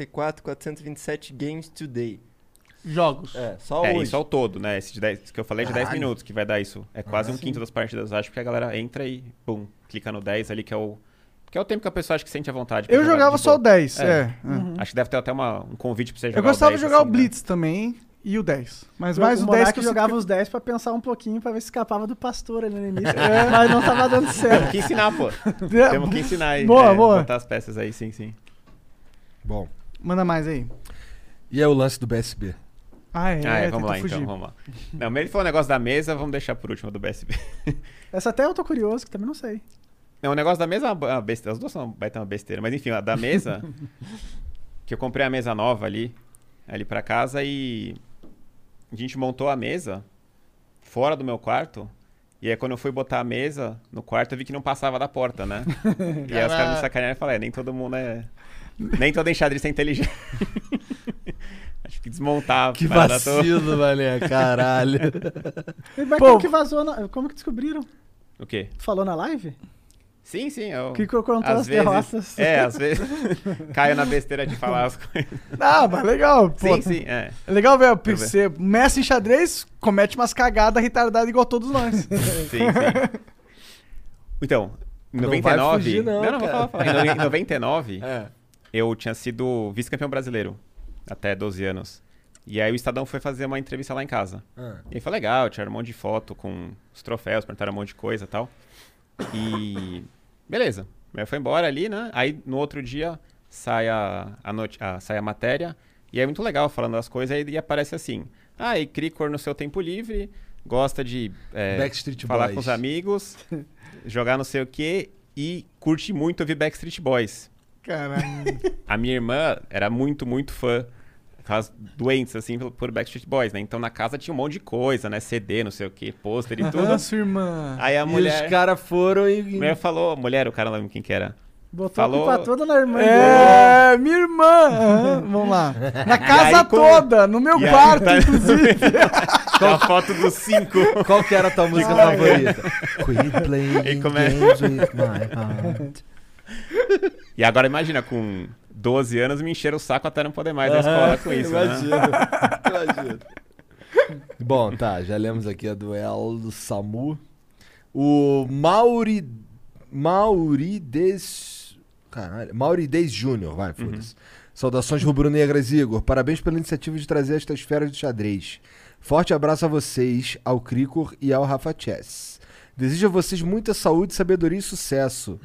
[SPEAKER 7] 9.464.427 games today.
[SPEAKER 8] Jogos.
[SPEAKER 7] É, só
[SPEAKER 3] é,
[SPEAKER 7] hoje.
[SPEAKER 3] isso ao todo, né? Esse de 10 que eu falei de 10
[SPEAKER 2] Caralho.
[SPEAKER 3] minutos, que vai dar isso.
[SPEAKER 8] Ah,
[SPEAKER 3] É quase um quinto das partidas, acho, porque a galera entra e, pum, clica no 10 ali, que é o. Que é o tempo que a pessoa acha que sente a vontade. pra
[SPEAKER 8] Eu
[SPEAKER 3] É jogar
[SPEAKER 8] jogava
[SPEAKER 3] de
[SPEAKER 8] só o
[SPEAKER 3] boa.
[SPEAKER 8] 10,
[SPEAKER 3] É.
[SPEAKER 8] é. é.
[SPEAKER 3] Acho que deve ter até uma- um convite pra você jogar.
[SPEAKER 8] Eu
[SPEAKER 3] o
[SPEAKER 8] gostava de
[SPEAKER 3] 10,
[SPEAKER 8] jogar
[SPEAKER 3] assim,
[SPEAKER 8] o
[SPEAKER 3] né?
[SPEAKER 8] Blitz também e o 10. Mas mais o, 10
[SPEAKER 1] Monark
[SPEAKER 8] que eu
[SPEAKER 1] jogava
[SPEAKER 8] jogava.
[SPEAKER 1] os 10 pra pensar um pouquinho, pra ver se escapava do pastor ali no início. É, Mas não tava dando certo.
[SPEAKER 3] Temos que ensinar, pô. Temos que ensinar aí. né?
[SPEAKER 8] Boa, boa.
[SPEAKER 3] Botar as peças aí, sim, sim.
[SPEAKER 2] Bom.
[SPEAKER 8] Manda mais aí.
[SPEAKER 2] E é o lance do BSB.
[SPEAKER 8] Ah, é,
[SPEAKER 3] ah, é,
[SPEAKER 8] tentou
[SPEAKER 3] vamos lá,
[SPEAKER 8] fugir.
[SPEAKER 3] então, vamos lá. Não, primeiro foi um negócio da mesa, vamos deixar por último a do BSB.
[SPEAKER 1] Essa até eu tô curioso, que também não sei.
[SPEAKER 3] Não, o negócio da mesa é uma ba- uma besteira. As duas são uma baita uma besteira. Mas enfim, a da mesa. que eu comprei a mesa nova ali. Ali pra casa e. A gente montou a mesa. Fora do meu quarto. E aí quando eu fui botar a mesa no quarto, eu vi que não passava da porta, né? e aí os caras me sacanearam e falaram: é, nem todo mundo é. Nem todo enxadrista é inteligente. Acho que desmontar. a
[SPEAKER 2] Que
[SPEAKER 3] parada toda.
[SPEAKER 2] vacilo, Valinha. Caralho.
[SPEAKER 1] Mas
[SPEAKER 8] Pô.
[SPEAKER 1] como que vazou? na- Como que descobriram?
[SPEAKER 3] O quê?
[SPEAKER 1] Tu falou na live?
[SPEAKER 3] Sim, sim. Eu...
[SPEAKER 1] Que contou
[SPEAKER 3] às
[SPEAKER 1] as
[SPEAKER 3] vezes-
[SPEAKER 1] derrotas.
[SPEAKER 3] É, às vezes caio na besteira de falar as coisas.
[SPEAKER 8] Ah, mas legal, pô.
[SPEAKER 3] Sim, sim, é.
[SPEAKER 8] É legal ver o
[SPEAKER 3] ver.
[SPEAKER 8] PC. Mestre em xadrez comete umas cagadas retardadas igual todos nós.
[SPEAKER 3] Sim, sim. Então, em
[SPEAKER 2] Não vai
[SPEAKER 3] 99.
[SPEAKER 2] fugir, não,
[SPEAKER 3] vou
[SPEAKER 2] cara.
[SPEAKER 3] falar, falar. Em no- Em 99,
[SPEAKER 2] É.
[SPEAKER 3] eu tinha sido vice-campeão brasileiro, até 12 anos. E aí o Estadão foi fazer uma entrevista lá em casa.
[SPEAKER 2] Ah.
[SPEAKER 3] E aí foi legal, tiraram um monte de foto com os troféus, perguntaram um monte de coisa e tal. E. Beleza. Aí foi embora ali, né? Aí no outro dia sai a, a, noti- a- sai a matéria. E é muito legal falando as coisas. Aí e aparece assim: Ah, e Cricor no seu tempo livre, gosta de. é,
[SPEAKER 2] Backstreet
[SPEAKER 3] falar
[SPEAKER 2] Boys.
[SPEAKER 3] com os amigos, jogar não sei o quê. E curte muito ouvir Backstreet Boys.
[SPEAKER 8] Caralho.
[SPEAKER 3] A minha irmã era muito, muito fã. Aquelas doentes, assim, pelo- por Backstreet Boys, né? Então na casa tinha um monte de coisa, né? CD, não sei o quê, pôster e tudo.
[SPEAKER 8] Toda sua irmã.
[SPEAKER 3] Aí a
[SPEAKER 2] E os
[SPEAKER 3] mulher,
[SPEAKER 2] caras foram
[SPEAKER 3] a
[SPEAKER 2] e.
[SPEAKER 3] mulher falou, mulher, o cara não lembro quem que era.
[SPEAKER 1] Botou
[SPEAKER 3] Falou.
[SPEAKER 1] a culpa toda na irmã dele.
[SPEAKER 8] É, minha irmã. Aham, vamos lá. Na casa
[SPEAKER 3] quando-
[SPEAKER 8] toda, no meu
[SPEAKER 3] E aí,
[SPEAKER 8] quarto.
[SPEAKER 3] tá- Tem a foto dos cinco.
[SPEAKER 2] Qual que era a tua música favorita? Quit playing
[SPEAKER 3] E como é?
[SPEAKER 2] games with my heart.
[SPEAKER 3] E agora imagina, com né? 12 anos me encheram o saco até não poder mais na escola com isso, né?
[SPEAKER 7] Imagina. Imagina.
[SPEAKER 2] Bom, tá, já lemos aqui a duelo do Samu. O Mauri. Maurides. Caralho. Maurides Júnior, vai, foda-se. Saudações rubro-negras, Igor. Parabéns pela iniciativa de trazer estas feras do xadrez. Forte abraço a vocês, ao Cricor e ao Rafa Chess. Desejo a vocês muita saúde, sabedoria e sucesso.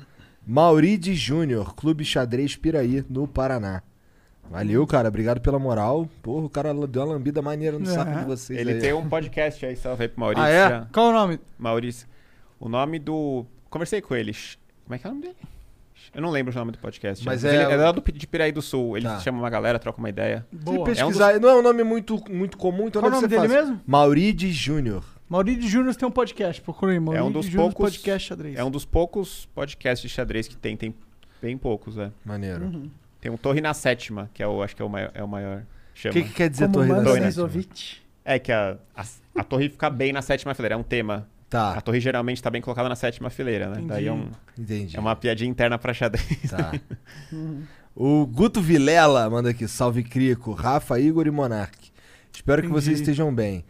[SPEAKER 2] Maurides Júnior, Clube Xadrez Piraí, no Paraná. Valeu, cara. Obrigado pela moral. Porra, o cara deu uma lambida maneira no saco de vocês.
[SPEAKER 3] Ele
[SPEAKER 2] aí,
[SPEAKER 3] tem
[SPEAKER 2] ó.
[SPEAKER 3] um podcast aí, salve aí pro Maurício.
[SPEAKER 2] Ah, é?
[SPEAKER 3] já.
[SPEAKER 8] Qual o nome?
[SPEAKER 3] Maurício. O nome do. Conversei com ele. Sh- Como é que é o nome dele? Sh- Eu não lembro o nome do podcast.
[SPEAKER 2] Mas
[SPEAKER 3] ele
[SPEAKER 2] é
[SPEAKER 3] é
[SPEAKER 2] o-
[SPEAKER 3] lá do, Pi- de Piraí do Sul. Ele
[SPEAKER 2] Tá.
[SPEAKER 3] chama uma galera, troca uma ideia.
[SPEAKER 2] Se
[SPEAKER 1] Tipo,
[SPEAKER 8] Boa.
[SPEAKER 2] pesquisar, não é um nome muito, muito comum, então
[SPEAKER 8] Qual
[SPEAKER 2] deve
[SPEAKER 8] o nome
[SPEAKER 2] ser
[SPEAKER 8] dele
[SPEAKER 2] fácil.
[SPEAKER 8] mesmo?
[SPEAKER 2] Maurides Júnior.
[SPEAKER 8] Maurício Júnior tem um podcast, procura aí.
[SPEAKER 3] é
[SPEAKER 8] Maurício
[SPEAKER 3] um dos
[SPEAKER 8] Júnior
[SPEAKER 3] poucos.
[SPEAKER 8] Podcast xadrez.
[SPEAKER 3] É um dos poucos podcasts de xadrez que tem, tem bem poucos, é.
[SPEAKER 2] Maneiro.
[SPEAKER 8] Uhum.
[SPEAKER 2] O
[SPEAKER 3] Tem um Torre na Sétima, que é o, acho que é o maior. É, o maior chama.
[SPEAKER 2] que, que quer dizer
[SPEAKER 1] Como
[SPEAKER 2] Torre da
[SPEAKER 1] Mansa
[SPEAKER 3] Torre, né?
[SPEAKER 2] Sétima?
[SPEAKER 1] Isovic.
[SPEAKER 3] É que a, a, a torre fica bem na sétima fileira, é um tema. A
[SPEAKER 2] Tá,
[SPEAKER 3] torre geralmente tá bem colocada na sétima fileira, né? Daí é, um-
[SPEAKER 2] entendi.
[SPEAKER 3] é uma piadinha interna pra xadrez.
[SPEAKER 2] Tá.
[SPEAKER 8] Uhum.
[SPEAKER 2] o Guto Vilela manda aqui, salve Crico, Rafa, Igor e Monark. Espero que vocês estejam bem.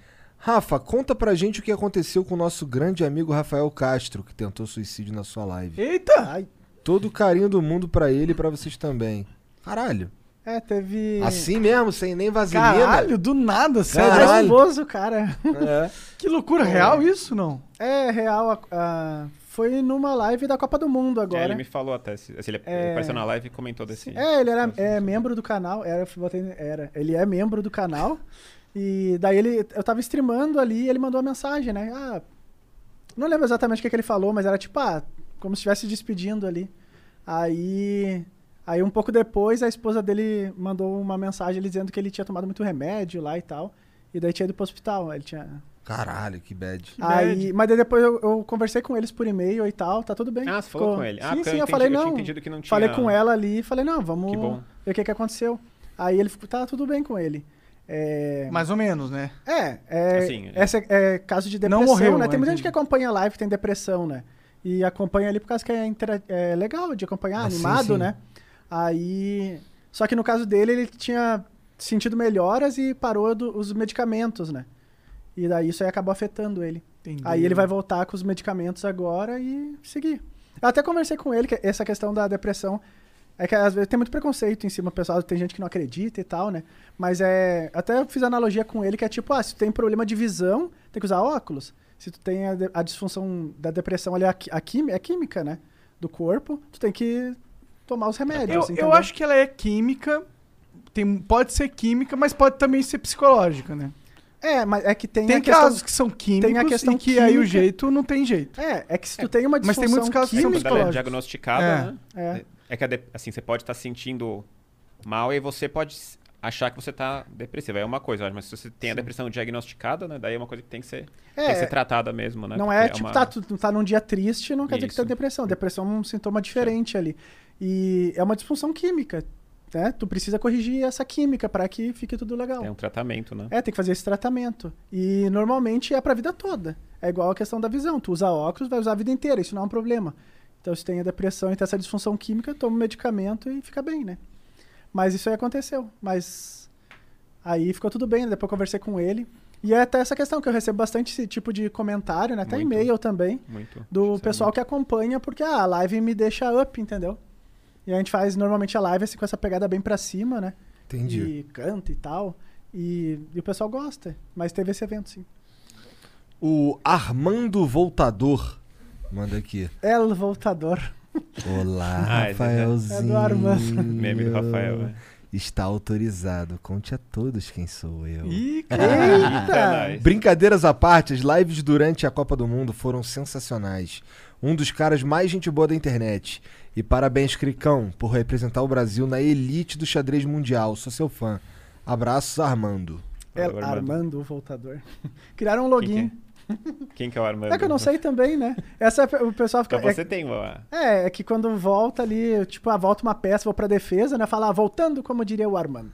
[SPEAKER 2] Rafa, conta pra gente o que aconteceu com o nosso grande amigo Rafael Castro, que tentou suicídio na sua live.
[SPEAKER 8] Eita!
[SPEAKER 2] Todo o carinho do mundo pra ele e pra vocês também. Caralho.
[SPEAKER 1] É, teve. É,
[SPEAKER 2] Assim mesmo, sem nem vaselina?
[SPEAKER 8] Caralho, do nada, sério. um
[SPEAKER 2] Caralho.
[SPEAKER 1] nervoso, cara.
[SPEAKER 2] É.
[SPEAKER 8] Que loucura, real isso? Não.
[SPEAKER 1] É real. a- a- foi numa live da Copa do Mundo
[SPEAKER 3] É,
[SPEAKER 1] agora.
[SPEAKER 3] ele me falou até. se- se ele, ele
[SPEAKER 1] É.
[SPEAKER 3] apareceu na live e comentou desse.
[SPEAKER 1] É, ele era é, membro do canal. Era, botei- era. Ele é membro do canal. E daí ele. Eu tava streamando ali e ele mandou uma mensagem, né? Ah. Não lembro exatamente o que, que ele falou, mas era tipo, ah, como se estivesse despedindo ali. Aí. Aí um pouco depois a esposa dele mandou uma mensagem ele dizendo que ele tinha tomado muito remédio lá e tal. E daí tinha ido pro hospital. Ele tinha.
[SPEAKER 2] Caralho, que bad.
[SPEAKER 1] Aí, mas daí depois eu, eu conversei com eles por e-mail e tal, tá tudo bem.
[SPEAKER 3] Ah, você falou com ele. Ah,
[SPEAKER 1] sim,
[SPEAKER 3] porque
[SPEAKER 1] sim,
[SPEAKER 3] eu
[SPEAKER 1] eu,
[SPEAKER 3] entendi-
[SPEAKER 1] falei
[SPEAKER 3] eu tinha
[SPEAKER 1] não.
[SPEAKER 3] entendido que não
[SPEAKER 1] Falei
[SPEAKER 3] tinha-
[SPEAKER 1] com ela ali e falei, não, vamos
[SPEAKER 3] Que bom.
[SPEAKER 1] ver o que, que aconteceu. Aí ele ficou, tá tudo bem com ele. É,
[SPEAKER 8] Mais ou menos, né?
[SPEAKER 1] é, é,
[SPEAKER 3] Assim, é.
[SPEAKER 1] essa é, é caso de depressão,
[SPEAKER 8] Não morreu,
[SPEAKER 1] né?
[SPEAKER 8] mas
[SPEAKER 1] Tem muita gente
[SPEAKER 8] ele-
[SPEAKER 1] que acompanha a live que tem depressão, né? E acompanha ali por causa que é, intera- é legal de acompanhar,
[SPEAKER 2] Ah, sim,
[SPEAKER 1] animado,
[SPEAKER 2] sim.
[SPEAKER 1] né? Aí, só que no caso dele, ele tinha sentido melhoras e parou do- os medicamentos, né? E daí isso aí acabou afetando ele.
[SPEAKER 8] Entendi.
[SPEAKER 1] Aí ele vai voltar com os medicamentos agora e seguir. Eu até conversei com ele que essa questão da depressão é que às vezes tem muito preconceito em cima do pessoal, tem gente que não acredita e tal, né? Mas é, até eu fiz analogia com ele que é tipo, ah, se tu tem problema de visão, tem que usar óculos. Se tu tem a, de- a disfunção da depressão ali a, qui- a quimi- é química, né, do corpo, tu tem que tomar os
[SPEAKER 8] Eu,
[SPEAKER 1] remédios,
[SPEAKER 8] eu acho que ela é química. Tem, pode ser química, mas pode também ser psicológica, né?
[SPEAKER 1] É, mas é que tem,
[SPEAKER 8] Tem
[SPEAKER 1] a questão
[SPEAKER 8] casos que são químicos
[SPEAKER 1] tem a questão
[SPEAKER 8] e que aí o
[SPEAKER 1] química.
[SPEAKER 8] jeito não tem jeito.
[SPEAKER 1] É, é que se tu tem uma
[SPEAKER 8] mas
[SPEAKER 1] disfunção
[SPEAKER 8] tem muitos casos que são
[SPEAKER 3] Quando
[SPEAKER 1] química,
[SPEAKER 3] ela é
[SPEAKER 8] psicológicos.
[SPEAKER 3] diagnosticada,
[SPEAKER 8] É.
[SPEAKER 3] né?
[SPEAKER 1] é.
[SPEAKER 3] É que a de- assim, você pode estar sentindo mal e você pode s- achar que você tá depressivo. Aí é uma coisa, eu acho, mas se você tem a depressão diagnosticada, né? Daí é uma coisa que tem que ser, tem que
[SPEAKER 1] É,
[SPEAKER 3] ser tratada mesmo, né?
[SPEAKER 1] Não
[SPEAKER 3] Porque
[SPEAKER 1] é, tipo,
[SPEAKER 3] uma-
[SPEAKER 1] tá, tu tu tá num dia triste, não quer dizer que tá
[SPEAKER 3] Isso.
[SPEAKER 1] depressão. Depressão é um sintoma diferente ali. E é uma disfunção química, né? Tu precisa corrigir essa química para que fique tudo legal.
[SPEAKER 3] Tem um tratamento, né?
[SPEAKER 1] É, tem que fazer esse tratamento. E normalmente é pra vida toda. É igual a questão da visão. Tu usa óculos, vai usar a vida inteira, isso não é um problema. Então, se tem a depressão e tem essa disfunção química, toma um medicamento e fica bem, né? Mas isso aí aconteceu. Mas aí ficou tudo bem, né? depois eu conversei com ele. E é até essa questão que eu recebo bastante esse tipo de comentário, né? Até
[SPEAKER 3] Muito.
[SPEAKER 1] e-mail também
[SPEAKER 3] Muito.
[SPEAKER 1] do
[SPEAKER 3] Isso é
[SPEAKER 1] pessoal que acompanha, porque ah, a live me deixa up, entendeu? E a gente faz normalmente a live assim, com essa pegada bem pra cima, né?
[SPEAKER 2] Entendi.
[SPEAKER 1] E canta e tal. E, e o pessoal gosta. Mas teve esse evento, sim.
[SPEAKER 2] O Armando Voltador manda aqui.
[SPEAKER 1] El Voltador.
[SPEAKER 2] Olá,
[SPEAKER 3] Ah, esse é-
[SPEAKER 2] Rafaelzinho.
[SPEAKER 1] é do Armando.
[SPEAKER 3] Meme do Rafael, né?
[SPEAKER 2] Está autorizado. Conte a todos quem sou eu.
[SPEAKER 8] Ih,
[SPEAKER 1] Tá.
[SPEAKER 3] Eita, nós.
[SPEAKER 2] Brincadeiras à parte, as lives durante a Copa do Mundo foram sensacionais. Um dos caras mais gente boa da internet. E parabéns, Cricão, por representar o Brasil na elite do xadrez mundial. Sou seu fã. Abraços, Armando.
[SPEAKER 1] El
[SPEAKER 3] Valeu,
[SPEAKER 1] Armando,
[SPEAKER 3] Armando.
[SPEAKER 1] o Voltador. Criaram um
[SPEAKER 3] Quem que
[SPEAKER 1] login.
[SPEAKER 3] é? Quem que é o Armando?
[SPEAKER 1] é? que eu não sei também, né? Essa é- o pessoal fica.
[SPEAKER 3] Então você
[SPEAKER 1] é,
[SPEAKER 3] tem uma.
[SPEAKER 1] é, é que quando volta ali, tipo, ah, volta uma peça, vou pra defesa, né? Falar, voltando, como diria o Armando.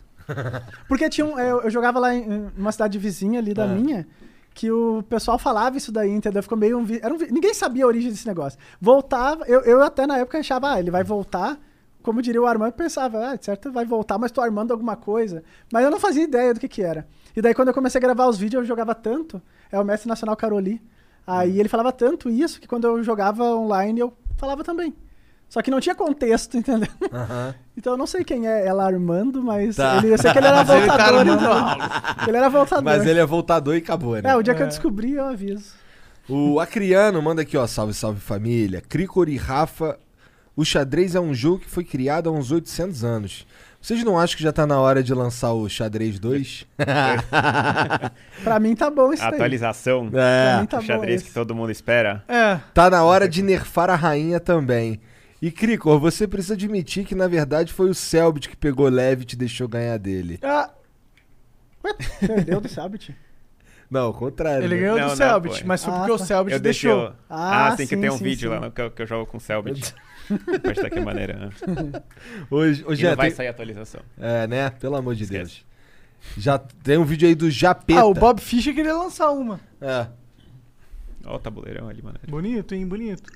[SPEAKER 1] Porque tinha um, eu, eu jogava lá em uma cidade vizinha ali da
[SPEAKER 3] Ah.
[SPEAKER 1] minha, que o pessoal falava isso daí, entendeu? Ficou meio um, vi- era um vi- Ninguém sabia a origem desse negócio. Voltava, eu, eu até na época achava, ah, ele vai voltar como diria o Armando, eu pensava, ah, de certo vai voltar, mas tô armando alguma coisa. Mas eu não fazia ideia do que que era. E daí quando eu comecei a gravar os vídeos, eu jogava tanto. É o mestre nacional Caroli.
[SPEAKER 2] Uhum.
[SPEAKER 1] Aí ele falava tanto isso que quando eu jogava online, eu falava também. Só que não tinha contexto, entendeu?
[SPEAKER 2] Aham.
[SPEAKER 1] Então eu não sei quem é ela armando, mas
[SPEAKER 2] Tá.
[SPEAKER 1] ele, eu sei que ele era
[SPEAKER 2] ele tá
[SPEAKER 1] voltador.
[SPEAKER 2] armando
[SPEAKER 1] então. ele era voltador.
[SPEAKER 2] Mas ele é voltador e acabou, né?
[SPEAKER 1] É, o dia que eu descobri, eu aviso.
[SPEAKER 2] O Acriano manda aqui, ó. Salve, salve família. Cricori Rafa. O xadrez é um jogo que foi criado há uns 800 anos. Vocês não acham que já tá na hora de lançar o xadrez 2?
[SPEAKER 1] Pra mim tá bom isso daí.
[SPEAKER 3] Atualização.
[SPEAKER 1] Pra mim tá
[SPEAKER 3] o xadrez
[SPEAKER 1] bom
[SPEAKER 3] que
[SPEAKER 1] isso.
[SPEAKER 3] todo mundo espera.
[SPEAKER 8] É.
[SPEAKER 2] Tá na hora de nerfar a rainha também. E Cricor, você precisa admitir que na verdade foi o Selbit que pegou leve e te deixou ganhar dele.
[SPEAKER 8] Ah,
[SPEAKER 1] Perdeu do Sabit.
[SPEAKER 2] Não, ao contrário.
[SPEAKER 8] ele
[SPEAKER 2] né?
[SPEAKER 8] ganhou
[SPEAKER 3] Não,
[SPEAKER 8] do
[SPEAKER 3] não,
[SPEAKER 8] Selbit,
[SPEAKER 3] pô.
[SPEAKER 8] mas foi
[SPEAKER 1] Ah,
[SPEAKER 8] porque o
[SPEAKER 1] tá.
[SPEAKER 8] Selbit
[SPEAKER 3] Eu deixo.
[SPEAKER 8] deixou.
[SPEAKER 3] Ah,
[SPEAKER 1] Ah,
[SPEAKER 3] sim, que
[SPEAKER 1] sim,
[SPEAKER 3] tem um
[SPEAKER 1] sim,
[SPEAKER 3] vídeo
[SPEAKER 1] sim.
[SPEAKER 3] lá no- que eu, que eu jogo com o Selbit. Mas tá que maneira. Né?
[SPEAKER 2] Hoje,
[SPEAKER 3] E
[SPEAKER 2] hoje
[SPEAKER 3] não
[SPEAKER 2] é,
[SPEAKER 3] vai
[SPEAKER 2] tem-
[SPEAKER 3] sair atualização.
[SPEAKER 2] é, né? Pelo amor de
[SPEAKER 3] Esquece.
[SPEAKER 2] Deus. Já tem um vídeo aí do Japeta.
[SPEAKER 8] Ah, o Bob Fischer queria lançar uma.
[SPEAKER 2] É.
[SPEAKER 3] Ó o tabuleirão ali, mano.
[SPEAKER 8] Bonito, hein? Bonito.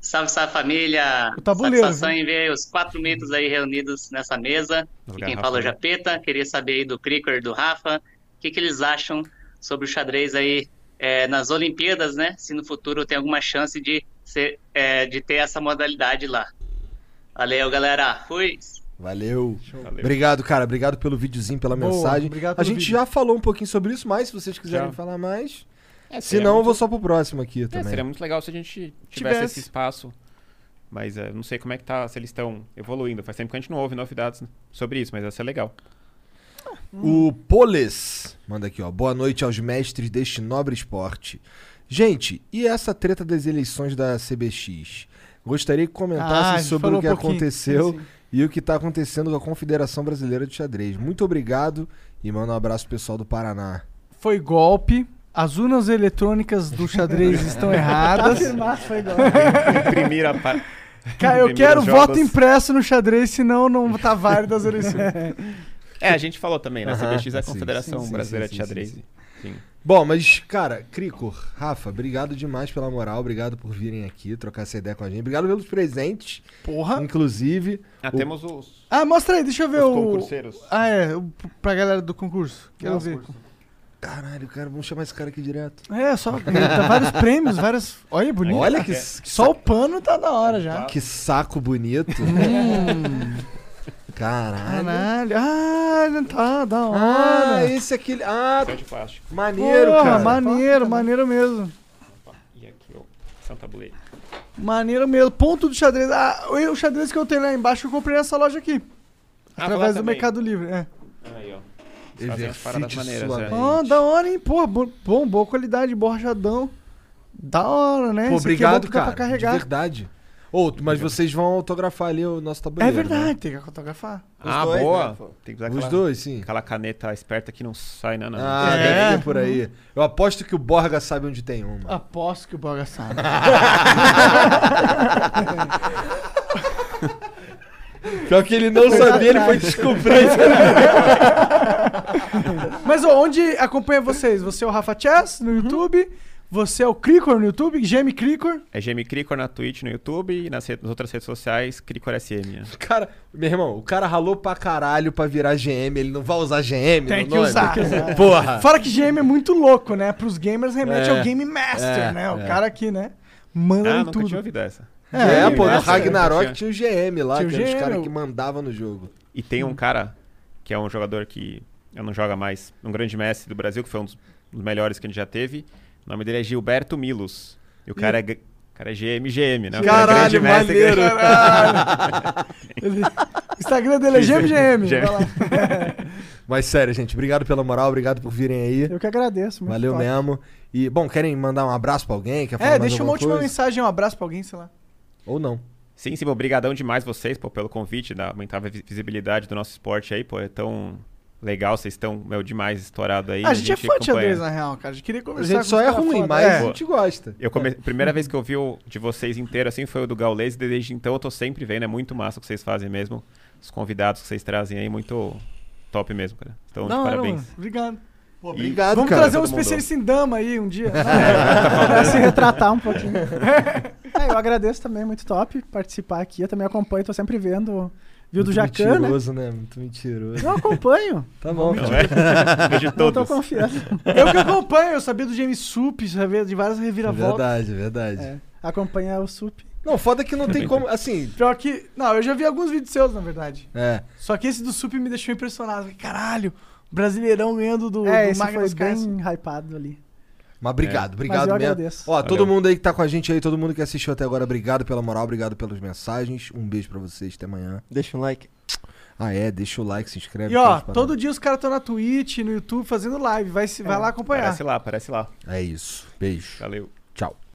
[SPEAKER 10] Salve, salve família!
[SPEAKER 8] O tabuleiro,
[SPEAKER 10] Satisfação em ver os quatro mitos aí reunidos nessa mesa.
[SPEAKER 3] As
[SPEAKER 10] E quem
[SPEAKER 3] garrafas,
[SPEAKER 10] fala é o
[SPEAKER 3] né?
[SPEAKER 10] Japeta. Queria saber aí do Cricker e do Rafa, o que, que eles acham sobre o xadrez aí eh, nas Olimpíadas, né? Se no futuro tem alguma chance de, ser, eh, de ter essa modalidade lá. Valeu, galera! Fui!
[SPEAKER 2] Valeu.
[SPEAKER 3] Valeu.
[SPEAKER 2] Obrigado, cara. Obrigado pelo videozinho, pela
[SPEAKER 8] Boa,
[SPEAKER 2] mensagem.
[SPEAKER 8] obrigado
[SPEAKER 2] a
[SPEAKER 8] pelo
[SPEAKER 2] gente
[SPEAKER 8] vídeo.
[SPEAKER 2] já falou um pouquinho sobre isso, mas se vocês quiserem
[SPEAKER 3] Já.
[SPEAKER 2] falar mais.
[SPEAKER 3] É,
[SPEAKER 2] Se não, eu vou só pro próximo aqui
[SPEAKER 3] É,
[SPEAKER 2] também.
[SPEAKER 3] seria muito legal se a gente tivesse,
[SPEAKER 8] Tivesse.
[SPEAKER 3] esse espaço. Mas é, não sei como é que tá, se eles estão evoluindo. Faz tempo que a gente não ouve novidades né, sobre isso, mas ia ser legal.
[SPEAKER 2] O Poles manda aqui, ó. Boa noite aos mestres deste nobre esporte. Gente, e essa treta das eleições da CBX? Gostaria que
[SPEAKER 8] Ah, a
[SPEAKER 1] assim
[SPEAKER 2] comentassem
[SPEAKER 8] gente
[SPEAKER 2] sobre
[SPEAKER 8] falou
[SPEAKER 2] o que
[SPEAKER 8] um pouquinho.
[SPEAKER 2] aconteceu
[SPEAKER 8] Sim, sim.
[SPEAKER 2] e o que tá acontecendo com a Confederação Brasileira de Xadrez. Muito obrigado e manda um abraço pro pessoal do Paraná.
[SPEAKER 8] Foi golpe. As urnas eletrônicas do xadrez estão erradas.
[SPEAKER 3] Tá
[SPEAKER 1] Afirmar foi igual.
[SPEAKER 3] Imprimir a pa-
[SPEAKER 8] Cara, eu
[SPEAKER 3] imprimir
[SPEAKER 8] quero
[SPEAKER 3] os jogos.
[SPEAKER 8] voto impresso no xadrez, senão não tá válido as eleições.
[SPEAKER 3] É, a gente falou também, né?
[SPEAKER 2] Aham,
[SPEAKER 3] CBX é a
[SPEAKER 2] Ah, sim,
[SPEAKER 3] Confederação
[SPEAKER 2] sim, sim,
[SPEAKER 3] Brasileira
[SPEAKER 2] sim,
[SPEAKER 3] de
[SPEAKER 2] sim,
[SPEAKER 3] Xadrez.
[SPEAKER 2] sim,
[SPEAKER 3] Sim.
[SPEAKER 2] Bom, mas, cara, Cricor, Rafa, obrigado demais pela moral, obrigado por virem aqui trocar essa ideia com a gente. Obrigado pelos presentes,
[SPEAKER 8] Porra.
[SPEAKER 2] inclusive.
[SPEAKER 3] Ah,
[SPEAKER 2] O-
[SPEAKER 3] temos os,
[SPEAKER 8] Ah, mostra aí, deixa eu ver
[SPEAKER 3] os
[SPEAKER 8] o.
[SPEAKER 3] concurseiros.
[SPEAKER 8] Ah, é, o- pra galera do concurso. Quero ver.
[SPEAKER 2] Caralho, cara, vamos chamar esse cara aqui direto.
[SPEAKER 8] É, só. Tá vários prêmios, várias. Olha, bonito. Ah, é.
[SPEAKER 2] Olha que,
[SPEAKER 8] Só o pano tá da hora já.
[SPEAKER 2] É. que saco bonito.
[SPEAKER 8] Hum.
[SPEAKER 2] Caralho.
[SPEAKER 8] Caralho. Ah, não tá da hora.
[SPEAKER 2] Ah, esse aqui. Ah,
[SPEAKER 3] Céu de plástico.
[SPEAKER 2] maneiro,
[SPEAKER 8] Porra,
[SPEAKER 2] cara.
[SPEAKER 8] maneiro, maneiro mesmo.
[SPEAKER 3] E aqui, ó. São tabuleiro.
[SPEAKER 8] Maneiro mesmo. Ponto do xadrez. Ah, o xadrez que eu tenho lá embaixo eu comprei nessa loja aqui.
[SPEAKER 3] Ah, foi lá
[SPEAKER 8] através do
[SPEAKER 3] também.
[SPEAKER 8] Mercado Livre. É.
[SPEAKER 3] Aí, ó. Eles Fazem as
[SPEAKER 2] Exercite
[SPEAKER 3] paradas maneiras,
[SPEAKER 2] sua
[SPEAKER 3] é.
[SPEAKER 2] mente.
[SPEAKER 8] Ah, da hora, hein? Pô, bo- bom, boa qualidade, borrachadão. Da hora, né?
[SPEAKER 2] Pô,
[SPEAKER 8] Esse aqui é bom
[SPEAKER 2] obrigado,
[SPEAKER 8] que dá
[SPEAKER 2] cara.
[SPEAKER 8] Pra
[SPEAKER 2] de
[SPEAKER 8] carregar.
[SPEAKER 2] verdade. Ô, mas vocês vão autografar ali o nosso
[SPEAKER 8] É
[SPEAKER 2] tabuleiro.
[SPEAKER 8] verdade, tem que autografar.
[SPEAKER 3] Ah,
[SPEAKER 7] dois,
[SPEAKER 3] boa.
[SPEAKER 7] né, pô?
[SPEAKER 3] Tem que usar
[SPEAKER 2] Né? Os
[SPEAKER 3] aquela,
[SPEAKER 2] dois, sim.
[SPEAKER 3] aquela caneta esperta que não sai, né? Não.
[SPEAKER 2] Ah,
[SPEAKER 8] É.
[SPEAKER 2] deve ter por aí. Eu aposto que o Borga sabe onde tem uma.
[SPEAKER 8] Aposto que o Boga sabe.
[SPEAKER 2] Pior que ele não sabia, ele foi descobrir.
[SPEAKER 8] Mas ó, onde acompanha vocês? Você é o Rafa Chess no YouTube, você é o Cricor no YouTube, Jamie Cricor.
[SPEAKER 3] É GM Cricor na Twitch, no YouTube e nas, re- nas outras redes sociais, Cricor SM. né?
[SPEAKER 2] Cara, meu irmão, o cara ralou pra caralho pra virar GM, ele não vai usar GM
[SPEAKER 8] Tem
[SPEAKER 2] no
[SPEAKER 8] que
[SPEAKER 2] nome?
[SPEAKER 8] usar.
[SPEAKER 2] Porra.
[SPEAKER 8] Fora que GM é muito louco, né? Pros gamers remete
[SPEAKER 2] É,
[SPEAKER 8] ao Game Master,
[SPEAKER 2] é,
[SPEAKER 8] né? O
[SPEAKER 2] é.
[SPEAKER 8] cara aqui, né? Manda
[SPEAKER 3] Ah,
[SPEAKER 8] em
[SPEAKER 3] nunca
[SPEAKER 8] tudo.
[SPEAKER 3] tinha ouvido essa.
[SPEAKER 2] É, pô, no
[SPEAKER 3] Nossa, cara,
[SPEAKER 2] Ragnarok
[SPEAKER 3] não
[SPEAKER 2] tinha o GM lá,
[SPEAKER 8] Tinha o
[SPEAKER 2] que eram os
[SPEAKER 8] GM,
[SPEAKER 2] caras
[SPEAKER 8] o-
[SPEAKER 2] que mandavam no jogo.
[SPEAKER 3] E tem um cara que é um jogador que eu não joga mais, um grande mestre do Brasil, que foi um dos dos melhores que a gente já teve. O nome dele é Gilberto Milos. E o cara é, gr- o cara é GM, GM, né? O cara é grande mestre, grande-
[SPEAKER 8] Ele- O Instagram dele é GMGM.
[SPEAKER 3] GM.
[SPEAKER 8] Vai lá.
[SPEAKER 2] Mas sério, gente, obrigado pela moral, obrigado por virem aí.
[SPEAKER 1] Eu que agradeço. Muito
[SPEAKER 2] Valeu né?
[SPEAKER 1] top.
[SPEAKER 2] mesmo. E, bom, querem mandar um abraço pra alguém? Quer falar
[SPEAKER 8] É,
[SPEAKER 2] mais
[SPEAKER 8] deixa uma
[SPEAKER 2] alguma
[SPEAKER 8] última
[SPEAKER 2] coisa?
[SPEAKER 8] mensagem, um abraço pra alguém, sei lá.
[SPEAKER 2] Ou não.
[SPEAKER 3] Sim, sim, obrigadão demais vocês pô, pelo convite, da aumentar a vi- visibilidade do nosso esporte aí, pô, é tão legal, vocês estão, meu, demais estourado aí.
[SPEAKER 8] Ah, a gente é fã de
[SPEAKER 3] acompanha.
[SPEAKER 8] xadrez, na real, cara. A gente queria
[SPEAKER 2] A
[SPEAKER 8] conversar
[SPEAKER 2] gente
[SPEAKER 8] com
[SPEAKER 2] só
[SPEAKER 8] os
[SPEAKER 2] é
[SPEAKER 8] caras
[SPEAKER 2] ruim,
[SPEAKER 8] foda.
[SPEAKER 2] mas
[SPEAKER 8] É.
[SPEAKER 2] a gente gosta.
[SPEAKER 3] Eu come... Primeira vez que eu vi o de vocês inteiro assim foi o do Gaules, e desde então eu tô sempre vendo. É muito massa o que vocês fazem mesmo. Os convidados que vocês trazem aí, muito top mesmo, cara. Então, de
[SPEAKER 8] Não, não,
[SPEAKER 3] parabéns.
[SPEAKER 8] mano. Obrigado.
[SPEAKER 2] obrigado,
[SPEAKER 8] Vamos
[SPEAKER 2] cara.
[SPEAKER 8] trazer um
[SPEAKER 3] todo mundo.
[SPEAKER 8] especialista em dama aí um dia.
[SPEAKER 1] Pra se retratar um pouquinho. É, eu agradeço também, muito top participar aqui. Eu também acompanho, tô sempre vendo. Viu do Jacan, né?
[SPEAKER 2] mentiroso, né? Muito mentiroso.
[SPEAKER 1] Eu acompanho.
[SPEAKER 2] Tá bom.
[SPEAKER 3] Não é? De
[SPEAKER 1] Não tô
[SPEAKER 3] todos.
[SPEAKER 1] confiando.
[SPEAKER 8] Eu que acompanho, eu sabia do James Sup, sabia de várias reviravoltas.
[SPEAKER 2] Verdade, verdade.
[SPEAKER 1] É, acompanha o SUP.
[SPEAKER 2] Não, foda que não tem como. Assim,
[SPEAKER 8] Pior que. Não, eu já vi alguns vídeos seus, na verdade.
[SPEAKER 2] é.
[SPEAKER 8] Só que esse do Sup me deixou impressionado. Falei, Caralho, brasileirão ganhando do,
[SPEAKER 1] É,
[SPEAKER 8] do
[SPEAKER 1] esse
[SPEAKER 8] Magnus
[SPEAKER 1] foi
[SPEAKER 8] Carlsen.
[SPEAKER 1] bem hypado ali.
[SPEAKER 2] Mas
[SPEAKER 3] É.
[SPEAKER 2] obrigado, obrigado
[SPEAKER 1] eu
[SPEAKER 2] mesmo.
[SPEAKER 1] agradeço.
[SPEAKER 2] Ó, todo
[SPEAKER 3] Valeu.
[SPEAKER 2] mundo aí que tá com a gente aí, todo mundo que assistiu até agora, obrigado pela moral, obrigado pelas mensagens. Um beijo pra vocês, até amanhã.
[SPEAKER 7] Deixa um like.
[SPEAKER 2] Ah, é, deixa o like, se inscreve.
[SPEAKER 8] E ó,
[SPEAKER 2] curte pra
[SPEAKER 8] todo dia os caras estão na Twitch,
[SPEAKER 1] É,
[SPEAKER 8] no YouTube, fazendo live. Vai, se- vai lá acompanhar.
[SPEAKER 3] Aparece lá, aparece lá.
[SPEAKER 2] nós. É isso. Beijo.
[SPEAKER 3] Valeu.
[SPEAKER 2] Tchau.